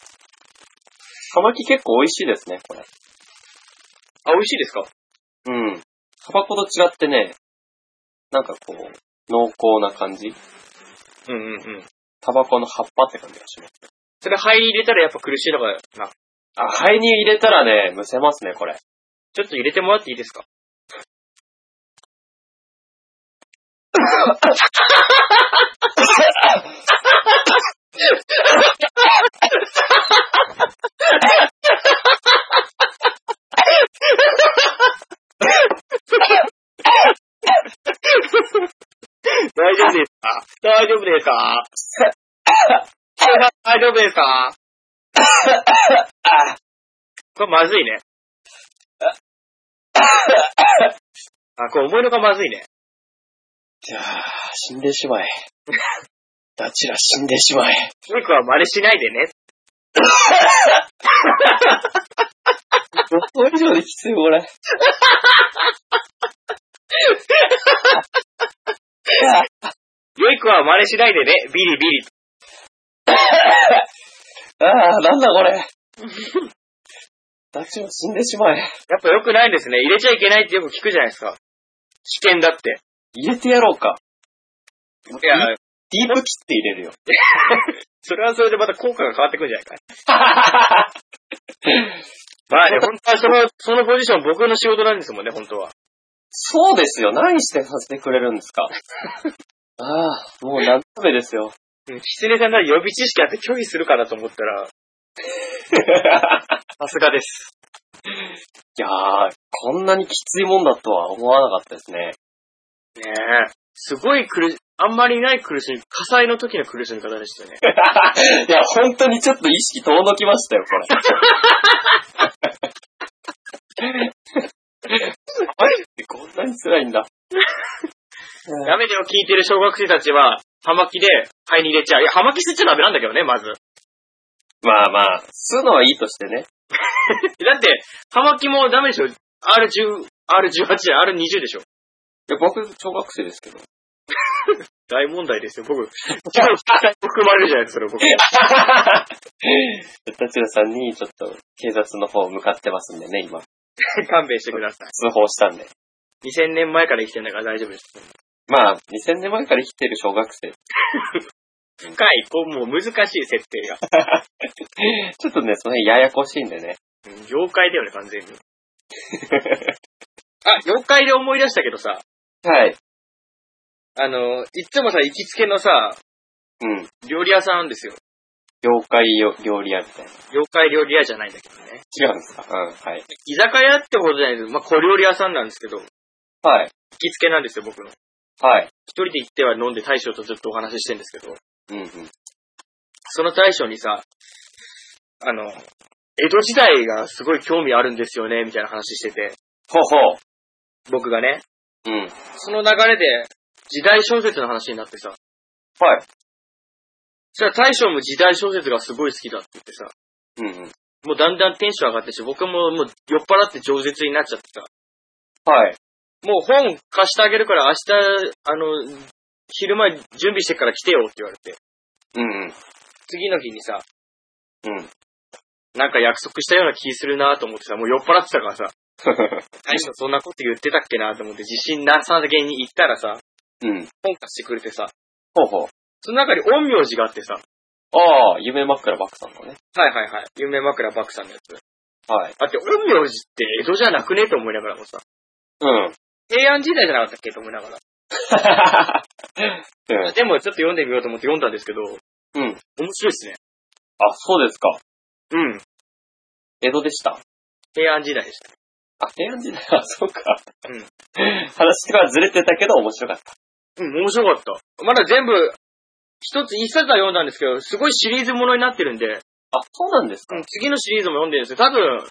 Speaker 2: 葉巻結構美味しいですね、これ。
Speaker 1: あ、美味しいですか
Speaker 2: うん。タバコと違ってね、なんかこう、濃厚な感じ
Speaker 1: うんうんうん。
Speaker 2: タバコの葉っぱって感じがします。
Speaker 1: それ肺入れたらやっぱ苦しいのかな。
Speaker 2: あ、肺に入れたらね、むせますね、これ。
Speaker 1: ちょっと入れてもらっていいですか大丈夫ですか大丈夫ですか大丈夫ですかこれまずいね。あ、これ重いのがまずいね。
Speaker 2: じゃあ、死んでしまえ。 <laughs> ダチら死んでしまえ。
Speaker 1: ミクは真似しないでね。
Speaker 2: 5個以上できつ <laughs> い、これ。
Speaker 1: 良い子は真似しないでね。ビリビリ。
Speaker 2: ああ、なんだこれ。 <laughs> ダチら死んでしまえ。
Speaker 1: やっぱ良くないですね。入れちゃいけないってよく聞くじゃないですか。危険だって。
Speaker 2: 入れてやろうか。
Speaker 1: いや、
Speaker 2: ディープキって入れるよ。
Speaker 1: それはそれでまた効果が変わってくるんじゃないか。 <laughs> まあね、本当はその、そのポジション僕の仕事なんですもんね、本当は。
Speaker 2: そうですよ。何してさせてくれるん <laughs> ですか。ああ、もう何度目です
Speaker 1: う
Speaker 2: よ。
Speaker 1: んキツネさんなら予備知識あって拒否するかなと思ったら、さすがです。
Speaker 2: いやー、こんなにきついもんだとは思わなかったですね。
Speaker 1: ねえ。すごい苦し、あんまりない苦しみ、火災の時の苦しみ方でしたよね。
Speaker 2: <laughs> いや、本当にちょっと意識遠のきましたよ、これ。 <laughs> あれってこんなに辛いんだ。
Speaker 1: ダメだよ、聞いてる小学生たちは、葉巻で肺に入れちゃう。いや、葉巻吸っちゃダメなんだけどね、まず。 <laughs> だ
Speaker 2: まあまあ、吸うのはいいとしてね。
Speaker 1: って、葉巻もダメでしょ。R10、R18 じゃん R20 でしょ。
Speaker 2: いや僕、小学生です <laughs> けど。
Speaker 1: 大問題ですよ、 <laughs> 僕。今日、含まれるじゃないですか、それ僕。
Speaker 2: たちらさんに、ちょっと、警察の方向かってますんでね、今。
Speaker 1: 勘弁してください。
Speaker 2: 通報したんで。
Speaker 1: 2000年前から生きてんだから大丈夫です。
Speaker 2: まあ、2000年前から生きてる小学生。
Speaker 1: 深い、こう、もう難しい設定が。
Speaker 2: ちょっとね、その辺ややこしいんでね。
Speaker 1: うん妖怪だよね、完全に。 <laughs> あ、妖怪で思い出したけどさ、
Speaker 2: はい。
Speaker 1: あの、いつもさ、行きつけのさ、
Speaker 2: うん。
Speaker 1: 料理屋さんあるんですよ。
Speaker 2: 妖怪よ料理屋みたいな。
Speaker 1: 妖怪料理屋じゃないんだけどね。
Speaker 2: 違うんですかうん、はい。
Speaker 1: 居酒屋ってほどじゃないですまあ、小料理屋さんなんですけど、行
Speaker 2: はい。
Speaker 1: きつけなんですよ、僕の。
Speaker 2: はい。
Speaker 1: 一人で行っては飲んで大将とずっとお話ししてんですけど、
Speaker 2: うんうん。
Speaker 1: その大将にさ、あの、江戸時代がすごい興味あるんですよね、みたいな話してて、
Speaker 2: ほうほう。
Speaker 1: 僕がね、
Speaker 2: うん。
Speaker 1: その流れで時代小説の話になってさ、
Speaker 2: はい。
Speaker 1: そしたら大将も時代小説がすごい好きだって言ってさ、
Speaker 2: うんうん。
Speaker 1: もうだんだんテンション上がってし、僕ももう酔っ払って饒舌になっちゃってさ、
Speaker 2: はい。
Speaker 1: もう本貸してあげるから明日、あの、昼間準備してから来てよって言われて、
Speaker 2: うんうん。
Speaker 1: 次の日にさ、
Speaker 2: うん。
Speaker 1: なんか約束したような気するなと思ってさ、もう酔っ払ってた
Speaker 2: <laughs>
Speaker 1: からさ、大将そんなこと言ってたっけなと思って自信なさげに行ったらさ、
Speaker 2: うん。
Speaker 1: 本貸してくれてさ、
Speaker 2: ほうほう。
Speaker 1: その中に陰陽師があってさ、
Speaker 2: ああ、夢真っ暗バックさんのね。
Speaker 1: はいはいはい、夢枕漠さんのやつ。
Speaker 2: はい。
Speaker 1: だって陰陽師って江戸じゃなくねと思いながらもさ、
Speaker 2: <laughs> うん。
Speaker 1: 平安時代じゃなかったっけと思いながら。
Speaker 2: うん。
Speaker 1: でもちょっと読んでみようと思って読んだんですけど、
Speaker 2: うん。
Speaker 1: 面白いですね。
Speaker 2: あ、そうですか。
Speaker 1: うん。
Speaker 2: 江戸でした。
Speaker 1: 平安時代でした。
Speaker 2: あ、平安時代は、そうか。
Speaker 1: うん。
Speaker 2: 話がずれてたけど面白かった。
Speaker 1: うん、面白かった。まだ全部、一つ、一冊は読んだんですけど、すごいシリーズものになってるんで、
Speaker 2: あ、そうなんですか。
Speaker 1: うん次のシリーズも読んでるんですよ。多分、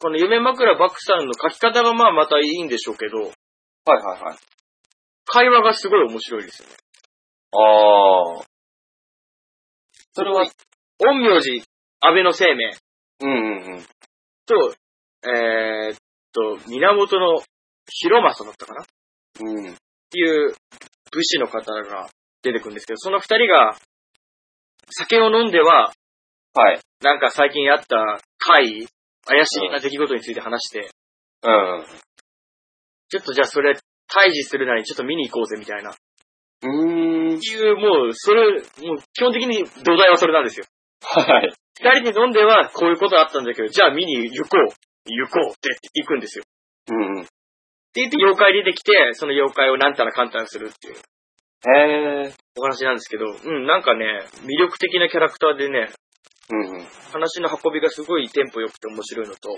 Speaker 1: この夢枕バクさんの書き方がまあまたいいんでしょうけど、
Speaker 2: はいはいはい。
Speaker 1: 会話がすごい面白いですよね。
Speaker 2: ああ。それは、
Speaker 1: 陰陽師、安倍の生命
Speaker 2: うんうんうん。
Speaker 1: と、えー、っと、源の広政だったかな
Speaker 2: うん。
Speaker 1: っていう武士の方が出てくるんですけど、その二人が、酒を飲んでは、
Speaker 2: はい。
Speaker 1: なんか最近あった怪異、怪しげな出来事について話して、
Speaker 2: うん。
Speaker 1: ちょっとじゃあそれ、退治するなりちょっと見に行こうぜみたいな。っ
Speaker 2: うーん
Speaker 1: て。いう、もう、それ、もう基本的に土台はそれなんですよ。
Speaker 2: はい。
Speaker 1: 二人で飲んでは、こういうことあったんだけど、じゃあ見に行こう。行こうって行くんですよ。
Speaker 2: うんうん。
Speaker 1: って言って妖怪出てきて、その妖怪をなんたら簡単にするっていう
Speaker 2: へえ。
Speaker 1: お話なんですけど、うん、なんかね、魅力的なキャラクターでね、
Speaker 2: うんうん。
Speaker 1: 話の運びがすごいテンポ良くて面白いのと、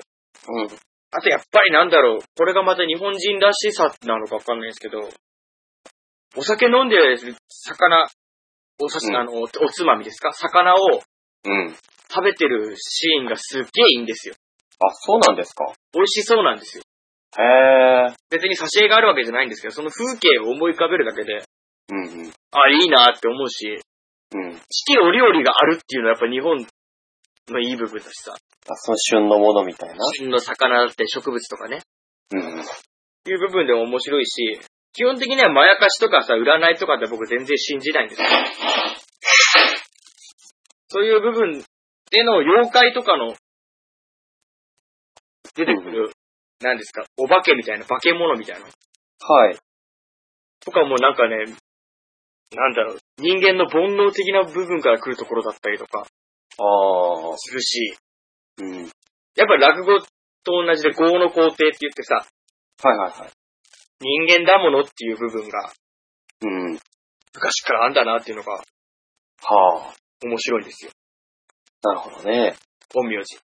Speaker 2: うん。
Speaker 1: あとやっぱりなんだろう、これがまた日本人らしさなのかわかんないですけど、お酒飲んでる魚、お刺
Speaker 2: う
Speaker 1: 身、
Speaker 2: ん
Speaker 1: あの、おつまみですか魚を
Speaker 2: うん。
Speaker 1: 食べてるシーンがすっげえいいんですよ。
Speaker 2: あ、そうなんですか。
Speaker 1: 美味しそうなんですよ。
Speaker 2: へえ。
Speaker 1: 別に挿絵があるわけじゃないんですけど、その風景を思い浮かべるだけで、
Speaker 2: うんうん。
Speaker 1: あ、いいなって思うし、
Speaker 2: うん。
Speaker 1: 四季折々があるっていうのはやっぱ日本のいい部分だしさ、
Speaker 2: あ、その旬のものみたいな。
Speaker 1: 旬の魚だって植物とかね、
Speaker 2: うん。
Speaker 1: いう部分でも面白いし、基本的にはまやかしとかさ、占いとかって僕全然信じないんですよ。そういう部分での妖怪とかの出てくる、何ですか、お化けみたいな、化け物みたいな。
Speaker 2: はい。
Speaker 1: とかもなんかね、なんだろう、人間の煩悩的な部分から来るところだったりとか
Speaker 2: ああ。
Speaker 1: するし、
Speaker 2: うん。はい
Speaker 1: やっぱ落語と同じで業の皇帝って言ってさ、
Speaker 2: はいはい。
Speaker 1: 人間だものっていう部分が
Speaker 2: うん。
Speaker 1: 昔からあんだなっていうのが
Speaker 2: はあ。
Speaker 1: 面白いんですよ。
Speaker 2: なるほどね。
Speaker 1: 陰陽師。
Speaker 2: 確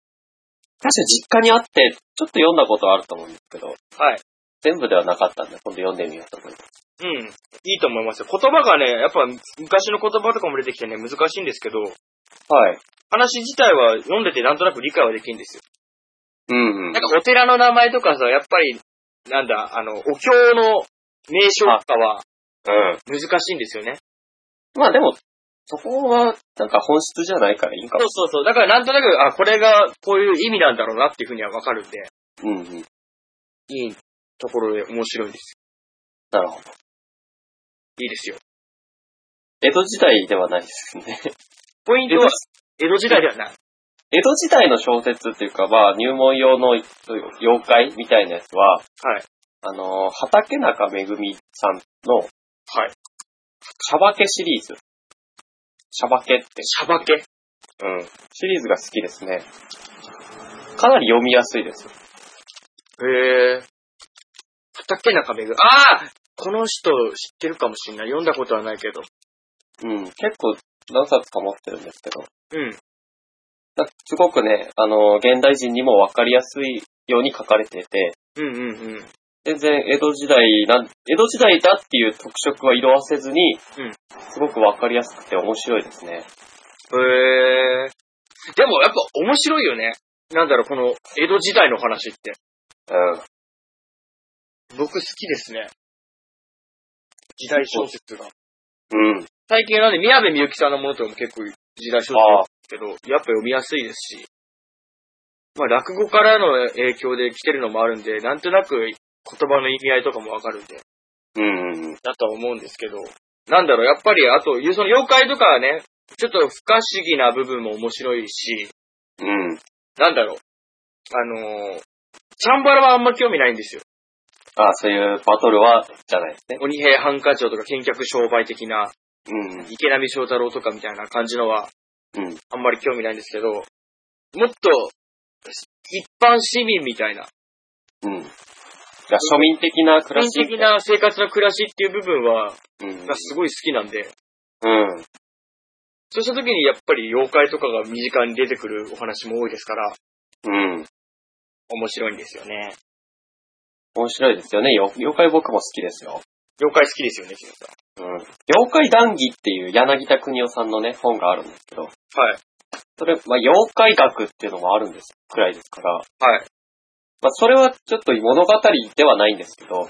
Speaker 2: か実家にあって、ちょっと読んだことあると思うんですけど、
Speaker 1: はい。
Speaker 2: 全部ではなかったんで、今度読んでみようと思います。
Speaker 1: うん。いいと思いますよ。言葉がね、やっぱ昔の言葉とかも出てきてね、難しいんですけど、
Speaker 2: はい。
Speaker 1: 話自体は読んでてなんとなく理解はできるんですよ。
Speaker 2: うんうん。
Speaker 1: なんかお寺の名前とかさ、やっぱり、なんだ、あの、お経の名称とかは
Speaker 2: うん。
Speaker 1: 難しいんですよね。
Speaker 2: まあでも、そこは、なんか本質じゃないからいいか
Speaker 1: そう
Speaker 2: も。
Speaker 1: そうそう。だからなんとなく、あ、これがこういう意味なんだろうなっていうふうにはわかるんで、
Speaker 2: うんうん。
Speaker 1: いいところで面白いんです
Speaker 2: なるほど。
Speaker 1: よ。いいですよ。
Speaker 2: 江戸時代ではないですね。
Speaker 1: ポイントは、江戸時代ではない。
Speaker 2: 江戸時代の小説っていうか、まあ、入門用の妖怪みたいなやつは、
Speaker 1: はい。
Speaker 2: あのー、畑中めぐみさんの、
Speaker 1: はい。
Speaker 2: しゃばけシリーズ。しゃばけって。
Speaker 1: しゃばけ。
Speaker 2: うん。シリーズが好きですね。かなり読みやすいです。
Speaker 1: へぇー。畑中めぐ。ああこの人知ってるかもしんない。読んだことはないけど。
Speaker 2: うん。結構何冊か持ってるんですけど。
Speaker 1: うん。
Speaker 2: なんかすごくね、あのー、現代人にもわかりやすいように書かれてて、
Speaker 1: うんうんうん。
Speaker 2: 全然江戸時代なん、江戸時代だっていう特色は色褪せずに、
Speaker 1: うん
Speaker 2: すごくわかりやすくて面白いですね。
Speaker 1: へえ。でもやっぱ面白いよね。なんだろう、この江戸時代の話って。
Speaker 2: うん。
Speaker 1: 僕好きですね。時代小説が。
Speaker 2: うん。
Speaker 1: 最近なんで宮部みゆきさんのものとかも結構時代小説
Speaker 2: ああ、
Speaker 1: けど、やっぱ読みやすいですし、まあ落語からの影響で来てるのもあるんで、なんとなく言葉の意味合いとかもわかるんで、
Speaker 2: うんうんうん。
Speaker 1: だとは思うんですけど、なんだろう、やっぱりあと、その妖怪とかはね、ちょっと不可思議な部分も面白いし、
Speaker 2: うん。
Speaker 1: なんだろう、あのー、チャンバラはあんま興味ないんですよ。
Speaker 2: ああ、そういうバトルは、じゃないですね。
Speaker 1: 鬼平犯科帳とか見客商売的な、
Speaker 2: うん。
Speaker 1: 池波正太郎とかみたいな感じのは
Speaker 2: うん。
Speaker 1: あんまり興味ないんですけど、もっと、一般市民みたいな、
Speaker 2: うん。じゃあ庶民的な暮らし。
Speaker 1: 庶民的。な生活の暮らしっていう部分は、
Speaker 2: うん。
Speaker 1: がすごい好きなんで、
Speaker 2: うん。
Speaker 1: そうした時にやっぱり妖怪とかが身近に出てくるお話も多いですから、
Speaker 2: うん。
Speaker 1: 面白いんですよね。
Speaker 2: 面白いですよね。よ妖怪僕も好きですよ。
Speaker 1: 妖怪好きですよね、キムさ
Speaker 2: うん。妖怪談義っていう柳田邦夫さんのね、本があるんですけど、
Speaker 1: ん。はい。
Speaker 2: それ、まあ、妖怪学っていうのもあるんです、くらいですから、
Speaker 1: はい。
Speaker 2: まあ、それはちょっと物語ではないんですけど、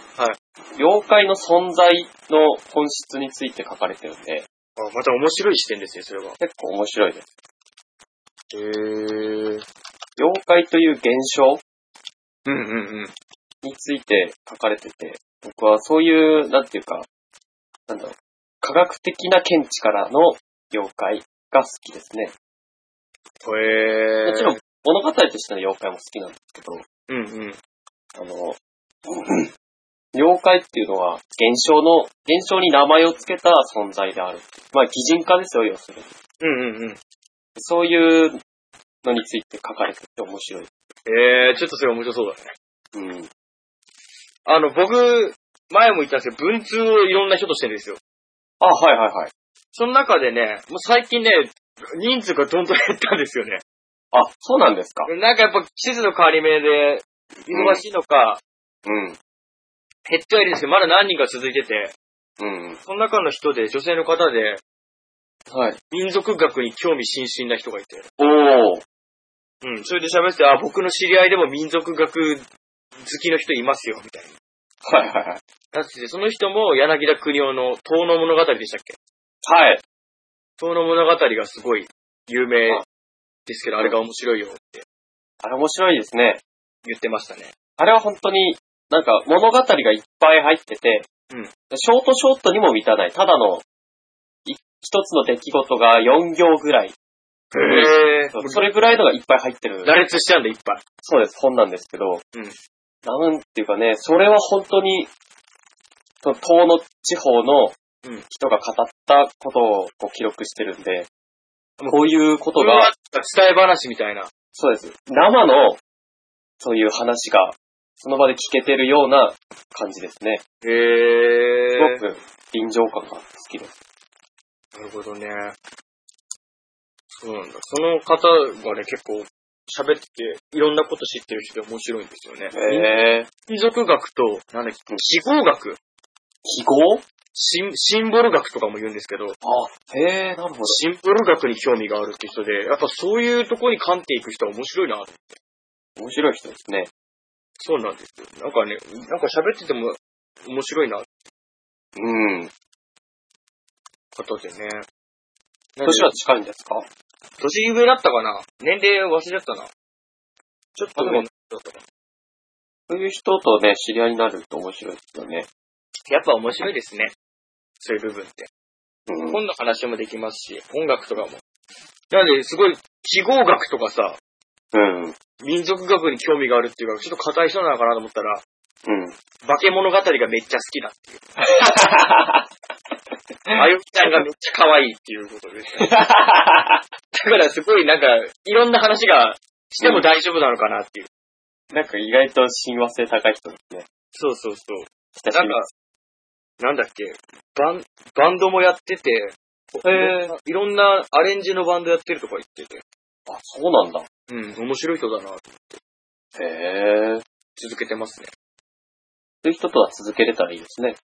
Speaker 2: 妖怪の存在の本質について書かれてるんで、
Speaker 1: あまた面白い視点ですね、それは。
Speaker 2: 結構面白いです。
Speaker 1: へえ。
Speaker 2: 妖怪という現象
Speaker 1: うんうんうん。
Speaker 2: について書かれてて、僕はそういう、なんていうか、なんだろう、科学的な見地からの妖怪が好きですね。
Speaker 1: へえ。
Speaker 2: もちろん。物語としての妖怪も好きなんですけど、
Speaker 1: うんうん。
Speaker 2: あの、 <clears throat> 妖怪っていうのは、現象の、現象に名前を付けた存在である。まあ、擬人化ですよ、要するに。
Speaker 1: うんうんうん。
Speaker 2: そういうのについて書かれてて面白い。
Speaker 1: ええちょっとそれ面白そうだね。
Speaker 2: うん。
Speaker 1: あの、僕、前も言ったんですけど、文通をいろんな人としてるんですよ。
Speaker 2: あ、はいはいはい。
Speaker 1: その中でね、もう最近ね、人数がどんどん減ったんですよね。
Speaker 2: あ、そうなんですか。
Speaker 1: なんかやっぱ季節の変わり目で、忙しいのか、
Speaker 2: うん。
Speaker 1: 減ってはいるんですけど、まだ何人か続いてて、
Speaker 2: うん。
Speaker 1: その中の人で、女性の方で、
Speaker 2: はい。
Speaker 1: 民族学に興味津々な人がいて、
Speaker 2: おー。
Speaker 1: うん、それで喋って、あ、僕の知り合いでも民族学好きの人いますよ、みたい
Speaker 2: はいはいはい。
Speaker 1: な。だって、その人も柳田国夫の遠の物語でしたっけ
Speaker 2: はい。
Speaker 1: 遠の物語がすごい有名
Speaker 2: あ
Speaker 1: ですけど、あれが面白いよって
Speaker 2: あれ面白いですね。
Speaker 1: 言ってましたね。
Speaker 2: あれは本当に、なんか物語がいっぱい入ってて、
Speaker 1: うん
Speaker 2: ショートショートにも満たない。ただの、い一つの出来事が4行ぐらい。
Speaker 1: へえ。
Speaker 2: それぐらいのがいっぱい入ってる。
Speaker 1: 羅列しちゃうんだ、いっぱい。
Speaker 2: そうです、本なんですけど、なんていうかね、それは本当に、その東の地方の
Speaker 1: うん
Speaker 2: 人が語ったことをこう記録してるんで、
Speaker 1: もう
Speaker 2: こういうこと
Speaker 1: これ
Speaker 2: が
Speaker 1: は、伝え話みたいな。
Speaker 2: そうです、生の、そういう話が、その場で聞けてるような感じですね。
Speaker 1: へ
Speaker 2: す
Speaker 1: え。
Speaker 2: ごく臨場感が好きです。
Speaker 1: なるほどね。そうなんだ。その方がね、結構喋って、いろんなこと知ってる人で面白いんですよね。
Speaker 2: へぇー。
Speaker 1: 民族学と、なんだっけ、記号学
Speaker 2: 記号
Speaker 1: シン、シンボル学とかも言うんですけど、
Speaker 2: あ、へぇー、なるほど。
Speaker 1: シンボル学に興味があるって人で、やっぱそういうとこに関っていく人は面白いな。
Speaker 2: 面白い人ですね。
Speaker 1: そうなんですよ。なんかね、なんか喋ってても面白いな、
Speaker 2: うん。
Speaker 1: 方でね。
Speaker 2: 年は近いんですか
Speaker 1: 年上だったかな年齢忘れちゃったな。ちょっと上の人だったかな
Speaker 2: そういう人とね、知り合いになると面白いですよね。
Speaker 1: やっぱ面白いですね。そういう部分って。
Speaker 2: うん
Speaker 1: 本の話もできますし、音楽とかも。なんで、すごい、記号学とかさ、
Speaker 2: うん。うん。
Speaker 1: 民族学に興味があるっていうか、ちょっと硬い人なのかなと思ったら、化け物語がめっちゃ好きだって <laughs> いう。あゆみちゃんがめっちゃ可愛いっていうことです、ね。だからすごいなんか、いろんな話がしても大丈夫なのかなっていう。
Speaker 2: なんか意外と親和性高い人ですね。
Speaker 1: そうそうそう。
Speaker 2: 親し
Speaker 1: なん
Speaker 2: み
Speaker 1: か、なんだっけ、バン、バンドもやってて、
Speaker 2: へー
Speaker 1: いろんなアレンジのバンドやってるとか言ってて、
Speaker 2: あ、そうなんだ。
Speaker 1: うん、面白い人だな、
Speaker 2: へえ。
Speaker 1: 続けてますね。
Speaker 2: そういう人とは続けれたらいいですね。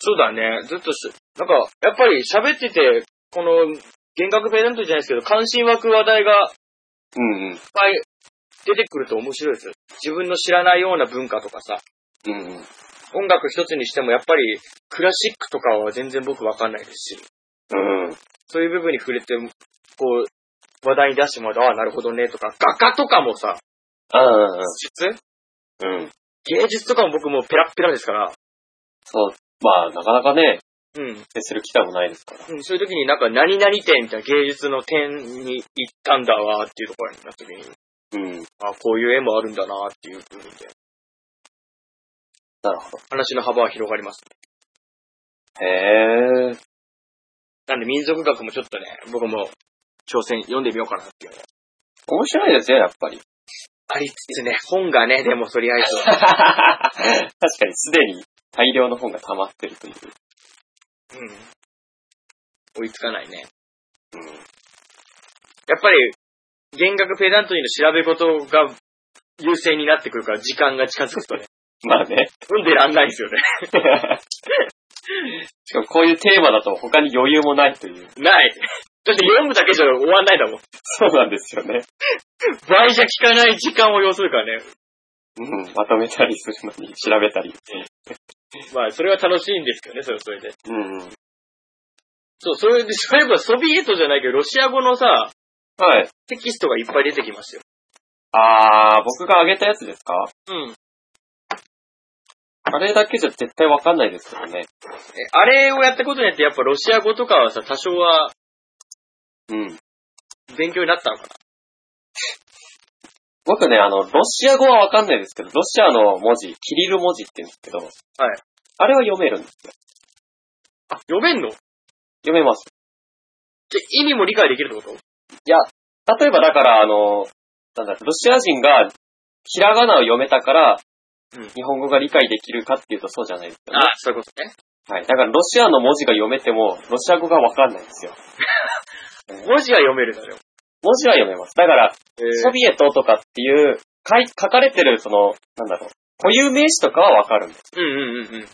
Speaker 1: そうだね。ずっとし、なんか、やっぱり喋ってて、この、幻覚ペダントじゃないですけど、関心湧く話題がいっ
Speaker 2: うんうん。
Speaker 1: ぱい出てくると面白いですよ。自分の知らないような文化とかさ、
Speaker 2: うんうん。
Speaker 1: 音楽一つにしてもやっぱりクラシックとかは全然僕わかんないですし、
Speaker 2: うん。
Speaker 1: そういう部分に触れて、こう、話題に出してもらうと、ああ、なるほどね、とか、画家とかもさ、
Speaker 2: ああ、
Speaker 1: 術
Speaker 2: うん。
Speaker 1: 芸術とかも僕もうペラッペラですから、
Speaker 2: そう。まあ、なかなかね、
Speaker 1: うん。
Speaker 2: 接する機会もないですから。
Speaker 1: うん、そういう時になんか何々店みたいな芸術の店に行ったんだわーっていうところになった時に、
Speaker 2: うん。
Speaker 1: あ、こういう絵もあるんだなーっていう部分で、
Speaker 2: なるほど。
Speaker 1: 話の幅は広がります。
Speaker 2: へえ。
Speaker 1: なんで民族学もちょっとね、僕も挑戦読んでみようかなっていうのが
Speaker 2: 面白いですよ、やっぱり。
Speaker 1: ありつつね、本がね、でもとりあえずは、
Speaker 2: 確かに、すでに大量の本が溜まってるという。
Speaker 1: うん。追いつかないね。
Speaker 2: うん。
Speaker 1: やっぱり、弦楽ペダントリーの調べ事が優勢になってくるから、時間が近づくとね、
Speaker 2: まあね。 <laughs>
Speaker 1: 読んでらんないんですよね。 <laughs>
Speaker 2: しかもこういうテーマだと他に余裕もないという。
Speaker 1: ない。だって読むだけじゃ終わんないだもん。
Speaker 2: そうなんですよね。
Speaker 1: 倍じゃ聞かない時間を要するからね。
Speaker 2: うん。まとめたりするのに、調べたり。
Speaker 1: まあ、それは楽しいんですけどね、それはそれで。
Speaker 2: うんうん。
Speaker 1: そう、それで、そういえばソビエトじゃないけど、ロシア語のさ、
Speaker 2: はい。
Speaker 1: テキストがいっぱい出てきますよ。
Speaker 2: あー、僕が挙げたやつですか
Speaker 1: うん。
Speaker 2: あれだけじゃ絶対わかんないですよね。
Speaker 1: あれをやったことによって、やっぱロシア語とかはさ、多少は
Speaker 2: うん。
Speaker 1: 勉強になったのかな。
Speaker 2: 僕ね、あの、ロシア語はわかんないですけど、ロシアの文字、キリル文字って言うんですけど、
Speaker 1: はい。
Speaker 2: あれは読めるんですよ。
Speaker 1: あ、読めんのって
Speaker 2: 読めます。
Speaker 1: 意味も理解できるってこと
Speaker 2: いや、例えばだから、あの、なんだ、ロシア人が、ひらがなを読めたから、
Speaker 1: うん
Speaker 2: 日本語が理解できるかっていうとそうじゃないですよね。
Speaker 1: あ、そういうことね。
Speaker 2: はい。だから、ロシアの文字が読めても、ロシア語がわかんないんですよ。
Speaker 1: 文字は読めるだろ。
Speaker 2: 文字は読めます。だから、
Speaker 1: え
Speaker 2: ソビエトとかっていう、かい書かれてる、その、なんだろう、固有名詞とかはわかるんです。
Speaker 1: うんうんうんうん。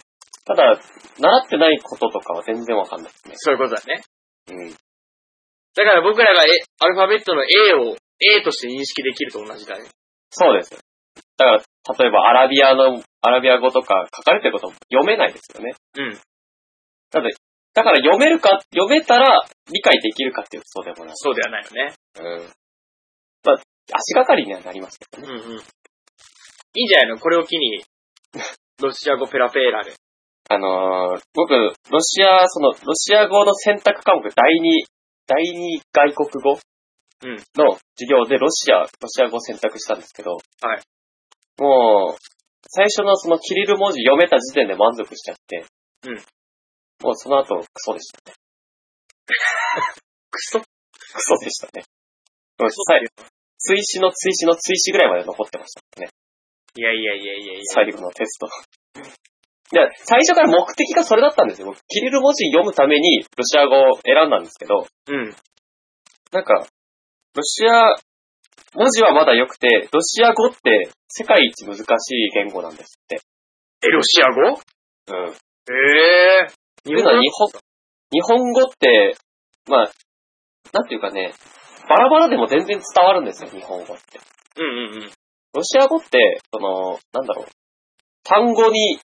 Speaker 2: ただ、習ってないこととかは全然わかんないですね。
Speaker 1: そういうことだね。
Speaker 2: うん。
Speaker 1: だから僕らがえアルファベットの A を A として認識できると同じだね。
Speaker 2: そうです。だから、例えば、アラビアの、アラビア語とか書かれてることも読めないですよね。
Speaker 1: うん。
Speaker 2: だから読めるか、読めたら理解できるかっていうとそうでもない。
Speaker 1: そうではないよね。
Speaker 2: うん。まあ、足がかりにはなりますけどね。
Speaker 1: うんうん。いいんじゃないのこれを機 <laughs> に、ロシア語ペラペーラで。
Speaker 2: あのー、僕、ロシア、その、ロシア語の選択科目第二、第二外国語
Speaker 1: うん
Speaker 2: の授業でロシア、ロシア語を選択したんですけど、
Speaker 1: はい。
Speaker 2: もう、最初のそのキリル文字読めた時点で満足しちゃって、
Speaker 1: うん。
Speaker 2: もうその後、クソでした <laughs> ね。
Speaker 1: クソって
Speaker 2: クソでしたね。もう最後、追試の追試の追試ぐらいまで残ってましたね。
Speaker 1: いやいやいやいやいや。
Speaker 2: 最後のテスト。で、最初から目的がそれだったんですよ。僕キリル文字読むためにロシア語を選んだんですけど、
Speaker 1: うん。
Speaker 2: なんか、ロシア、文字はまだ良くて、ロシア語って世界一難しい言語なんですって。
Speaker 1: え、ロシア語
Speaker 2: うん。
Speaker 1: ええ
Speaker 2: というのは日本、日本語って、まあ、なんていうかね、バラバラでも全然伝わるんですよ、日本語って。
Speaker 1: うんうんうん。
Speaker 2: ロシア語って、その、なんだろう、単語に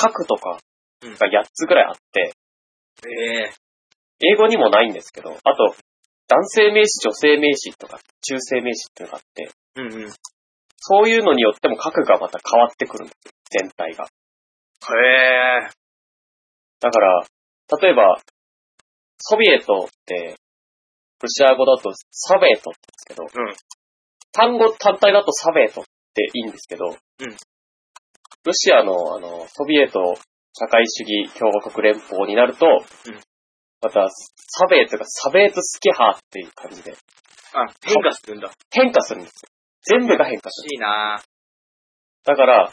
Speaker 2: 書くとかが8つぐらいあって、
Speaker 1: ええ
Speaker 2: 英語にもないんですけど、あと、男性名詞、女性名詞とか、中性名詞っていうのがあって、
Speaker 1: うんうん。へ
Speaker 2: そういうのによっても核がまた変わってくるんですよ、全体が。
Speaker 1: え
Speaker 2: だから、例えば、ソビエトって、ロシア語だとサベートって言う
Speaker 1: う
Speaker 2: んですけど、
Speaker 1: ん
Speaker 2: 単語単体だとサベートっていいんですけど、
Speaker 1: ん
Speaker 2: ロシアのあのソビエト社会主義共和国連邦になると、
Speaker 1: ん
Speaker 2: またサベートがサベートスキハーっていう感じで、
Speaker 1: あ、変化するんだ。
Speaker 2: 変化するんですよ。全部が変化する。
Speaker 1: いいな
Speaker 2: だから、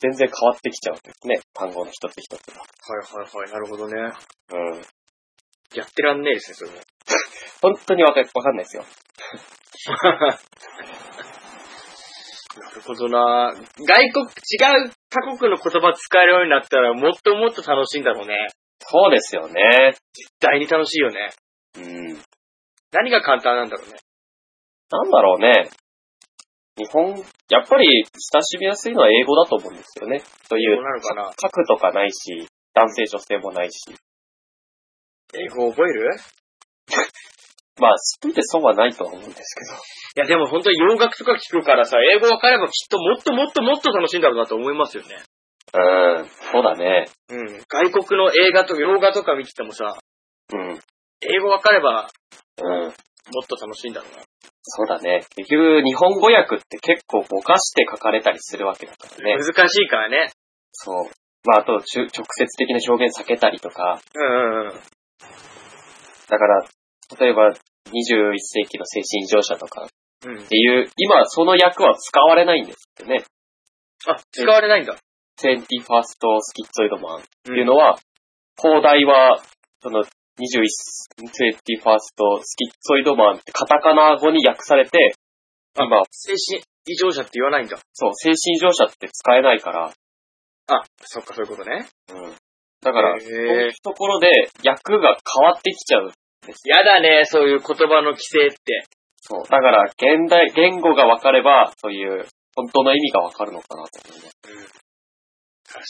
Speaker 2: 全然変わってきちゃうんですね。単語の一つ一つが。
Speaker 1: はいはいはい。なるほどね。
Speaker 2: うん。
Speaker 1: やってらんねえですね、それも。
Speaker 2: 本当にわかわかんないですよ。
Speaker 1: なるほどな。外国、違う他国の言葉使えるようになったらもっともっと楽しいんだろうね。
Speaker 2: そうですよね。
Speaker 1: 大に楽しいよね。
Speaker 2: うん。なん
Speaker 1: 何が簡単なんだろうね。
Speaker 2: だろうね。日本、やっぱり親しみやすいのは英語だと思うんですよね。そうい
Speaker 1: 英語
Speaker 2: う、
Speaker 1: なのかな
Speaker 2: 書くとかないし、男性女性もないし。
Speaker 1: 英語覚える
Speaker 2: まあ、好きで損はないとは思うんですけ
Speaker 1: いや
Speaker 2: ど。
Speaker 1: でも本当に洋楽とか聞くからさ、英語わかればきっともっともっともっと楽しいんだろうなと思いますよね。
Speaker 2: うん、そうだね。
Speaker 1: うん。外国の映画と、洋画とか見ててもさ、
Speaker 2: うん、
Speaker 1: 英語わかれば
Speaker 2: うん。
Speaker 1: もっと楽しいんだろうな。
Speaker 2: そうだね。結局、日本語訳って結構ぼかして書かれたりするわけだからね。
Speaker 1: 難しいからね。
Speaker 2: そう。まあ、あと、ちゅ直接的な表現避けたりとか。
Speaker 1: うんうんうん。
Speaker 2: だから、例えば、21世紀の精神異常者とかっ
Speaker 1: うん。
Speaker 2: ていう、今その役は使われないんですよね。
Speaker 1: あ、使われないんだ。
Speaker 2: 21st スキッツオイドマンっていう
Speaker 1: の
Speaker 2: のは、広大は、その、21、21st スキッツオイドマンってカタカナ語に訳されて、今、
Speaker 1: 精神異常者って言わないんだ。
Speaker 2: そう、精神異常者って使えないから、
Speaker 1: あ、そっかそういうことね。
Speaker 2: うん。だか
Speaker 1: へ
Speaker 2: ら、
Speaker 1: ー
Speaker 2: そういうところで役が変わってきちゃう。
Speaker 1: やだね、そういう言葉の規制って。
Speaker 2: そう。だから、現代、言語が分かれば、そういう、本当の意味が分かるのかなと思うね。
Speaker 1: 確か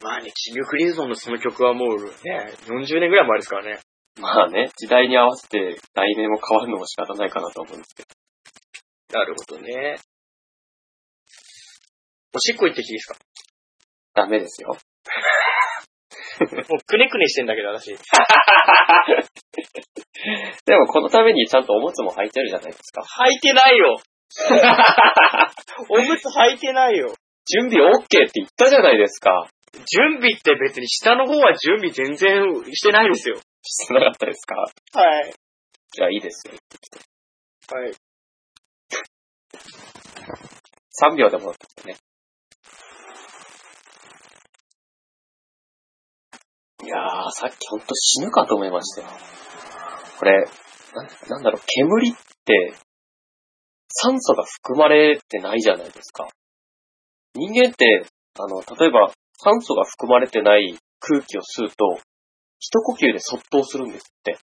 Speaker 1: に。まあね、キングクリンソンのその曲はもうね、40年ぐらい前ですからね。
Speaker 2: まあね、時代に合わせて題名も変わるのも仕方ないかなと思うんですけ
Speaker 1: なるほどね。おしっこ行ってきていい <laughs> ですか
Speaker 2: ど、ダメですよ。
Speaker 1: もうくねくねしてんだけど、私。
Speaker 2: でもこのためにちゃんとおむつも履いてるじゃないですか。
Speaker 1: 履いてない <laughs> よおむつ履いてないよ。
Speaker 2: 準備 OK って言ったじゃないですか。
Speaker 1: 準備って別に下の方は準備全然してないですよ。
Speaker 2: してなかったですか
Speaker 1: はい。
Speaker 2: じゃあいいですよ。
Speaker 1: はい。
Speaker 2: 3秒でもね。いやー、さっきほんと死ぬかと思いましたよ。これ、なんなんだろう、煙って、酸素が含まれてないじゃないですか。人間って、あの、例えば、酸素が含まれてない空気を吸うと、一呼吸でそっとするんですって。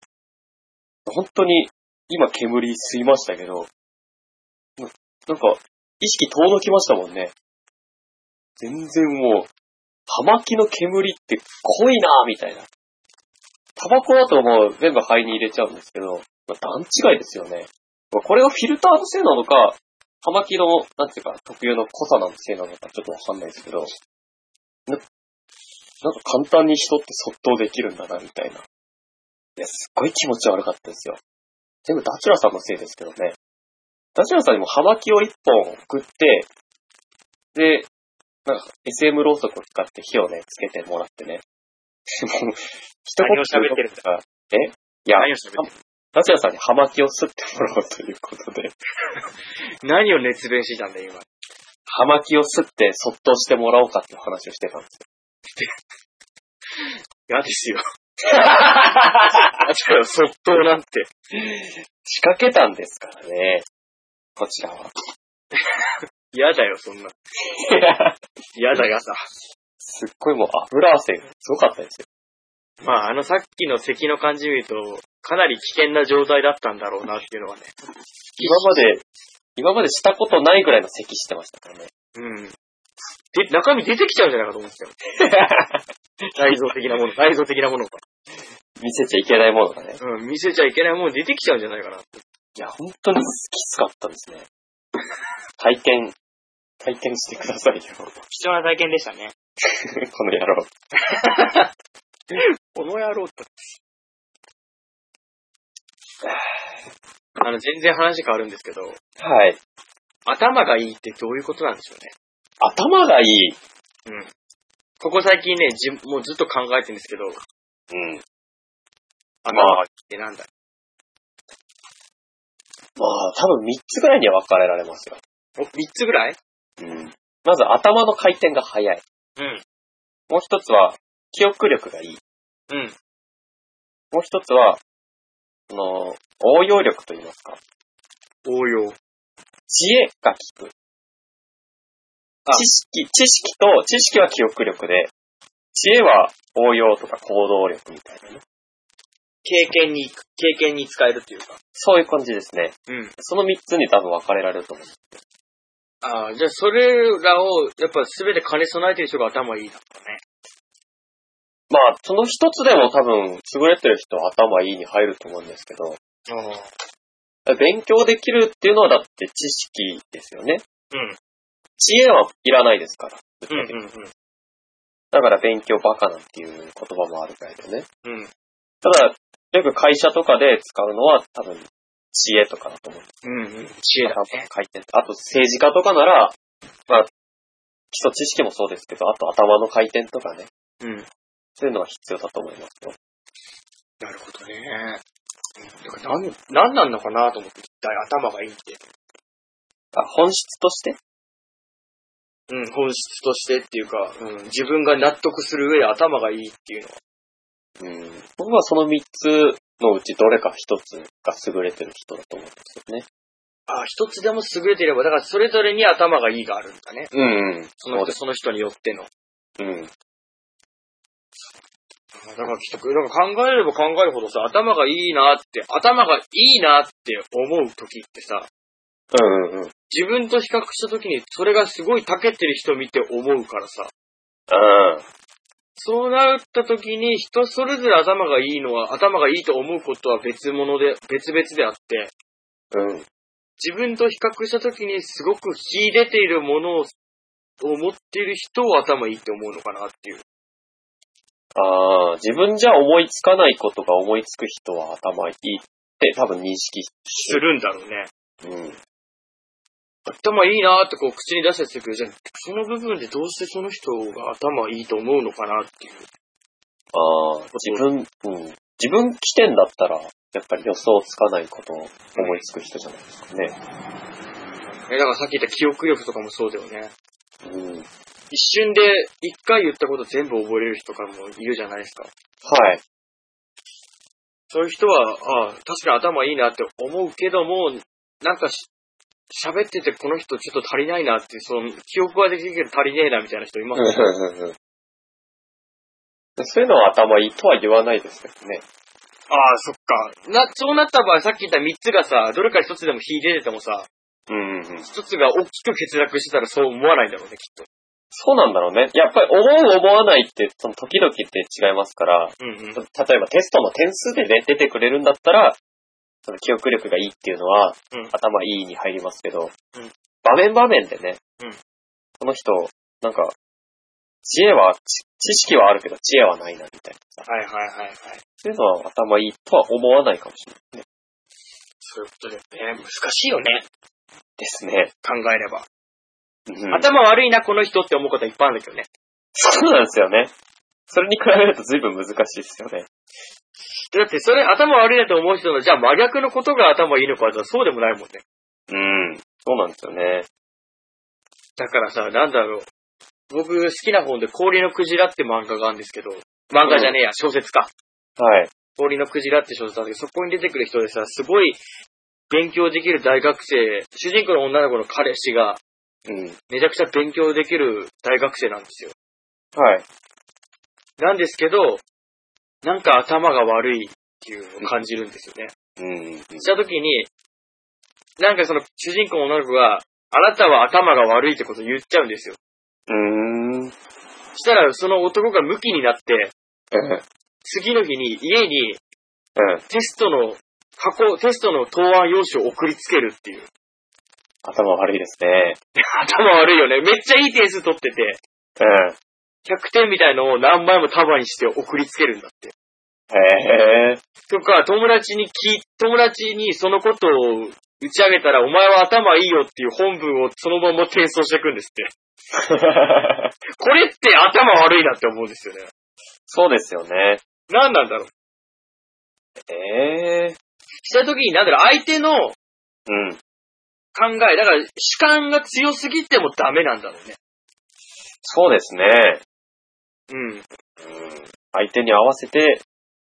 Speaker 2: 本当に、今煙吸いましたけど、ななんか、意識遠のきましたもんね。全然もう、葉巻の煙って濃いなぁ、みたいな。タバコだともう全部肺に入れちゃうんですけど、まあ段違いですよね。まあこれがフィルターのせいなのか、葉巻の、なんていうか、特有の濃さのせいなのか、ちょっとわかんないですけど、ななんか簡単に人って即答できるんだな、みたいな。いや、すっごい気持ち悪かったですよ。全部ダチュラさんのせいですけどね。ダチュラさんにも葉巻を一本送って、で、なんか SM ろうそくを使って火をね、つけてもらってね。 <laughs> もう一
Speaker 1: 何を喋ってるんだ
Speaker 2: か。えいや、
Speaker 1: 何を喋って
Speaker 2: ダチュラさんに葉巻を吸ってもらおうということで、
Speaker 1: る何を熱弁してたんだよ、今。
Speaker 2: 葉巻を吸ってそっとしてもらおうかっていう話をしてたんですよ。
Speaker 1: 嫌です <laughs> よ。だから、即答なんて。
Speaker 2: 仕掛けたんですからね。こちら <laughs> は。
Speaker 1: 嫌だよ、そんな。嫌だ、嫌だ。
Speaker 2: すっごいもう油汗がすごかったですよ。
Speaker 1: まあ、あのさっきの咳の感じ見ると、かなり危険な状態だったんだろうなっていうのはね。
Speaker 2: 今まで、今までしたことないぐらいの咳してましたからね。
Speaker 1: うん。で、中身出てきちゃうんじゃないかと思うん <laughs> ですよ。内臓的なもの、内臓的なものが。
Speaker 2: 見せちゃいけないものがね。
Speaker 1: うん、見せちゃいけないもの出てきちゃうんじゃないかな。
Speaker 2: いや、本当にきつかったですね。体験、体験してくださいよ。 <laughs>
Speaker 1: 貴重な体験でしたね。
Speaker 2: この野郎。
Speaker 1: この野郎と。 <sighs> あの、全然話変わるんですけど、
Speaker 2: はい。
Speaker 1: 頭がいいってどういうことなんでしょうね。
Speaker 2: 頭がいい。
Speaker 1: ここ最近ね、じもうずっと考えてるんですけど、
Speaker 2: うん。
Speaker 1: 頭がいいってなんだ
Speaker 2: まあ、多分3つぐらいには分かれられますよ。
Speaker 1: お、3つぐらい
Speaker 2: うん。まず頭の回転が速い。
Speaker 1: うん。
Speaker 2: もう一つは、記憶力がいい。
Speaker 1: うん。
Speaker 2: もう一つは、あの、応用力と言いますか。
Speaker 1: 応用。
Speaker 2: 知恵が効く。知識、知識と、知識は記憶力で、知恵は応用とか行動力みたいなね。
Speaker 1: 経験に、経験に使えるっていうか。
Speaker 2: そういう感じですね。
Speaker 1: うん。
Speaker 2: その3つに多分分かれられると思う。
Speaker 1: ああ、じゃあそれらを、やっぱ全て兼ね備えてる人が頭いいな。
Speaker 2: まあ、その1つでも多分、優れてる人は頭いいに入ると思うんですけど、
Speaker 1: ああ。
Speaker 2: 勉強できるっていうのはだって知識ですよね。
Speaker 1: うん。
Speaker 2: 知恵はいらないですから。
Speaker 1: うんうんうん。
Speaker 2: だから勉強バカなんていう言葉もあるくらいでね。
Speaker 1: うん。
Speaker 2: ただ、よく会社とかで使うのは多分、知恵とかだと思う。
Speaker 1: うんうん。知恵だね。
Speaker 2: 書いてあと政治家とかなら、まあ、基礎知識もそうですけど、あと頭の回転とかね、
Speaker 1: うん。
Speaker 2: そういうのは必要だと思いますよ。
Speaker 1: なるほどね。だからなん、なんなんのかなと思って、一体頭がいいって。
Speaker 2: あ本質として
Speaker 1: うん、本質としてっていうか、うん、自分が納得する上で頭がいいっていうのは。
Speaker 2: うん。僕はその3つのうちどれか1つが優れてる人だと思うんですよね。
Speaker 1: ああ、一つでも優れてれば、だからそれぞれに頭がいいがあるんだね。
Speaker 2: うん、
Speaker 1: そ
Speaker 2: そ
Speaker 1: の
Speaker 2: うです。
Speaker 1: その人によっての。
Speaker 2: うん。
Speaker 1: だからきっと、なんか考えれば考えるほどさ、頭がいいなって、頭がいいなって思う時ってさ、
Speaker 2: うんうんうん。
Speaker 1: 自分と比較した時にそれがすごい長けてる人見て思うからさ、
Speaker 2: ああ、
Speaker 1: そうなった時に人それぞれ頭がいいのは、頭がいいと思うことは別物で、別々であって、
Speaker 2: うん。
Speaker 1: 自分と比較した時にすごく秀でているものを、を持っている人を頭いいって思うのかなっていう。
Speaker 2: ああ、自分じゃ思いつかないことが思いつく人は頭いいって多分認識
Speaker 1: す
Speaker 2: する。
Speaker 1: るんだろうね。
Speaker 2: うん。
Speaker 1: 頭いいなーってこう口に出したりするけど、じゃあその部分でどうしてその人が頭いいと思うのかなっていう。
Speaker 2: ああ、自分、うん。自分起点だったら、やっぱり予想つかないことを思いつく人じゃないですかね。
Speaker 1: え、だからさっき言った記憶力とかもそうだよね。
Speaker 2: うん。はい。
Speaker 1: 一瞬で一回言ったこと全部覚えれる人とかもいるじゃないですか。
Speaker 2: <laughs>
Speaker 1: そういう人は、ああ、確かに頭いいなって思うけども、なんかし喋っててこの人ちょっと足りないなって、その記憶はできるけど足りねえなみたいな人いますね。
Speaker 2: そういうのは頭いいとは言わないですけどね。
Speaker 1: ああ、そっか。な、そうなった場合、さっき言った3つがさ、どれか1つでも引い出ててもさ、
Speaker 2: うんうん。
Speaker 1: 1つが大きく欠落してたらそう思わないんだろうね、きっ
Speaker 2: そうなんだろうね。やっぱり思う思わないって、その時々って違いますから、
Speaker 1: と。うんうん。
Speaker 2: 例えばテストの点数で、ね、出てくれるんだったら、その記憶力がいいっていうのは、
Speaker 1: うん
Speaker 2: 頭いいに入りますけど、
Speaker 1: うん
Speaker 2: 場面場面でね、
Speaker 1: うん
Speaker 2: この人、なんか、知恵は、知知識はあるけど知恵はないな、みたいなさ。
Speaker 1: はいはいはいはい。
Speaker 2: そういうのは頭いいとは思わないかもしれない
Speaker 1: そういうことですね。難しいよね、
Speaker 2: ですね。
Speaker 1: 考えれば。
Speaker 2: うん
Speaker 1: 頭悪いな、この人って思うことはいっぱいあるんだけどね。
Speaker 2: そうなんですよね。それに比べると随分難しいですよね。
Speaker 1: だってそれ頭悪いなと思う人の、じゃあ真逆のことが頭いいのかとはそうでもないもんね。
Speaker 2: うん。そうなんですよね。
Speaker 1: だからさ、なんだろう。僕好きな本で氷のクジラって漫画があるんですけど、漫画じゃねえや、小説か。
Speaker 2: はい。
Speaker 1: 氷のクジラって小説なんだけど、そこに出てくる人でさ、すごい勉強できる大学生、主人公の女の子の彼氏が、
Speaker 2: うん。
Speaker 1: めちゃくちゃ勉強できる大学生なんですよ。
Speaker 2: はい。
Speaker 1: なんですけど、なんか頭が悪いっていうのを感じるんですよね。
Speaker 2: うん。
Speaker 1: したときに、なんかその主人公の女の子が、あなたは頭が悪いってことを言っちゃうんですよ。
Speaker 2: うん。
Speaker 1: したら、その男がムキになって、
Speaker 2: うん。
Speaker 1: 次の日に家に
Speaker 2: うん。
Speaker 1: テストの箱、テストの答案用紙を送りつけるっていう。
Speaker 2: 頭悪いですね。
Speaker 1: 頭悪いよね。めっちゃいい点数取ってて、
Speaker 2: うん。
Speaker 1: 100点みたいのを何枚も束にして送りつけるんだって。
Speaker 2: へえ。
Speaker 1: とか、友達に聞い、友達にそのことを打ち上げたら、お前は頭いいよっていう本文をそのまま転送していくんですって。これって頭悪いなって思うんですよね。
Speaker 2: <laughs> そうですよね。
Speaker 1: 何なんだろう。
Speaker 2: ええ。
Speaker 1: した時に、なんだろう、相手の考
Speaker 2: うん。
Speaker 1: え、だから主観が強すぎてもダメなんだろうね。
Speaker 2: そうですね。
Speaker 1: うん。
Speaker 2: うん。相手に合わせて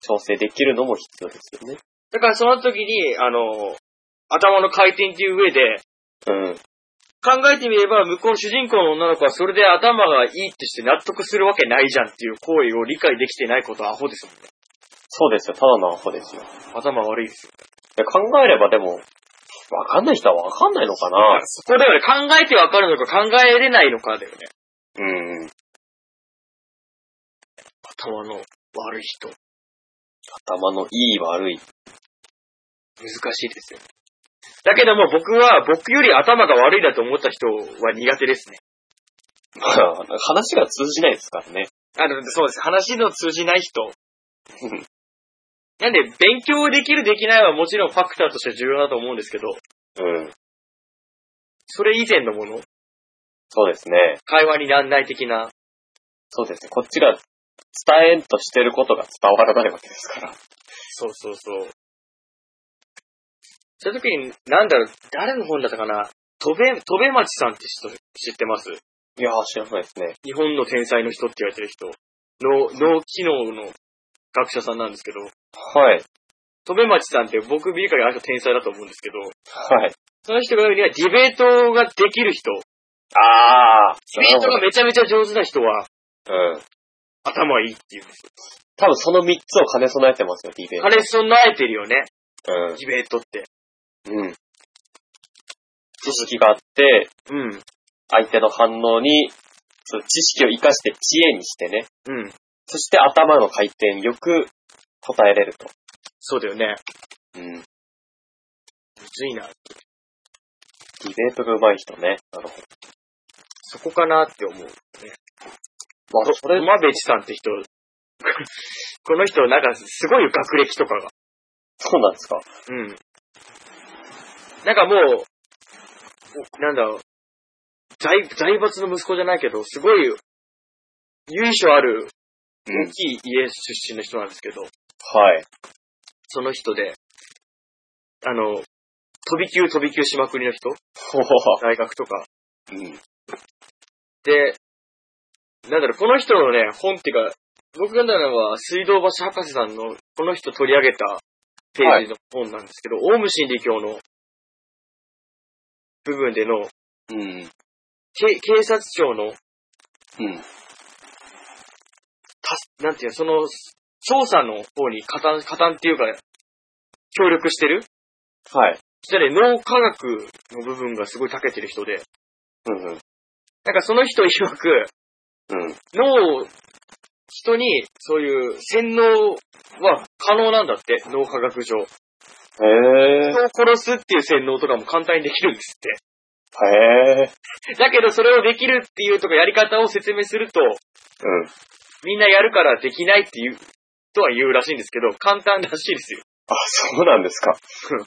Speaker 2: 調整できるのも必要ですよね。
Speaker 1: だからその時に、あの、頭の回転っていう上で、
Speaker 2: うん。
Speaker 1: 考えてみれば、向こう主人公の女の子はそれで頭がいいってして納得するわけないじゃんっていう行為を理解できてないことはアホですもんね。
Speaker 2: そうですよ、ただのアホですよ。
Speaker 1: 頭悪いですよ。
Speaker 2: で考えればでも、わかんない人はわかんないのかな
Speaker 1: そこだよね、考えてわかるのか考えれないのかだよね。
Speaker 2: うん。
Speaker 1: 頭の悪い人。
Speaker 2: 頭のいい悪い。
Speaker 1: 難しいですよ。だけども僕は、僕より頭が悪いだと思った人は苦手ですね。
Speaker 2: まあ話が通じないですからね。
Speaker 1: あの、そうです。話の通じない人。なんで、勉強できるできないはもちろんファクターとして重要だと思うんですけど、
Speaker 2: うん。
Speaker 1: それ以前のもの、
Speaker 2: そうですね。
Speaker 1: 会話になんない的な、
Speaker 2: そうですね。こっちが伝えんとしてることが伝わらないわけですから。
Speaker 1: そうそうそう。そういう時に、なんだろう、誰の本だったかな戸辺、戸辺町さんって人知ってます
Speaker 2: いやー、知らないですね。
Speaker 1: 日本の天才の人って言われてる人。の、脳機能の学者さんなんですけど、
Speaker 2: はい。
Speaker 1: 戸辺町さんって僕見る限りあの人天才だと思うんですけど、
Speaker 2: はい。
Speaker 1: その人が言うにはディベートができる人、
Speaker 2: ああ、
Speaker 1: ディベートがめちゃめちゃ上手な人は
Speaker 2: うん。
Speaker 1: 頭いいっていうんですよ。
Speaker 2: 多分その3つを兼ね備えてますよ、ディベー
Speaker 1: あれ備えてるよね、
Speaker 2: ト。
Speaker 1: ディベートって。
Speaker 2: うん。うん。知識があって、
Speaker 1: うん。
Speaker 2: 相手の反応に、そう知識を活かして知恵にしてね。
Speaker 1: うん。
Speaker 2: そして頭の回転よく答えれると。
Speaker 1: そうだよね。
Speaker 2: うん。デ
Speaker 1: むずいな。
Speaker 2: ィベートが上手い人ね。なるほ
Speaker 1: そこかなって思う。
Speaker 2: ど。まあ、それ、
Speaker 1: 馬べちさんって人、 <laughs> この人、なんかすごい学歴とかが。
Speaker 2: そうなんですか。
Speaker 1: うん。なんかもう、なんだろう、財、財閥の息子じゃないけど、すごい、由緒ある
Speaker 2: うん
Speaker 1: 大。きい家出身の人なんですけど、
Speaker 2: はい。
Speaker 1: その人で、あの、飛び級飛び級しまくりの人
Speaker 2: ほほほ。
Speaker 1: 大学とか。
Speaker 2: うん。
Speaker 1: で、なんだろう、この人のね、本っていうか、僕が読んだのは、水道橋博士さんの、この人取り上げたページの本なんですけど、オウム真理教の部分での、
Speaker 2: うん。
Speaker 1: け警察庁の、
Speaker 2: うん。
Speaker 1: たすなんていうの、その、調査の方に加担、加担っていうか、協力してる
Speaker 2: はい。
Speaker 1: そしたらね、脳科学の部分がすごい長けてる人で、
Speaker 2: うんうん。
Speaker 1: なんかその人曰く、
Speaker 2: うん。
Speaker 1: 脳を、人に、そういう、洗脳は可能なんだって、脳科学上。
Speaker 2: へえ。
Speaker 1: 人を殺すっていう洗脳とかも簡単にできるんですっ
Speaker 2: へえ。
Speaker 1: て。だけど、それをできるっていうとか、やり方を説明すると、
Speaker 2: うん。
Speaker 1: みんなやるからできないっていう、とは言うらしいんですけど、簡単らしいですよ。
Speaker 2: あ、そうなんですか <laughs>
Speaker 1: うん。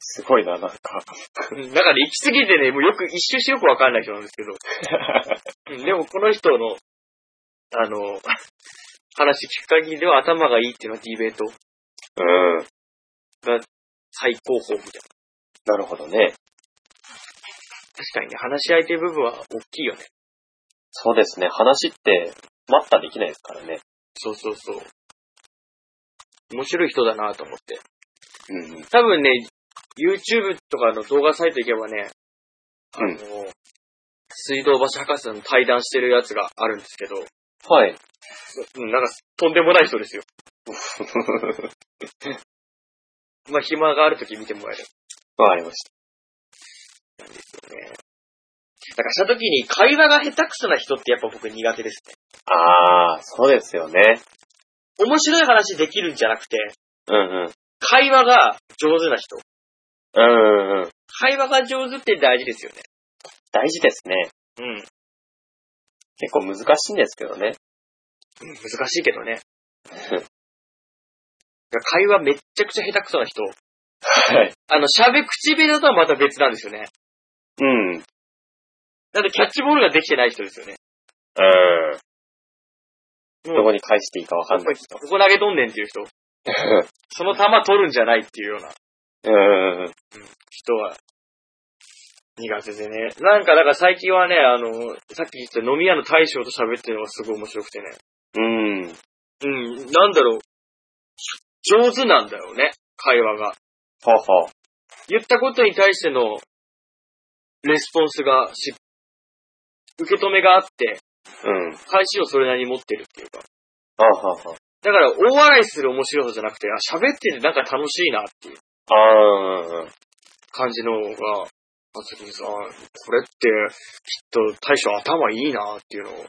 Speaker 2: すごいな、なんか。
Speaker 1: うんだから、行き過ぎてね、もうよく、一周しよくわかんない人なんですけど。うんでも、この人の、あの、話聞く限りでは頭がいいっていうのはディベート
Speaker 2: うん。
Speaker 1: 最高峰みたいな。
Speaker 2: なるほどね。
Speaker 1: 確かにね、話し相手部分は大きいよね。
Speaker 2: そうですね。話って、待ったできないですからね。
Speaker 1: そうそうそう。面白い人だなと思って。
Speaker 2: うん。
Speaker 1: 多分ね、YouTube とかの動画サイト行けばね、あの、
Speaker 2: うん
Speaker 1: 水道橋博士さんの対談してるやつがあるんですけど、
Speaker 2: はい。
Speaker 1: うん、なんかとんでもない人 <laughs> ですよ。まあ暇がある時見てもらえる。
Speaker 2: わかりまし
Speaker 1: だからした時に会話が下手くそな人ってやっぱ僕苦手ですね。
Speaker 2: た。あー、そうですよね。
Speaker 1: 面白い話できるんじゃなくて、
Speaker 2: うんうん。
Speaker 1: 会話が上手な人。
Speaker 2: うんうんうん。
Speaker 1: 会話が上手って大事ですよね。
Speaker 2: 大事ですね。
Speaker 1: うん。
Speaker 2: 結構難しいんですけどね。
Speaker 1: 難しいけど
Speaker 2: <laughs>
Speaker 1: ね。会話めっちゃくちゃ下手くそな人。
Speaker 2: はい。
Speaker 1: あの、喋口下手とはまた別なんですよね。
Speaker 2: うん。うん。
Speaker 1: だってキャッチボールができてない人ですよね。
Speaker 2: どこに返していいかわか
Speaker 1: こ
Speaker 2: んない人。
Speaker 1: こ投げとんねんって
Speaker 2: <laughs>
Speaker 1: いう人。その球取るんじゃないっていうような
Speaker 2: うんうんうん。
Speaker 1: 人は苦手でね。なんかだから最近はね、あの、さっき言った飲み屋の大将と喋ってるのがすごい面白くてね。
Speaker 2: う
Speaker 1: う
Speaker 2: ん。
Speaker 1: ん、なんだろう。上手なんだよね、会話が。
Speaker 2: はは。
Speaker 1: 言ったことに対してのレスポンスがし、受け止めがあって、
Speaker 2: うん。
Speaker 1: 返しをそれなりに持ってるっていうか。
Speaker 2: あはは。
Speaker 1: だから、大笑いする面白さじゃなくて、あ、喋っててなんか楽しいなっていう
Speaker 2: あー、
Speaker 1: 感じのが、あ、つくさん、これって、きっと大将頭いいなっていうのを、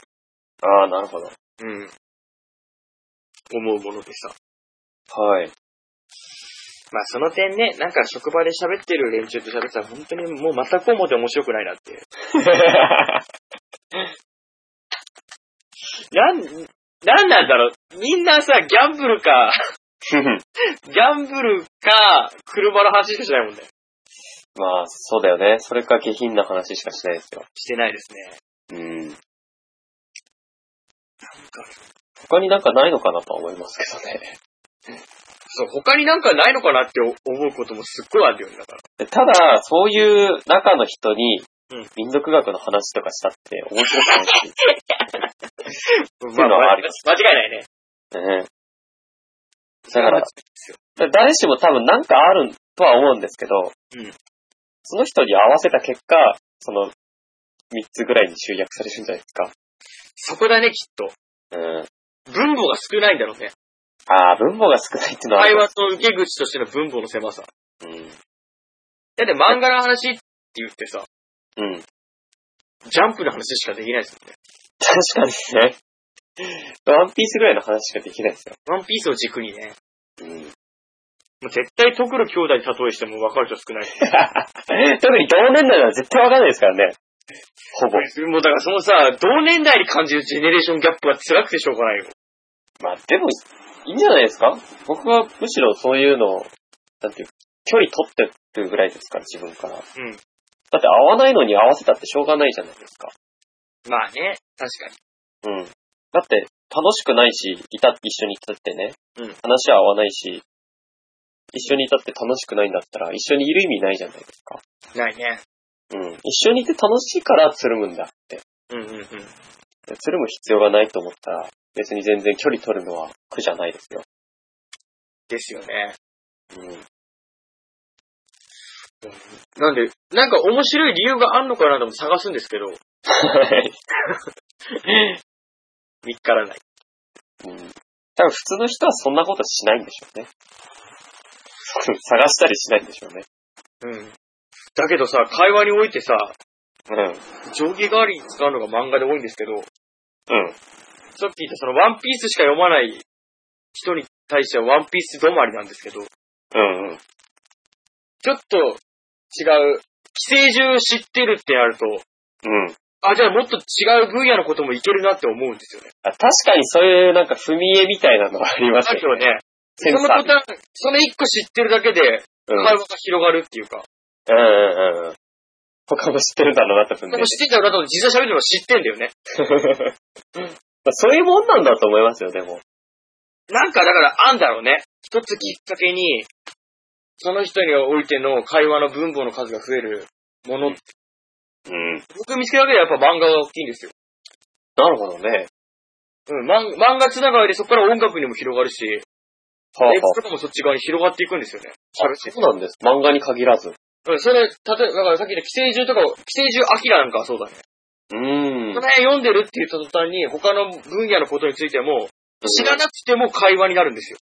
Speaker 2: あー、なるほど。
Speaker 1: うん、思うものでした。
Speaker 2: はい。
Speaker 1: まあその点ね、なんか職場で喋ってる連中と喋ったら本当にもう全く思って面白くないなって。なん、なんなんだろう。みんなさ、ギャンブルか、ギャンブルか、車の話しかしないもんね。
Speaker 2: <laughs> まあ、そうだよね。それか下品な話しかしないですよ。
Speaker 1: してないですね。
Speaker 2: うん。他になんかないのかなとは思いますけどね。
Speaker 1: そう、他になんかないのかなって思うこともすっごいあるよね、だから。
Speaker 2: でただ、そういう中の人に
Speaker 1: うん、
Speaker 2: 民族学の話とかしたって面白くないし。
Speaker 1: まあ、
Speaker 2: のは
Speaker 1: 間
Speaker 2: あ
Speaker 1: 違
Speaker 2: ります
Speaker 1: いないね。 <laughs>
Speaker 2: うん。だから
Speaker 1: うん、
Speaker 2: 誰しも多分なんかあるとは思うんですけど、
Speaker 1: うん
Speaker 2: その人に合わせた結果、その3つぐらいに集約されるんじゃないですか。
Speaker 1: そこだね、きっと。
Speaker 2: うん。
Speaker 1: 分母が少ないんだろうね。
Speaker 2: ああ、分母が少ないっていうのはあ
Speaker 1: 会
Speaker 2: る
Speaker 1: 話の受け口としての分母の狭さ。だって漫画の話って言ってさ、
Speaker 2: うん。うん。
Speaker 1: ジャンプの話しかできないですもんね。
Speaker 2: 確かにね。ワンピースぐらいの話しかできないですよ。
Speaker 1: ワンピースを軸にね。
Speaker 2: うん。
Speaker 1: もう絶対トクル兄弟に例えしても分かる人少ない。
Speaker 2: 特に同年代なら絶対わかんないですからね。ほぼ。
Speaker 1: もうだから <laughs> そのさ、同年代に感じるジェネレーションギャップが辛くてしょうがないよ。
Speaker 2: まあでも、いいんじゃないですか僕はむしろそういうのを、なんていうか、距離取ってるぐらいですから、自分から。
Speaker 1: うん。
Speaker 2: だって合わないのに合わせたってしょうがないじゃないですか。
Speaker 1: まあね、確か
Speaker 2: うん。だって、楽しくないし、いた、一緒にいたってね。
Speaker 1: うん
Speaker 2: 話は合わないし、一緒にいたって楽しくないんだったら、一緒にいる意味ないじゃないですか。
Speaker 1: に。ないね。
Speaker 2: うん。一緒にいて楽しいからつるむんだって。
Speaker 1: うんうんうん。
Speaker 2: でつるむ必要がないと思ったら、別に全然距離取るのは苦じゃないですよ。
Speaker 1: ですよね。
Speaker 2: <laughs> うん。
Speaker 1: なんで、なんか面白い理由があんのかなとも探すんですけど、
Speaker 2: はい。
Speaker 1: 見っからない。
Speaker 2: うん。多分普通の人はそんなことしないんでしょうね。探したりしないんでしょうね。
Speaker 1: うん。だけどさ、会話においてさ、
Speaker 2: うん。
Speaker 1: 定規代わりに使うのが漫画で多いんですけど、
Speaker 2: うん。
Speaker 1: さっき言ったそのワンピースしか読まない人に対してはワンピース止まりなんですけど、
Speaker 2: うんうん。
Speaker 1: ちょっと違う、寄生獣知ってるってなると、
Speaker 2: うん。
Speaker 1: あ、じゃあもっと違う分野のこともいけるなって思うんですよね。
Speaker 2: あ確かにそういうなんか踏み絵みたいなのはあります
Speaker 1: あ
Speaker 2: よ
Speaker 1: とは
Speaker 2: ね。
Speaker 1: ね、そ
Speaker 2: セン
Speaker 1: の途
Speaker 2: サー。
Speaker 1: 端、その一個知ってるだけで
Speaker 2: うん。う
Speaker 1: 会
Speaker 2: ん
Speaker 1: 話が広がるっていうか、
Speaker 2: うんうん。他も知ってるんだろうなって分
Speaker 1: で
Speaker 2: ね
Speaker 1: も。知ってたらだと実際喋るのは知ってんだよね。
Speaker 2: まあそういうもんなんだと思いますよ、でも。
Speaker 1: なんかだからあんだろうね。一つきっかけに、その人においての会話の分母の数が増えるもの。
Speaker 2: うん。
Speaker 1: 僕見つけただけでやっぱ漫画が大きいんですよ。
Speaker 2: なるほどね。
Speaker 1: うん、漫漫画つながりでそこから音楽にも広がるし、映
Speaker 2: はあ、は
Speaker 1: 画
Speaker 2: あ
Speaker 1: とかもそっち側に広がっていくんですよね。喋って
Speaker 2: そうなんです。漫画に限らず。
Speaker 1: うん、それ、例えば、だからさっき言った寄生獣とかを、寄生獣アキラなんかはそうだね。
Speaker 2: うーん
Speaker 1: その。辺読んでるっていう途端に、他の分野のことについても、知らなくても会話になるんですよ。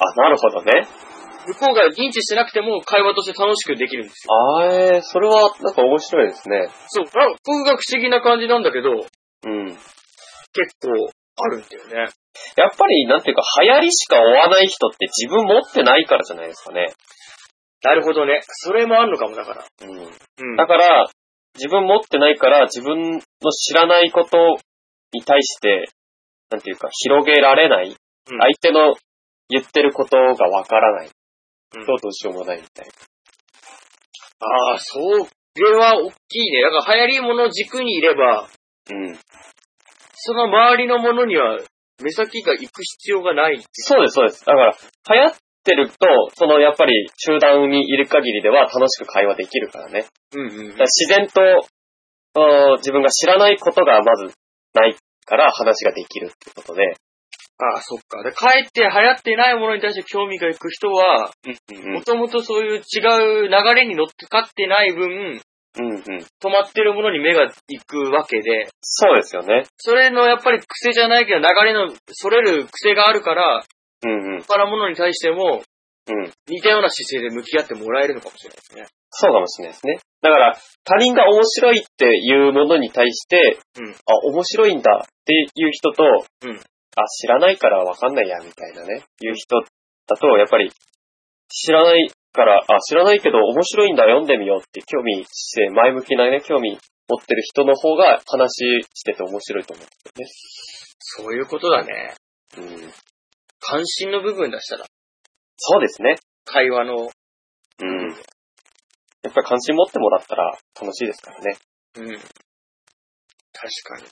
Speaker 2: あ、なるほどね。
Speaker 1: 向こうが認知してなくても会話として楽しくできるんですよ。
Speaker 2: あえー、それはなんか面白いですね。
Speaker 1: そう、あここが不思議な感じなんだけど、
Speaker 2: うん。
Speaker 1: 結構あるんだよね。
Speaker 2: やっぱり、なんていうか、流行りしか追わない人って自分持ってないからじゃないですかね。
Speaker 1: なるほどね。それもあるのかも、だから。
Speaker 2: うん。
Speaker 1: うん
Speaker 2: だから、自分持ってないから、自分の知らないことに対して、なんていうか、広げられない。
Speaker 1: うん
Speaker 2: 相手の言ってることがわからない。
Speaker 1: うん
Speaker 2: どうどうしようもないみたい
Speaker 1: ああ、そう。これは大きいね。だから流行りものを軸にいれば、
Speaker 2: な。うん。
Speaker 1: その周りのものには目先が行く必要がない。
Speaker 2: そうです、そうです。だから、流行ってると、その、やっぱり、集団にいる限りでは楽しく会話できるからね。
Speaker 1: うんうん、
Speaker 2: だから自然と、うん自分が知らないことがまずないから話ができるってことで。
Speaker 1: ああ、そっか。で、かえって流行ってないものに対して興味がいく人は、もともとそういう違う流れに乗っかってない分、
Speaker 2: うんうん。
Speaker 1: 止まってるものに目が行くわけで、
Speaker 2: そうですよね。
Speaker 1: それのやっぱり癖じゃないけど流れのそれる癖があるから、
Speaker 2: うんうん。
Speaker 1: 他のものに対しても
Speaker 2: うん。
Speaker 1: 似たような姿勢で向き合ってもらえるのかもしれないですね。
Speaker 2: そうかもしれないですね。だから、他人が面白いっていうものに対して、
Speaker 1: うん
Speaker 2: あ、面白いんだっていう人と、
Speaker 1: うん
Speaker 2: あ、知らないからわかんないや、みたいなね、いう人だと、やっぱり、知らないから、あ、知らないけど面白いんだ、読んでみようって興味して、前向きなね、興味持ってる人の方が話してて面白いと思
Speaker 1: そういうことだね。
Speaker 2: う。うん。
Speaker 1: 関心の部分出したら、
Speaker 2: そうですね。
Speaker 1: 会話の、
Speaker 2: うん。やっぱり関心持ってもらったら楽しいですからね。
Speaker 1: うん。確かに。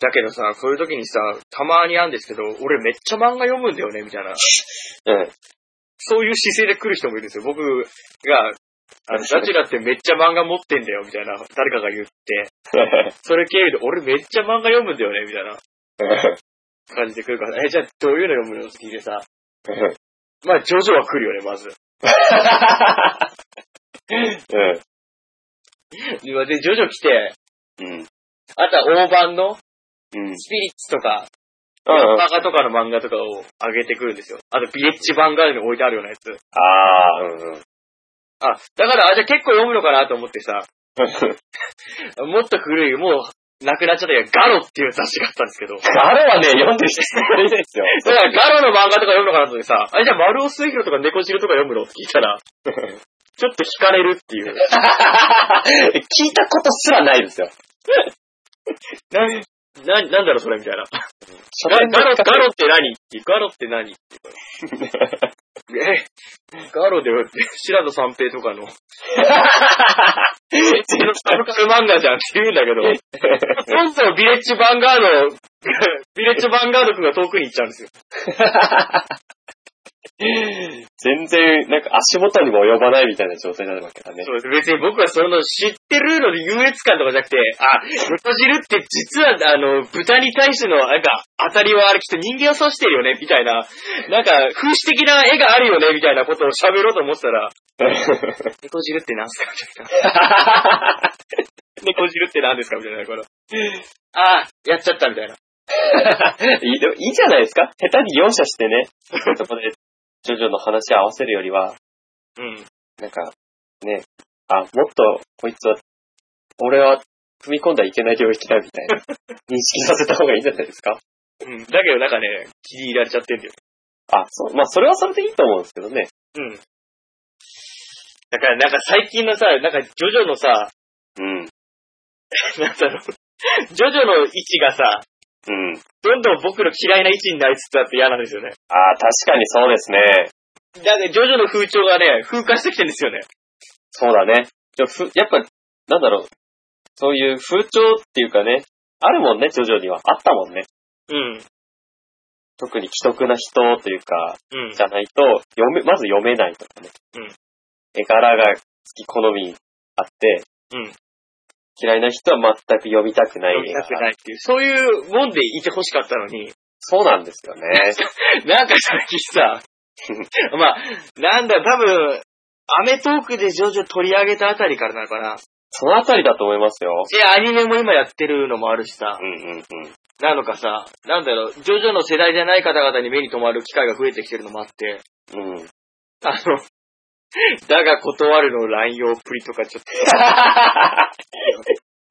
Speaker 1: だけどさ、そういう時にさ、たまにあるんですけど、俺めっちゃ漫画読むんだよね、みたいな。
Speaker 2: うん。 <laughs>
Speaker 1: そういう姿勢で来る人もいるんですよ。僕が、あの、ダチュラってめっちゃ漫画持ってんだよ、みたいな、誰かが言って、それ経由で、俺めっちゃ漫画読むんだよね、みたいな感じで来るから、え、じゃあどういうの読むのって聞いてさ、まあ、ジョジョは来るよね、まず。
Speaker 2: うん。
Speaker 1: 今で、ジョジョ来て、
Speaker 2: うん。
Speaker 1: あとは大判の
Speaker 2: うん。
Speaker 1: スピリッツとか、
Speaker 2: うん。
Speaker 1: 漫画とかの漫画とかを上げてくるんですよ。あと、ビレッジヴァンガードに置いてあるようなやつ。
Speaker 2: ああ、うんうん。
Speaker 1: あ、だから、あ、じゃあ結構読むのかなと思ってさ、 <laughs> もっと古い、もう、なくなっちゃったけど、ガロっていう雑誌があったんですけど、
Speaker 2: あれはね、読んでる人少ないですよ。
Speaker 1: だからガロの漫画とか読むのかなと思ってさ、あれじゃあ丸尾水魚とか猫汁とか読むのって聞いたら、ちょっと惹かれるっていう。
Speaker 2: 聞いたことすらないですよ。
Speaker 1: な、な、なんだろうそれみたいな。
Speaker 2: 書
Speaker 1: ガ
Speaker 2: <laughs> 店で
Speaker 1: ガロ、ガロって何ってガロって何って言うからえ、ガロで、白戸三平とかの、サブカル漫画じゃんって言うんだけど、そもそもビレッジヴァンガード、ビレッジヴァンガード君が遠くに行っちゃうんですよ。
Speaker 2: 全然、なんか足元にも及ばないみたいな状態になるわけだね。
Speaker 1: そうです。別に僕はその知ってるので優越感とかじゃなくて、あ、豚汁って実はあの、豚に対してのなんか当たりはあれきっと人間を指してるよね、みたいな、なんか風刺的な絵があるよね、みたいなことを喋ろうと思ってたら、 <laughs> 猫汁って何すかみたいな。猫汁って何ですかみたいな。このああ、やっちゃったみたいな。
Speaker 2: いいでもいいじゃないですか下手に容赦してね、そこで、ジョジョの話を合わせるよりは、
Speaker 1: うん。
Speaker 2: なんか、ね、あ、もっと、こいつは、俺は踏み込んだらいけない領域だみたい <laughs> な、認識させた方がいいんじゃないですか
Speaker 1: うん。だけどなんかね、気に入られちゃってんだよ。
Speaker 2: あ、そう、まあ、それはそれでいいと思うんですけどね。
Speaker 1: うん。だからなんか最近のさ、なんかジョジョのさ、
Speaker 2: うん。
Speaker 1: <laughs> なんだろう。ジョジョの位置がさ、
Speaker 2: うん。
Speaker 1: どんどん僕の嫌いな位置になりつつあって嫌なんですよね。
Speaker 2: ああ、確かにそうですね。
Speaker 1: だから、ジョジョの風潮がね、風化してきてるんですよね。
Speaker 2: そうだね。じゃふやっぱ、なんだろう。そういう風潮っていうかね、あるもんね、徐々には。あったもんね。
Speaker 1: うん。
Speaker 2: 特に既得な人というか、
Speaker 1: うん。
Speaker 2: じゃないと、読め、まず読めないとかね。
Speaker 1: うん。
Speaker 2: 絵柄が好き好みあって、
Speaker 1: うん。
Speaker 2: 嫌いな人は全く読みたくない
Speaker 1: 読み
Speaker 2: 絵
Speaker 1: たく
Speaker 2: 柄。
Speaker 1: ないっていう。そういうもんでいて欲しかったのに、 <laughs>
Speaker 2: そうなんですよね。
Speaker 1: なんか最近さ、 <laughs> まあ、なんだ、多分、アメトークでジョジョ取り上げたあたりからなのかな。
Speaker 2: そのあたりだと思いますよ。
Speaker 1: で、アニメも今やってるのもあるしさ
Speaker 2: う、んうんうん。
Speaker 1: なのかさ、なんだろう、ジョジョの世代じゃない方々に目に留まる機会が増えてきてるのもあって、
Speaker 2: うん。
Speaker 1: あの、だが断るの乱用プリとかちょっと、 <laughs>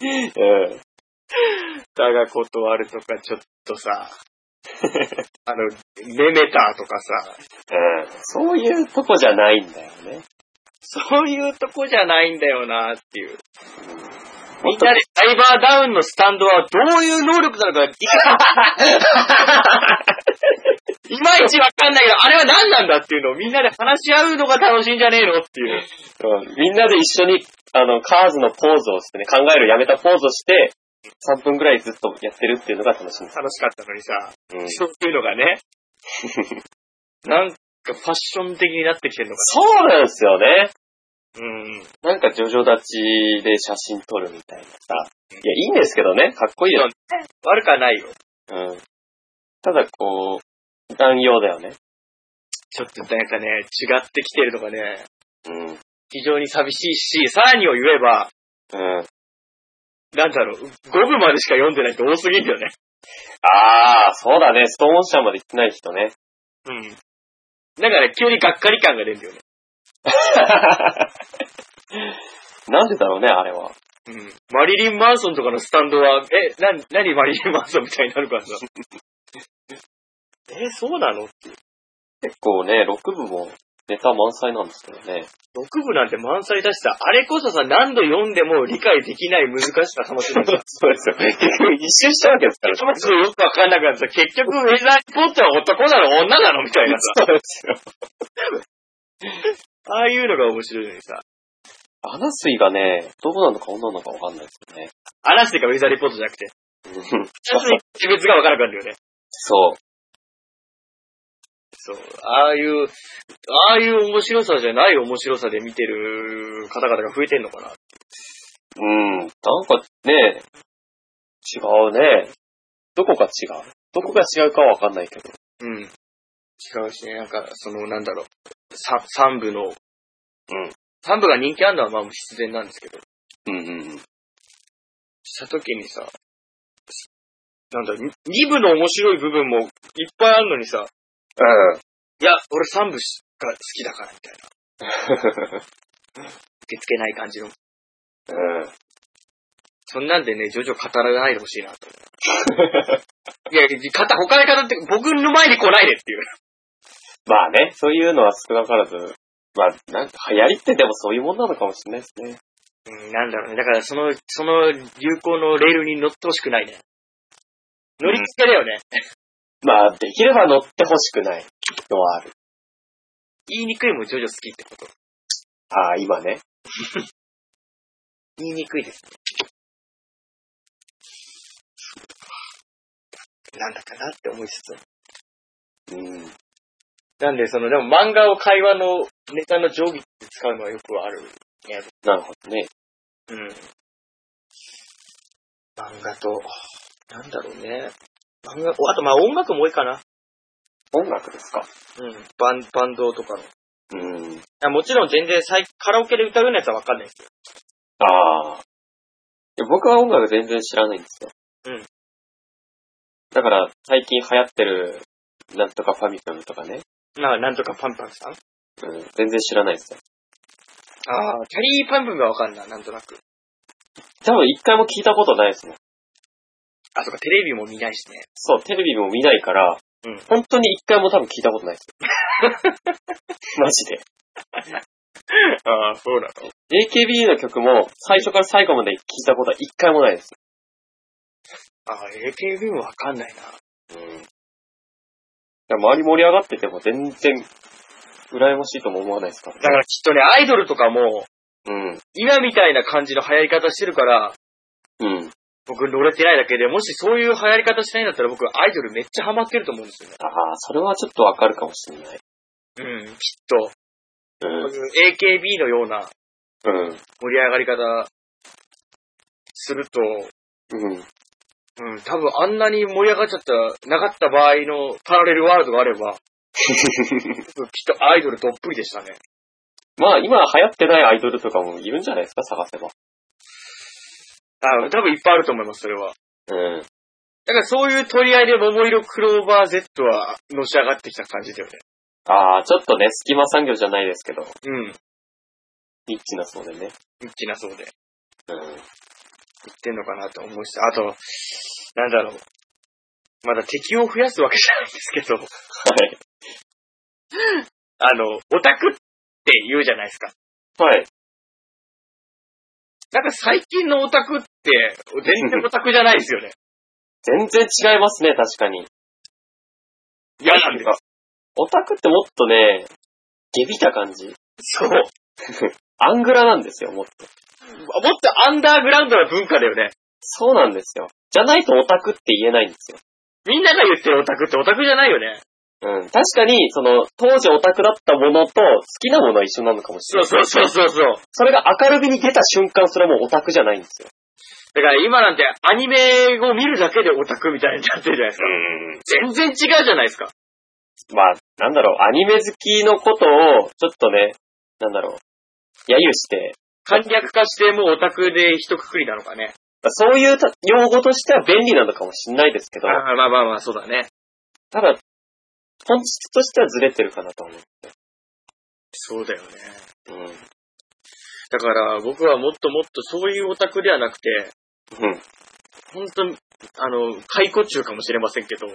Speaker 2: うん。
Speaker 1: だが断るとかちょっとさ、 <laughs> あの、メメターとかさ、
Speaker 2: うんそういうとこじゃないんだよね。
Speaker 1: そういうとこじゃないんだよなっていう。み
Speaker 2: み
Speaker 1: ん
Speaker 2: んな
Speaker 1: なでサイバーダウンのスタンドはどういう能力なのか、い <laughs> いまいちわかんないけど、あれは何なんだっていうのをみんなで話し合うのが楽しいんじゃねえのっていう。
Speaker 2: うんみんなで一緒に、あの、カーズのポーズをしてね、考えるやめたポーズをして、3分くらいずっとやってるっていうのが楽しいんです。
Speaker 1: 楽しかったのにさ、
Speaker 2: うん
Speaker 1: そういうのがね、なんかファッション的になってきてるのか
Speaker 2: そうなんですよね。
Speaker 1: な。うん。
Speaker 2: なんか、ジョジョ立ちで写真撮るみたいなさ。いや、いいんですけどね、かっこいいよ。
Speaker 1: 悪くはないよ。
Speaker 2: うん。ただ、こう、乱用だよね。
Speaker 1: ちょっとなんかね、違ってきてるのがね、
Speaker 2: うん。
Speaker 1: 非常に寂しいし、さらにを言えば、
Speaker 2: うん。
Speaker 1: なんだろう、5部までしか読んでない人多すぎるよね。
Speaker 2: ああ、そうだね。ストーン社まで行ってない人ね。 <laughs>
Speaker 1: うん。だから急にがっかり感が出るんだよね。
Speaker 2: なんでだろうね、あれは。
Speaker 1: うん。マリリン・マンソンとかのスタンドは、え、な、なにマリリン・マンソンみたいになるからさ。え、そうなの ?6
Speaker 2: 結構ね、6部もネタ満載なんですけどね。
Speaker 1: 部なんて満載出した。あれこそさ、何度読んでも理解できない難しさ楽しみ。 <laughs>
Speaker 2: そうですよ。結 <laughs> 局一周したわけですから。
Speaker 1: ちょっとよくわかんなくなった。結局、ウェザーリポートは男なの女なのみたいなさ。
Speaker 2: そうですよ。
Speaker 1: ああいうのが面白いのにさ。
Speaker 2: アナスイがね、男なのか女なのかわかんないですよね。
Speaker 1: アラスティかウェザーリポートじゃなく <laughs> て。
Speaker 2: うん
Speaker 1: 二つに区別がわからなくなるよね。
Speaker 2: <laughs> そう。
Speaker 1: そう。ああいう、ああいう面白さじゃない面白さで見てる方々が増えてんのかな。
Speaker 2: うん。なんかね、違うね。どこが違うどこが違うかはわかんないけど。。
Speaker 1: うん。違うしね、なんか、その、なんだろう。さ、三部の。うん三部が人気あるのはまあ必然なんですけど。
Speaker 2: うんうん。
Speaker 1: した時にさ、なんだろう、二部の面白い部分もいっぱいあるのにさ、いや、俺三部しか好きだからみたいな。受け付けない感じの。
Speaker 2: うん。
Speaker 1: そんなんでね、徐々語らないでほしいなと。いや、語、他の方って僕の前に来ないでっていう。
Speaker 2: まあね、そういうのは少なからず、まあ、なんか流行りってでもそういうもんなのかもしれないですね。
Speaker 1: うん、なんだろうね。だからその、その流行のレールに乗ってほしくないね。乗り付けだよね。
Speaker 2: まあ、できれば乗ってほしくないのはある。
Speaker 1: 言いにくいも徐々好きってこと。
Speaker 2: ああ、今ね。
Speaker 1: 言いにくいですね。なんだかなって思いつつ。
Speaker 2: うん。
Speaker 1: なんで、その、でも漫画を会話のネタの定規って使うのはよくある。
Speaker 2: なるほどね。
Speaker 1: うん。漫画と、なんだろうね。漫画、おあとまあ音楽も多いかな。
Speaker 2: 音楽ですか
Speaker 1: うん。バン、バンドとかの。
Speaker 2: うん。
Speaker 1: あもちろん全然最カラオケで歌うようなやつはわかんないですよ。
Speaker 2: ああ。いや僕は音楽全然知らないんですよ。
Speaker 1: うん。
Speaker 2: だから、最近流行ってる、なんとかファミコンとかね。
Speaker 1: ななんとかパンパンさん
Speaker 2: うん。全然知らないですよ。
Speaker 1: ああ、キャリーパンパンがわかんない、なんとなく。
Speaker 2: 多分一回も聞いたことないですね。
Speaker 1: あ、とかテレビも見ないしね。
Speaker 2: そう、テレビも見ないから、
Speaker 1: うん
Speaker 2: 本当に一回も多分聞いたことないです <laughs> よ。マジで。
Speaker 1: <laughs> ああ、そうなの
Speaker 2: AKB の曲も最初から最後まで聞いたことは一回もないです。
Speaker 1: ああ、AKB もわかんないな。
Speaker 2: うん。周り盛り上がってても全然、羨ましいとも思わないですか
Speaker 1: だ
Speaker 2: ら、
Speaker 1: か
Speaker 2: ね。
Speaker 1: らきっとね、アイドルとかも、
Speaker 2: うん。
Speaker 1: 今みたいな感じの流行り方してるから、
Speaker 2: うん。
Speaker 1: 僕乗れてないだけで、もしそういう流行り方しないんだったら僕アイドルめっちゃハマってると思うんですよね。
Speaker 2: ああ、それはちょっとわかるかもしれない。
Speaker 1: うん、きっと。
Speaker 2: うん。
Speaker 1: AKB のような
Speaker 2: うん。
Speaker 1: 盛り上がり方すると、
Speaker 2: うん。
Speaker 1: うん、多分あんなに盛り上がっちゃった、なかった場合のパラレルワールドがあれば、きっとアイドルどっぷりでしたね。
Speaker 2: <laughs> まあ、今流行ってないアイドルとかもいるんじゃないですか、探せば。
Speaker 1: あ多分いっぱいあると思います、それは。
Speaker 2: うん。
Speaker 1: だからそういう取り合いで桃色クローバー Z はのし上がってきた感じだよね。
Speaker 2: ああ、ちょっとね、隙間産業じゃないですけど、
Speaker 1: うん。
Speaker 2: ニッチなそうでね。
Speaker 1: 一気なそうで。
Speaker 2: う
Speaker 1: 言
Speaker 2: ん。
Speaker 1: ってんのかなと思うし、あと、なんだろう。まだ敵を増やすわけじゃないんですけど、
Speaker 2: はい。
Speaker 1: あの、オタクって言うじゃないですか。
Speaker 2: <laughs> はい。
Speaker 1: なんか最近のオタクって、全然オタクじゃないですよね。
Speaker 2: 全然違いますね、確かに。
Speaker 1: 嫌なんです。
Speaker 2: オタクってもっとね、下びた感じ。
Speaker 1: そう。
Speaker 2: <laughs> アングラなんですよ、もっと。
Speaker 1: もっとアンダーグラウンドな文化だよね。
Speaker 2: そうなんですよ。じゃないとオタクって言えないんですよ。
Speaker 1: みんなが言ってるオタクってオタクじゃないよね。
Speaker 2: うん。確かに、その、当時オタクだったものと好きなものは一緒なのかもしれ
Speaker 1: そう
Speaker 2: ない。
Speaker 1: そうそうそうそう。
Speaker 2: それが明るみに出た瞬間、それはもうオタクじゃないんですよ。
Speaker 1: だから今なんてアニメを見るだけでオタクみたいになってるじゃないですか。
Speaker 2: うん。
Speaker 1: <laughs> 全然違うじゃないですか。
Speaker 2: まあ、なんだろう、アニメ好きのことを、ちょっとね、なんだろう、揶揄して、
Speaker 1: 簡略化してもうオタクで一括りなのかね。
Speaker 2: そういうた用語としては便利なのかもしれないですけど、
Speaker 1: あーまあまあまあ、そうだね。
Speaker 2: ただ、本質としてはずれてるかなと思う。
Speaker 1: そうだよね。
Speaker 2: うん。
Speaker 1: だから僕はもっともっとそういうオタクではなくて、
Speaker 2: うん。
Speaker 1: 本当にあの、解雇中かもしれませんけ <laughs> ど、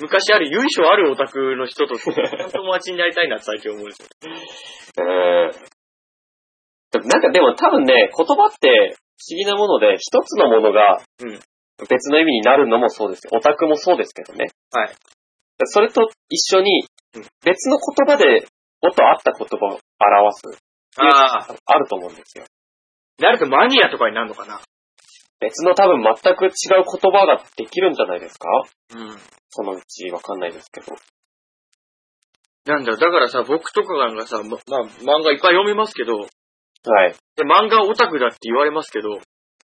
Speaker 1: 昔ある、由緒あるオタクの人と、友達になりたいなって最近思うんですよ。
Speaker 2: うん。でもなんかでも多分ね、言葉って不思議なもので、一つのものが
Speaker 1: うん
Speaker 2: 別の意味になるのもそうですよ。オタクもそうですけどね。
Speaker 1: はい。
Speaker 2: それと一緒に
Speaker 1: うん、
Speaker 2: 別の言葉で、もっと合った言葉を表す。
Speaker 1: ああ、
Speaker 2: あると思うんですよ。
Speaker 1: なるとマニアとかになるのかな
Speaker 2: 別の多分全く違う言葉ができるんじゃないですか
Speaker 1: うん。
Speaker 2: そのうちわかんないですけど。
Speaker 1: なんだろう、だからさ、僕とかがさ、ま、まあ、漫画いっぱい読みますけど、
Speaker 2: はい。
Speaker 1: で、漫画オタクだって言われますけど、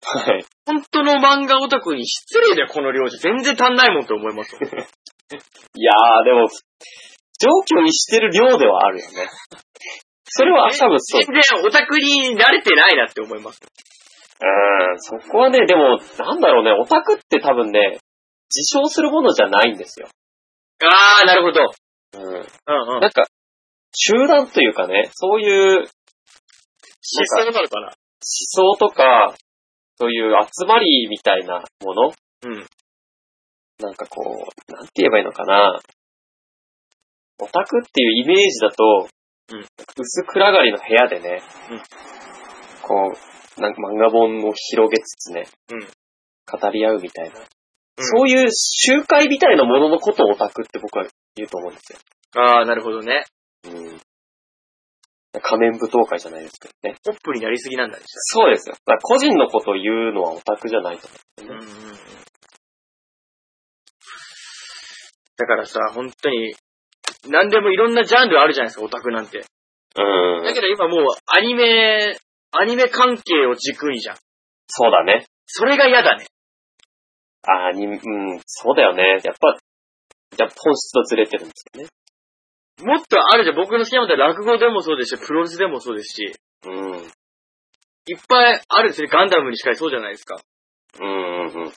Speaker 2: はい。
Speaker 1: 本当の漫画オタクに失礼だよ、この領事。全然足んないもんと思い <laughs> ます。
Speaker 2: いやー、でも、状況にしてる量ではあるよね。それは多分そう
Speaker 1: 全。然オタクに慣れてないなって思います。
Speaker 2: うん、そこはね、でも、なんだろうね、オタクって多分ね、自称するものじゃないんですよ。
Speaker 1: ああ、なるほど。
Speaker 2: うん。
Speaker 1: うんうん
Speaker 2: な。んか、集団というかね、そういう思
Speaker 1: 失踪なのかな
Speaker 2: 想とか、そういう集まりみたいなもの
Speaker 1: うん。
Speaker 2: なんかこう、なんて言えばいいのかな。オタクっていうイメージだと、
Speaker 1: うん
Speaker 2: 薄暗がりの部屋でね、
Speaker 1: うん
Speaker 2: こう、なんか漫画本を広げつつね、
Speaker 1: うん
Speaker 2: 語り合うみたいな、そういう集会みたいなもののことをオタクって僕は言うと思うんですよ。
Speaker 1: ああ、なるほどね。
Speaker 2: うん仮面舞踏会じゃないですけどね。
Speaker 1: ポップになりすぎなんだね。
Speaker 2: そうですよ。だから個人のことを言うのはオタクじゃないと
Speaker 1: うんうんうんだからさ、本当に、何でもいろんなジャンルあるじゃないですか、オタクなんて。
Speaker 2: 思う。う
Speaker 1: だ
Speaker 2: ん。
Speaker 1: けど今もう、アニメ、アニメ関係を軸にじゃん。
Speaker 2: そうだね。
Speaker 1: それが嫌だね。
Speaker 2: あーに、うん、そうだよね。やっぱ、やっぱ本質とずれてるんですよね。
Speaker 1: もっとあるじゃん。僕の好きなものって落語でもそうですし、プロレスでもそうですし、
Speaker 2: うん。うん
Speaker 1: いっぱいあるんですね。ガンダムにしかりそうじゃないですか。
Speaker 2: うん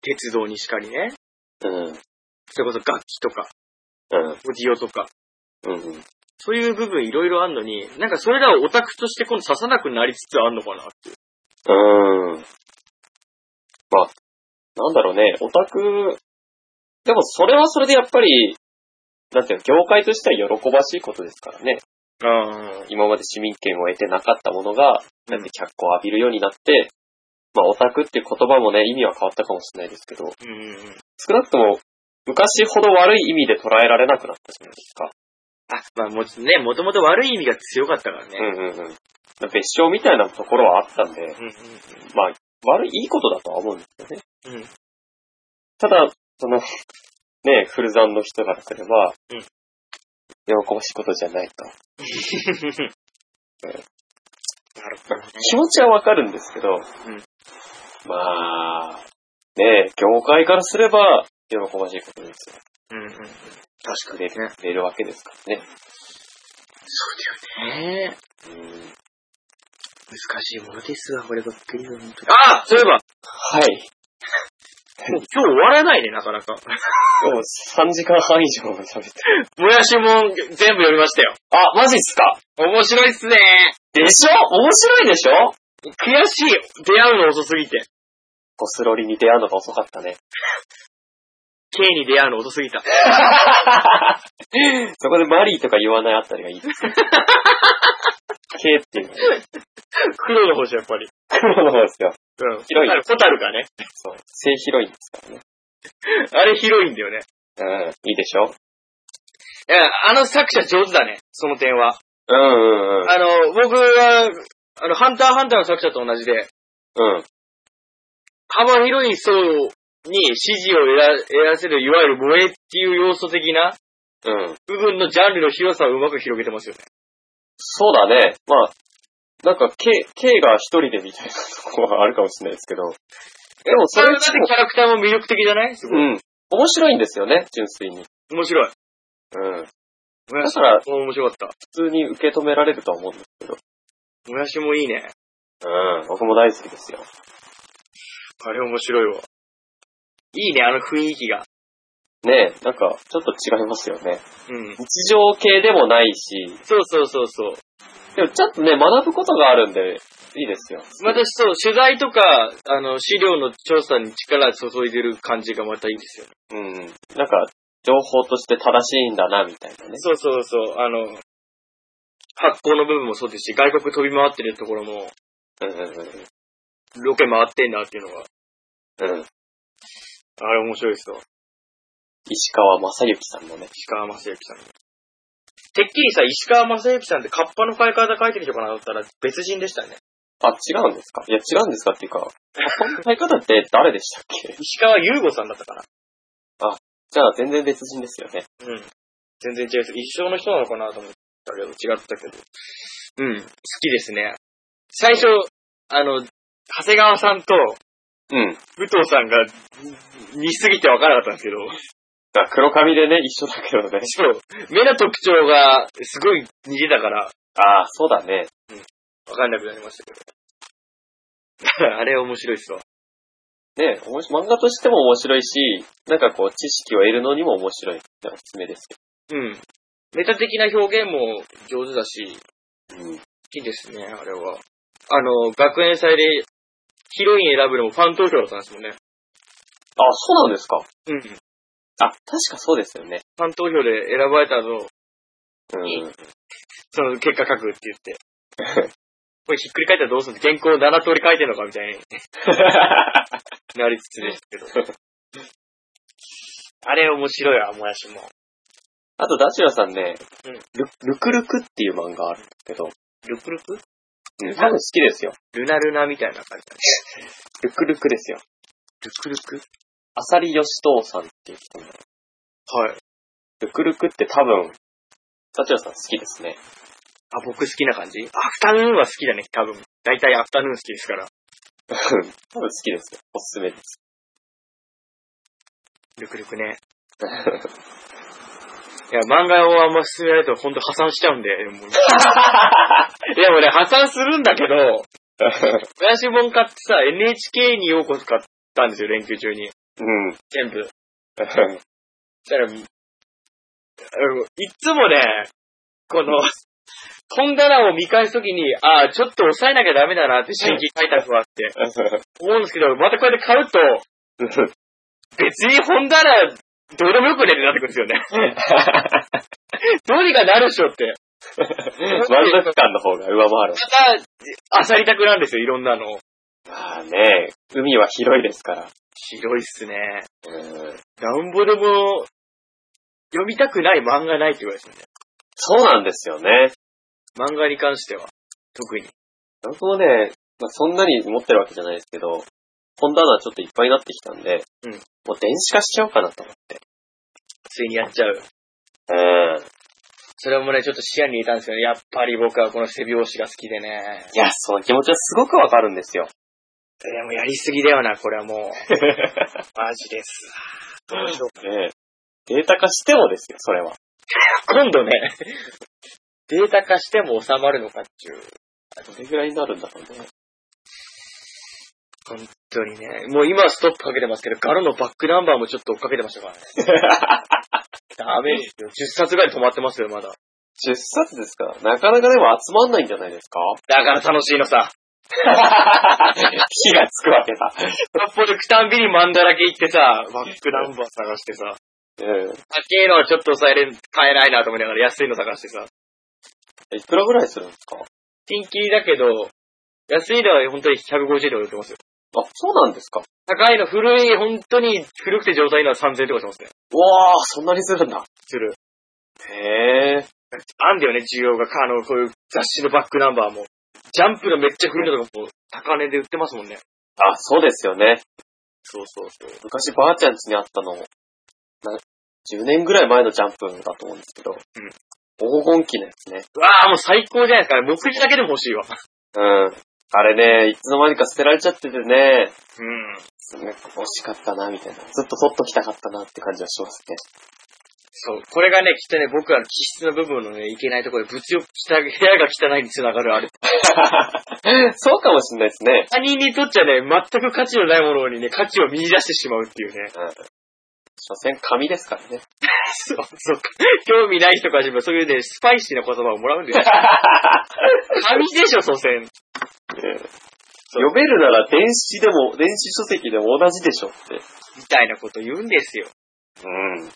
Speaker 1: 鉄道にしかりね。
Speaker 2: うん。うん。
Speaker 1: それこそ楽器とか、
Speaker 2: うん。
Speaker 1: オーディオとか。
Speaker 2: うん。
Speaker 1: そういう部分いろいろあんのに、なんかそれらをオタクとして今度刺さなくなりつつあんのかなっていう。
Speaker 2: うん。まあ、なんだろうね、オタク、でもそれはそれでやっぱり、なんていうの、業界としては喜ばしいことですからね。
Speaker 1: ああ。
Speaker 2: 今まで市民権を得てなかったものが、なんて脚光を浴びるようになって、まあオタクっていう言葉もね、意味は変わったかもしれないですけど、
Speaker 1: うんうんうん。
Speaker 2: 少なくとも、昔ほど悪い意味で捉えられなくなったじゃないですか。
Speaker 1: あ、まあもち、ね、もともと悪い意味が強かったからね。
Speaker 2: んうんうん。別称みたいなところはあったんで、
Speaker 1: うん。うん
Speaker 2: まあ、悪い、いいことだとは思うんですよね。
Speaker 1: うん。
Speaker 2: ただ、その、ね、古山の人からすれば、
Speaker 1: うん
Speaker 2: 喜ばしいことじゃないと。
Speaker 1: <laughs> なるほどね。
Speaker 2: 気持ちはわかるんですけど、まあ、ね、業界からすれば、喜ばしいことですよ。
Speaker 1: うんうん。確
Speaker 2: くれる、くれるわけですからね。
Speaker 1: かに。ね
Speaker 2: うん
Speaker 1: 難しいものですわ、こればっかりは、本当に。あそういえば
Speaker 2: はい。
Speaker 1: もう今日終わらないね、なかなか。
Speaker 2: でも3時間半以上も喋って。
Speaker 1: もやしもん全部読みましたよ。
Speaker 2: あ、マジっすか
Speaker 1: 面白いっすね。
Speaker 2: でしょ面白いでしょ
Speaker 1: 悔しい。出会うの遅すぎて。
Speaker 2: ゴスロリに出会うのが遅かったね。
Speaker 1: K に出会うの遅すぎた。
Speaker 2: そこでマリーとか言わないあたりがいいですね。K っていうのは
Speaker 1: 黒の星、やっぱり。
Speaker 2: 黒の方です
Speaker 1: う
Speaker 2: よ。
Speaker 1: ん。
Speaker 2: 広い
Speaker 1: ホタルがね。
Speaker 2: そう。性広いんですからね。
Speaker 1: あれ広いんだよね。
Speaker 2: うん。いいでしょ
Speaker 1: いや、あの作者上手だね。その点は。
Speaker 2: うんうんうん。
Speaker 1: あの、僕は、あの、ハンターハンターの作者と同じで、
Speaker 2: うん。
Speaker 1: 幅広い層に支持を得ら得らせる、いわゆる萌えっていう要素的な
Speaker 2: うん。
Speaker 1: 部分のジャンルの広さをうまく広げてますよね。
Speaker 2: そうだね。まあ、なんか K、K が一人でみたいなとこはあるかもしれないですけど。でもそ
Speaker 1: それ
Speaker 2: れ
Speaker 1: だ
Speaker 2: っ
Speaker 1: って
Speaker 2: て
Speaker 1: キャラクターも魅力的じゃないすご
Speaker 2: う
Speaker 1: い。
Speaker 2: ん。面白いんですよね、純粋に。
Speaker 1: 面白い。
Speaker 2: うん。
Speaker 1: だ
Speaker 2: だから、
Speaker 1: 面白かった。
Speaker 2: 普通に受け止められるとは思うんですけど。
Speaker 1: もやしもいいね。
Speaker 2: うん、僕も大好きですよ。
Speaker 1: あれ面白いわ。いいね、あの雰囲気が。
Speaker 2: ねえ、なんか、ちょっと違いますよね。
Speaker 1: うん。
Speaker 2: 日常系でもないし、
Speaker 1: そうそうそうそう。
Speaker 2: でもちょっとね、学ぶことがあるんで、いいですよ。
Speaker 1: またそう、取材とか、あの、資料の調査に力注いでる感じがまたいいですよね。
Speaker 2: うん。なんか、情報として正しいんだな、みたいなね。
Speaker 1: そうそうそう、あの、発行の部分もそうですし、外国飛び回ってるところも、
Speaker 2: うんうんうん
Speaker 1: ロケ回ってんだっていうのが、
Speaker 2: うん。うん。
Speaker 1: あれ面白いですよ。
Speaker 2: 石川正幸さんのね。
Speaker 1: 石川正幸さん。てっきりさ、石川正幸さんってカッパの買い方書いてる人かなと思ったら別人でしたね。
Speaker 2: あ、違うんですかいや、違うんですかっていうか、この買い方って誰でしたっけ
Speaker 1: 石川優吾さんだったかな。
Speaker 2: じゃあ、全然別人ですよね。
Speaker 1: うん。全然違うです。一生の人なのかなと思ったけど、違ったけど。うん。好きですね。最初、あの、長谷川さんと
Speaker 2: うん。
Speaker 1: 武藤さんがん似すぎてわからなかったんですけど、
Speaker 2: あ黒髪でね、一緒だけどね。 <laughs>
Speaker 1: そう、目の特徴がすごい似てたから、
Speaker 2: ああ、そうだね。
Speaker 1: わかんなくなりましたけ <laughs> ど。あれ面白いっすわ。
Speaker 2: ね、おもし漫画としても面白いし、なんかこう、知識を得るのにも面白い。おすすめですよ。
Speaker 1: うん。メタ的な表現も上手だし、
Speaker 2: うん。
Speaker 1: 好きですね、あれは。あの、学園祭でヒロイン選ぶのもファン投票だったんですもんね。
Speaker 2: あ、そうなんですか
Speaker 1: うん。フ
Speaker 2: あ、確かそうですよね。
Speaker 1: ァン投票で選ばれたのを
Speaker 2: うん。
Speaker 1: その結果書くって言 <laughs> って。これひっくり返ったらどうする原稿を7通り書いてんのかみ <laughs> たいになりつつですけど。あれ面白いわ、もやしも。
Speaker 2: あと、ダチュラさんね、
Speaker 1: うん
Speaker 2: ルルクルクっていう漫画あるんですけど、
Speaker 1: ルクルク
Speaker 2: 多分好きですよ。
Speaker 1: ルナルナみたいな感じだね。
Speaker 2: ルクルクですよ。
Speaker 1: ルクルク
Speaker 2: アサリヨシトウさんっていう人の。
Speaker 1: はい。
Speaker 2: ルクルクって多分、ダチュラさん好きですね。
Speaker 1: あ、僕好きな感じアフタヌーンは好きだね、多分。大体アフタヌーン好きですから。
Speaker 2: 多分好きですよ。おすすめです。
Speaker 1: ルクルクね。いや、漫画をあんま進められるとほんと破産しちゃうんで、もういや、俺破産するんだけど、私本買ってさ、NHK にようこそ買ったんですよ、連休中に。
Speaker 2: うん。 <laughs>
Speaker 1: 全部。そしたら、あのいつもね、この、本棚を見返すときに、ああ、ちょっと抑えなきゃダメだなって新規開拓はあって思うんですけど、またこうやって買うと、別に本棚、どうでもよくねってなってくるんですよね。 <laughs> どうにかなるでしょって。
Speaker 2: 満足感の方が上回る。
Speaker 1: また、漁りたくなんですよ、いろんなの。
Speaker 2: まあね、海は広いですから。
Speaker 1: 広いっすね。
Speaker 2: うん
Speaker 1: なんぼでも、読みたくない漫画ないって言われてるね。
Speaker 2: そうなんですよね。
Speaker 1: 漫画に関しては、特に。
Speaker 2: 僕もね、まあ、そんなに持ってるわけじゃないですけど、本棚ちょっといっぱいになってきたんで、
Speaker 1: うん
Speaker 2: もう電子化しちゃおうかなと思って。
Speaker 1: ついにやっちゃう。
Speaker 2: うん。
Speaker 1: それもね、ちょっと視野に入れたんですけど、やっぱり僕はこの背拍子が好きでね。
Speaker 2: いや、その気持ちはすごくわかるんですよ。
Speaker 1: でもやりすぎだよな、これは <laughs> もう。マジです。どうしよう
Speaker 2: ねデータ化してもですよ、それは。
Speaker 1: 今度ね、データ化しても収まるのかっていう。
Speaker 2: どれぐらいになるんだろうね。
Speaker 1: 本当にね。もう今はストップかけてますけど、ガロのバックナンバーもちょっと追っかけてましたから <laughs> ね。ダメですよ。10冊ぐらい止まってますよ、まだ。
Speaker 2: 10冊ですから、なかなかでも集まんないんじゃない <laughs> ですか
Speaker 1: だから楽しいのさ。
Speaker 2: 火がつくわけだ。
Speaker 1: 札幌行くたんびにマンだらけ行ってさ、バックナンバー探してさ。
Speaker 2: うん。
Speaker 1: 高いのはちょっと抑えれん、買えないなと思いながら安いの探してさ。
Speaker 2: いくらぐらいするんですか
Speaker 1: ピンキリだけど、安いのは本当に150円とかで売ってますよ。
Speaker 2: あ、そうなんですか
Speaker 1: 高いの古い、本当に古くて状態いいのは3000円とかしますね。
Speaker 2: うわー、そんなにするんだ。
Speaker 1: する。
Speaker 2: へえ。
Speaker 1: あんだよね、需要が。あの、こういう雑誌のバックナンバーも。ジャンプのめっちゃ古いのとかも高値で売ってますもんね。
Speaker 2: あ、そうですよね。
Speaker 1: そうそうそう。
Speaker 2: 昔ばあちゃん家にあったの、な10年ぐらい前のジャンプだと思うんですけど、黄金期のやつね。
Speaker 1: うわあ、もう最高じゃないですか。目的だけでも欲しいわ。
Speaker 2: うん。あれね、いつの間にか捨てられちゃっててね、
Speaker 1: うん。
Speaker 2: <laughs> なんか惜しかったな、みたいな。ずっと取っときたかったなって感じはしますね。
Speaker 1: そう。これがね、きっとね、僕らの気質の部分のね、いけないところで、物欲、汚い部屋が汚いにつながるあれ。
Speaker 2: そうかもしんないですね。
Speaker 1: 他人にとっちゃね、全く価値のないものにね、価値を見出してしまうっていうね。
Speaker 2: うん。所詮紙ですからね。
Speaker 1: そう、そう。興味ない人からしても、そういうね、スパイシーな言葉をもらうん <laughs> ですよ。紙でしょ、所詮。
Speaker 2: 読めるなら電子でも、電子書籍でも同じでしょって。
Speaker 1: みたいなこと言うんですよ。
Speaker 2: うん。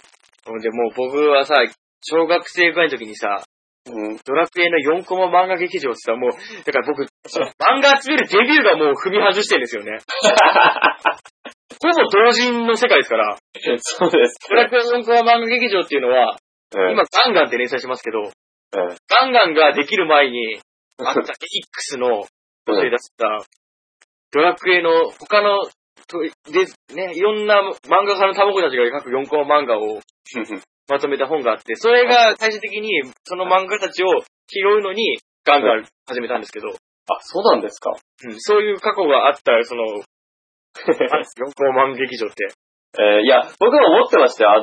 Speaker 1: ほんで、もう僕はさ、小学生ぐらいの時にさ、 <laughs>
Speaker 2: うん。
Speaker 1: ドラクエの4コマ漫画劇場ってさ、もう、だから僕、その漫画集めるデビューがもう踏み外してるんですよね。 <laughs> これもう同人の世界ですから、
Speaker 2: そうです
Speaker 1: ドラクエ4コマ漫画劇場っていうのは、
Speaker 2: うん。
Speaker 1: 今ガンガンって連載してますけど、
Speaker 2: うん。
Speaker 1: ガンガンができる前に、あったエイックスの、
Speaker 2: う
Speaker 1: で
Speaker 2: ん
Speaker 1: 出した、ドラクエの他の、とで、ね、いろんな漫画家の卵たちが書く4コマ漫画をまとめた本があって、それが最終的にその漫画たちを拾うのにガンガン始めたんですけど、
Speaker 2: あ、そうなんですか。
Speaker 1: うんそういう過去があった、 <laughs> その、四コマ漫劇場って。
Speaker 2: えーいや、僕も思ってましたよ。あのー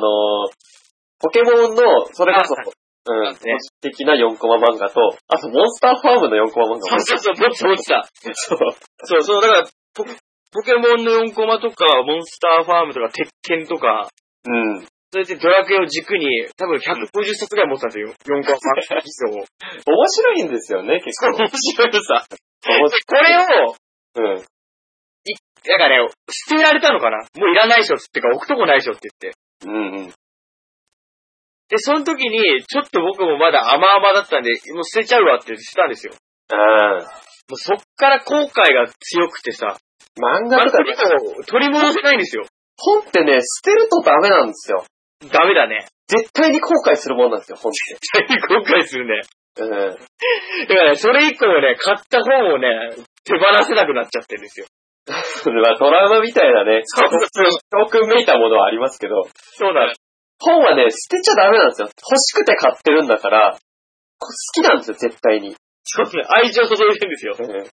Speaker 2: ポケモンの、それこそ
Speaker 1: あは、
Speaker 2: うん、
Speaker 1: ね
Speaker 2: 的な4コマ漫画と、あと、モンスターファームの4コマ漫
Speaker 1: そ
Speaker 2: 画
Speaker 1: う
Speaker 2: も。
Speaker 1: そうそう、もっともっとさ。
Speaker 2: そう。
Speaker 1: そうそう、だからポ、ポケモンの4コマとか、モンスターファームとか、鉄拳とか、
Speaker 2: うん。
Speaker 1: それでドラクエを軸に、多分150冊ぐらい持ってたんですよ。4コマ漫劇 <laughs> 場を。
Speaker 2: 面白いんですよね、結構。
Speaker 1: 面白いさ。
Speaker 2: 面
Speaker 1: これを、
Speaker 2: 白い。うん。
Speaker 1: なんかね、捨てられたのかなもういらないでしょっつってか、置くとこないでしょって言って。
Speaker 2: うんうん。
Speaker 1: で、その時に、ちょっと僕もまだ甘々だったんで、もう捨てちゃうわってしたんですよ。
Speaker 2: あ
Speaker 1: もうそっから後悔が強くてさ、
Speaker 2: ー漫
Speaker 1: あ
Speaker 2: 画
Speaker 1: の
Speaker 2: とかね、
Speaker 1: 取り戻せないんですよ。
Speaker 2: 本ってね、捨てるとダメなんですよ。
Speaker 1: ダメだね。
Speaker 2: 絶対に後悔するもんなんですよ、本っ
Speaker 1: 絶対に後悔するね。
Speaker 2: て。うん。 <laughs>
Speaker 1: だからね、それ以降ね、買った本をね、手放せなくなっちゃってるんですよ。
Speaker 2: それはトラウマみたいなね、
Speaker 1: そうそう
Speaker 2: 教訓めいたものはありますけど、
Speaker 1: そうなんです。
Speaker 2: 本はね、捨てちゃダメなんですよ。欲しくて買ってるんだから、こ好きなんですよ、絶対に。
Speaker 1: そうですね。愛情注いでるんですよ。
Speaker 2: だから捨て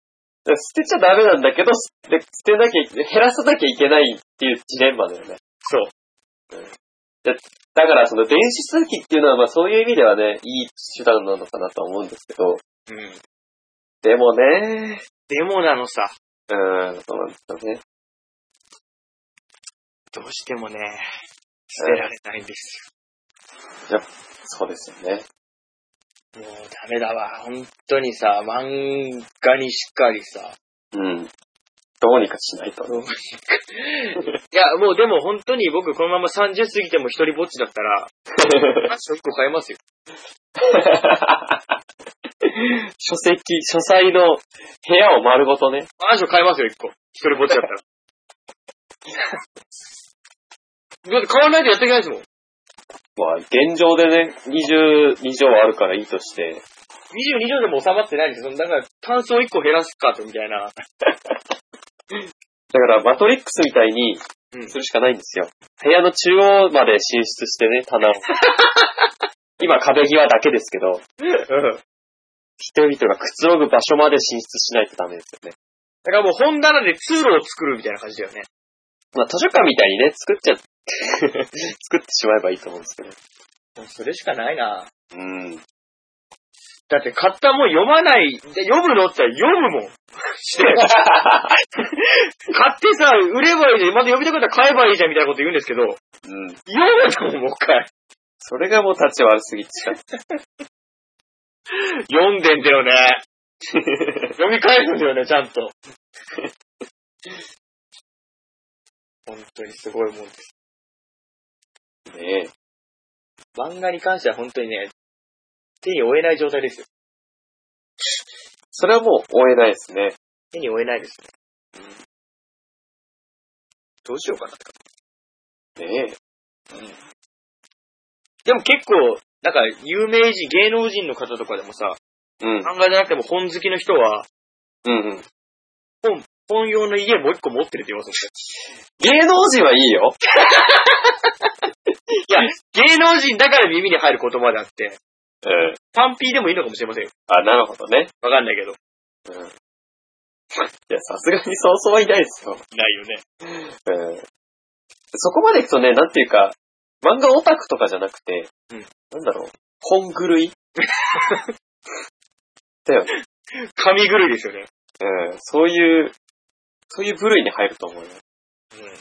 Speaker 2: ちゃダメなんだけど、すで捨てなきゃ、減らさなきゃいけないっていうジレンマだよね。
Speaker 1: そう。
Speaker 2: だから、その電子書籍っていうのは、まあそういう意味ではね、いい手段なのかなとは思うんですけど、
Speaker 1: うん。
Speaker 2: でもね、
Speaker 1: でもなのさ、
Speaker 2: うん、そうなんですよね。
Speaker 1: どうしてもね、捨てられないんです
Speaker 2: そうですよ
Speaker 1: よ。
Speaker 2: ね。
Speaker 1: もうダメだわ。本当にさ、漫画にしっかりさ。
Speaker 2: うん。どうにかしないと。 <laughs>
Speaker 1: どうにかいや、もうでも本当に僕このまま30過ぎても一人ぼっちだったら、書1個買えますよ。
Speaker 2: 書籍、書斎の部屋を丸ごとね。
Speaker 1: マンション買えますよ、一個。一人ぼっちだったら。 <laughs> だって買わないとやっていけないですもん。
Speaker 2: まあ、現状でね、20以上あるからいいとして。
Speaker 1: 22畳でも収まってないんですよ。だから、単ンスを1個減らすかと、みたいな。
Speaker 2: だから、マトリックスみたいに
Speaker 1: うん
Speaker 2: するしかないんですよ。部屋の中央まで進出してね、棚 <laughs> を。今、壁際だけですけど、
Speaker 1: だ
Speaker 2: 人々がくつろぐ場所まで進出しないとダメですよね。
Speaker 1: からもう本棚で通路を作るみたいな感じだよね。
Speaker 2: まあ、図書館みたいにね、作っちゃ、 <laughs> 作ってしまえばいいと思うんですけど。
Speaker 1: それしかないな
Speaker 2: うん。
Speaker 1: だって買ったもん読まない、で読むのって言ったら読むもん。 <laughs> して。買ってさ、売ればいいじゃん。また読みたくなったら買えばいいじゃんみたいなこと言うんですけど、
Speaker 2: うん。
Speaker 1: 読むのもん、もう一回。
Speaker 2: それがもう立ち悪すぎてしか
Speaker 1: 読んでんだ <laughs> よね。読み返すんだよね、ちゃんと。 <laughs> 本当にすごいもんです。
Speaker 2: ね。
Speaker 1: 漫画に関しては本当にね、手に負えない状態ですよ。
Speaker 2: それはもう追えないですね。
Speaker 1: 手に負えないですね。どうしようかなって感
Speaker 2: ねえ。
Speaker 1: じでも結構、なんか有名人、芸能人の方とかでもさ、
Speaker 2: うん。
Speaker 1: 漫画じゃなくても本好きの人は、
Speaker 2: うんうん。
Speaker 1: 本用の家もう一個持ってるって言います
Speaker 2: 芸能人はいいよ。
Speaker 1: もんね。芸能人だから耳に入る言葉であって、
Speaker 2: うん。
Speaker 1: パンピーでもいいのかもしれませんよ。
Speaker 2: あ、なるほどね。
Speaker 1: わかんないけど。
Speaker 2: うん。いや、さすがにそうそうはいないですよ。
Speaker 1: ないよね。
Speaker 2: うん。そこまで行くとね、なんていうか、漫画オタクとかじゃなくて、
Speaker 1: うん
Speaker 2: なんだろう、本狂いだよね。
Speaker 1: 神狂いですよね。
Speaker 2: うん、そういう、そういう部類に入ると思うよ。
Speaker 1: うん。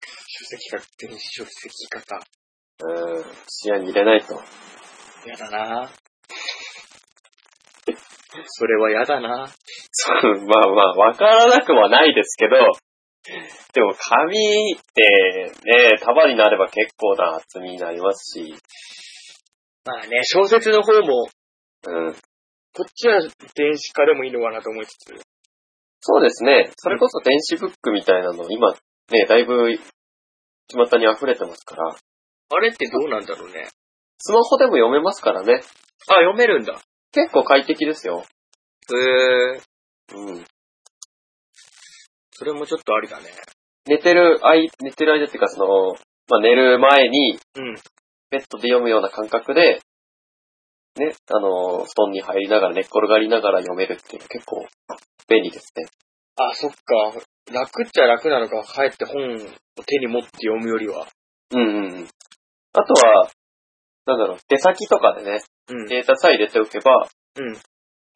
Speaker 1: 書籍が、電子書籍型。
Speaker 2: うん、視野に入れないと。
Speaker 1: やだなそれはやだな
Speaker 2: そう、 <laughs> まあまあ、わからなくはないですけど、でも紙ってね、束になれば結構な厚みになりますし、
Speaker 1: まあね、小説の方も、
Speaker 2: うん。
Speaker 1: こっちは電子化でもいいのかなと思いつつ。
Speaker 2: そうですね、それこそ電子ブックみたいなの今、ね、だいぶ、巷に溢れてますから、
Speaker 1: あれってどうなんだろうね。
Speaker 2: スマホでも読めますからね、
Speaker 1: あ、読めるんだ。
Speaker 2: 結構快適ですよ。
Speaker 1: へえ。
Speaker 2: うん。
Speaker 1: それもちょっとありだね。
Speaker 2: 寝てる間、寝てる間っていうかその、まあ寝る前に、
Speaker 1: うん。
Speaker 2: ベッドで読むような感覚で、ね、あのー、布団に入りながら、寝っ転がりながら読めるっていうのは結構便利ですね。
Speaker 1: あ、そっか。楽っちゃ楽なのか、かえって本を手に持って読むよりは。
Speaker 2: うんうんうん。あとは、なんだろう、出先とかでね、
Speaker 1: うん
Speaker 2: データさえ入れておけば、
Speaker 1: うん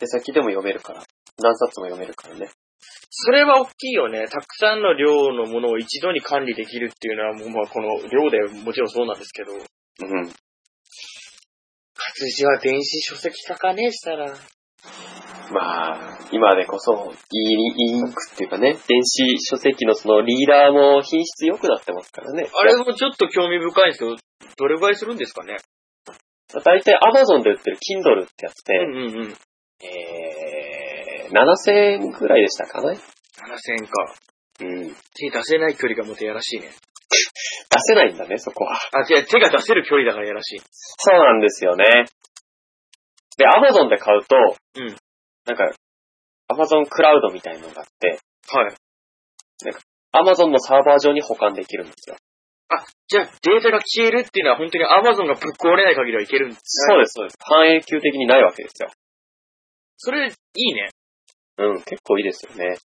Speaker 2: 出先でも読めるから、何冊も読めるからね。
Speaker 1: それは大きいよね。たくさんの量のものを一度に管理できるっていうのは、もうまあこの量でもちろんそうなんですけど、
Speaker 2: うん。
Speaker 1: 活字は電子書籍化かねしたら。
Speaker 2: まあ、今でこそ、e インクっていうかね、電子書籍のそのリーダーも品質良くなってますからね。
Speaker 1: あれもちょっと興味深いんですけど、どれぐらいするんですかね。
Speaker 2: 大体 Amazon で売ってる Kindle ってやつで、
Speaker 1: うんうんうん。
Speaker 2: えー、7000円くらいでしたか
Speaker 1: 7000
Speaker 2: ね。
Speaker 1: 円か。
Speaker 2: うん。
Speaker 1: 手
Speaker 2: 出
Speaker 1: 出せない距離がもてやらしいね。
Speaker 2: せないんだね、そこは。
Speaker 1: あ、違う、手が出せる距離だからやらしい。
Speaker 2: そうなんですよね。で、Amazon で買うと、
Speaker 1: うん
Speaker 2: なんか、Amazon クラウドみたいのがあって、
Speaker 1: はい。
Speaker 2: Amazon のサーバー上に保管できるんですよ。
Speaker 1: じゃあ、データが消えるっていうのは本当に Amazon がぶっ壊れない限りはいけるんです
Speaker 2: そうです、そうです。半永久的にないわけですよ。
Speaker 1: それ、いいね。
Speaker 2: うん、結構いいですよね。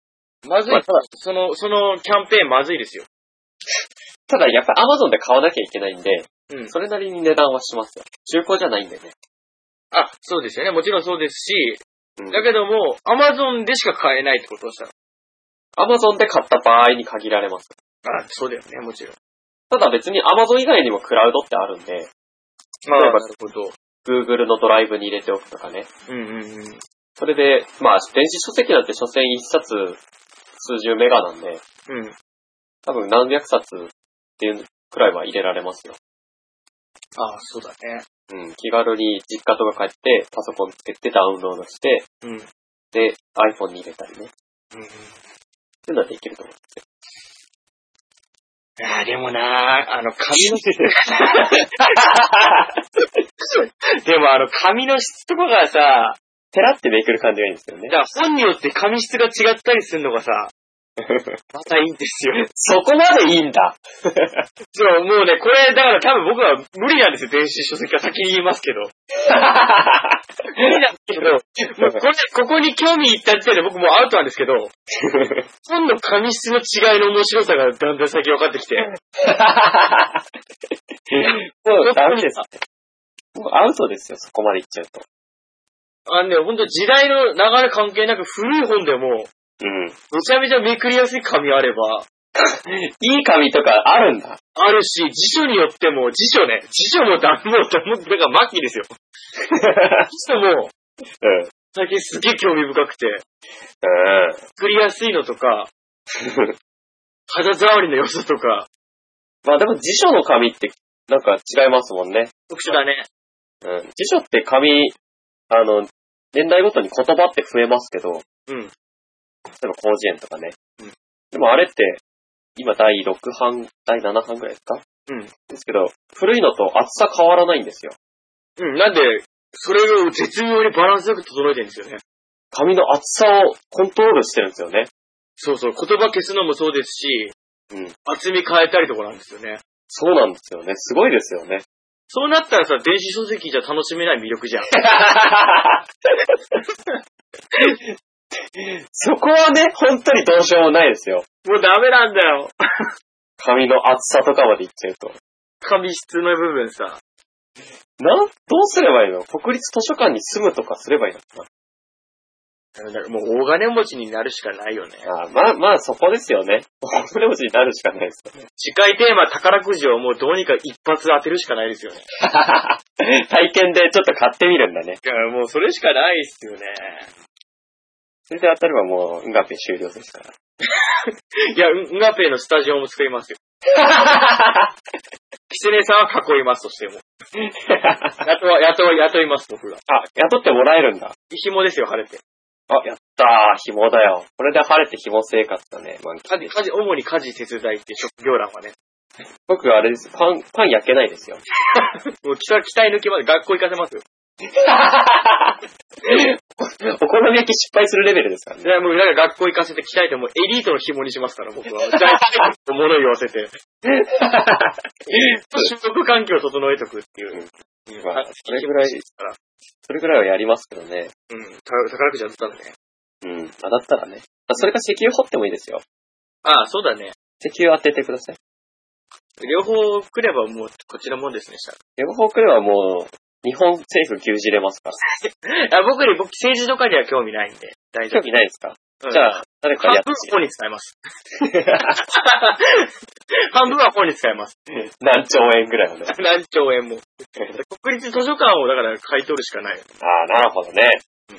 Speaker 1: まずい。
Speaker 2: まあただ
Speaker 1: その、そのキャンペーンまずいですよ。
Speaker 2: ただ、やっぱ Amazon で買わなきゃいけないんで、
Speaker 1: うん。
Speaker 2: それなりに値段はしますよ。中古じゃないんでね。
Speaker 1: あ、そうですよね。もちろんそうですし、
Speaker 2: うん
Speaker 1: だけども、Amazon でしか買えないってことをしたら。
Speaker 2: Amazon で買った場合に限られます。
Speaker 1: あ、そうだよね、もちろん。
Speaker 2: ただ別に Amazon 以外にもクラウドってあるんで、
Speaker 1: ま
Speaker 2: 例え
Speaker 1: あ、
Speaker 2: ば
Speaker 1: なるほど。
Speaker 2: Google のドライブに入れておくとかね。
Speaker 1: うんうんうん。
Speaker 2: それで、まあ、電子書籍なんて所詮一冊数十メガなんで、
Speaker 1: うん。
Speaker 2: 多分何百冊っていうくらいは入れられますよ。
Speaker 1: あそうだね。
Speaker 2: うん。気軽に実家とか帰って、パソコンつけてダウンロードして、
Speaker 1: うん。うん
Speaker 2: で、iPhone に入れたりね。っ
Speaker 1: うん。
Speaker 2: ていうのはできると思う。
Speaker 1: あーでもなーあの、紙の <laughs> 質、でもあの、紙の質とかがさ、
Speaker 2: ペラってめくる感じがいいんですよ <laughs> ね
Speaker 1: だ。から本によって紙質が違ったりするの
Speaker 2: <laughs>
Speaker 1: がさ、またいいんですよ。
Speaker 2: そこまでいいんだ。
Speaker 1: <laughs> そう、もうね、これ、だから多分僕は無理なんですよ、電子書籍は先に言いますけど。無理なんですけど、もうこれ、ここに興味いった時点で僕もうアウトなんですけ
Speaker 2: <laughs>
Speaker 1: ど、本の紙質の違いの面白さがだんだん先分かってきて、
Speaker 2: もうダメです。もうアウトですよ、そこまでいっちゃうと。
Speaker 1: あのね、ほんと時代の流れ関係なく古い本でも、
Speaker 2: うん。
Speaker 1: めちゃめちゃめくりやすい紙あれば、
Speaker 2: いい紙とかあるんだ。
Speaker 1: あるし、辞書によっても、辞書ね、辞書も段ボールって思って、だから末期ですよ。辞書も、
Speaker 2: うん。
Speaker 1: 最近すげえ興味深くて、
Speaker 2: うん。
Speaker 1: 作りやすいのとか、肌触りの良さとか、
Speaker 2: まあでも辞書の紙ってなんか違いますもんね。
Speaker 1: 特殊だね。
Speaker 2: うん。辞書って紙、あの、年代ごとに言葉って増えますけ
Speaker 1: う
Speaker 2: ど、
Speaker 1: ん
Speaker 2: 例えば広辞苑とかね。
Speaker 1: うん
Speaker 2: でもあれって、今第6版、第7版ぐらいですか
Speaker 1: うん
Speaker 2: ですけど、古いのと厚さ変わらないんですよ。
Speaker 1: うん、なんで、それを絶妙にバランスよく整えてるんですよね。
Speaker 2: 紙の厚さをコントロールしてるんですよね。
Speaker 1: そうそう、言葉消すのもそうですし、
Speaker 2: うん
Speaker 1: 厚み変えたりとかなんですよね。
Speaker 2: そうなんですよね。すごいですよ
Speaker 1: <laughs>
Speaker 2: ね。
Speaker 1: そうなったらさ、電子書籍じゃ楽しめない魅力じ <laughs> ゃん。
Speaker 2: そこはね、本当にどうしようもないですよ。
Speaker 1: もうダメなんだよ。
Speaker 2: 髪の厚さとかまでいっちゃうと。
Speaker 1: 紙質の部分さ、
Speaker 2: なん、どうすればいいの国立図書館に住むとかすればいいのか
Speaker 1: なんかもう大金持ちになるしかないよね。
Speaker 2: なあーまあまあ、そこですよね。それ持ちになるしかないですよね。
Speaker 1: 次回テーマ宝くじをもうどうにか一発当てるしかないですよね。
Speaker 2: 体験でちょっと買ってみるんだね。
Speaker 1: いや、もうそれしかないっすよね。
Speaker 2: それで当たればもう、運河ペ終了ですから。
Speaker 1: いや、ウンガペイのスタジオも作り <laughs> ますよ。キツネさんは囲いますと <laughs> しても。雇わ、雇わ、雇います、僕が。
Speaker 2: あ、雇ってもらえるんだ。
Speaker 1: 紐ですよ、晴れて。
Speaker 2: あ、やったー、紐だよ。これで晴れて紐生活だね、満
Speaker 1: 家
Speaker 2: 喫
Speaker 1: 事、
Speaker 2: で
Speaker 1: 家事、主に家事手伝いって職業欄はね。
Speaker 2: 僕、あれです。パン、パン焼けないですよ。
Speaker 1: も
Speaker 2: <laughs>
Speaker 1: う、期待、期待抜きまで学校行かせますよ。
Speaker 2: お好み焼き失敗するレベルですから
Speaker 1: い
Speaker 2: ね。
Speaker 1: や、もう、なんか学校行かせて鍛えてもうエリートの紐にしますから、僕は。大体、物言わせ <laughs> て。就職環境を整えとくっていう。うん
Speaker 2: まあそれぐらい
Speaker 1: ですから。
Speaker 2: それぐらいはやりますけどね。
Speaker 1: うん。宝宝くじ当てたんだね。
Speaker 2: うん。当たったらね。あそれか石油掘ってもいいですよ。
Speaker 1: ああ、そうだね。
Speaker 2: 石油当ててください。
Speaker 1: 両方来ればもう、こっちのもんですね、したら
Speaker 2: 両方来ればもう、日本政府牛耳れますから。
Speaker 1: あ僕より僕政治とかには興味ないんで、大丈夫。
Speaker 2: 興味ないですか、
Speaker 1: <laughs> うん
Speaker 2: じゃあ、誰か
Speaker 1: 半
Speaker 2: やっ
Speaker 1: 分本に使えます。半分は本に使えます。
Speaker 2: て。何兆円ぐらいをね。
Speaker 1: 何兆円も。 <laughs> 国立図書館をだから買い取るしかない。
Speaker 2: ああ、なるほどね。
Speaker 1: うん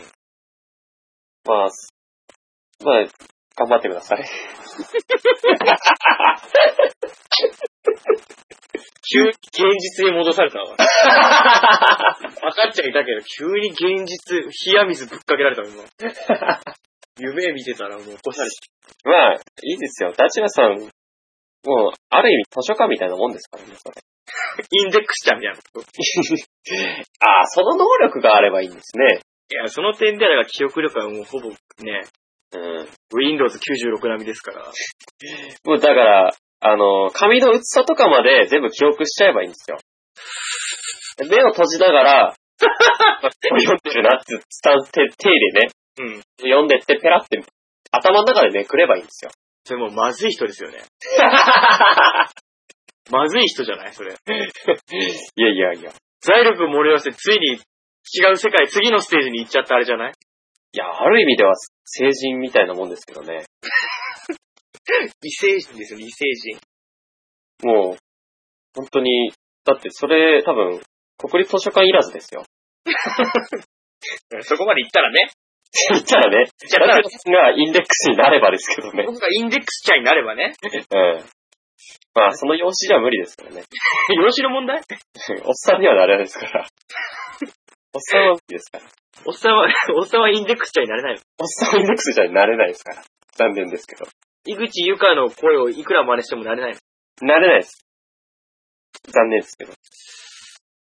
Speaker 2: まあ、すまあ、頑張ってください。
Speaker 1: 急に現実に戻された <laughs> わ。分かっちゃいたけど、急に現実、冷や水ぶっかけられたもん、 <laughs> 今夢見てたらもう起こされて。
Speaker 2: <laughs> まあ、いいですよ。ダチュラさん、もう、ある意味図書館みたいなもんですからね、それ。
Speaker 1: インデックスちゃんみたいなこと。
Speaker 2: ああ、その能力があればいいんですね。
Speaker 1: いや、その点ではだから記憶力はもうほぼね、
Speaker 2: うん。
Speaker 1: Windows96 並みですから。
Speaker 2: もうだから、あの、紙の薄さとかまで全部記憶しちゃえばいいんですよ。目を閉じながら、読んでるなって、スタンス、手手でね、
Speaker 1: うん。
Speaker 2: 読んでってペラって、頭の中でめくればいいんですよ。
Speaker 1: それもうまずい人ですよね。まずい人じゃないそれ。
Speaker 2: いやいやいや。
Speaker 1: 財力漏れ寄せ、ついに違う世界、次のステージに行っちゃったあれじゃない
Speaker 2: いや、ある意味では成人みたいなもんですけどね。
Speaker 1: 異星人ですよね、異星人。
Speaker 2: もう、本当に、だってそれ多分、国立図書館いらずですよ。
Speaker 1: そこまで行ったらね。
Speaker 2: 言ったらね、
Speaker 1: じゃあ、
Speaker 2: 私がインデックスになればですけどね。
Speaker 1: 僕がインデックスちゃんになれば <laughs> ね。
Speaker 2: うん。まあ、その用紙じゃ無理ですからね。 <laughs>
Speaker 1: 養子の問題
Speaker 2: おっさんにはなれないです <laughs> から。おっさんは無理ですから。
Speaker 1: おっさんは、 <laughs> おっさんはインデックスちゃんになれないの。
Speaker 2: おっさんはインデックスじゃなれないですから。残念ですけど。
Speaker 1: 井口ゆかの声をいくら真似してもなれないの。
Speaker 2: なれないです。残念ですけど。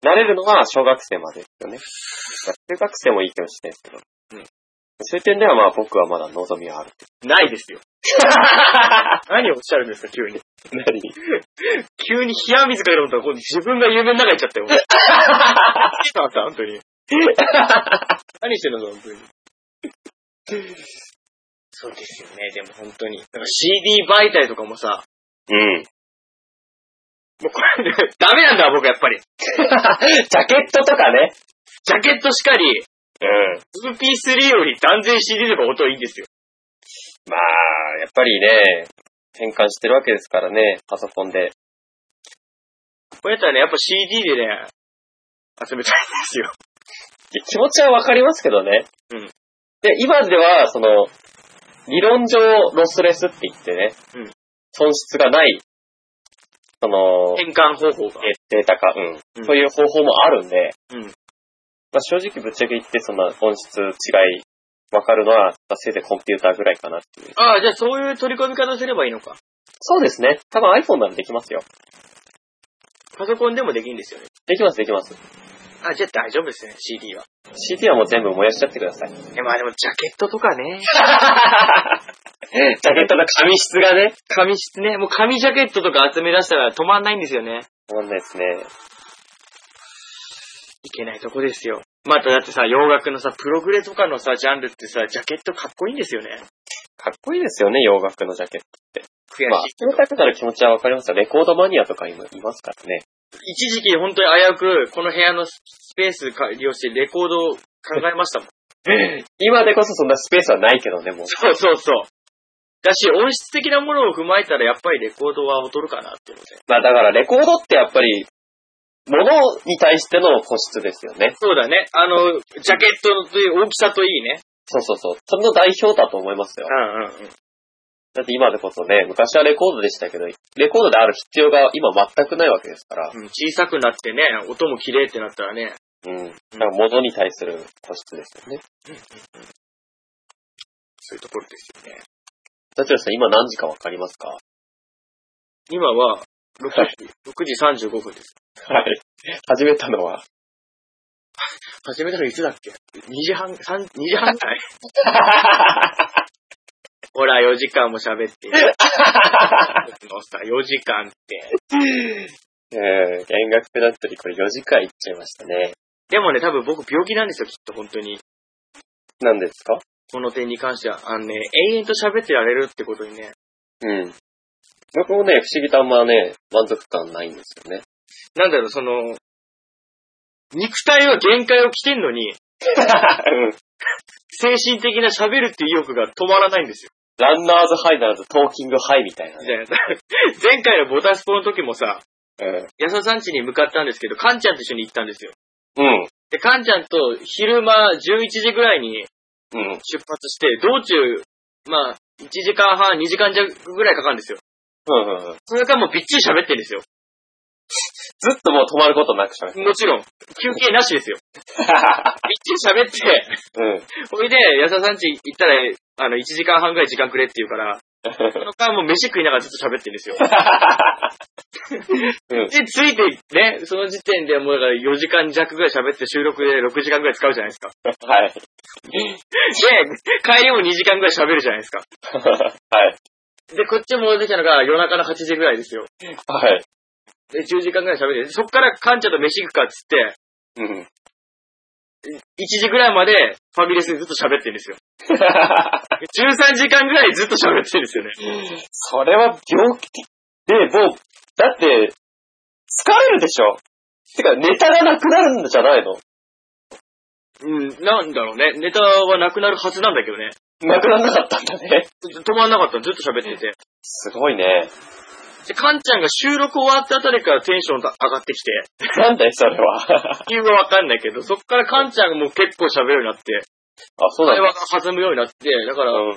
Speaker 2: なれるのは小学生までですよね。まあ中学生もいいかもしれないですけど。
Speaker 1: うん
Speaker 2: そういう点ではまあ僕はまだ望みはある。
Speaker 1: ない <laughs> ですよ。何をおっしゃるんですか、急に。
Speaker 2: 何
Speaker 1: 急に冷や水かけると思ったら、今度自分が夢の中に行っちゃった
Speaker 2: <laughs>
Speaker 1: よ。何した本当に。何してんの、本当に。そうですよね、でも本当に。なんか CD 媒体とかもさ、
Speaker 2: <laughs> うん。
Speaker 1: もうこれ、ダメなんだ、僕やっぱり。
Speaker 2: ジャケットとかね。
Speaker 1: ジャケットしかり、
Speaker 2: うん。
Speaker 1: MP3 より断然 CD とか音いいんですよ。
Speaker 2: まあ、やっぱりね、変換してるわけですからね、パソコンで。
Speaker 1: これやったらね、やっぱ CD でね、集めたいんですよ。
Speaker 2: いや気持ちはわかりますけどね。
Speaker 1: うん
Speaker 2: で、今では、その、理論上ロスレスって言ってね、
Speaker 1: うん
Speaker 2: 損失がない、その、
Speaker 1: 変換方法が。
Speaker 2: えデータ化、うん、
Speaker 1: うん
Speaker 2: そういう方法もあるんで、
Speaker 1: うん
Speaker 2: まあ、正直ぶっちゃけ言って、そんな本質違い、わかるのは、まあせいぜいコンピューターぐらいかなっていう。
Speaker 1: ああ、じゃあそういう取り込み方すればいいのか。
Speaker 2: そうですね。多分 iPhone ならできますよ。
Speaker 1: パソコンでもできるんですよね。
Speaker 2: できます、できます。
Speaker 1: あ、じゃあ大丈夫ですね、CD は。
Speaker 2: CD はもう全部燃やしちゃってく
Speaker 1: <laughs>
Speaker 2: ださい。ジャ
Speaker 1: え、まあでもジャケットとかね。
Speaker 2: ケットの紙質がね、
Speaker 1: 紙質ね。もう紙ジャケットとか集め出したら止まんないんですよね。
Speaker 2: たまんないですね。
Speaker 1: いけないとこですよ。まただってさ、洋楽のさ、プログレとかのさ、ジャンルってさ、ジャケットかっこいいんですよね。
Speaker 2: かっこいいですよね、洋楽のジャケット。
Speaker 1: 悔
Speaker 2: まあ、
Speaker 1: しい。
Speaker 2: 集めたくなる気持ちはわかりますよ。レコードマニアとか今いますからね。
Speaker 1: 一時期本当に危うく、この部屋のスペースか利用してレコードを考えましたもん。
Speaker 2: 今でこそそんなスペースはないけどね、も
Speaker 1: <laughs>
Speaker 2: う。
Speaker 1: そうそうそう。だし、音質的なものを踏まえたらやっぱりレコードは劣るかなって思って。
Speaker 2: まあだからレコードってやっぱり、ものに対しての個室ですよね。
Speaker 1: そうだね。あの、ジャケットの大きさといいね。
Speaker 2: そうそうそう。それの代表だと思いますよ
Speaker 1: う。んうんうん。
Speaker 2: だって今でこそね、昔はレコードでしたけど、レコードである必要が今全くないわけですから。
Speaker 1: うん小さくなってね、音も綺麗ってなったらね。
Speaker 2: うん。だから物に対する個室ですよね。
Speaker 1: そういうところですよね。
Speaker 2: だってさん、今何時かわかりますか
Speaker 1: 今は、6
Speaker 2: はい
Speaker 1: 時、6時35分です。
Speaker 2: はい。 <laughs> 始めたのは。
Speaker 1: 始めたのいつだっけ ?2 時半、三2時半
Speaker 2: <laughs>
Speaker 1: ぐらいほら、4時間も喋
Speaker 2: <laughs>
Speaker 1: って。のさ、4時間って。
Speaker 2: えー、弦楽ペダントリーこれ4時間いっちゃいましたね。
Speaker 1: でもね、多分僕病気なんですよ、きっと本当に。
Speaker 2: 何ですか
Speaker 1: この点に関しては。あのね、永遠と喋ってられるってことにね。
Speaker 2: うん。僕もね、不思議とあんまね、満足感ないんですよね。
Speaker 1: なんだろう、その、肉体は限界をきてんのに、
Speaker 2: うん
Speaker 1: 精神的な喋るっていう意欲が止まらないんですよ。
Speaker 2: ランナーズハイならずトーキングハイみたいな
Speaker 1: み
Speaker 2: ね。
Speaker 1: たいな <laughs> 前回のボタスポの時もさ、
Speaker 2: うん。
Speaker 1: 安田さん家に向かったんですけど、カンちゃんと一緒に行ったんですよ。
Speaker 2: うん。
Speaker 1: で、カンちゃんと昼間11時ぐらいに
Speaker 2: うん。
Speaker 1: 出発して、道中、まあ、1時間半、2時間弱ぐらいかかるんですよ。
Speaker 2: うんうん。
Speaker 1: それからもうびっちり喋ってるんですよ。
Speaker 2: ずっともう止まることなくしゃべる。
Speaker 1: もちろん、休憩なしですよ。びっちり喋って、
Speaker 2: うん。
Speaker 1: ほいで、安田さん家行ったら、あの、1時間半ぐらい時間くれって言うから、その間もう飯食いながらずっと喋ってるんですよ。
Speaker 2: うん
Speaker 1: で、ついて、ね、その時点でもうだから4時間弱ぐらい喋って収録で6時間ぐらい使うじゃないですか。
Speaker 2: はい。
Speaker 1: で、帰りも2時間ぐらい喋るじゃないですか。
Speaker 2: はい。
Speaker 1: で、こっち戻ってきたのが夜中の8時ぐらいですよ。
Speaker 2: はい。
Speaker 1: で、10時間ぐらい喋って、そっからカンちゃんと飯行くかっつって、
Speaker 2: うん。
Speaker 1: 1時ぐらいまでファミレスでずっと喋ってるんで
Speaker 2: <laughs>
Speaker 1: すよ。13時間ぐらいずっと喋ってるんですよね。
Speaker 2: それは病気で、もう、だって、疲れるでしょてか、ネタがなくなるんじゃないの
Speaker 1: うん、なんだろうね。ネタはなくなるはずなんだけどね。
Speaker 2: なくならなかったんだね。
Speaker 1: 止まんなかったのずっと喋ってて。
Speaker 2: すごいね。
Speaker 1: で、カンちゃんが収録終わったあたりからテンションが上がってきて、
Speaker 2: なんだよ、それ <laughs> は。
Speaker 1: 理由はわかんないけど、そっからカンちゃんがもう結構喋るようになって、
Speaker 2: あ、そうなん
Speaker 1: 会
Speaker 2: だ。
Speaker 1: 話が弾むようになって、だから、うん、
Speaker 2: う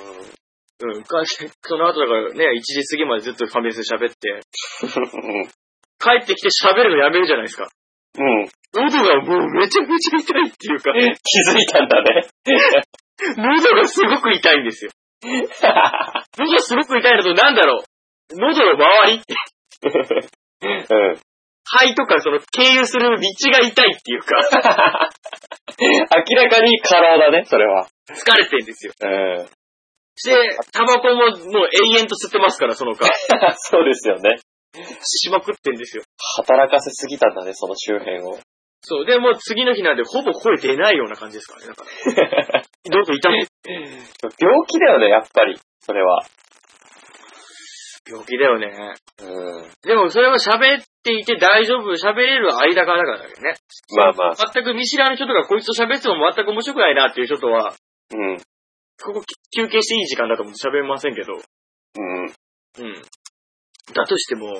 Speaker 2: ん
Speaker 1: カンちゃん <laughs> その後だからね、1時過ぎまでずっとファミレスで喋って、
Speaker 2: うん
Speaker 1: 帰ってきて喋るのやめるじゃないですか。
Speaker 2: うん。
Speaker 1: 喉がもうめちゃめちゃ痛いっていうか、
Speaker 2: 気づいたんだね。
Speaker 1: 喉がすごく痛いんですよ。喉がすごく痛いのとなんだろう。喉の周り
Speaker 2: うん。
Speaker 1: 肺とかその経由する道が痛いっていうか、 <laughs>
Speaker 2: 明らかに過労だね、それは。
Speaker 1: 疲れてんですよ。
Speaker 2: うん。 <laughs>
Speaker 1: で、タバコももう永遠と吸ってますから、その間。
Speaker 2: そうですよね。
Speaker 1: しまくってんですよ。
Speaker 2: 働かせすぎたんだね、その周辺を。
Speaker 1: そう。で、もう次の日なんで、ほぼ声出ないような感じですからね。
Speaker 2: <laughs>
Speaker 1: だからどうぞ痛む。
Speaker 2: 病気だよね、やっぱり。それは。
Speaker 1: 病気だよね。
Speaker 2: うん。
Speaker 1: でも、それは喋っていて大丈夫、喋れる間がだからだけどね。
Speaker 2: まあまあ。
Speaker 1: 全く見知らぬ人とか、こいつと喋っても全く面白くないなっていう人とは、
Speaker 2: うん。
Speaker 1: ここ休憩していい時間だと思って喋れませんけど。
Speaker 2: うん。
Speaker 1: うん。だとしても、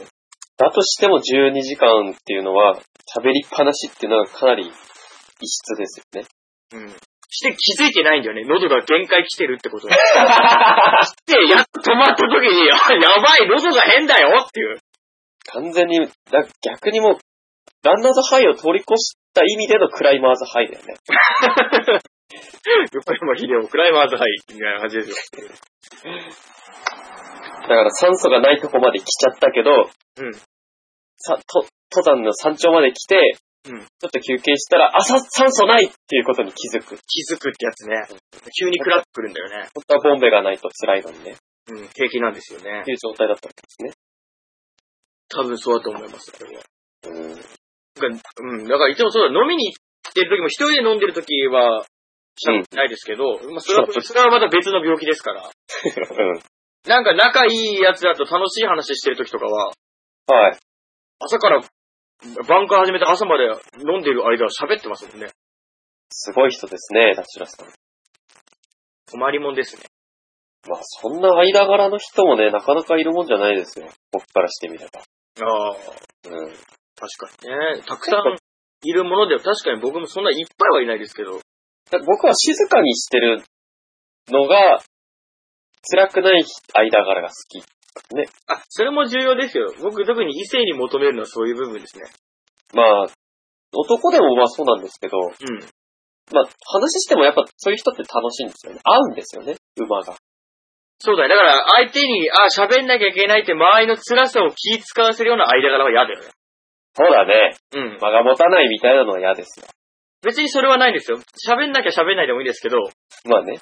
Speaker 2: だとしても12時間っていうのは、喋りっぱなしっていうのはかなり異質ですよね。
Speaker 1: うん。して気づいてないんだよね。喉が限界来てるってことに。 <laughs> で、やっと止まった時に、あ、やばい、喉が変だよっていう。
Speaker 2: 完全に、だ逆にもう、ランナーズハイを通り越した意味でのクライマーズハイだよね。
Speaker 1: 横山秀夫、クライマーズハイみたいな感じですよ。
Speaker 2: だから酸素がないとこまで来ちゃったけど、
Speaker 1: うん
Speaker 2: さと登山の山頂まで来て、
Speaker 1: うん
Speaker 2: ちょっと休憩したら、あ、さ酸素ないっていうことに気づ
Speaker 1: 気
Speaker 2: く。
Speaker 1: づくってやつね。急にクラッとくるんだよね。
Speaker 2: 本当はボンベがないと辛いのにね。
Speaker 1: うん、平気なんですよね
Speaker 2: って。いう状態だったわけですね。
Speaker 1: 多分そうだと思います、これは。
Speaker 2: うん。
Speaker 1: なんかうん、だからいつもそうだ、飲みに行ってる時も一人で飲んでる時は、しゃべってないですけど、まあそれは、それはまた別の病気ですから。
Speaker 2: うん。
Speaker 1: なんか仲いいやつだと楽しい話してる時とかは、
Speaker 2: はい。
Speaker 1: 朝から、バンカー始めて朝まで飲んでる間は喋ってますもんね。
Speaker 2: すごい人ですね、田代さん。
Speaker 1: 困りもんですね。
Speaker 2: まあ、そんな間柄の人もね、なかなかいるもんじゃないですよ。僕からしてみれば。
Speaker 1: ああ、
Speaker 2: うん。
Speaker 1: 確かにね。たくさんいるものでは確かに僕もそんないっぱいはいないですけど。
Speaker 2: だ僕は静かにしてるのが、辛くない間柄が好き。
Speaker 1: あ、それも重要ですよ。僕特に異性に求めるのはそういう部分ですね。
Speaker 2: まあ、男でもまあそうなんですけど、
Speaker 1: うん。
Speaker 2: まあ話してもやっぱそういう人って楽しいんですよね。合うんですよね、馬が。
Speaker 1: そうだね。だから相手に、あ、喋んなきゃいけないって周りの辛さを気使わせるような間柄は嫌だよね。
Speaker 2: そうだね。
Speaker 1: うん。
Speaker 2: 間が持たないみたいなのは嫌ですよ。
Speaker 1: 別にそれはないんですよ。喋んなきゃ喋んないでもいいんですけど、
Speaker 2: まあね。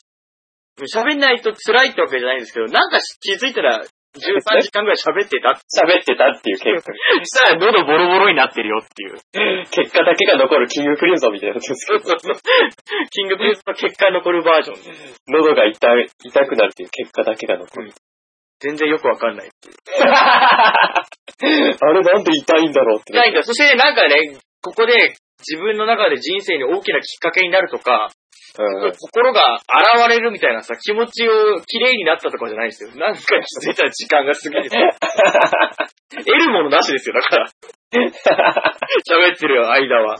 Speaker 1: 喋んないと辛いってわけじゃないんですけど、なんか気づいたら13時間ぐらい喋ってた。
Speaker 2: 喋ってたっていう <laughs> 結
Speaker 1: したら喉ボロボロになってるよっていう。
Speaker 2: 果、結果だけが残るキングクリムゾンみたいなやつですけど、
Speaker 1: <laughs> キングプリンスの結果に残るバージョンで。
Speaker 2: 喉が痛い痛くなるっていう結果だけが <laughs> 残る。
Speaker 1: 全然よくわかんない。 <laughs>
Speaker 2: あれなんで痛いんだろうって。
Speaker 1: ないんだ。そしてなんかね、ここで自分の中で人生に大きなきっかけになるとか、
Speaker 2: うん。
Speaker 1: 心が現れるみたいなさ、気持ちを綺麗になったとかじゃないですよ。なんか気づいたら時間が過ぎてて。 <laughs> 得るものなしですよ、だ <laughs> から。喋ってる間は。
Speaker 2: まあ、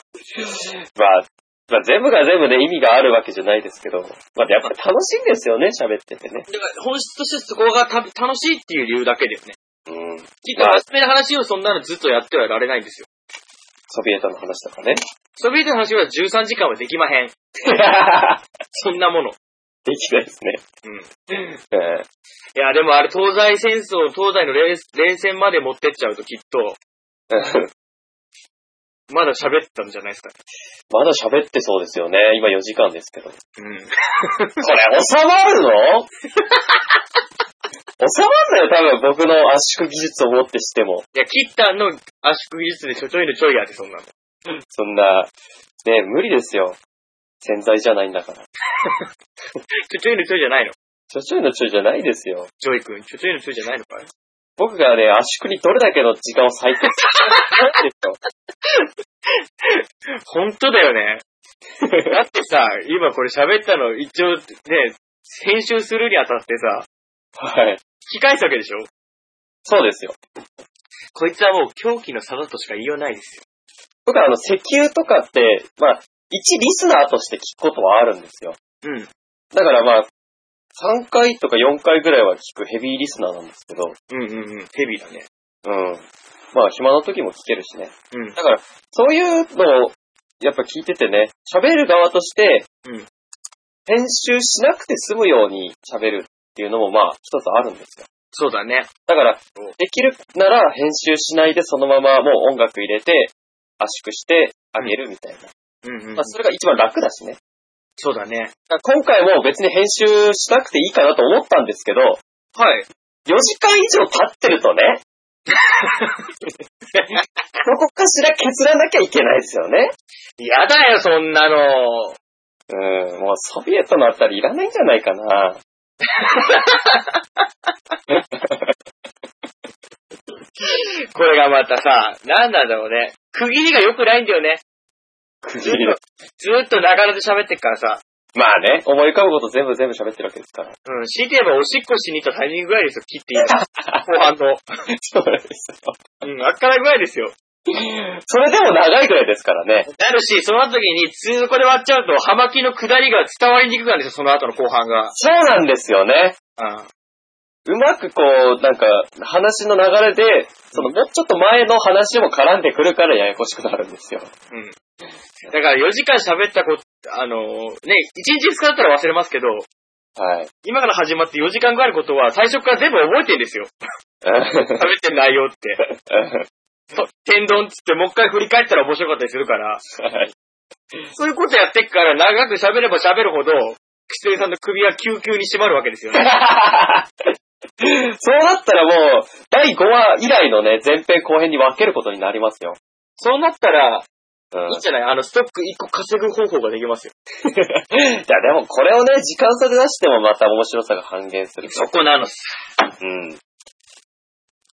Speaker 2: まあ全部が全部ね、意味があるわけじゃないですけど、まあやっぱり楽しいんですよね、喋っててね。
Speaker 1: だから本質としてそこがた楽しいっていう理由だけですね。
Speaker 2: うん。
Speaker 1: きっと真面目な話をそんなのずっとやってはいられないんですよ。
Speaker 2: ソビエトの話とかね。
Speaker 1: それ以外の話は13時間はできま <laughs> へん。そんなもの。
Speaker 2: できないですね。
Speaker 1: うん。
Speaker 2: え
Speaker 1: い
Speaker 2: ー
Speaker 1: や、でもあれ、東西戦争、東西の冷冷戦まで持ってっちゃうときっと、まだ喋ってたんじゃないですか。
Speaker 2: まだ喋ってそうですよね。今4時間ですけど。こ
Speaker 1: うん。
Speaker 2: れ収まるの収まるのよ、多分僕の圧縮技術をもってしても。
Speaker 1: いや、キッタンの圧縮技術でちょちょいのちょいやって、そんなの。
Speaker 2: そんな、ね、無理ですよ。潜在じゃないんだから。
Speaker 1: ちょちょいのちょいじゃないの。
Speaker 2: ちょちょいのちょいじゃないですよ。
Speaker 1: ジョイ君、ちょちょいのちょいじゃないのかい
Speaker 2: 僕がね、圧縮にどれだけの時間を割いてるかですよ。
Speaker 1: 本当だよ <laughs> ね。だってさ、今これ喋ったの、一応、ね、編集するにあたってさ、
Speaker 2: はい。
Speaker 1: 聞き返すわけでしょ
Speaker 2: そうですよ。
Speaker 1: こいつはもう狂気の差だとしか言いようないですよ。
Speaker 2: 僕はあの、石油とかって、まあ、一リスナーとして聞くことはあるんですよ。
Speaker 1: うん。
Speaker 2: だからまあ、3回とか4回ぐらいは聞くヘビーリスナーなんですけど、
Speaker 1: うんうんうん。ヘビーだね。
Speaker 2: うん。まあ、暇な時も聞けるしね。
Speaker 1: うん
Speaker 2: だ。から、そういうのを、やっぱ聞いててね、喋る側として、
Speaker 1: うん
Speaker 2: 編集しなくて済むように喋るっていうのもまあ、一つあるんですよ。
Speaker 1: そうだね。
Speaker 2: だから
Speaker 1: うん、
Speaker 2: できるなら編集しないでそのままもう音楽入れて、圧縮してあげるみたいな。
Speaker 1: うんうんうん
Speaker 2: まあ、それが一番楽だしね。
Speaker 1: そうだね。
Speaker 2: だから今回も別に編集しなくていいかなと思ったんですけど、
Speaker 1: はい。
Speaker 2: 4時間以上経ってる
Speaker 1: <laughs>
Speaker 2: とね、どこかしら削らなきゃいけないですよね。
Speaker 1: やだよ、そんなの。
Speaker 2: うん、もうソビエトのあたりいらないんじゃないかな。
Speaker 1: これがまたさ、なんなんだろうね。区切りが良くないんだよね。
Speaker 2: 区
Speaker 1: ずっ
Speaker 2: 切りの
Speaker 1: <laughs> と、ずっとながらで喋ってっからさ。
Speaker 2: まあね、思い浮かぶこと全部全部喋ってるわけですから。
Speaker 1: うん、強いて言えばおしっこしに行ったタイミングぐらいですよ、切 <laughs> っていいの。後半の。
Speaker 2: そうですよ。
Speaker 1: うん、あっからぐらいですよ。
Speaker 2: それでも長いぐらいですからね。
Speaker 1: なるし、その時に、通こで割っちゃうと、葉巻の下りが伝わりにくくなるんですよ、その後の後半が。
Speaker 2: そうなんですよね。
Speaker 1: うん。
Speaker 2: うまくこう、なんか、話の流れで、その、もうちょっと前の話も絡んでくるからややこしくなるんですよ。
Speaker 1: だから4時間喋ったこと、あのーね、1日使ったら忘れますけど、
Speaker 2: はい。
Speaker 1: 今から始まって4時間ぐらいのことは、最初から全部覚えてるんですよ。
Speaker 2: <laughs>
Speaker 1: 喋ってる内容 <laughs> って。そう天丼っつってもう一回振り返ったら面白かったりするから、
Speaker 2: はい
Speaker 1: そういうことやってっから長く喋れば喋るほど、くすりさんの首は急急に締まるわけですよ <laughs> ね。
Speaker 2: そうなったらもう、第5話以来のね、前編後編に分けることになりますよ。
Speaker 1: そうなったら、
Speaker 2: うん
Speaker 1: いいんじゃないあの、ストック1個稼ぐ方法ができますよ。
Speaker 2: いや、でもこれをね、時間差で出してもまた面白さが半減する。
Speaker 1: そこなのっす。
Speaker 2: うん。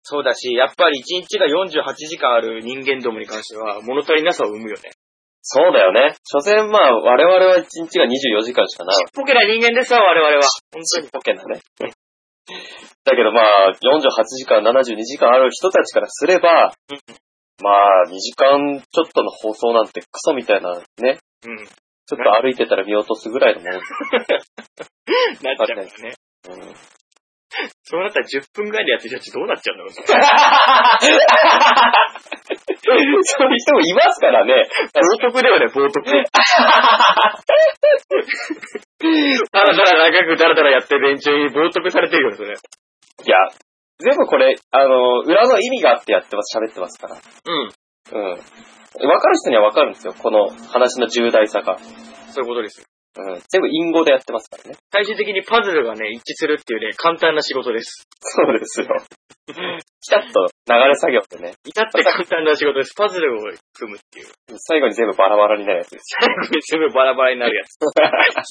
Speaker 1: そうだし、やっぱり1日が48時間ある人間どもに関しては、物足りなさを生むよね。
Speaker 2: そうだよね。所詮まあ、我々は1日が24時間しかない。
Speaker 1: ちっぽけな人間ですわ、我々は。 <laughs> 本
Speaker 2: ちっぽけなね。 <laughs> だけどまあ、48時間、72時間ある人たちからすれば、まあ、2時間ちょっとの放送なんてクソみたいなね、
Speaker 1: 当に。うん。
Speaker 2: ちょっと歩いてたら見落とすぐらいのもの
Speaker 1: なっちゃうからね。
Speaker 2: うん
Speaker 1: そうなったら10分ぐらいでやってる人たちどうなっちゃうんだろうね。
Speaker 2: <laughs> そういう人もいますからね。
Speaker 1: 冒涜だよね、冒涜。だらだら長くだらだらやってる連中に冒涜されてるよね、それ。
Speaker 2: いや、全部これ、あの、裏の意味があってやってます、喋ってますから。
Speaker 1: うん。
Speaker 2: うん。わかる人にはわかるんですよ、この話の重大さが。
Speaker 1: そういうことですよ。
Speaker 2: うん。全部因語でやってますからね。
Speaker 1: 最終的にパズルがね、一致するっていうね、簡単な仕事です。
Speaker 2: そうですよ。ピタッと流れ作業ってね、
Speaker 1: 至って簡単な仕事です。パズルを組むっていう。
Speaker 2: 最後に全部バラバラになるやつです
Speaker 1: 最後に全部バラバラになるやつ。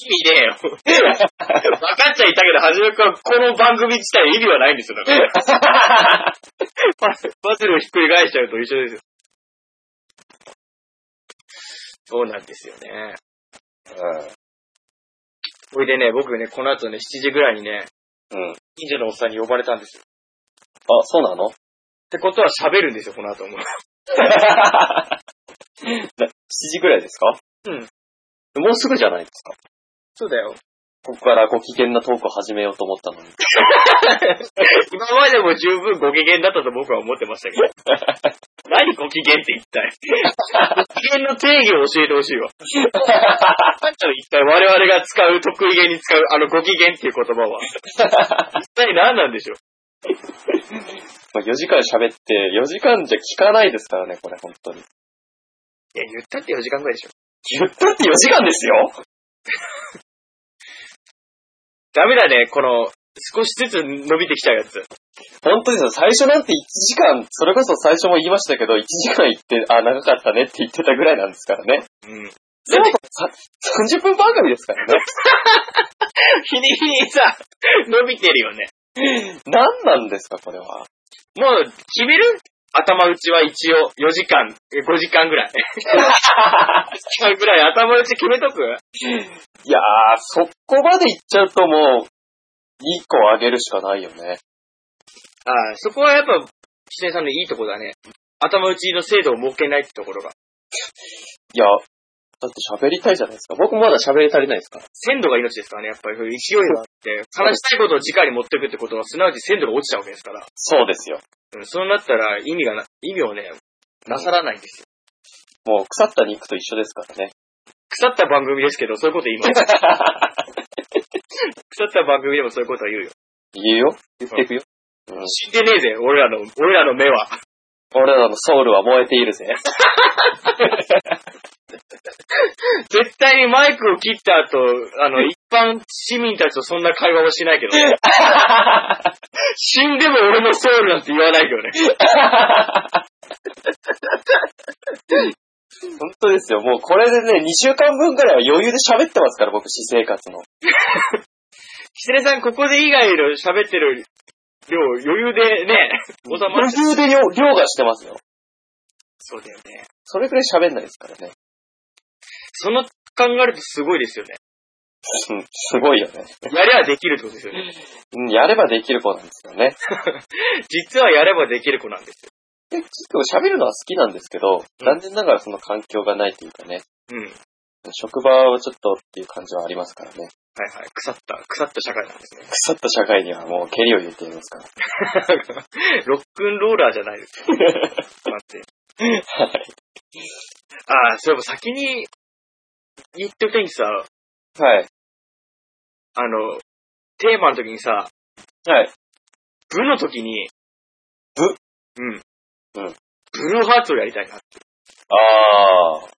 Speaker 1: <laughs> 意味ねえよ。分かっちゃいたけど、はじめくんはこの番組自体意味はないんですよ、だから。パズ <laughs> パズルをひっくり返しちゃうと一緒ですよ。そうなんですよね。
Speaker 2: よ。
Speaker 1: それでね、僕ね、この後ね、7時ぐらいにね、
Speaker 2: うん。うん。
Speaker 1: 近所のおっさんに呼ばれたんですよ。
Speaker 2: あ、そうなの <laughs>
Speaker 1: ってことは喋るんですよ、この後も。
Speaker 2: な ?7 時ぐらいですかうん。もうすぐじゃないですか。
Speaker 1: <laughs> そうだよ。
Speaker 2: ここからご機嫌なトークを始めようと思ったのに。
Speaker 1: 今までも十分ご機嫌だったと僕は思ってましたけど。 <laughs> 何ご機嫌って一体。ご機嫌の定義を教えてほしいわ。一体我々が使う、得意げに使う、あのご機嫌っていう言葉は。一体何なんでしょう。
Speaker 2: まあ、4時間喋って、4時間じゃ聞かないですからね、これ、本当
Speaker 1: い
Speaker 2: に。
Speaker 1: や、言ったって4時間ぐらいでしょ。
Speaker 2: 言ったって4時間ですよ
Speaker 1: ダメだね、この、少しずつ伸びてきちゃうやつ。
Speaker 2: 本当ですよ。最初なんて1時間、それこそ最初も言いましたけど、1時間行って、あ、長かったねって言ってたぐらいなんですからね。
Speaker 1: うん。
Speaker 2: そもそもさ30分番組ですからね。
Speaker 1: <laughs> 日に日にさ、伸びてるよね。
Speaker 2: 何なんですか、これは。
Speaker 1: もう、決める頭打ちは一応、4時間、え5時間ぐらい。5時間ぐらい頭打ち決めとく
Speaker 2: いやー、そこまで行っちゃうともう、1個上げるしかないよね。
Speaker 1: ああ、そこはやっぱ、岸田さんのいいとこだね。頭打ちの制度を設けないってところが。
Speaker 2: いや、だって喋りたいじゃないですか。僕まだ喋り足りないですから。
Speaker 1: 鮮度が命ですからね、やっぱり。そういう勢いがあって、話したいことを直に持ってくってことは、すなわち鮮度が落ちちゃうわけですから。
Speaker 2: そうですよ。
Speaker 1: うん、そうなったら意味がな、意味をね、なさらないんですよ。
Speaker 2: もう腐った肉と一緒ですから <laughs> ね。
Speaker 1: 腐った番組ですけど、そういうこと言います。腐った番組でもそういうことは言うよ。
Speaker 2: 言うよ。言っていくよ。うん
Speaker 1: 死んでねえぜ、俺らの、俺らの目は。
Speaker 2: 俺らのソウルは燃えているぜ。
Speaker 1: 絶対にマイクを切った後、あの、一般市民たちとそんな会話はしないけど、 <laughs> ね、死んでも俺のソウルなんて言わないけどね。
Speaker 2: 本当ですよ。もうこれでね、2週間分ぐらいは余裕で喋ってますから、僕、私生活の。
Speaker 1: キツネさん、ここで以外の喋ってる量、余裕でね、 <laughs> 収まる
Speaker 2: 余。裕で量量がしてますよ。
Speaker 1: そうだよね。
Speaker 2: それくらい喋んないですからね。
Speaker 1: その考えるとすごいですよね。
Speaker 2: うんすごいよね。
Speaker 1: やればできるってことですよね。
Speaker 2: うんやればできる子なんですよね。
Speaker 1: 実はやればできる子なんですよ。
Speaker 2: で、結構喋るのは好きなんですけど、残念ながらその環境がないというかね、
Speaker 1: うん。はい
Speaker 2: 職場はちょっとっていう感じはありますからね。
Speaker 1: はい。腐った、腐った社会なん <laughs> ですね。
Speaker 2: 腐った社会にはもう蹴りを入れていますから。
Speaker 1: ロックンローラーじゃないですか。待って。
Speaker 2: はい。
Speaker 1: ああ、そういえば先に言っておきたいんですさ、
Speaker 2: はい。
Speaker 1: あの、テーマの時にさ、
Speaker 2: はい。
Speaker 1: 部の時に、
Speaker 2: 部
Speaker 1: うん。
Speaker 2: うん。
Speaker 1: ブルーハーツをやりたいな。
Speaker 2: あー。確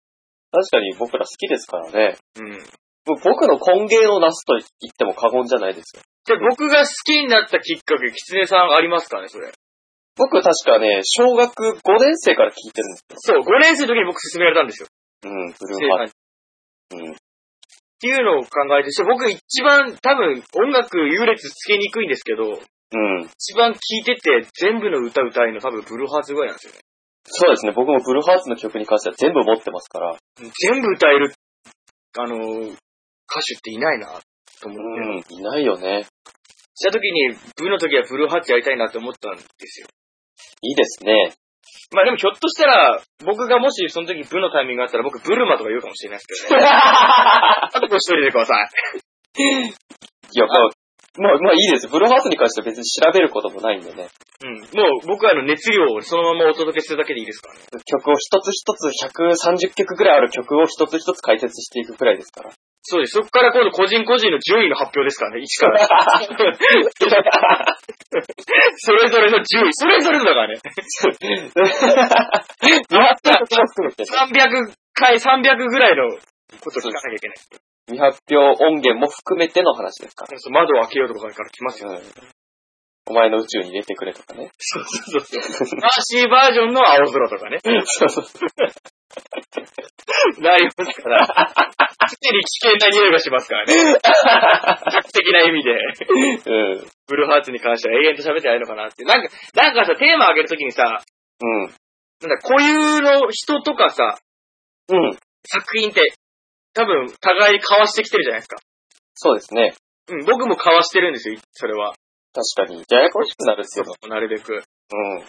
Speaker 2: かに僕ら好きですからね。
Speaker 1: うん。で、
Speaker 2: もう僕の根源をなすと言っても過言じゃないですよ。
Speaker 1: 僕が好きになったきっかけ、キツネさんありますかね、それ。
Speaker 2: 僕確かね、小学5年生から聞いてるんですよ。
Speaker 1: そう、5年生の時に僕勧められたんですよ。
Speaker 2: うん、ブル
Speaker 1: キツ
Speaker 2: ー
Speaker 1: ネ
Speaker 2: ハ
Speaker 1: さん
Speaker 2: ー
Speaker 1: にっ
Speaker 2: ツ。うん。
Speaker 1: ていうのを考えて、そして僕一番多分音楽優劣つけにくいんですけど、
Speaker 2: うん。
Speaker 1: 一番聴いてて、全部の歌歌えるの多分ブルーハーツぐらいなんですよね。
Speaker 2: そうですね、僕もブルーハーツの曲に関しては全部持ってますから。
Speaker 1: 全部歌える、あのー、歌手っていないな、と思って。
Speaker 2: うん、いないよね。
Speaker 1: した時に、ブの時はブルーハーツやりたいなって思ったんですよ。
Speaker 2: いいですね。
Speaker 1: まあでもひょっとしたら、僕がもしその時ブのタイミングがあったら、僕ブルマとか言うかもしれないですけどね。あとご一人でください。
Speaker 2: いや、まあ、まあ、まあいいです。ブルーハーツに関しては別に調べることもないんでね。
Speaker 1: うん。もう僕はあの熱量をそのままお届けするだけでいいですからね。
Speaker 2: 曲を一つ一つ130曲ぐらいある曲を一つ一つ解説していくくらいです <laughs> から。
Speaker 1: そうです。そこから今度個人個人の順位の発表ですからね。1から。 <laughs> それぞれの順位。それぞれのだから <laughs> ね。
Speaker 2: 見張ってることも含めて、
Speaker 1: 300回、300ぐらいのことを聞かなきゃいけない。
Speaker 2: 未発表音源も含めての話ですから。
Speaker 1: そう窓を開けようとかから来ますよ。
Speaker 2: うんお前の宇宙に入れてくれとかね。
Speaker 1: そう <laughs> そうそう。マーシーバージョンの青空とかね。
Speaker 2: <laughs> そうそう
Speaker 1: <laughs> なりますから。常に危険な匂いがしますからね。客的な意味で。
Speaker 2: うん。
Speaker 1: ブルーハーツに関しては永遠と喋ってないのかなって。なんか、なんかさ、テーマ上げるときにさ、
Speaker 2: うん。
Speaker 1: なんだ、固有の人とかさ、
Speaker 2: うん。
Speaker 1: 作品って、多分、互いに交わしてきてるじゃないですか。
Speaker 2: そうですね。
Speaker 1: うん、僕も交わしてるんですよ、それは。
Speaker 2: 確かに。ややこしくなるっすよ。
Speaker 1: なるべく。
Speaker 2: うん。
Speaker 1: し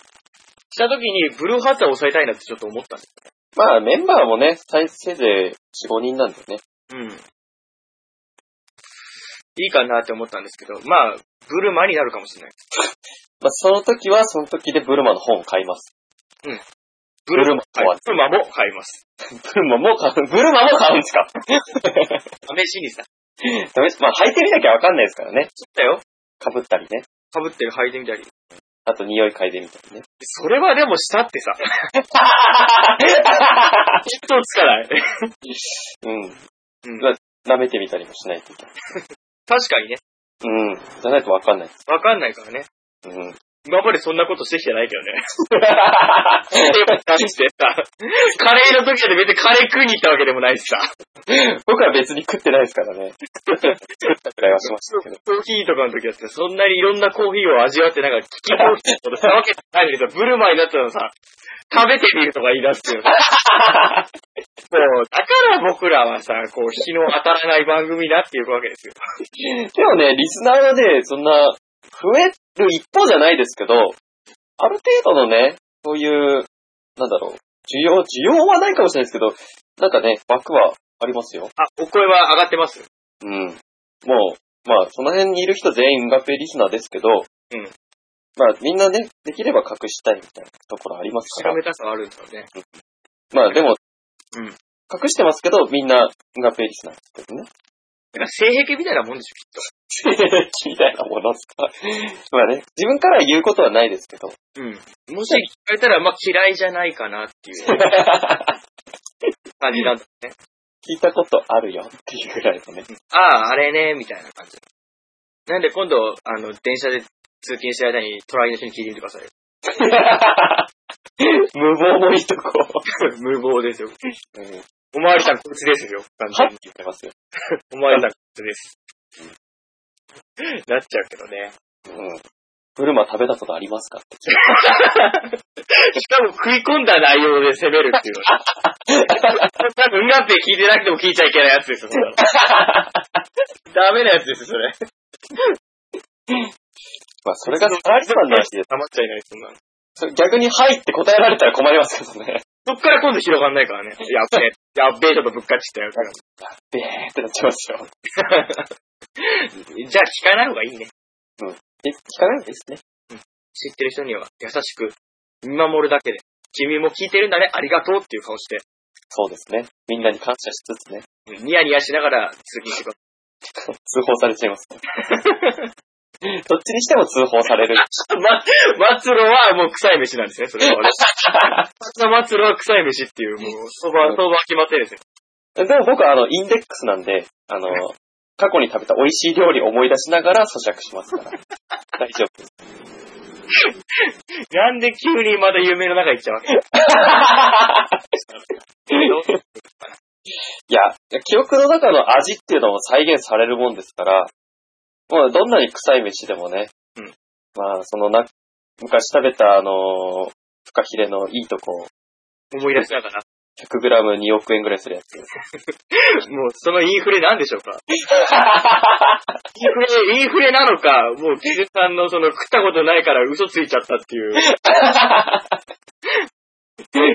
Speaker 1: たときに、ブルーハーツは抑えたいなってちょっと思ったんです。
Speaker 2: まあ、メンバーもね、最せいぜい4、5人なんでね。
Speaker 1: うん。いいかなって思ったんですけど、まあ、ブルマになるかもしれない。
Speaker 2: まあ、その時はその時でブルマの本を買います。 <laughs>
Speaker 1: ブ
Speaker 2: ル
Speaker 1: は
Speaker 2: マ
Speaker 1: いブルマも買います。
Speaker 2: ブルマも買う、ブルマも買うんですか <laughs>
Speaker 1: 試しにさ、
Speaker 2: 試しまあ、履いてみなきゃわかんないですからね。
Speaker 1: 切ったよ。
Speaker 2: 被ったりね。
Speaker 1: 被ってる履いてみたり。
Speaker 2: あと、匂い嗅いでみたりね。
Speaker 1: それはでもしたってさ。きっとつかない。
Speaker 2: うん。
Speaker 1: うん
Speaker 2: 舐めてみたりもしないといけない。
Speaker 1: 確かにね。
Speaker 2: うん。じゃないとわかんないです。
Speaker 1: わかんないからね。
Speaker 2: うん。
Speaker 1: 今までそんなことしてきてないけどね。<laughs> で
Speaker 2: <laughs>
Speaker 1: も出してさ、カレーの時だって別にカレー食いに行ったわけでもないしさ。
Speaker 2: 僕は別に食ってないですからね。作ったくらいはしましたけど。
Speaker 1: コーヒーとかの時だってそんなにいろんなコーヒーを味わってなんか、利きコーヒーとかしたわけじゃないんだけど、ブルマになったのさ、食べてみるとか言い出すよ。そう、だから僕らはさ、こう、日の当たらない番組だっていうわけですよ。
Speaker 2: でもね、リスナーがね、そんな、増える一方じゃないですけど、ある程度のね、そういう、なんだろう、需要、需要はないかもしれないですけど、なんかね、枠はありますよ。
Speaker 1: あ、お声は上がってます。
Speaker 2: うん。もう、まあ、その辺にいる人全員合併リスナーですけど、うんまあ、みんなね、できれば隠したいみたいなところありますか
Speaker 1: 調
Speaker 2: ら。
Speaker 1: べたさはあるんだろうね。
Speaker 2: まあ、でも、
Speaker 1: うん
Speaker 2: 隠してますけど、みんな合併リスナーですけどね。 <laughs>
Speaker 1: だから性癖みたいなもんでし
Speaker 2: みたいなものですか。まあね、自分からは言うことはないですけど。
Speaker 1: ょ。うん。もし聞かれたら、まあ嫌いじゃないかなって <laughs> いう感じなんだね。
Speaker 2: 聞いたことあるよっていうぐらい <laughs> のね。
Speaker 1: ああ、あれね、みたいな感じ。なんで今度、あの、電車で通勤してる間に、隣の人に聞いてみてくださいよ。
Speaker 2: 無謀もいいとこ。
Speaker 1: <laughs> 無謀ですよ。
Speaker 2: うん。は
Speaker 1: おまわりさん、こいつですよ。完全
Speaker 2: っ
Speaker 1: に
Speaker 2: て言ってますよ。
Speaker 1: おまわりさん、こいつです。なっちゃうけどね。
Speaker 2: うん。ブルマ食べたことありますかって。
Speaker 1: しかも食い込んだ内容で攻めるっていうのは。多分、うんがっぺ聞いてなくても聞いちゃいけないやつですよ、そ <laughs> れはダメなやつですよ、それ。
Speaker 2: まあ、それがサラリーマンの話です。
Speaker 1: 黙っちゃいない、そんなの。
Speaker 2: それ逆にはいって答えられたら困りますけど <laughs> ね。
Speaker 1: そっから今度広がんないからね。やっべえ、やっべえ、ちょっとぶっかちったよ。
Speaker 2: べーってなっちゃいますよ。
Speaker 1: じゃあ聞かない方がいいね。
Speaker 2: え、聞かないんですね。
Speaker 1: 知ってる人には優しく見守るだけで、君も聞いてるんだね、ありがとうっていう顔して、
Speaker 2: そうですね。みんなに感謝しつつね。
Speaker 1: ニヤニヤしながら通勤してくだ
Speaker 2: 通報されちゃいます、ね。 <laughs> どっちにしても通報される。
Speaker 1: さい。 <laughs> ま、末路はもう臭い飯なんですね、それは。そんな末路は臭い飯っていう、もう、そば、そば決まってるんですよ。
Speaker 2: でも僕はあの、インデックスなんで、あの、過去に食べた美味しい料理を思い出しながら咀嚼します <laughs> から。大丈夫。
Speaker 1: なんで急にまた夢の中行っちゃ <laughs> うわけ
Speaker 2: <laughs> いや、記憶の中の味っていうのも再現されるもんですから、もうどんなに臭い飯でもね、
Speaker 1: うん
Speaker 2: まあ、そのな、昔食べたあの、フカヒレのいいとこ、
Speaker 1: 思い出しながら。
Speaker 2: 100g2 億円ぐらいするやつ。
Speaker 1: もう、そのインフレなんでしょうかインフレ、インフレなのか、もう、キズさんのその、食ったことないから嘘ついちゃったっていう。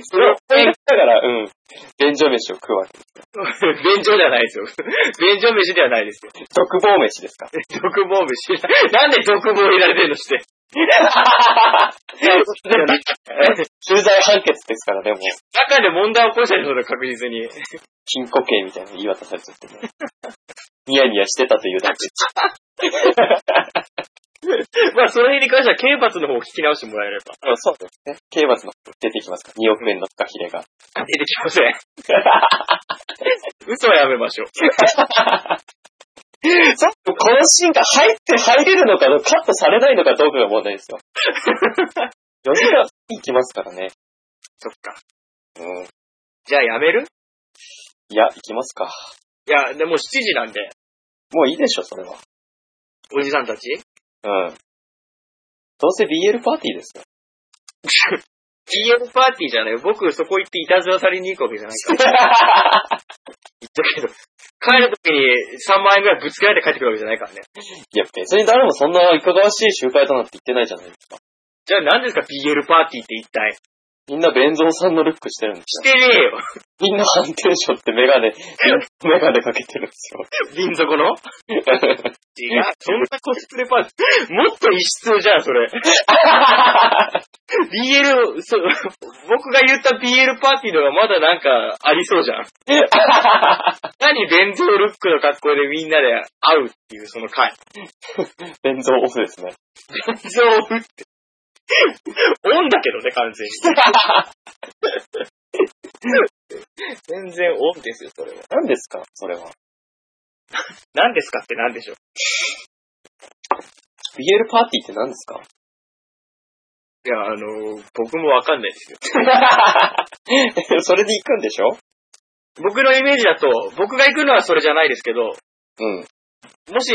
Speaker 2: それを超えだから、うん。便所飯を食うわけ。
Speaker 1: <laughs> 便所じゃないですよ。 <laughs> 便所飯ではないですよ。
Speaker 2: 特防飯ですか
Speaker 1: 独房飯。 <laughs> なんで独房入られてんのして。
Speaker 2: 重罪判決ですからね、もう。
Speaker 1: 中で問題起こしたりするの確実に。
Speaker 2: 禁錮刑みたいなの言い渡されちゃって <laughs> ね。ニヤニヤしてたというだけ。
Speaker 1: <laughs> まあ、その辺に関しては刑罰の方を聞き直してもらえれば。
Speaker 2: まあそうですね。刑罰の出てきますから、2億円のフカヒレが。
Speaker 1: 出てきません。 <laughs> 嘘はやめましょう。
Speaker 2: ちょっとこのシーンが入って入れるのかどうか、カットされないのかどうかが問題ですよ。4時間いきますからね。
Speaker 1: そっか。
Speaker 2: うん。
Speaker 1: じゃあやめる
Speaker 2: いや、いきますか。
Speaker 1: いや、でも7時なんで、
Speaker 2: もういいでしょ、それは。
Speaker 1: おじさんたち。
Speaker 2: うん。どうせ BL パーティーですよ。
Speaker 1: BL パーティーじゃない。僕そこ行っていたずらされに行くわけじゃないから。 <laughs> 言ったけど、帰るときに3万円ぐらいぶつけられて帰ってくるわけじゃないからね。
Speaker 2: いや、別に誰もそんないかがわしい集会だなんて言ってないじゃないですか。
Speaker 1: じゃあ何ですか BL パーティーって一体。
Speaker 2: みんな弁蔵さんのルックしてるんです
Speaker 1: し
Speaker 2: よ。
Speaker 1: てねえ <laughs> よ。
Speaker 2: みんなハンテンションってメガネ、 <laughs> メガネかけてるんですよ。 <laughs>
Speaker 1: 民族の違う。そんなコスプレパーティー。もっと異質じゃん、 <laughs> それ。BL、そう、僕が言った BL パーティーのがまだなんかありそうじゃん。 <laughs> 何弁当ルックの格好でみんなで会うっていう、その回。
Speaker 2: 弁蔵オフですね。
Speaker 1: 弁当オフって。オンだけどね、完全 <laughs> に。全然オンですよ、それは。
Speaker 2: 何ですかそれは。
Speaker 1: 何ですかって何でしょう。
Speaker 2: BL パーティーって何ですか <laughs>
Speaker 1: いや、あの、僕もわかんないですよ。 <laughs>
Speaker 2: それで行くんでしょ
Speaker 1: 僕のイメージだと、僕が行くのはそれじゃないですけど、
Speaker 2: うん。
Speaker 1: もし、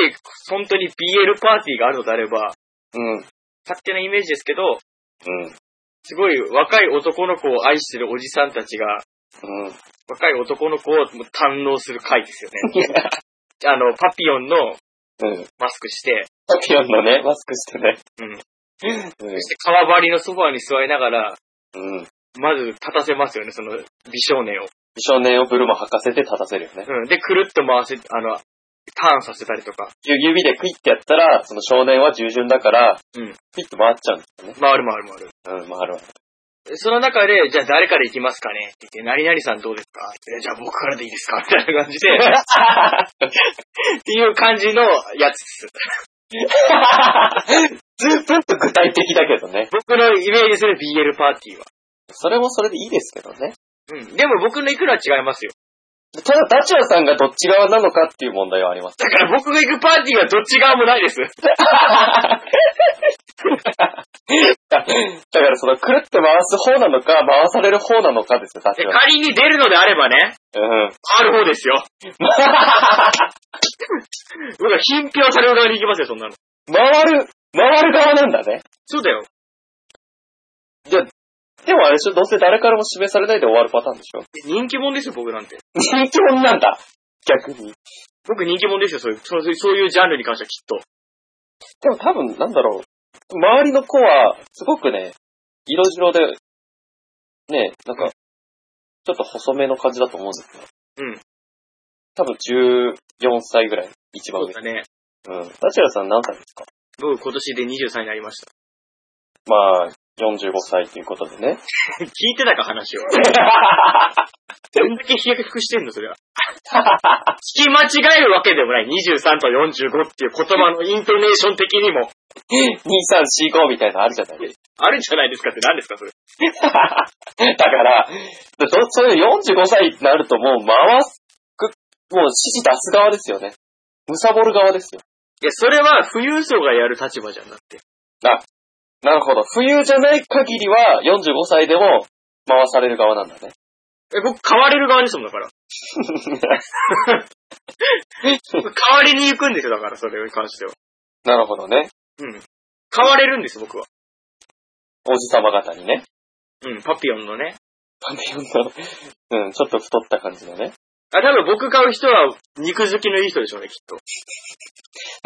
Speaker 1: 本当に BL パーティーがあるのであれば、
Speaker 2: うん。
Speaker 1: 勝手なイメージですけど、
Speaker 2: うん。
Speaker 1: すごい若い男の子を愛してるおじさんたちが、
Speaker 2: うん。
Speaker 1: 若い男の子を堪能する回ですよね。
Speaker 2: <laughs>
Speaker 1: あの、パピヨンの
Speaker 2: うん。
Speaker 1: マスクして、
Speaker 2: パピオンのね、マスクしてね。うん。
Speaker 1: そして川張りのソファーに座りながら、
Speaker 2: うん。うん。
Speaker 1: まず立たせますよね、その美少年を。
Speaker 2: 少年をブルマ履かせて立たせるよね。
Speaker 1: うん。で、くるっと回せ、あの、ターンさせたりとか、
Speaker 2: ゆ指でクイってやったら、その少年は従順だから、
Speaker 1: うん
Speaker 2: クイッと回っちゃうんだよね。
Speaker 1: 回る回る回る。
Speaker 2: うん、回る <laughs> わ。
Speaker 1: その中で、じゃあ誰から行きますかねって言って、何々さんどうですかえじゃあ僕からでいいですかみたいな感じで、っていう感じのやつです。
Speaker 2: ずっと具体的だけどね。
Speaker 1: 僕のイメージする BL パーティーは。
Speaker 2: それもそれでいいですけどね。
Speaker 1: うん。でも僕の行くのは違いますよ。
Speaker 2: ただ、ダチョウさんがどっち側なのかっていう問題はあります。
Speaker 1: だから僕が行くパーティーはどっち側もないです。
Speaker 2: だから、その、くるって回す方なのか、回される方なのかですよ、ダチ
Speaker 1: で
Speaker 2: ョウ
Speaker 1: 仮に出るのであればね、
Speaker 2: さん。うん。
Speaker 1: ある方ですよ。 <laughs> 僕は品評される側に行きますよ、そんなの。
Speaker 2: 回る、回る側なんだね。
Speaker 1: そうだよ。
Speaker 2: でもあれでしょ、どうせ誰からも指名されないで終わるパターンでしょ。
Speaker 1: 人気者ですよ、僕なんて。
Speaker 2: 人気者なんだ。逆に。
Speaker 1: 僕人気者ですよ、そういう、そういうそういうジャンルに関してはきっと。
Speaker 2: でも多分、なんだろう。周りの子は、すごくね、色白で、ね、なんか、ちょっと細めの感じだと思うんですよ。
Speaker 1: うん。
Speaker 2: 多分14歳ぐらい、一番
Speaker 1: そう
Speaker 2: 上。
Speaker 1: だね。
Speaker 2: うん。ダチュラさん何歳ですか
Speaker 1: 僕今年で23になりました。
Speaker 2: まあ、45歳ということ
Speaker 1: <laughs>
Speaker 2: でね。
Speaker 1: 聞いてたか、話を。 <laughs> どんだけ飛躍してんの、それは。聞き間違えるわけでもない。23と45っていう言葉のイントネーション的にも、
Speaker 2: 2345みたいなのあるじゃないです
Speaker 1: あるんじゃないですかって何ですか、それ。
Speaker 2: か。だから、どそういう45歳になるともう回す、もう指示出す側ですよね。むさぼる側ですよ。
Speaker 1: いや、それは富裕層がやる立場じゃなくて。
Speaker 2: なるほど。冬じゃない限りは45歳でも回される側なんだね。 <laughs>
Speaker 1: え、僕、買われる側ですもんだから。代わりに行くんですよ、だから、それに関しては。
Speaker 2: なるほどね。
Speaker 1: うん。買われるんです、僕は。
Speaker 2: おじさま方にね。 <laughs>
Speaker 1: うん、パピオンのね。
Speaker 2: パピオンの、うん、ちょっと太った感じのね。
Speaker 1: あ、多分僕買う人は肉好きのいい人でしょうね、きっと。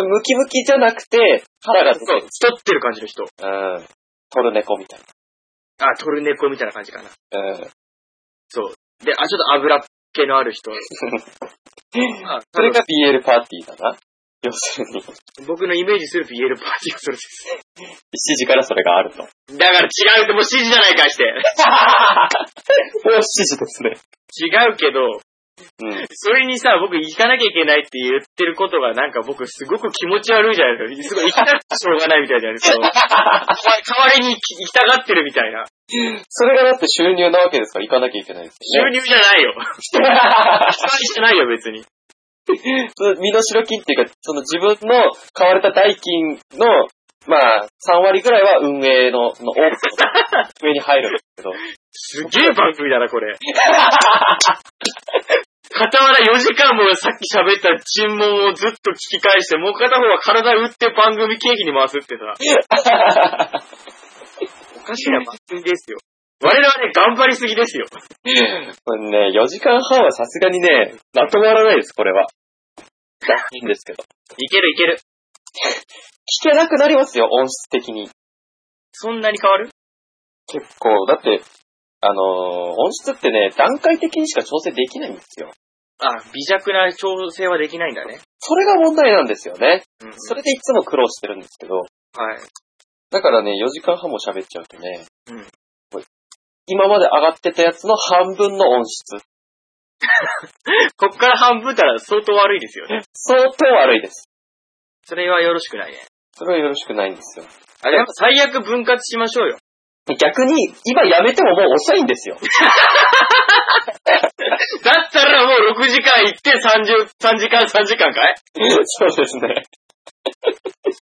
Speaker 2: ムキムキじゃなくて、腹が出て
Speaker 1: そう、
Speaker 2: る。
Speaker 1: 太ってる感じの人。
Speaker 2: うん。トルネコみたい
Speaker 1: あ、トルネコみたいな感じかな。
Speaker 2: な。うん。
Speaker 1: そう。で、あ、ちょっと油っ気のある <laughs> 人。まあ、
Speaker 2: それが BL パーティーだな。要するに、7
Speaker 1: 僕のイメージする BL パーティーがそれです。
Speaker 2: 時からそれがあると。もう
Speaker 1: だから違うってもう指示じゃないかして。
Speaker 2: 7時ですね。
Speaker 1: 違うけど、
Speaker 2: うん。
Speaker 1: それにさ、僕行かなきゃいけないって言ってることがなんか僕すごく気持ち悪いじゃないですか。すごい行きたくてしょうがないみたいじゃない <laughs> ですか。代わりに行きたがってるみたいな。
Speaker 2: それがだって収入なわけですから行かなきゃいけないです
Speaker 1: 収
Speaker 2: よね。
Speaker 1: 入じゃない <laughs> よ。期待してないよ別に。
Speaker 2: その身の代金っていうか、その自分の買われた代金の、まあ、3割ぐらいは運営の、の、上に入るんですけど、 <laughs>
Speaker 1: すげえ番組だな、これ。片方4時間もさっき喋った沈悶をずっと聞き返して、もう片方は体打って番組経費に回すってさ。おかしな番組ですよ。我々ね、頑張りすぎですよ。
Speaker 2: これね、4時間半はさすがにね、まとまらないです、これは。いいんですけど。
Speaker 1: いけるいける。
Speaker 2: 聞けなくなりますよ、音質的に。
Speaker 1: そんなに変わる
Speaker 2: 結構、だって、あのー音質ってね、段階的にしか調整できないんですよ。
Speaker 1: あ、微弱な調整はできないんだね。
Speaker 2: それが問題なんですよね。
Speaker 1: うん。
Speaker 2: それでいつも苦労してるんですけど、
Speaker 1: はい。
Speaker 2: だからね、4時間半も喋っちゃうとね、
Speaker 1: うん
Speaker 2: 今まで上がってたやつの半分の音質。
Speaker 1: こっから半分たら相当悪いですよね。
Speaker 2: 相当悪いです。
Speaker 1: それはよろしくないね。
Speaker 2: それはよろしくないんですよ。
Speaker 1: あ、でも最悪分割しましょうよ。
Speaker 2: 逆に、今やめてももう遅いんで
Speaker 1: <laughs>
Speaker 2: すよ。
Speaker 1: だったらもう6時間行って30、3時間3時間かい
Speaker 2: そうですね。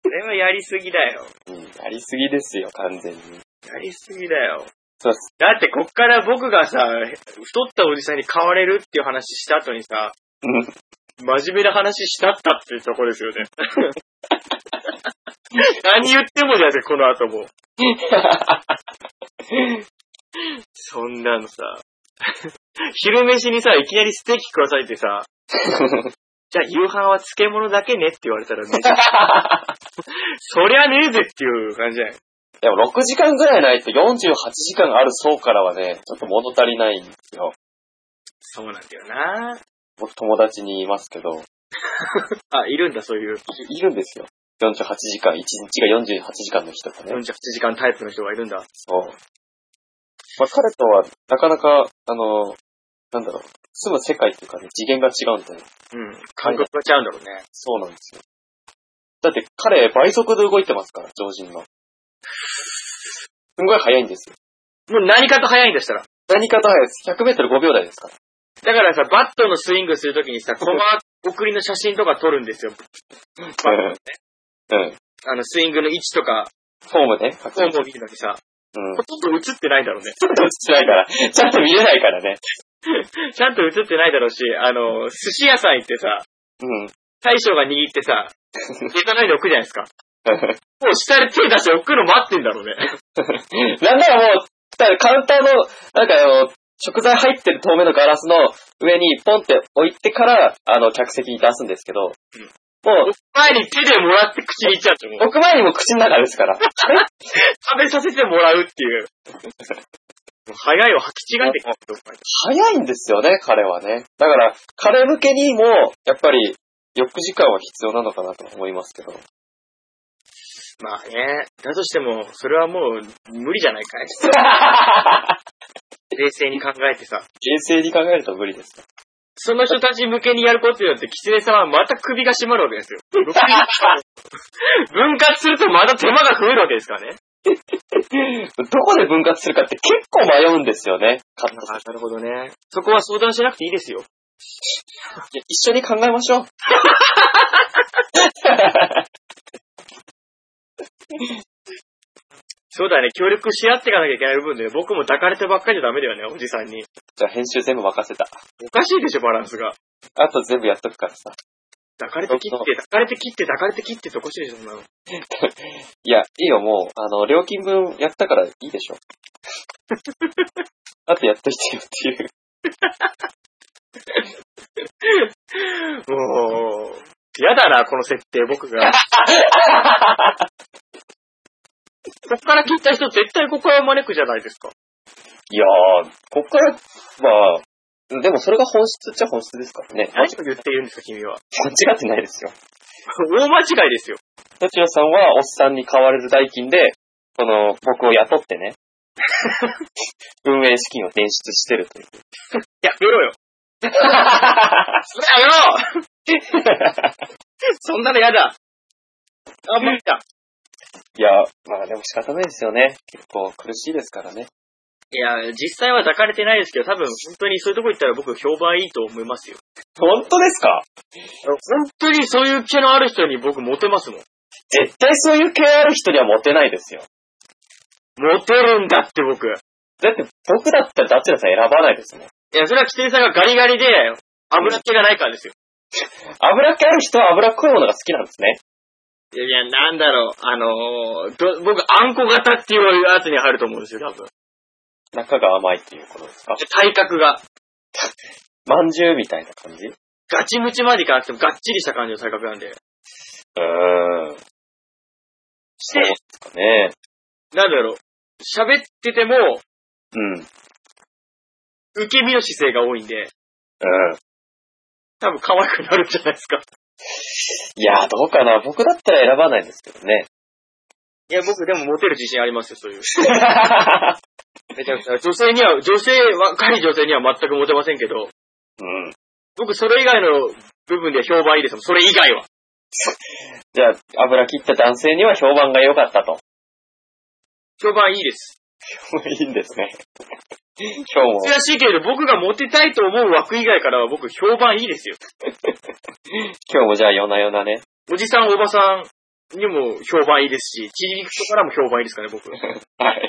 Speaker 1: それはやりすぎだよ。
Speaker 2: うん、やりすぎですよ、完全に。
Speaker 1: やりすぎだよ。
Speaker 2: そうです。 <laughs>
Speaker 1: だってこっから僕がさ、太ったおじさんに買われるっていう話した後にさ、
Speaker 2: うん
Speaker 1: 真面目な話したったっていうとこですよね。何言ってもじゃなくて、この後も。そんなのさ、昼飯にさ、いきなりステーキくださいってさ、じゃあ夕飯は漬物だけねって言われた
Speaker 2: <laughs>
Speaker 1: らね、そりゃねえぜっていう感じだよ。
Speaker 2: でも6時間ぐらいないと48時間ある層からはね、ちょっと物足りないんですよ。
Speaker 1: そうなんだよな
Speaker 2: 僕友達に言いますけど、
Speaker 1: あ、いるんだ、そういう
Speaker 2: いるんですよ。48時間、1日が48時間の人がね。
Speaker 1: 48時間タイプの人がいるんだ。
Speaker 2: そう。まあ、彼とは、なかなか、あの、なんだろう、住む世界っていうかね、次元が違うんで、
Speaker 1: うん。感覚がちゃうんだろうね。
Speaker 2: そうなんですよ。だって彼、倍速で動いてますから、常人の。すんごい速いんですよ。
Speaker 1: もう何かと早いんだしたら。
Speaker 2: 何かと速いです。100メートル5秒台ですから。
Speaker 1: だからさ、バットのスイングするときにさ、コマ送りの写真とか撮るんですよ。
Speaker 2: うん。うん。
Speaker 1: あの、スイングの位置とか、
Speaker 2: <laughs> フォーム <laughs> ね、確
Speaker 1: フォー
Speaker 2: 認
Speaker 1: ムを見るのにさ、
Speaker 2: うん。
Speaker 1: ほとんど映ってないだろうね。 <laughs>
Speaker 2: ちょっと映ってないから、ちゃんと見れないからね。
Speaker 1: ちゃんと映ってないだろうし、あの、寿司屋さん行ってさ、
Speaker 2: うん。
Speaker 1: 大将が握ってさ、下駄の上に置くじゃないですか。もう下で手出して置くの待ってんだろうね。
Speaker 2: <laughs> なんならもう、だからカウンターの、なんかあの、食材入ってる透明のガラスの上にポンって置いてから、あの、客席に出すんですけど、もう、
Speaker 1: 前に手でもらって口に行っちゃうと思う。
Speaker 2: 置く前にも口の中ですから。
Speaker 1: 食べさせてもらうっていう。もう早いわ、履き違えてきたと思う
Speaker 2: 早いんですよね、彼はね。だから、彼向けにも、やっぱり、4時間は必要なのかなと思いますけど。
Speaker 1: まあね、だとしても、それはもう無理じゃないかい冷静に考えてさ。
Speaker 2: 冷静に考えると無理です。
Speaker 1: その人たち向けにやることによって、キツネさんはまた首が締まるわけですよ。分割するとまた手間が増えるわけですからね。
Speaker 2: どこで分割するかって結構迷うんですよね。か
Speaker 1: あなるほどね。そこは相談しなくていいですよ。
Speaker 2: いや一緒に考えましょう。
Speaker 1: そうだね、協力し合っていかなきゃいけない部分で、僕も抱かれてばっかりじゃダメだよね、おじさんに。
Speaker 2: じゃあ編集全部任せた。
Speaker 1: おかしいでしょ、バランスが。
Speaker 2: あと全部やっとくからさ。
Speaker 1: 抱かれて切って、抱かれて切って、抱かれて切ってっておかしいでしょ、そんなの。
Speaker 2: いや、いいよ、もう、あの、料金分やったからいいで <laughs> しょ。あとやっといてよっていう。
Speaker 1: もう、嫌だな、この設定、僕 <laughs> が。ここから切った人、絶対ここへ招くじゃないですか。
Speaker 2: いやー、こっからは、でもそれが本質っちゃ本質ですからね。間
Speaker 1: 何
Speaker 2: 違
Speaker 1: を言っているんですか、君は。
Speaker 2: 間違ってないですよ。
Speaker 1: 大間違いですよ。
Speaker 2: どちらさんはおっさんに買われる代金で、この、僕を雇って <laughs> ね、運営資金を捻出してると <laughs> いう。
Speaker 1: やめろよ。それやめろ <laughs> そんなの嫌だ。あ、無理だ。
Speaker 2: いや、まあでも仕方ないですよね。結構苦しいですからね。
Speaker 1: いや、実際は抱かれてないですけど、多分本当にそういうとこ行ったら僕評判いいと思いますよ。
Speaker 2: 本当ですか
Speaker 1: 本当にそういう気のある人に僕モテますもん。
Speaker 2: 絶対そういう系ある人にはモテないですよ。
Speaker 1: モテるんだって僕。い
Speaker 2: だって僕だったらダチュラさん選ばないですね。
Speaker 1: や、それはキテさんがガリガリで、油っ気がないからですよ。
Speaker 2: 油っ気ある人は油っこいものが好きなんですね。
Speaker 1: いや、いやなんだろう、あのーど僕、あんこ型っていうやつに入ると思うんですよ、多分。
Speaker 2: 中が甘いっていうことですか
Speaker 1: 体格が。
Speaker 2: まんじゅうみたいな感じう
Speaker 1: ガチムチまでいかなくても、がっちりした感じの体格なんで。
Speaker 2: ーん。そうですかね。
Speaker 1: なんだろう、喋ってても、
Speaker 2: うん。うん。
Speaker 1: 受け身の姿勢が多いんで、多分可愛くなるんじゃないですか。
Speaker 2: いやー、どうかな。僕だったら選ばないですけどね。 <laughs>
Speaker 1: いや、僕でもモテる自信ありますよ、そういう。めちゃくちゃ。女性には、女性、若い女性には全くモテませんけど、
Speaker 2: うん。
Speaker 1: 僕それ以外の部分では評判いいですもん、それ以外は。
Speaker 2: じゃあ、油切った男性には評判が良かったと。 <laughs>
Speaker 1: 評判いいです。
Speaker 2: いいんですね。今日も
Speaker 1: 悔しいけれど、僕がモテたいと思う枠以外からは僕評判いいですよ。
Speaker 2: 今日もじゃあ夜な夜なね。
Speaker 1: おじさん、おばさんにも評判いいですし、地域人からも評判いいですかね、僕。え
Speaker 2: はい。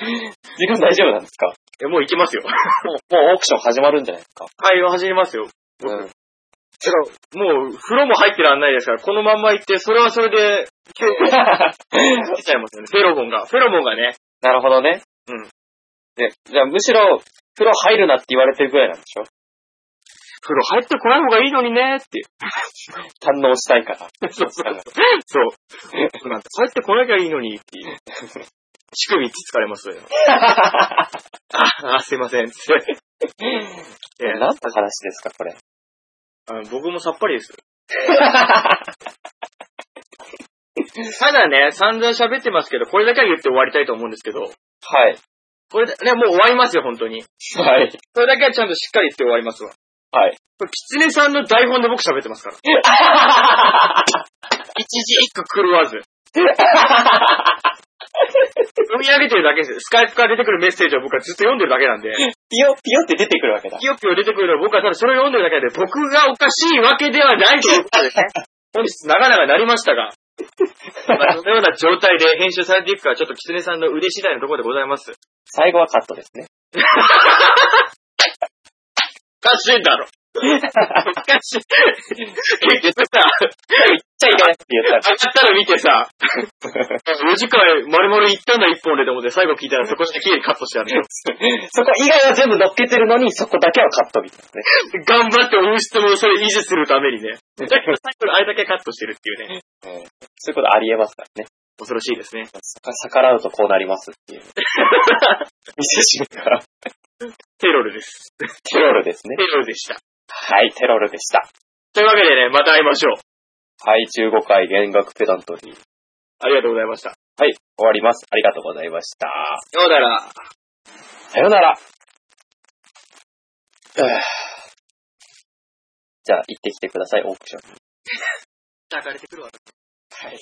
Speaker 2: 時間大丈夫なんですか
Speaker 1: もう行きますよ。
Speaker 2: もう、もうオークション始まるんじゃないですか
Speaker 1: 会話始めますよ。
Speaker 2: う
Speaker 1: だか
Speaker 2: ん。
Speaker 1: ら、もう、風呂も入ってらんないですから、このまんま行って、それはそれで、出ちゃいますよね。フェロモンが。フェロモンがね。
Speaker 2: なるほどね。
Speaker 1: うん。
Speaker 2: で、じゃあむしろ、風呂入るなって言われてるぐらいなんでしょ
Speaker 1: 風呂入ってこない方がいいのにねって。
Speaker 2: 堪能したいから。
Speaker 1: そうそう。そう。そうなんだ入ってこなきゃいいのにっていう。仕組みって疲れますよ。あ、あすいません。つってえ
Speaker 2: 何
Speaker 1: ー
Speaker 2: の話ですか、これ。
Speaker 1: あの僕もさっぱり
Speaker 2: <laughs>
Speaker 1: です。ただね、散々喋ってますけど、これだけは言って終わりたいと思うんですけど、
Speaker 2: はい。
Speaker 1: これで、ね、もう終わりますよ、本当に。
Speaker 2: はい。
Speaker 1: それだけはちゃんとしっかり言って終わりますわ。
Speaker 2: はい。
Speaker 1: これ、キツネさんの台本で僕喋ってますから。
Speaker 2: <laughs>
Speaker 1: 一字一句狂わず。読み上げてるだけですよ。スカイプから出てくるメッセージを僕はずっと読んでるだけなんで、
Speaker 2: ピヨ、ピヨって出てくるわけだ。
Speaker 1: ピヨピヨ出てくるのは僕はただそれを読んでるだけで、僕がおかしいわけではないということですね。本日長々なりましたが、まあ、そのような状態で編集されていくかはちょっとキツネさんの腕次第のところでございます。
Speaker 2: 最後はカットですね。
Speaker 1: おかしいだろ。おかしい。結局さ、
Speaker 2: じゃあいけないって言ったら
Speaker 1: 上。がったの見てさ、4時間丸々行ったんだ一本でと思って最後聞いたらそこして綺麗にカットしてあるよ。
Speaker 2: そこ以外は全部乗っけてるのに、そこだけはカットみたいなね。
Speaker 1: 頑張って音質もそれ維持するためにね。だけど最後にあれだけカットしてるっていうね。
Speaker 2: そういうことありえますからね。
Speaker 1: 恐ろしいですね。
Speaker 2: 逆らうとこうなりま
Speaker 1: <laughs>
Speaker 2: すっていう。見せしめが
Speaker 1: テロルです。
Speaker 2: テロルですね
Speaker 1: テ。ロルでした。
Speaker 2: はい、テロルでした。
Speaker 1: というわけでね、また会いましょう。
Speaker 2: はい、15回弦楽ペダントリー。
Speaker 1: ありがとうございました。
Speaker 2: はい、終わります。ありがとうございました。
Speaker 1: ようだら。
Speaker 2: さよなら。うーじゃあ、行ってきてください、オークション。
Speaker 1: 抱かれてくるわ。
Speaker 2: はい。